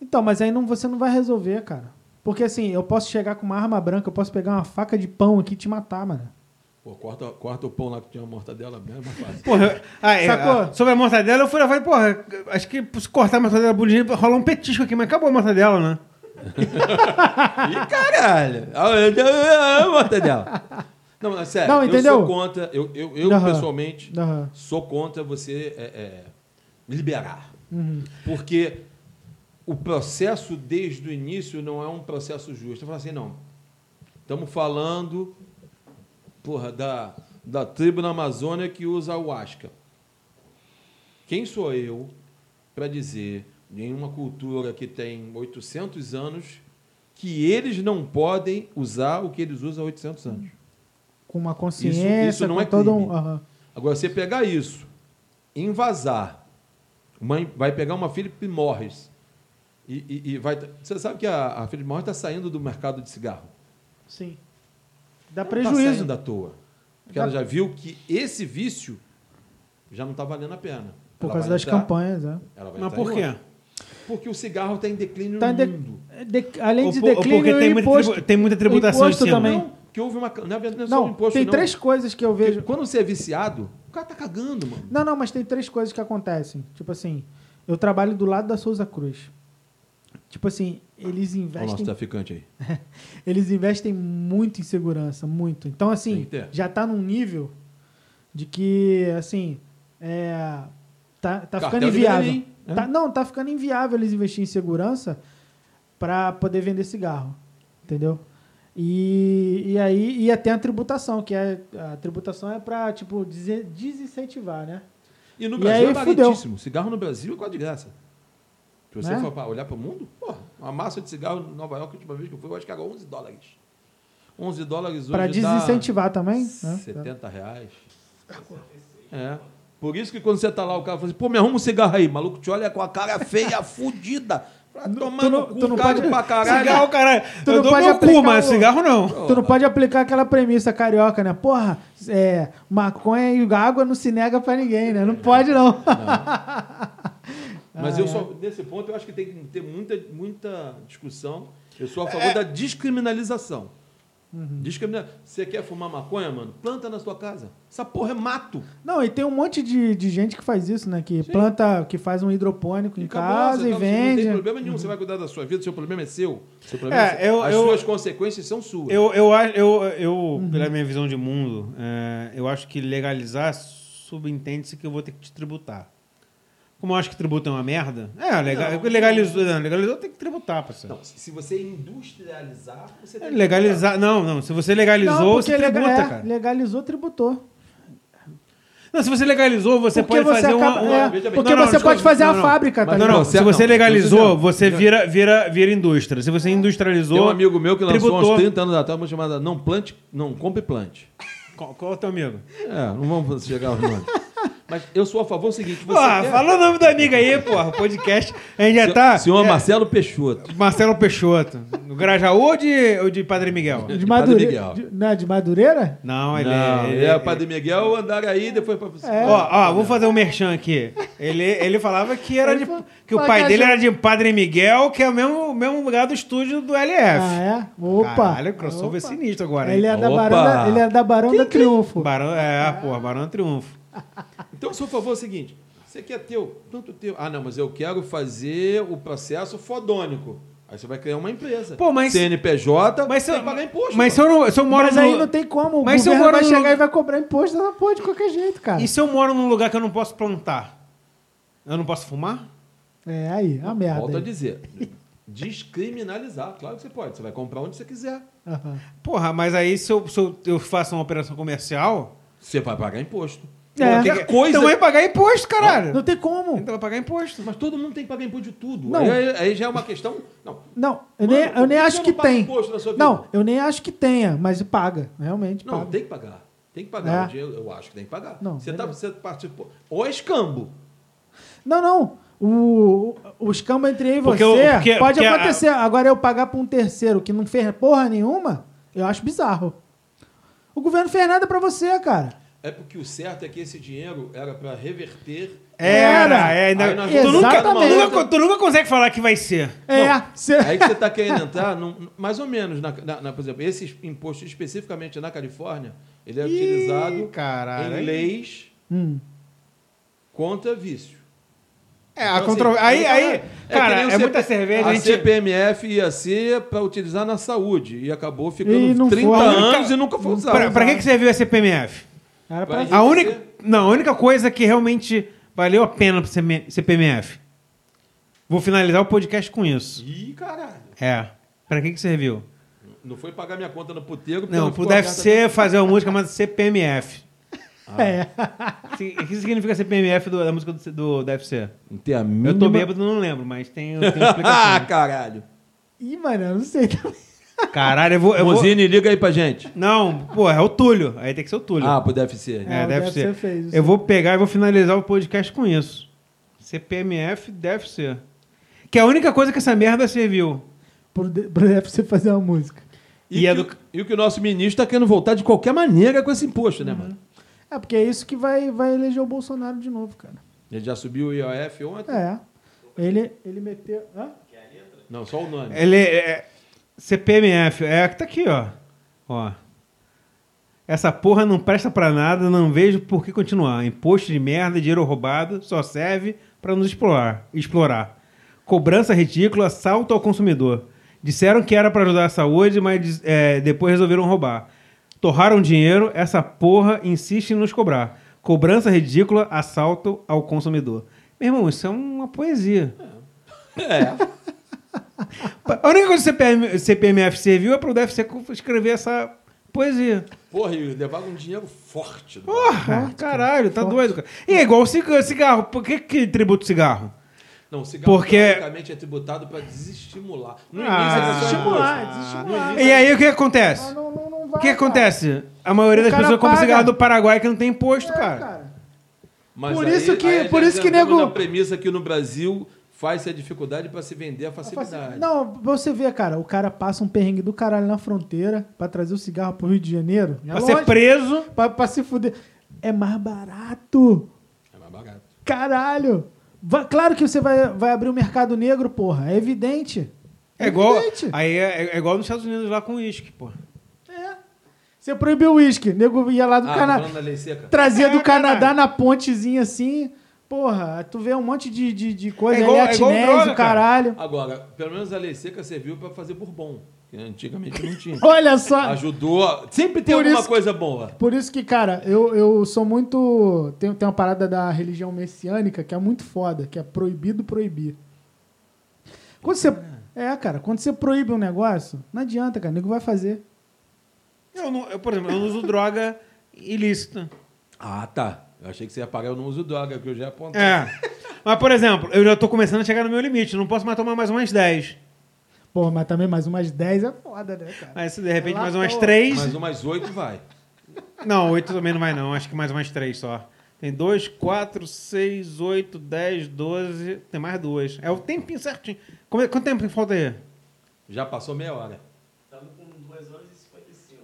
S2: Então, mas aí não, você não vai resolver, cara. Porque assim, eu posso chegar com uma arma branca, eu posso pegar uma faca de pão aqui e te matar, mano.
S3: Pô, corta, corta o pão lá que tinha uma mortadela bem mais fácil.
S1: Porra, ah, é,
S2: Sacou?
S1: ah, sobre a mortadela, eu fui lá e falei, porra, acho que se cortar a mortadela bonitinha, rola um petisco aqui, mas acabou a mortadela, né?
S3: Ih, caralho! Ah, eu- eu- eu- eu- Mortadela. Não, mas sério,
S2: Não, entendeu?
S3: eu sou contra, eu, eu, eu
S2: Aham.
S3: pessoalmente
S2: Aham.
S3: sou contra você é, é, liberar. Porque o processo desde o início não é um processo justo. Eu falo assim, não. Estamos falando, porra, da, da tribo na Amazônia que usa ayahuasca. Quem sou eu para dizer em uma cultura que tem 800 anos que eles não podem usar o que eles usam há 800 anos?
S2: Com uma consciência,
S3: isso não
S2: com
S3: é
S2: todo um.
S3: crime.
S2: aham.
S3: Agora, você pegar isso, invasar, mãe vai pegar uma Philip Morris e, e- e vai. Você sabe que a, a Philip Morris está saindo do mercado de cigarro.
S2: Sim. Dá
S3: Ela não Tá
S2: prejuízo.
S3: saindo à toa. Porque
S2: Dá-
S3: ela já viu que esse vício já não está valendo a pena.
S2: Por
S3: Ela
S2: causa
S3: vai
S2: das
S3: entrar-
S2: campanhas, é.
S3: Ela vai
S1: Mas
S3: entrar
S1: por
S3: em
S1: quê?
S3: outra. Porque o cigarro está em declínio
S2: Tá em
S3: no
S2: de-
S3: mundo.
S2: de- além
S1: Ou
S2: de
S1: por- ou
S2: declínio
S1: porque
S2: e
S1: tem muita,
S2: imposto.
S1: tribu- tem muita tributação
S2: Imposto
S1: em cima. né?
S2: também.
S3: Não, que houve uma. Na verdade, não é só um
S2: Não,
S3: imposto.
S2: tem
S3: não.
S2: três coisas que eu
S3: Porque
S2: vejo.
S3: Quando você é viciado, o cara tá cagando, mano.
S2: Não, não, mas tem três coisas que acontecem. Tipo assim, eu trabalho do lado da Souza Cruz. Tipo assim, eles
S3: Olha o nosso
S2: investem,
S3: traficante aí.
S2: eles investem muito em segurança, muito. Então
S3: Tem
S2: assim,
S3: que ter.
S2: já tá num nível de que assim, é tá, tá
S3: Cartel
S2: ficando
S3: de
S2: inviável.
S3: Belém, né?
S2: Tá- não, tá ficando inviável eles investirem em segurança para poder vender cigarro, entendeu? E, e aí ia ter a tributação, que é a tributação é para tipo dese- desincentivar, né?
S3: E no
S2: E
S3: Brasil
S2: aí
S3: é
S2: fudeu.
S3: baratíssimo. Cigarro no Brasil é quase de graça. Se você
S2: Né?
S3: for pra olhar para o mundo, porra, uma massa de cigarro em Nova York, a última vez que eu fui, eu acho que era 11 dólares. 11 dólares hoje tá
S2: Para desincentivar também?
S3: dá
S2: né?
S3: 70 reais. É. Por isso que quando você tá lá, o cara fala assim, pô, me arruma um cigarro aí. O maluco te olha com a cara feia, fudida. Pra tomar
S2: não-
S3: no
S2: tu
S3: cu,
S2: não
S3: caro
S2: pode-
S3: pra caralho.
S1: Cigarro, caralho.
S2: Tu não
S1: eu dou
S2: pode
S1: meu
S2: aplicar
S1: cu, mas
S2: o-
S1: cigarro não.
S2: Tu não pode aplicar aquela premissa carioca, né? Porra, é, maconha e água não se nega pra ninguém, né? Não pode, não.
S3: Mas
S2: Ah,
S3: eu
S2: é.
S3: sou, nesse ponto, eu acho que tem que ter muita, muita discussão. Eu sou a favor
S2: É.
S3: da descriminalização.
S2: Uhum.
S3: Descrimina- Você quer fumar maconha, mano? Planta na sua casa. Essa porra é mato.
S2: Não, e tem um monte de, de gente que faz isso, né? Que planta, que faz um hidropônico em
S3: Acabou,
S2: casa e
S3: você tá- Não tem
S2: vende. Uhum.
S3: problema nenhum. Você vai cuidar da sua vida, seu problema é seu. Seu problema
S1: É,
S3: é seu.
S1: eu-
S3: As
S1: eu-
S3: suas consequências são suas.
S1: Eu, eu, acho- eu, eu
S2: Uhum.
S1: pela minha visão de mundo, é, eu acho que legalizar subentende-se que eu vou ter que te tributar. Como eu acho que tributa é uma merda, é, legal,
S3: Não.
S1: legalizou, não, legalizou tem que tributar, parceiro.
S3: Não, se se você industrializar, você
S1: É,
S3: tem que
S1: Legalizar, não, não. Se você legalizou,
S2: não,
S1: você
S2: porque
S1: tributa,
S2: lega- é,
S1: cara.
S2: legalizou, tributou.
S1: Não, se você legalizou, você
S2: porque
S1: pode fazer uma-
S2: acaba-
S1: uma.
S2: é,
S3: veja bem.
S2: porque
S1: Não, não,
S2: você
S1: desculpa,
S2: pode fazer
S1: não,
S2: a
S1: não.
S2: fábrica, tá
S3: Mas
S1: Não, não,
S2: ligado?
S1: se
S3: Não,
S1: você
S3: não,
S1: legalizou,
S3: não.
S1: você vira, vira, vira indústria. Se você industrializou.
S3: Tem um amigo meu que lançou há
S1: tributou.
S3: uns 30 anos atrás uma chamada Não Plante, Não Compre Plante.
S1: Qual, qual é o teu amigo?
S3: É, não vamos chegar aos nomes. Mas eu sou a favor do seguinte. Você
S1: Porra,
S3: quer-
S1: fala o nome do amigo aí, porra. Podcast. A gente já
S3: Se-
S1: tá.
S3: Senhor
S1: é,
S3: Marcelo Peixoto.
S1: Marcelo Peixoto. No Grajaú ou de, ou de Padre Miguel?
S2: De,
S3: É de Padre
S2: Madureira.
S3: Miguel.
S2: De, não, é de Madureira?
S1: Não, ele
S3: Não,
S1: é.
S3: ele
S1: ele-
S3: é Padre Miguel, andaram aí, depois pra você.
S2: É.
S1: Ó, ó, vou fazer um merchan aqui. Ele, ele falava que, era
S2: Ele
S1: de,
S2: fa-
S1: que o pai
S2: pagajou.
S1: dele era de Padre Miguel, que é o mesmo, o mesmo lugar do estúdio do LF.
S2: Ah, é? Opa!
S1: Caralho, crossover
S2: Opa.
S1: sinistro agora, hein?
S2: Ele é da
S3: Opa.
S2: Barão da, ele é da Barão da Triunfo.
S1: Barão, é, porra, Barão do Triunfo.
S3: Então, seu favor é o seguinte: você quer teu, tanto teu. Ah, não, mas eu quero fazer o processo fodônico. Aí você vai criar uma empresa.
S1: Pô, mas-
S3: CNPJ,
S1: Mas se
S3: tem
S1: eu,
S3: que pagar imposto.
S1: mas se
S3: mano.
S1: eu, não, se eu moro
S2: Mas
S1: no-
S2: aí não tem como. O
S1: Mas se eu
S2: governo
S1: moro
S2: vai
S1: no-
S2: chegar e vai cobrar imposto, ela pode de qualquer jeito, cara.
S1: E se eu moro num lugar que eu não posso plantar? Eu não posso fumar?
S2: É, aí, a
S3: Volto
S2: merda.
S3: a
S2: aí.
S3: dizer: descriminalizar. Claro que você pode. Você vai comprar onde você quiser.
S2: Aham.
S1: Porra, mas aí se eu, se eu, eu faço uma operação comercial.
S3: Você vai pagar imposto.
S2: É.
S1: que-
S3: Qualquer coisa.
S1: Então vai pagar imposto, caralho.
S2: Não tem como.
S1: Então vai pagar imposto.
S3: Mas todo mundo tem que pagar imposto de tudo.
S2: Não.
S3: Aí, aí já é uma questão. Não,
S2: Não, eu nem,
S3: Mano,
S2: eu nem
S3: por que
S2: acho
S3: você
S2: que
S3: não paga
S2: tem.
S3: imposto na sua vida?
S2: Não, eu nem acho que tenha, mas paga. Realmente
S3: Não,
S2: paga.
S3: tem que pagar. Tem que pagar.
S2: É.
S3: O dinheiro, eu acho que tem que pagar.
S2: Não,
S3: você, tá,
S2: beleza.
S3: você participou. Ou é escambo.
S2: Não, não. O, o escambo entre eu e
S1: Porque
S2: você
S1: eu- porque-
S2: pode
S1: porque a-
S2: acontecer. Agora eu pagar pra um terceiro que não fez porra nenhuma, eu acho bizarro. O governo fez nada pra você, cara.
S3: É porque o certo é que esse dinheiro era para reverter
S1: Era, é. Ainda,
S3: Aí nós
S1: tu,
S3: vamos
S1: nunca,
S2: ficar
S1: tu,
S2: numa
S1: nunca, tu nunca consegue falar que vai ser.
S2: É,
S3: Não,
S2: cê-
S3: Aí que você está querendo entrar, num- mais ou menos, na, na- na- por exemplo, esse imposto especificamente na Califórnia, ele é utilizado
S1: caralho.
S3: em leis
S2: Hum.
S3: contra vício.
S1: É, a
S3: Então, assim,
S1: contro- aí, aí,
S3: que
S1: cara,
S3: nem o
S1: é,
S3: CP
S1: muita cerveja, a
S3: A
S1: gente...
S3: CPMF ia ser para é utilizar na saúde e acabou
S2: E
S3: ficando
S2: não
S3: 30
S2: foi.
S3: tá anos e nunca foi usado. né?
S1: Pra, pra que, que serviu a CPMF?
S2: Era pra-
S3: Vai
S1: A
S3: Você-
S1: única, não, a única coisa que realmente valeu a pena pro CM CPMF. Vou finalizar o podcast com isso.
S3: Ih, caralho.
S1: É. Pra que, que serviu?
S3: Não foi pagar minha conta no puteiro. porque
S1: Não,
S3: ela
S1: pro
S3: ficou aberta até-
S1: DFC fazer uma música chamada CPMF.
S2: É.
S1: Se- O que significa CPMF do- da música do, do DFC?
S3: Não tem a mínima...
S1: Eu tô bêbado, não lembro, mas tem, tem
S3: ah,
S1: explicação.
S3: caralho.
S2: Ih, mano, eu não sei também.
S1: Caralho, eu vou. Eu vou...
S3: Mozini, liga aí pra gente.
S1: Não, pô, é o Túlio. Aí tem que ser o Túlio.
S3: Ah, pro DFC.
S1: É,
S2: É, o
S1: deve,
S2: DFC
S1: ser.
S2: fez isso.
S1: eu vou pegar e vou finalizar o podcast com isso. CPMF deve ser. Que é a única coisa que essa merda serviu.
S2: Pro, D- pro DFC fazer uma música.
S1: E
S3: E,
S1: a
S3: que,
S1: do-
S3: o- e o que o nosso ministro tá querendo voltar de qualquer maneira com esse imposto, né, mano?
S2: É, porque é isso que vai, vai eleger o Bolsonaro de novo, cara.
S3: Ele já subiu o IOF ontem?
S2: É. Ele, ele meteu. Hã?
S3: Não, só o nome.
S1: Ele é. CPMF, é que tá aqui, ó. Ó. Essa porra não presta pra nada, não vejo por que continuar. Imposto de merda, dinheiro roubado, só serve pra nos explorar. explorar. Cobrança ridícula, assalto ao consumidor. Disseram que era pra ajudar a saúde, mas é, depois resolveram roubar. Torraram dinheiro, essa porra insiste em nos cobrar. Cobrança ridícula, assalto ao consumidor. Meu irmão, isso é uma poesia. A única coisa que o CPM, CPMF serviu é pro DFC escrever essa poesia.
S3: Porra, e levava um dinheiro forte. Do
S2: Ah, é,
S1: Porra, caralho, tá doido, cara. E é igual o cigarro, cigarro. Por que, que tributa o cigarro?
S3: Não, cigarro
S1: Porque-
S3: teoricamente, é tributado pra desestimular. No início
S1: Ah,
S3: ele só
S2: Desestimular,
S3: imposto.
S2: desestimular.
S1: E aí o que acontece?
S2: Ah, não, não, não
S1: O
S2: vai,
S1: que
S2: cara.
S1: acontece? A maioria
S2: O
S1: das
S2: cara
S1: pessoas compra
S2: paga.
S1: cigarro do Paraguai que não tem
S2: É,
S1: imposto, cara.
S2: cara.
S3: Mas
S2: Por isso que-
S3: já
S2: por isso que
S3: entramos
S2: nego-
S3: na premissa que no Brasil faz-se a dificuldade pra se vender a facilidade.
S2: Não, você vê, cara, o cara passa um perrengue do caralho na fronteira pra trazer o cigarro pro Rio de Janeiro. É
S1: Pra ser
S2: longe,
S1: preso.
S2: pra, pra se fuder. É mais barato.
S3: É mais barato.
S2: Caralho. Va- claro que você vai, vai abrir o mercado negro, porra. É evidente.
S1: É igual,
S2: evidente.
S1: aí é, é igual nos Estados Unidos lá com uísque, pô.
S2: É. Você proibiu o uísque. O nego ia lá do
S3: Ah, tá
S2: Canadá.
S3: falando da lei seca?
S2: Trazia
S1: É,
S2: do Canadá
S1: caralho.
S2: na pontezinha assim. Porra, tu vê um monte de, de, de coisa
S1: É igual-
S2: ali,
S1: é igual
S2: atinés,
S1: droga,
S2: o caralho.
S3: Agora, pelo menos a lei seca serviu pra fazer bourbon, que antigamente não tinha.
S2: Olha só.
S3: Ajudou. Sempre tem
S2: Por
S3: alguma
S2: isso-
S3: coisa boa.
S2: Por isso que, cara, eu, eu sou muito. Tem, tem uma parada da religião messiânica que é muito foda, que é proibido proibir. Quando você. É, cara, quando você proíbe um negócio, não adianta, cara. O nego vai fazer.
S1: Eu, não- eu, por exemplo, eu não uso droga ilícita.
S3: Ah, tá. Eu achei que você ia pagar, eu não uso droga, que eu já apontei.
S1: É. Mas, por exemplo, eu já tô começando a chegar no meu limite. Não posso mais tomar mais umas 10.
S2: Pô, mas também mais umas 10 é foda, né, cara?
S1: Mas se de repente
S2: Lá
S1: mais umas
S2: tô-
S1: 3.
S3: Mais umas oito vai.
S1: Não, oito também não vai, não. Acho que mais umas três só. Tem dois, quatro, seis, oito, dez, doze. Tem mais duas. É o tempinho certinho. Como é- quanto tempo que falta aí?
S3: Já passou meia hora.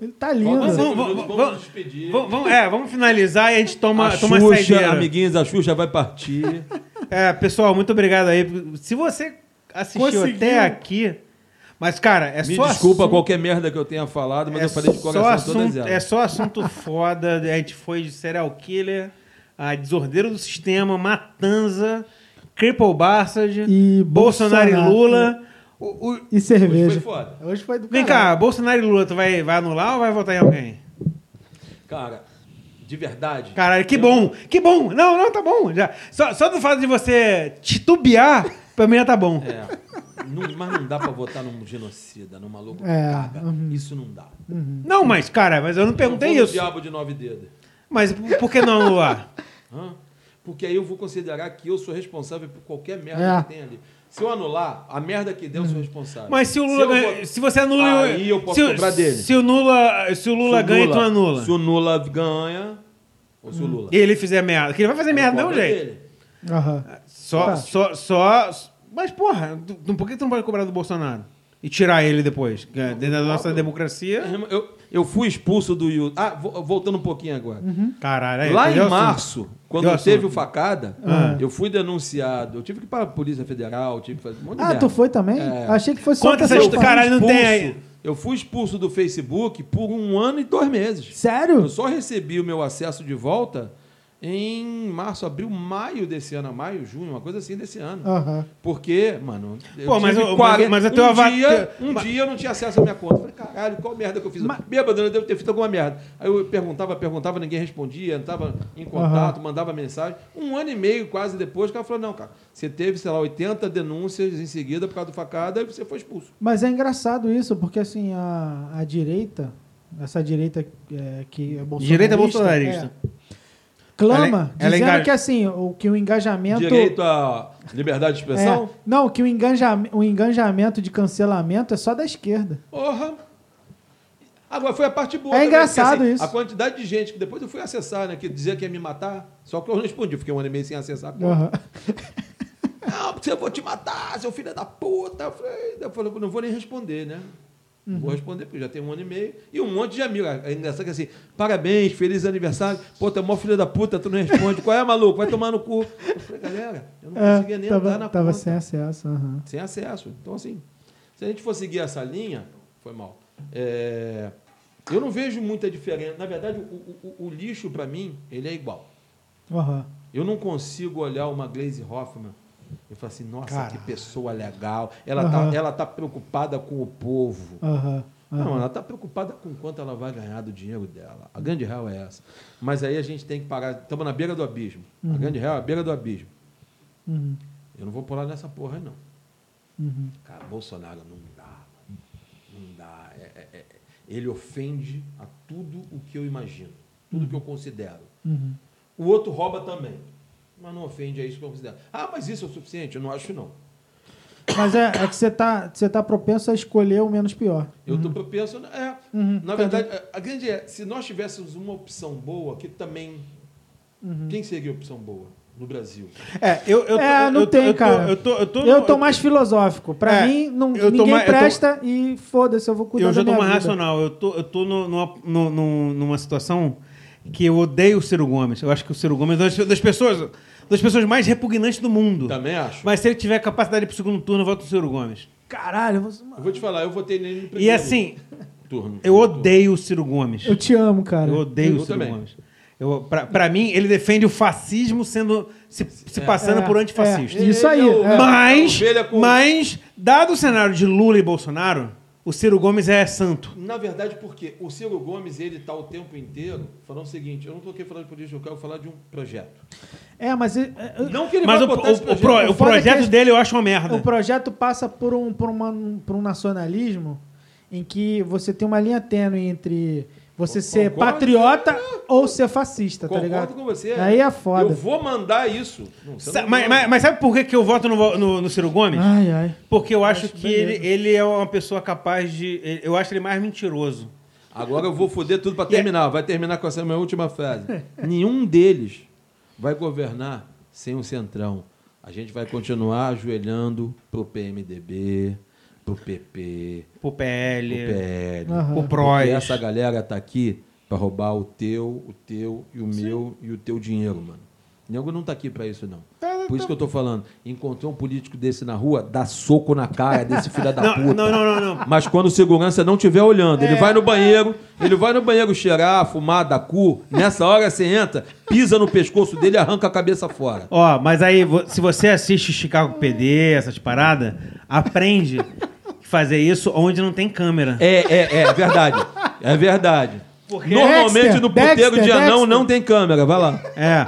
S2: Ele tá lindo.
S3: Vamos-
S2: Vamos,
S3: vamos- vamos nos despedir.
S1: vamos- vamos- é, vamos finalizar e a gente toma,
S3: a
S1: toma
S3: Xuxa,
S1: a saideira.
S3: amiguinhos, a Xuxa vai partir.
S1: É, pessoal, muito obrigado aí. Se você assistiu
S2: Conseguiu.
S1: até aqui... Mas, cara, é
S3: Me
S1: só...
S3: desculpa
S1: assunto-
S3: qualquer merda que eu tenha falado, mas eu falei de coração
S1: É só
S3: todas
S1: assunto,
S3: elas.
S1: É só assunto foda. A gente foi de serial killer, a desordeiro do sistema, matanza, cripple bastard,
S2: E
S1: Bolsonaro, e
S2: Bolsonaro.
S1: Lula. O- o-
S2: E cerveja.
S3: Hoje foi foda.
S2: Hoje foi do
S1: Vem
S2: caralho.
S1: cá, Bolsonaro e Lula, tu vai, vai anular ou vai votar em alguém?
S3: Cara, de verdade.
S1: Caralho, que bom, que bom. Não, não, tá bom. Já. Só, só do fato de você titubear, pra mim já tá bom.
S3: É, não- mas não dá pra votar num genocida, num maluco que
S2: É,
S3: caga.
S2: uhum.
S3: Isso não dá.
S1: Não, mas, cara, mas eu não perguntei
S3: Eu vou no
S1: isso.
S3: diabo de nove dedos.
S1: Mas por que não anular?
S3: Hã? Porque aí eu vou considerar que eu sou responsável por qualquer merda
S2: É.
S3: que tem ali. Se eu anular, a merda que der, eu sou responsável.
S1: Mas se o Lula
S3: eu
S1: ganha.
S3: votar-
S1: Se você anula.
S3: Aí eu posso
S1: se, o-
S3: cobrar dele.
S1: Se o Lula, se o Lula
S3: Se o
S1: ganha, tu anula.
S3: Se o Lula ganha, ou se o Lula.
S1: E ele fizer merda. Que ele vai fazer merda, não,
S3: Eu
S1: é um
S3: cobro
S1: gente.
S3: dele.
S2: Aham.
S1: Só,
S2: Tá.
S1: só, só. Mas, porra, tu- tu- por que tu não pode cobrar do Bolsonaro? E tirar ele depois? Que é Dentro da nossa democracia.
S3: Eu, eu fui expulso do YouTube. Ah, vo- voltando um pouquinho agora.
S1: Caralho, Uhum. aí,
S3: Lá
S1: entendeu? Assim,
S3: em março, Quando
S1: Deu
S3: eu
S1: assunto.
S3: teve o facada,
S2: Ah.
S3: eu fui denunciado. Eu tive que ir para a Polícia Federal, tive que fazer um monte de
S2: Ah,
S3: merda.
S2: tu foi também?
S3: É.
S1: Ah,
S2: Achei que foi só
S1: Conta
S2: pra
S1: essa
S2: ser
S1: história,
S2: fã.
S1: caralho, não
S3: Expulso.
S1: tem aí.
S3: Eu fui expulso do Facebook por um ano e dois meses. Eu
S2: Sério?
S3: só recebi o meu acesso de volta em março, abril, maio desse ano, maio, junho, uma coisa assim desse ano.
S2: Aham.
S3: Porque, mano, eu
S1: Pô, mas
S3: tive
S1: o-
S3: 40
S1: mas- mas o
S3: um,
S1: teu ava-
S3: dia,
S1: teu-
S3: um
S1: mas-
S3: dia eu não tinha acesso à minha conta. Falei, caralho, qual merda que eu fiz? Bêbado, eu devo ter feito alguma merda. Aí eu perguntava, perguntava, ninguém respondia, entrava em contato, mandava mensagem. Um ano e meio quase depois, o cara falou, não, cara, você teve, sei lá, 80 denúncias em seguida por causa do facada e você foi expulso.
S2: Mas é engraçado isso, porque assim, a, a direita, essa direita é, que é bolsonarista.
S1: Direita bolsonarista.
S2: é,
S3: é-
S2: clama,
S1: Ela- ela
S2: dizendo
S1: enga-
S2: que assim, o, que o engajamento.
S3: Direito à liberdade de
S2: é,
S3: expressão?
S2: não, que o, enganja, o engajamento de cancelamento é só da esquerda.
S3: Porra! Agora foi a parte boa.
S2: É
S3: também,
S2: engraçado
S3: porque, assim,
S2: isso.
S3: A quantidade de gente que depois eu fui acessar, né? Que dizia que ia me matar. Só que eu não respondi, fiquei um ano e meio sem acessar. Pô,
S2: Aham.
S3: Não, porque eu vou te matar, seu filho da puta. Eu falei, eu falei, não vou nem responder, né? Não
S2: Uhum.
S3: vou responder, porque já tem um ano e meio. E um monte de amigo. É engraçado que assim, parabéns, feliz aniversário. Pô, tu é mó filho da puta, tu não responde. Qual é, maluco? Vai tomar no cu. Eu falei, galera, eu não
S2: É,
S3: conseguia nem andar na
S2: tava, tava
S3: conta
S2: sem acesso. aham.
S3: sem acesso. Então, assim, se a gente for seguir essa linha, foi mal. É, eu não vejo muita diferença. Na verdade, o, o- o- o lixo, para mim, ele é igual.
S2: Aham.
S3: Eu não consigo olhar uma Glaze Hoffman e falar assim, nossa,
S1: Cara.
S3: que pessoa legal. Ela,
S2: Aham.
S3: tá, ela tá preocupada com o povo.
S2: Aham.
S3: Não,
S2: aham.
S3: ela está preocupada com quanto ela vai ganhar do dinheiro dela. A grande real é essa. Mas aí a gente tem que parar. Estamos na beira do abismo. A grande real é a beira do abismo.
S2: Uhum,
S3: Eu não vou pular nessa porra, aí, não.
S2: uhum.
S3: Cara, Bolsonaro não dá. Não dá. É- é- é- ele ofende a tudo o que eu imagino, tudo que eu considero.
S2: Uhum.
S3: O outro rouba também. Mas não ofende a isso que eu considero. Ah, mas isso é o suficiente? Eu não acho, não.
S2: Mas é, é que você tá, você tá propenso a escolher o menos pior.
S3: Eu estou propenso. É,
S2: Uhum,
S3: na verdade, a a grande é: se nós tivéssemos uma opção boa, que também.
S1: Uhum.
S3: Quem seria a opção boa no Brasil?
S1: É, eu, eu tô-
S2: É, não
S1: eu tô-
S2: tem,
S1: eu tô-
S2: cara.
S1: Eu tô, eu tô,
S2: Eu tô mais filosófico. Pra
S1: É,
S2: mim, não,
S1: eu tô
S2: ninguém
S1: mais- eu tô-
S2: presta e foda-se, eu vou cuidar
S1: Eu já
S2: da
S1: tô
S2: minha
S1: mais
S2: vida.
S1: racional. Eu tô, eu tô no- numa, no- no- numa situação que eu odeio o Ciro Gomes. Eu acho que o Ciro Gomes é uma das- das pessoas, das pessoas mais repugnantes do mundo.
S3: Também acho.
S1: Mas se ele tiver capacidade pro segundo turno, eu voto no Ciro Gomes.
S2: Caralho, é eu, vou-
S3: Eu vou te falar, eu votei nele no
S1: E
S3: primeiro
S1: assim,
S3: turno.
S1: eu odeio o Ciro Gomes.
S2: eu te amo, cara.
S1: Eu odeio
S3: Eu
S1: o Ciro
S3: também.
S1: Gomes. Eu, pra, pra mim, ele defende o fascismo sendo se, se passando
S2: É,
S1: por antifascista.
S2: é. Isso aí,
S3: Ele o-
S2: é.
S1: Mas,
S3: a ovelha com-
S1: mas, dado o cenário de Lula e Bolsonaro, o Ciro Gomes é santo.
S3: Na verdade, porque o Ciro Gomes, ele está o tempo inteiro falando o seguinte, eu não estou aqui falando de política, eu quero falar de um projeto.
S2: É, mas é- é-
S3: Não que ele
S1: Mas
S3: vai
S1: o,
S3: botar esse
S1: o- o
S3: projeto.
S1: pro-
S2: O
S1: o
S2: foda é que
S1: projeto
S2: eles-
S1: dele eu acho uma merda.
S2: o projeto passa por um, por, uma, por um nacionalismo em que você tem uma linha tênue entre você ser
S3: Concordo.
S2: patriota ou ser fascista, tá
S3: Concordo
S2: ligado?
S3: com você.
S2: Aí é foda.
S3: Eu vou mandar isso. Não, você
S1: Sa-
S3: não
S1: mas,
S3: manda.
S1: mas- mas sabe por que, que eu voto no, vo- no- no Ciro Gomes?
S2: Ai, ai.
S1: Porque eu acho,
S2: Ah. acho
S1: que
S2: beleza.
S1: ele, ele é uma pessoa capaz de. ele- Eu acho ele mais mentiroso.
S3: Agora eu vou foder tudo
S1: é-
S3: para terminar. Vai terminar com essa minha última frase. Nenhum deles vai governar sem o Centrão. A gente vai continuar ajoelhando pro PMDB, pro PP,
S1: Pro
S3: pro
S1: PL, pro,
S3: PL,
S2: Aham.
S1: PROS.
S3: Porque essa galera tá aqui pra roubar o teu, o teu e o meu e o teu dinheiro, mano. O Nego não tá aqui pra isso, não.
S1: É,
S3: Por
S1: então.
S3: isso que eu tô falando. Encontrou um político desse na rua, dá soco na cara desse filho da
S1: Não,
S3: puta.
S1: não, não, não, não. É.
S3: Mas quando o segurança não estiver olhando, ele vai no banheiro, ele vai no banheiro cheirar, fumar, dar cu. Nessa hora você entra, pisa no pescoço dele e arranca a cabeça fora.
S1: Ó, mas aí, vo- se você assiste Chicago PD, essas paradas, aprende que fazer isso onde não tem câmera.
S3: É, é, é, é verdade. É verdade.
S1: Porque-
S3: Normalmente
S2: Dexter,
S3: no puteiro de
S2: Dexter,
S3: anão
S2: Dexter.
S3: não tem câmera, vai lá.
S1: É.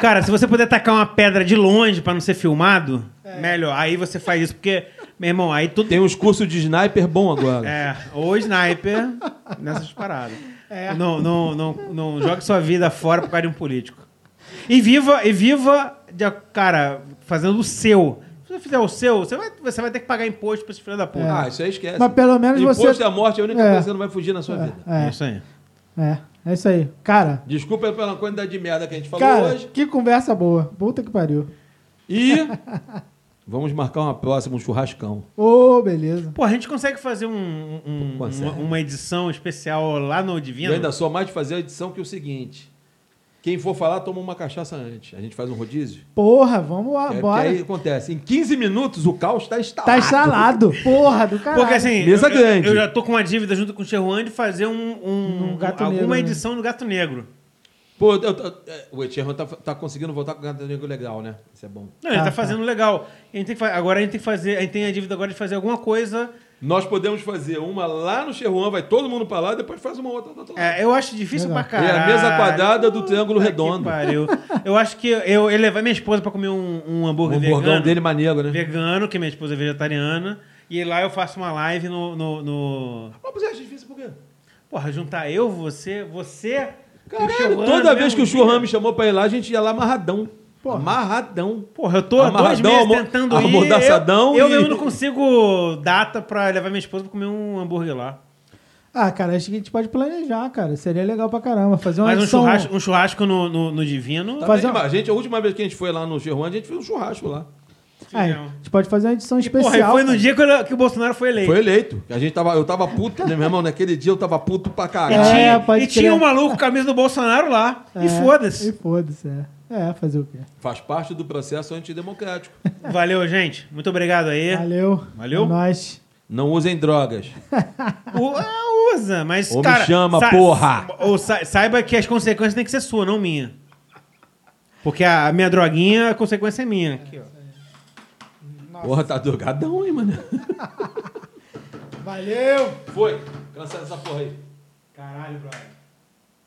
S1: Cara, se você puder tacar uma pedra de longe pra não ser filmado, melhor. Aí você faz isso, porque, meu irmão, aí tudo.
S3: Tem uns cursos de sniper bom agora.
S1: É, ou sniper nessas paradas.
S2: É.
S1: Não, não, não, não jogue sua vida fora por causa de um político. E viva, e viva, de, cara, fazendo o seu. Se você fizer o seu, você vai, você vai ter que pagar imposto pra esse filho da
S3: Ah,
S2: É,
S1: puta.
S3: isso aí esquece.
S2: Mas pelo menos
S3: Imposto
S2: você-
S3: é a morte, é a única
S2: É.
S3: coisa que você não vai fugir na sua vida.
S1: É.
S2: É,
S1: isso aí.
S2: é, é isso aí. Cara,
S3: Desculpa pela quantidade de merda que a gente falou
S2: cara,
S3: hoje.
S2: que conversa boa. Puta que pariu.
S3: E vamos marcar uma próxima, um churrascão.
S2: Ô, beleza.
S1: Pô, a gente consegue fazer um- um-
S3: Consegue.
S1: uma, uma edição especial lá no Divino?
S3: Eu ainda sou mais de fazer a edição que o seguinte. Quem for falar, toma uma cachaça antes. A gente faz um rodízio.
S2: Porra, vamos lá,
S3: É, porque
S2: Ah, bora.
S3: aí acontece. Em 15 minutos o caos está instalado.
S2: Tá instalado. Porra do caralho.
S1: Porque assim,
S3: Mesa
S1: eu, eu-
S3: grande.
S1: eu já tô com uma dívida junto com o Cherruan de fazer um, um,
S2: Um Gato
S1: alguma
S2: Negro, né?
S1: edição do Gato Negro.
S3: Pô, eu, eu- é, o Etcherman tá, tá conseguindo voltar com o gato negro legal, né? Isso é bom.
S1: Não, ele tá
S2: Ah, tá.
S1: fazendo legal. A gente tem que fa- agora a gente tem que fazer, a gente tem a dívida agora de fazer alguma coisa.
S3: Nós podemos fazer uma lá no Cherruan, vai todo mundo pra lá, depois faz uma outra. outra, outra.
S1: É, eu acho difícil
S2: Legal.
S1: pra
S3: É
S1: caralho.
S3: a mesa quadrada do Triângulo
S1: Puta que
S3: Redondo.
S1: pariu. Eu acho que eu, eu levar minha esposa pra comer um, um hambúrguer
S3: O
S1: vegano.
S3: bordão dele maneiro, né?
S1: Vegano, que minha esposa é vegetariana. E lá eu faço uma live no. no, no-
S3: Mas é, você acha difícil por quê?
S1: Porra, juntar eu, você, você. o
S3: Caralho,
S1: Churran
S3: toda
S1: no
S3: vez
S1: mesmo
S3: que o
S1: dia.
S3: Churran me chamou pra ir lá, a gente ia lá amarradão.
S2: Porra.
S3: Amarradão.
S1: Porra, eu tô há dois
S3: Amarradão,
S1: meses
S3: amor-
S1: tentando ir.
S3: amordaçadão
S1: Eu, eu
S3: e-
S1: mesmo não consigo data pra levar minha esposa pra comer um hambúrguer lá.
S2: Ah, cara, acho que a gente pode planejar, cara. Seria legal pra caramba. Fazer uma
S1: Mas um
S2: edição-
S1: churrasco, um churrasco no, no, no Divino.
S3: Tá
S2: Fazer
S3: bem
S2: uma-
S3: demais. a, gente, a última vez que a gente foi lá no Cherruan, a gente fez um churrasco lá.
S2: É, a gente pode fazer uma edição especial.
S1: Porra, e foi no
S2: cara.
S1: dia que, eu- que o Bolsonaro foi eleito.
S3: Foi eleito. A gente tava, eu tava puto, né, meu irmão? Naquele dia eu tava puto pra
S1: E,
S3: caralho.
S2: É,
S1: tinha,
S2: pode
S1: e tinha
S2: crer.
S1: um maluco com a camisa do Bolsonaro lá.
S2: É,
S1: E foda-se.
S2: E foda-se, é. É, fazer o quê?
S3: Faz parte do processo antidemocrático.
S1: Valeu, gente. Muito obrigado aí.
S2: Valeu.
S1: Valeu?
S2: É nóis.
S3: Não usem drogas.
S1: O- ah, usa, mas.
S3: Ou me
S1: cara,
S3: chama, porra.
S1: Ou sa- saiba que as consequências têm que ser sua, não minha. Porque a a minha droguinha, a consequência é minha. Aqui, ó.
S3: Porra, tá drogadão, hein, mano?
S2: Valeu!
S3: Foi. Cancela essa porra aí.
S1: Caralho, brother.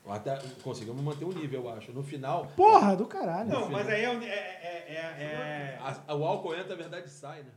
S3: Até conseguimos manter o nível, eu acho. No final,
S2: Porra do caralho.
S1: Não, mas aí é. é- é- é- é-
S3: a- o álcool entra, a verdade sai, né?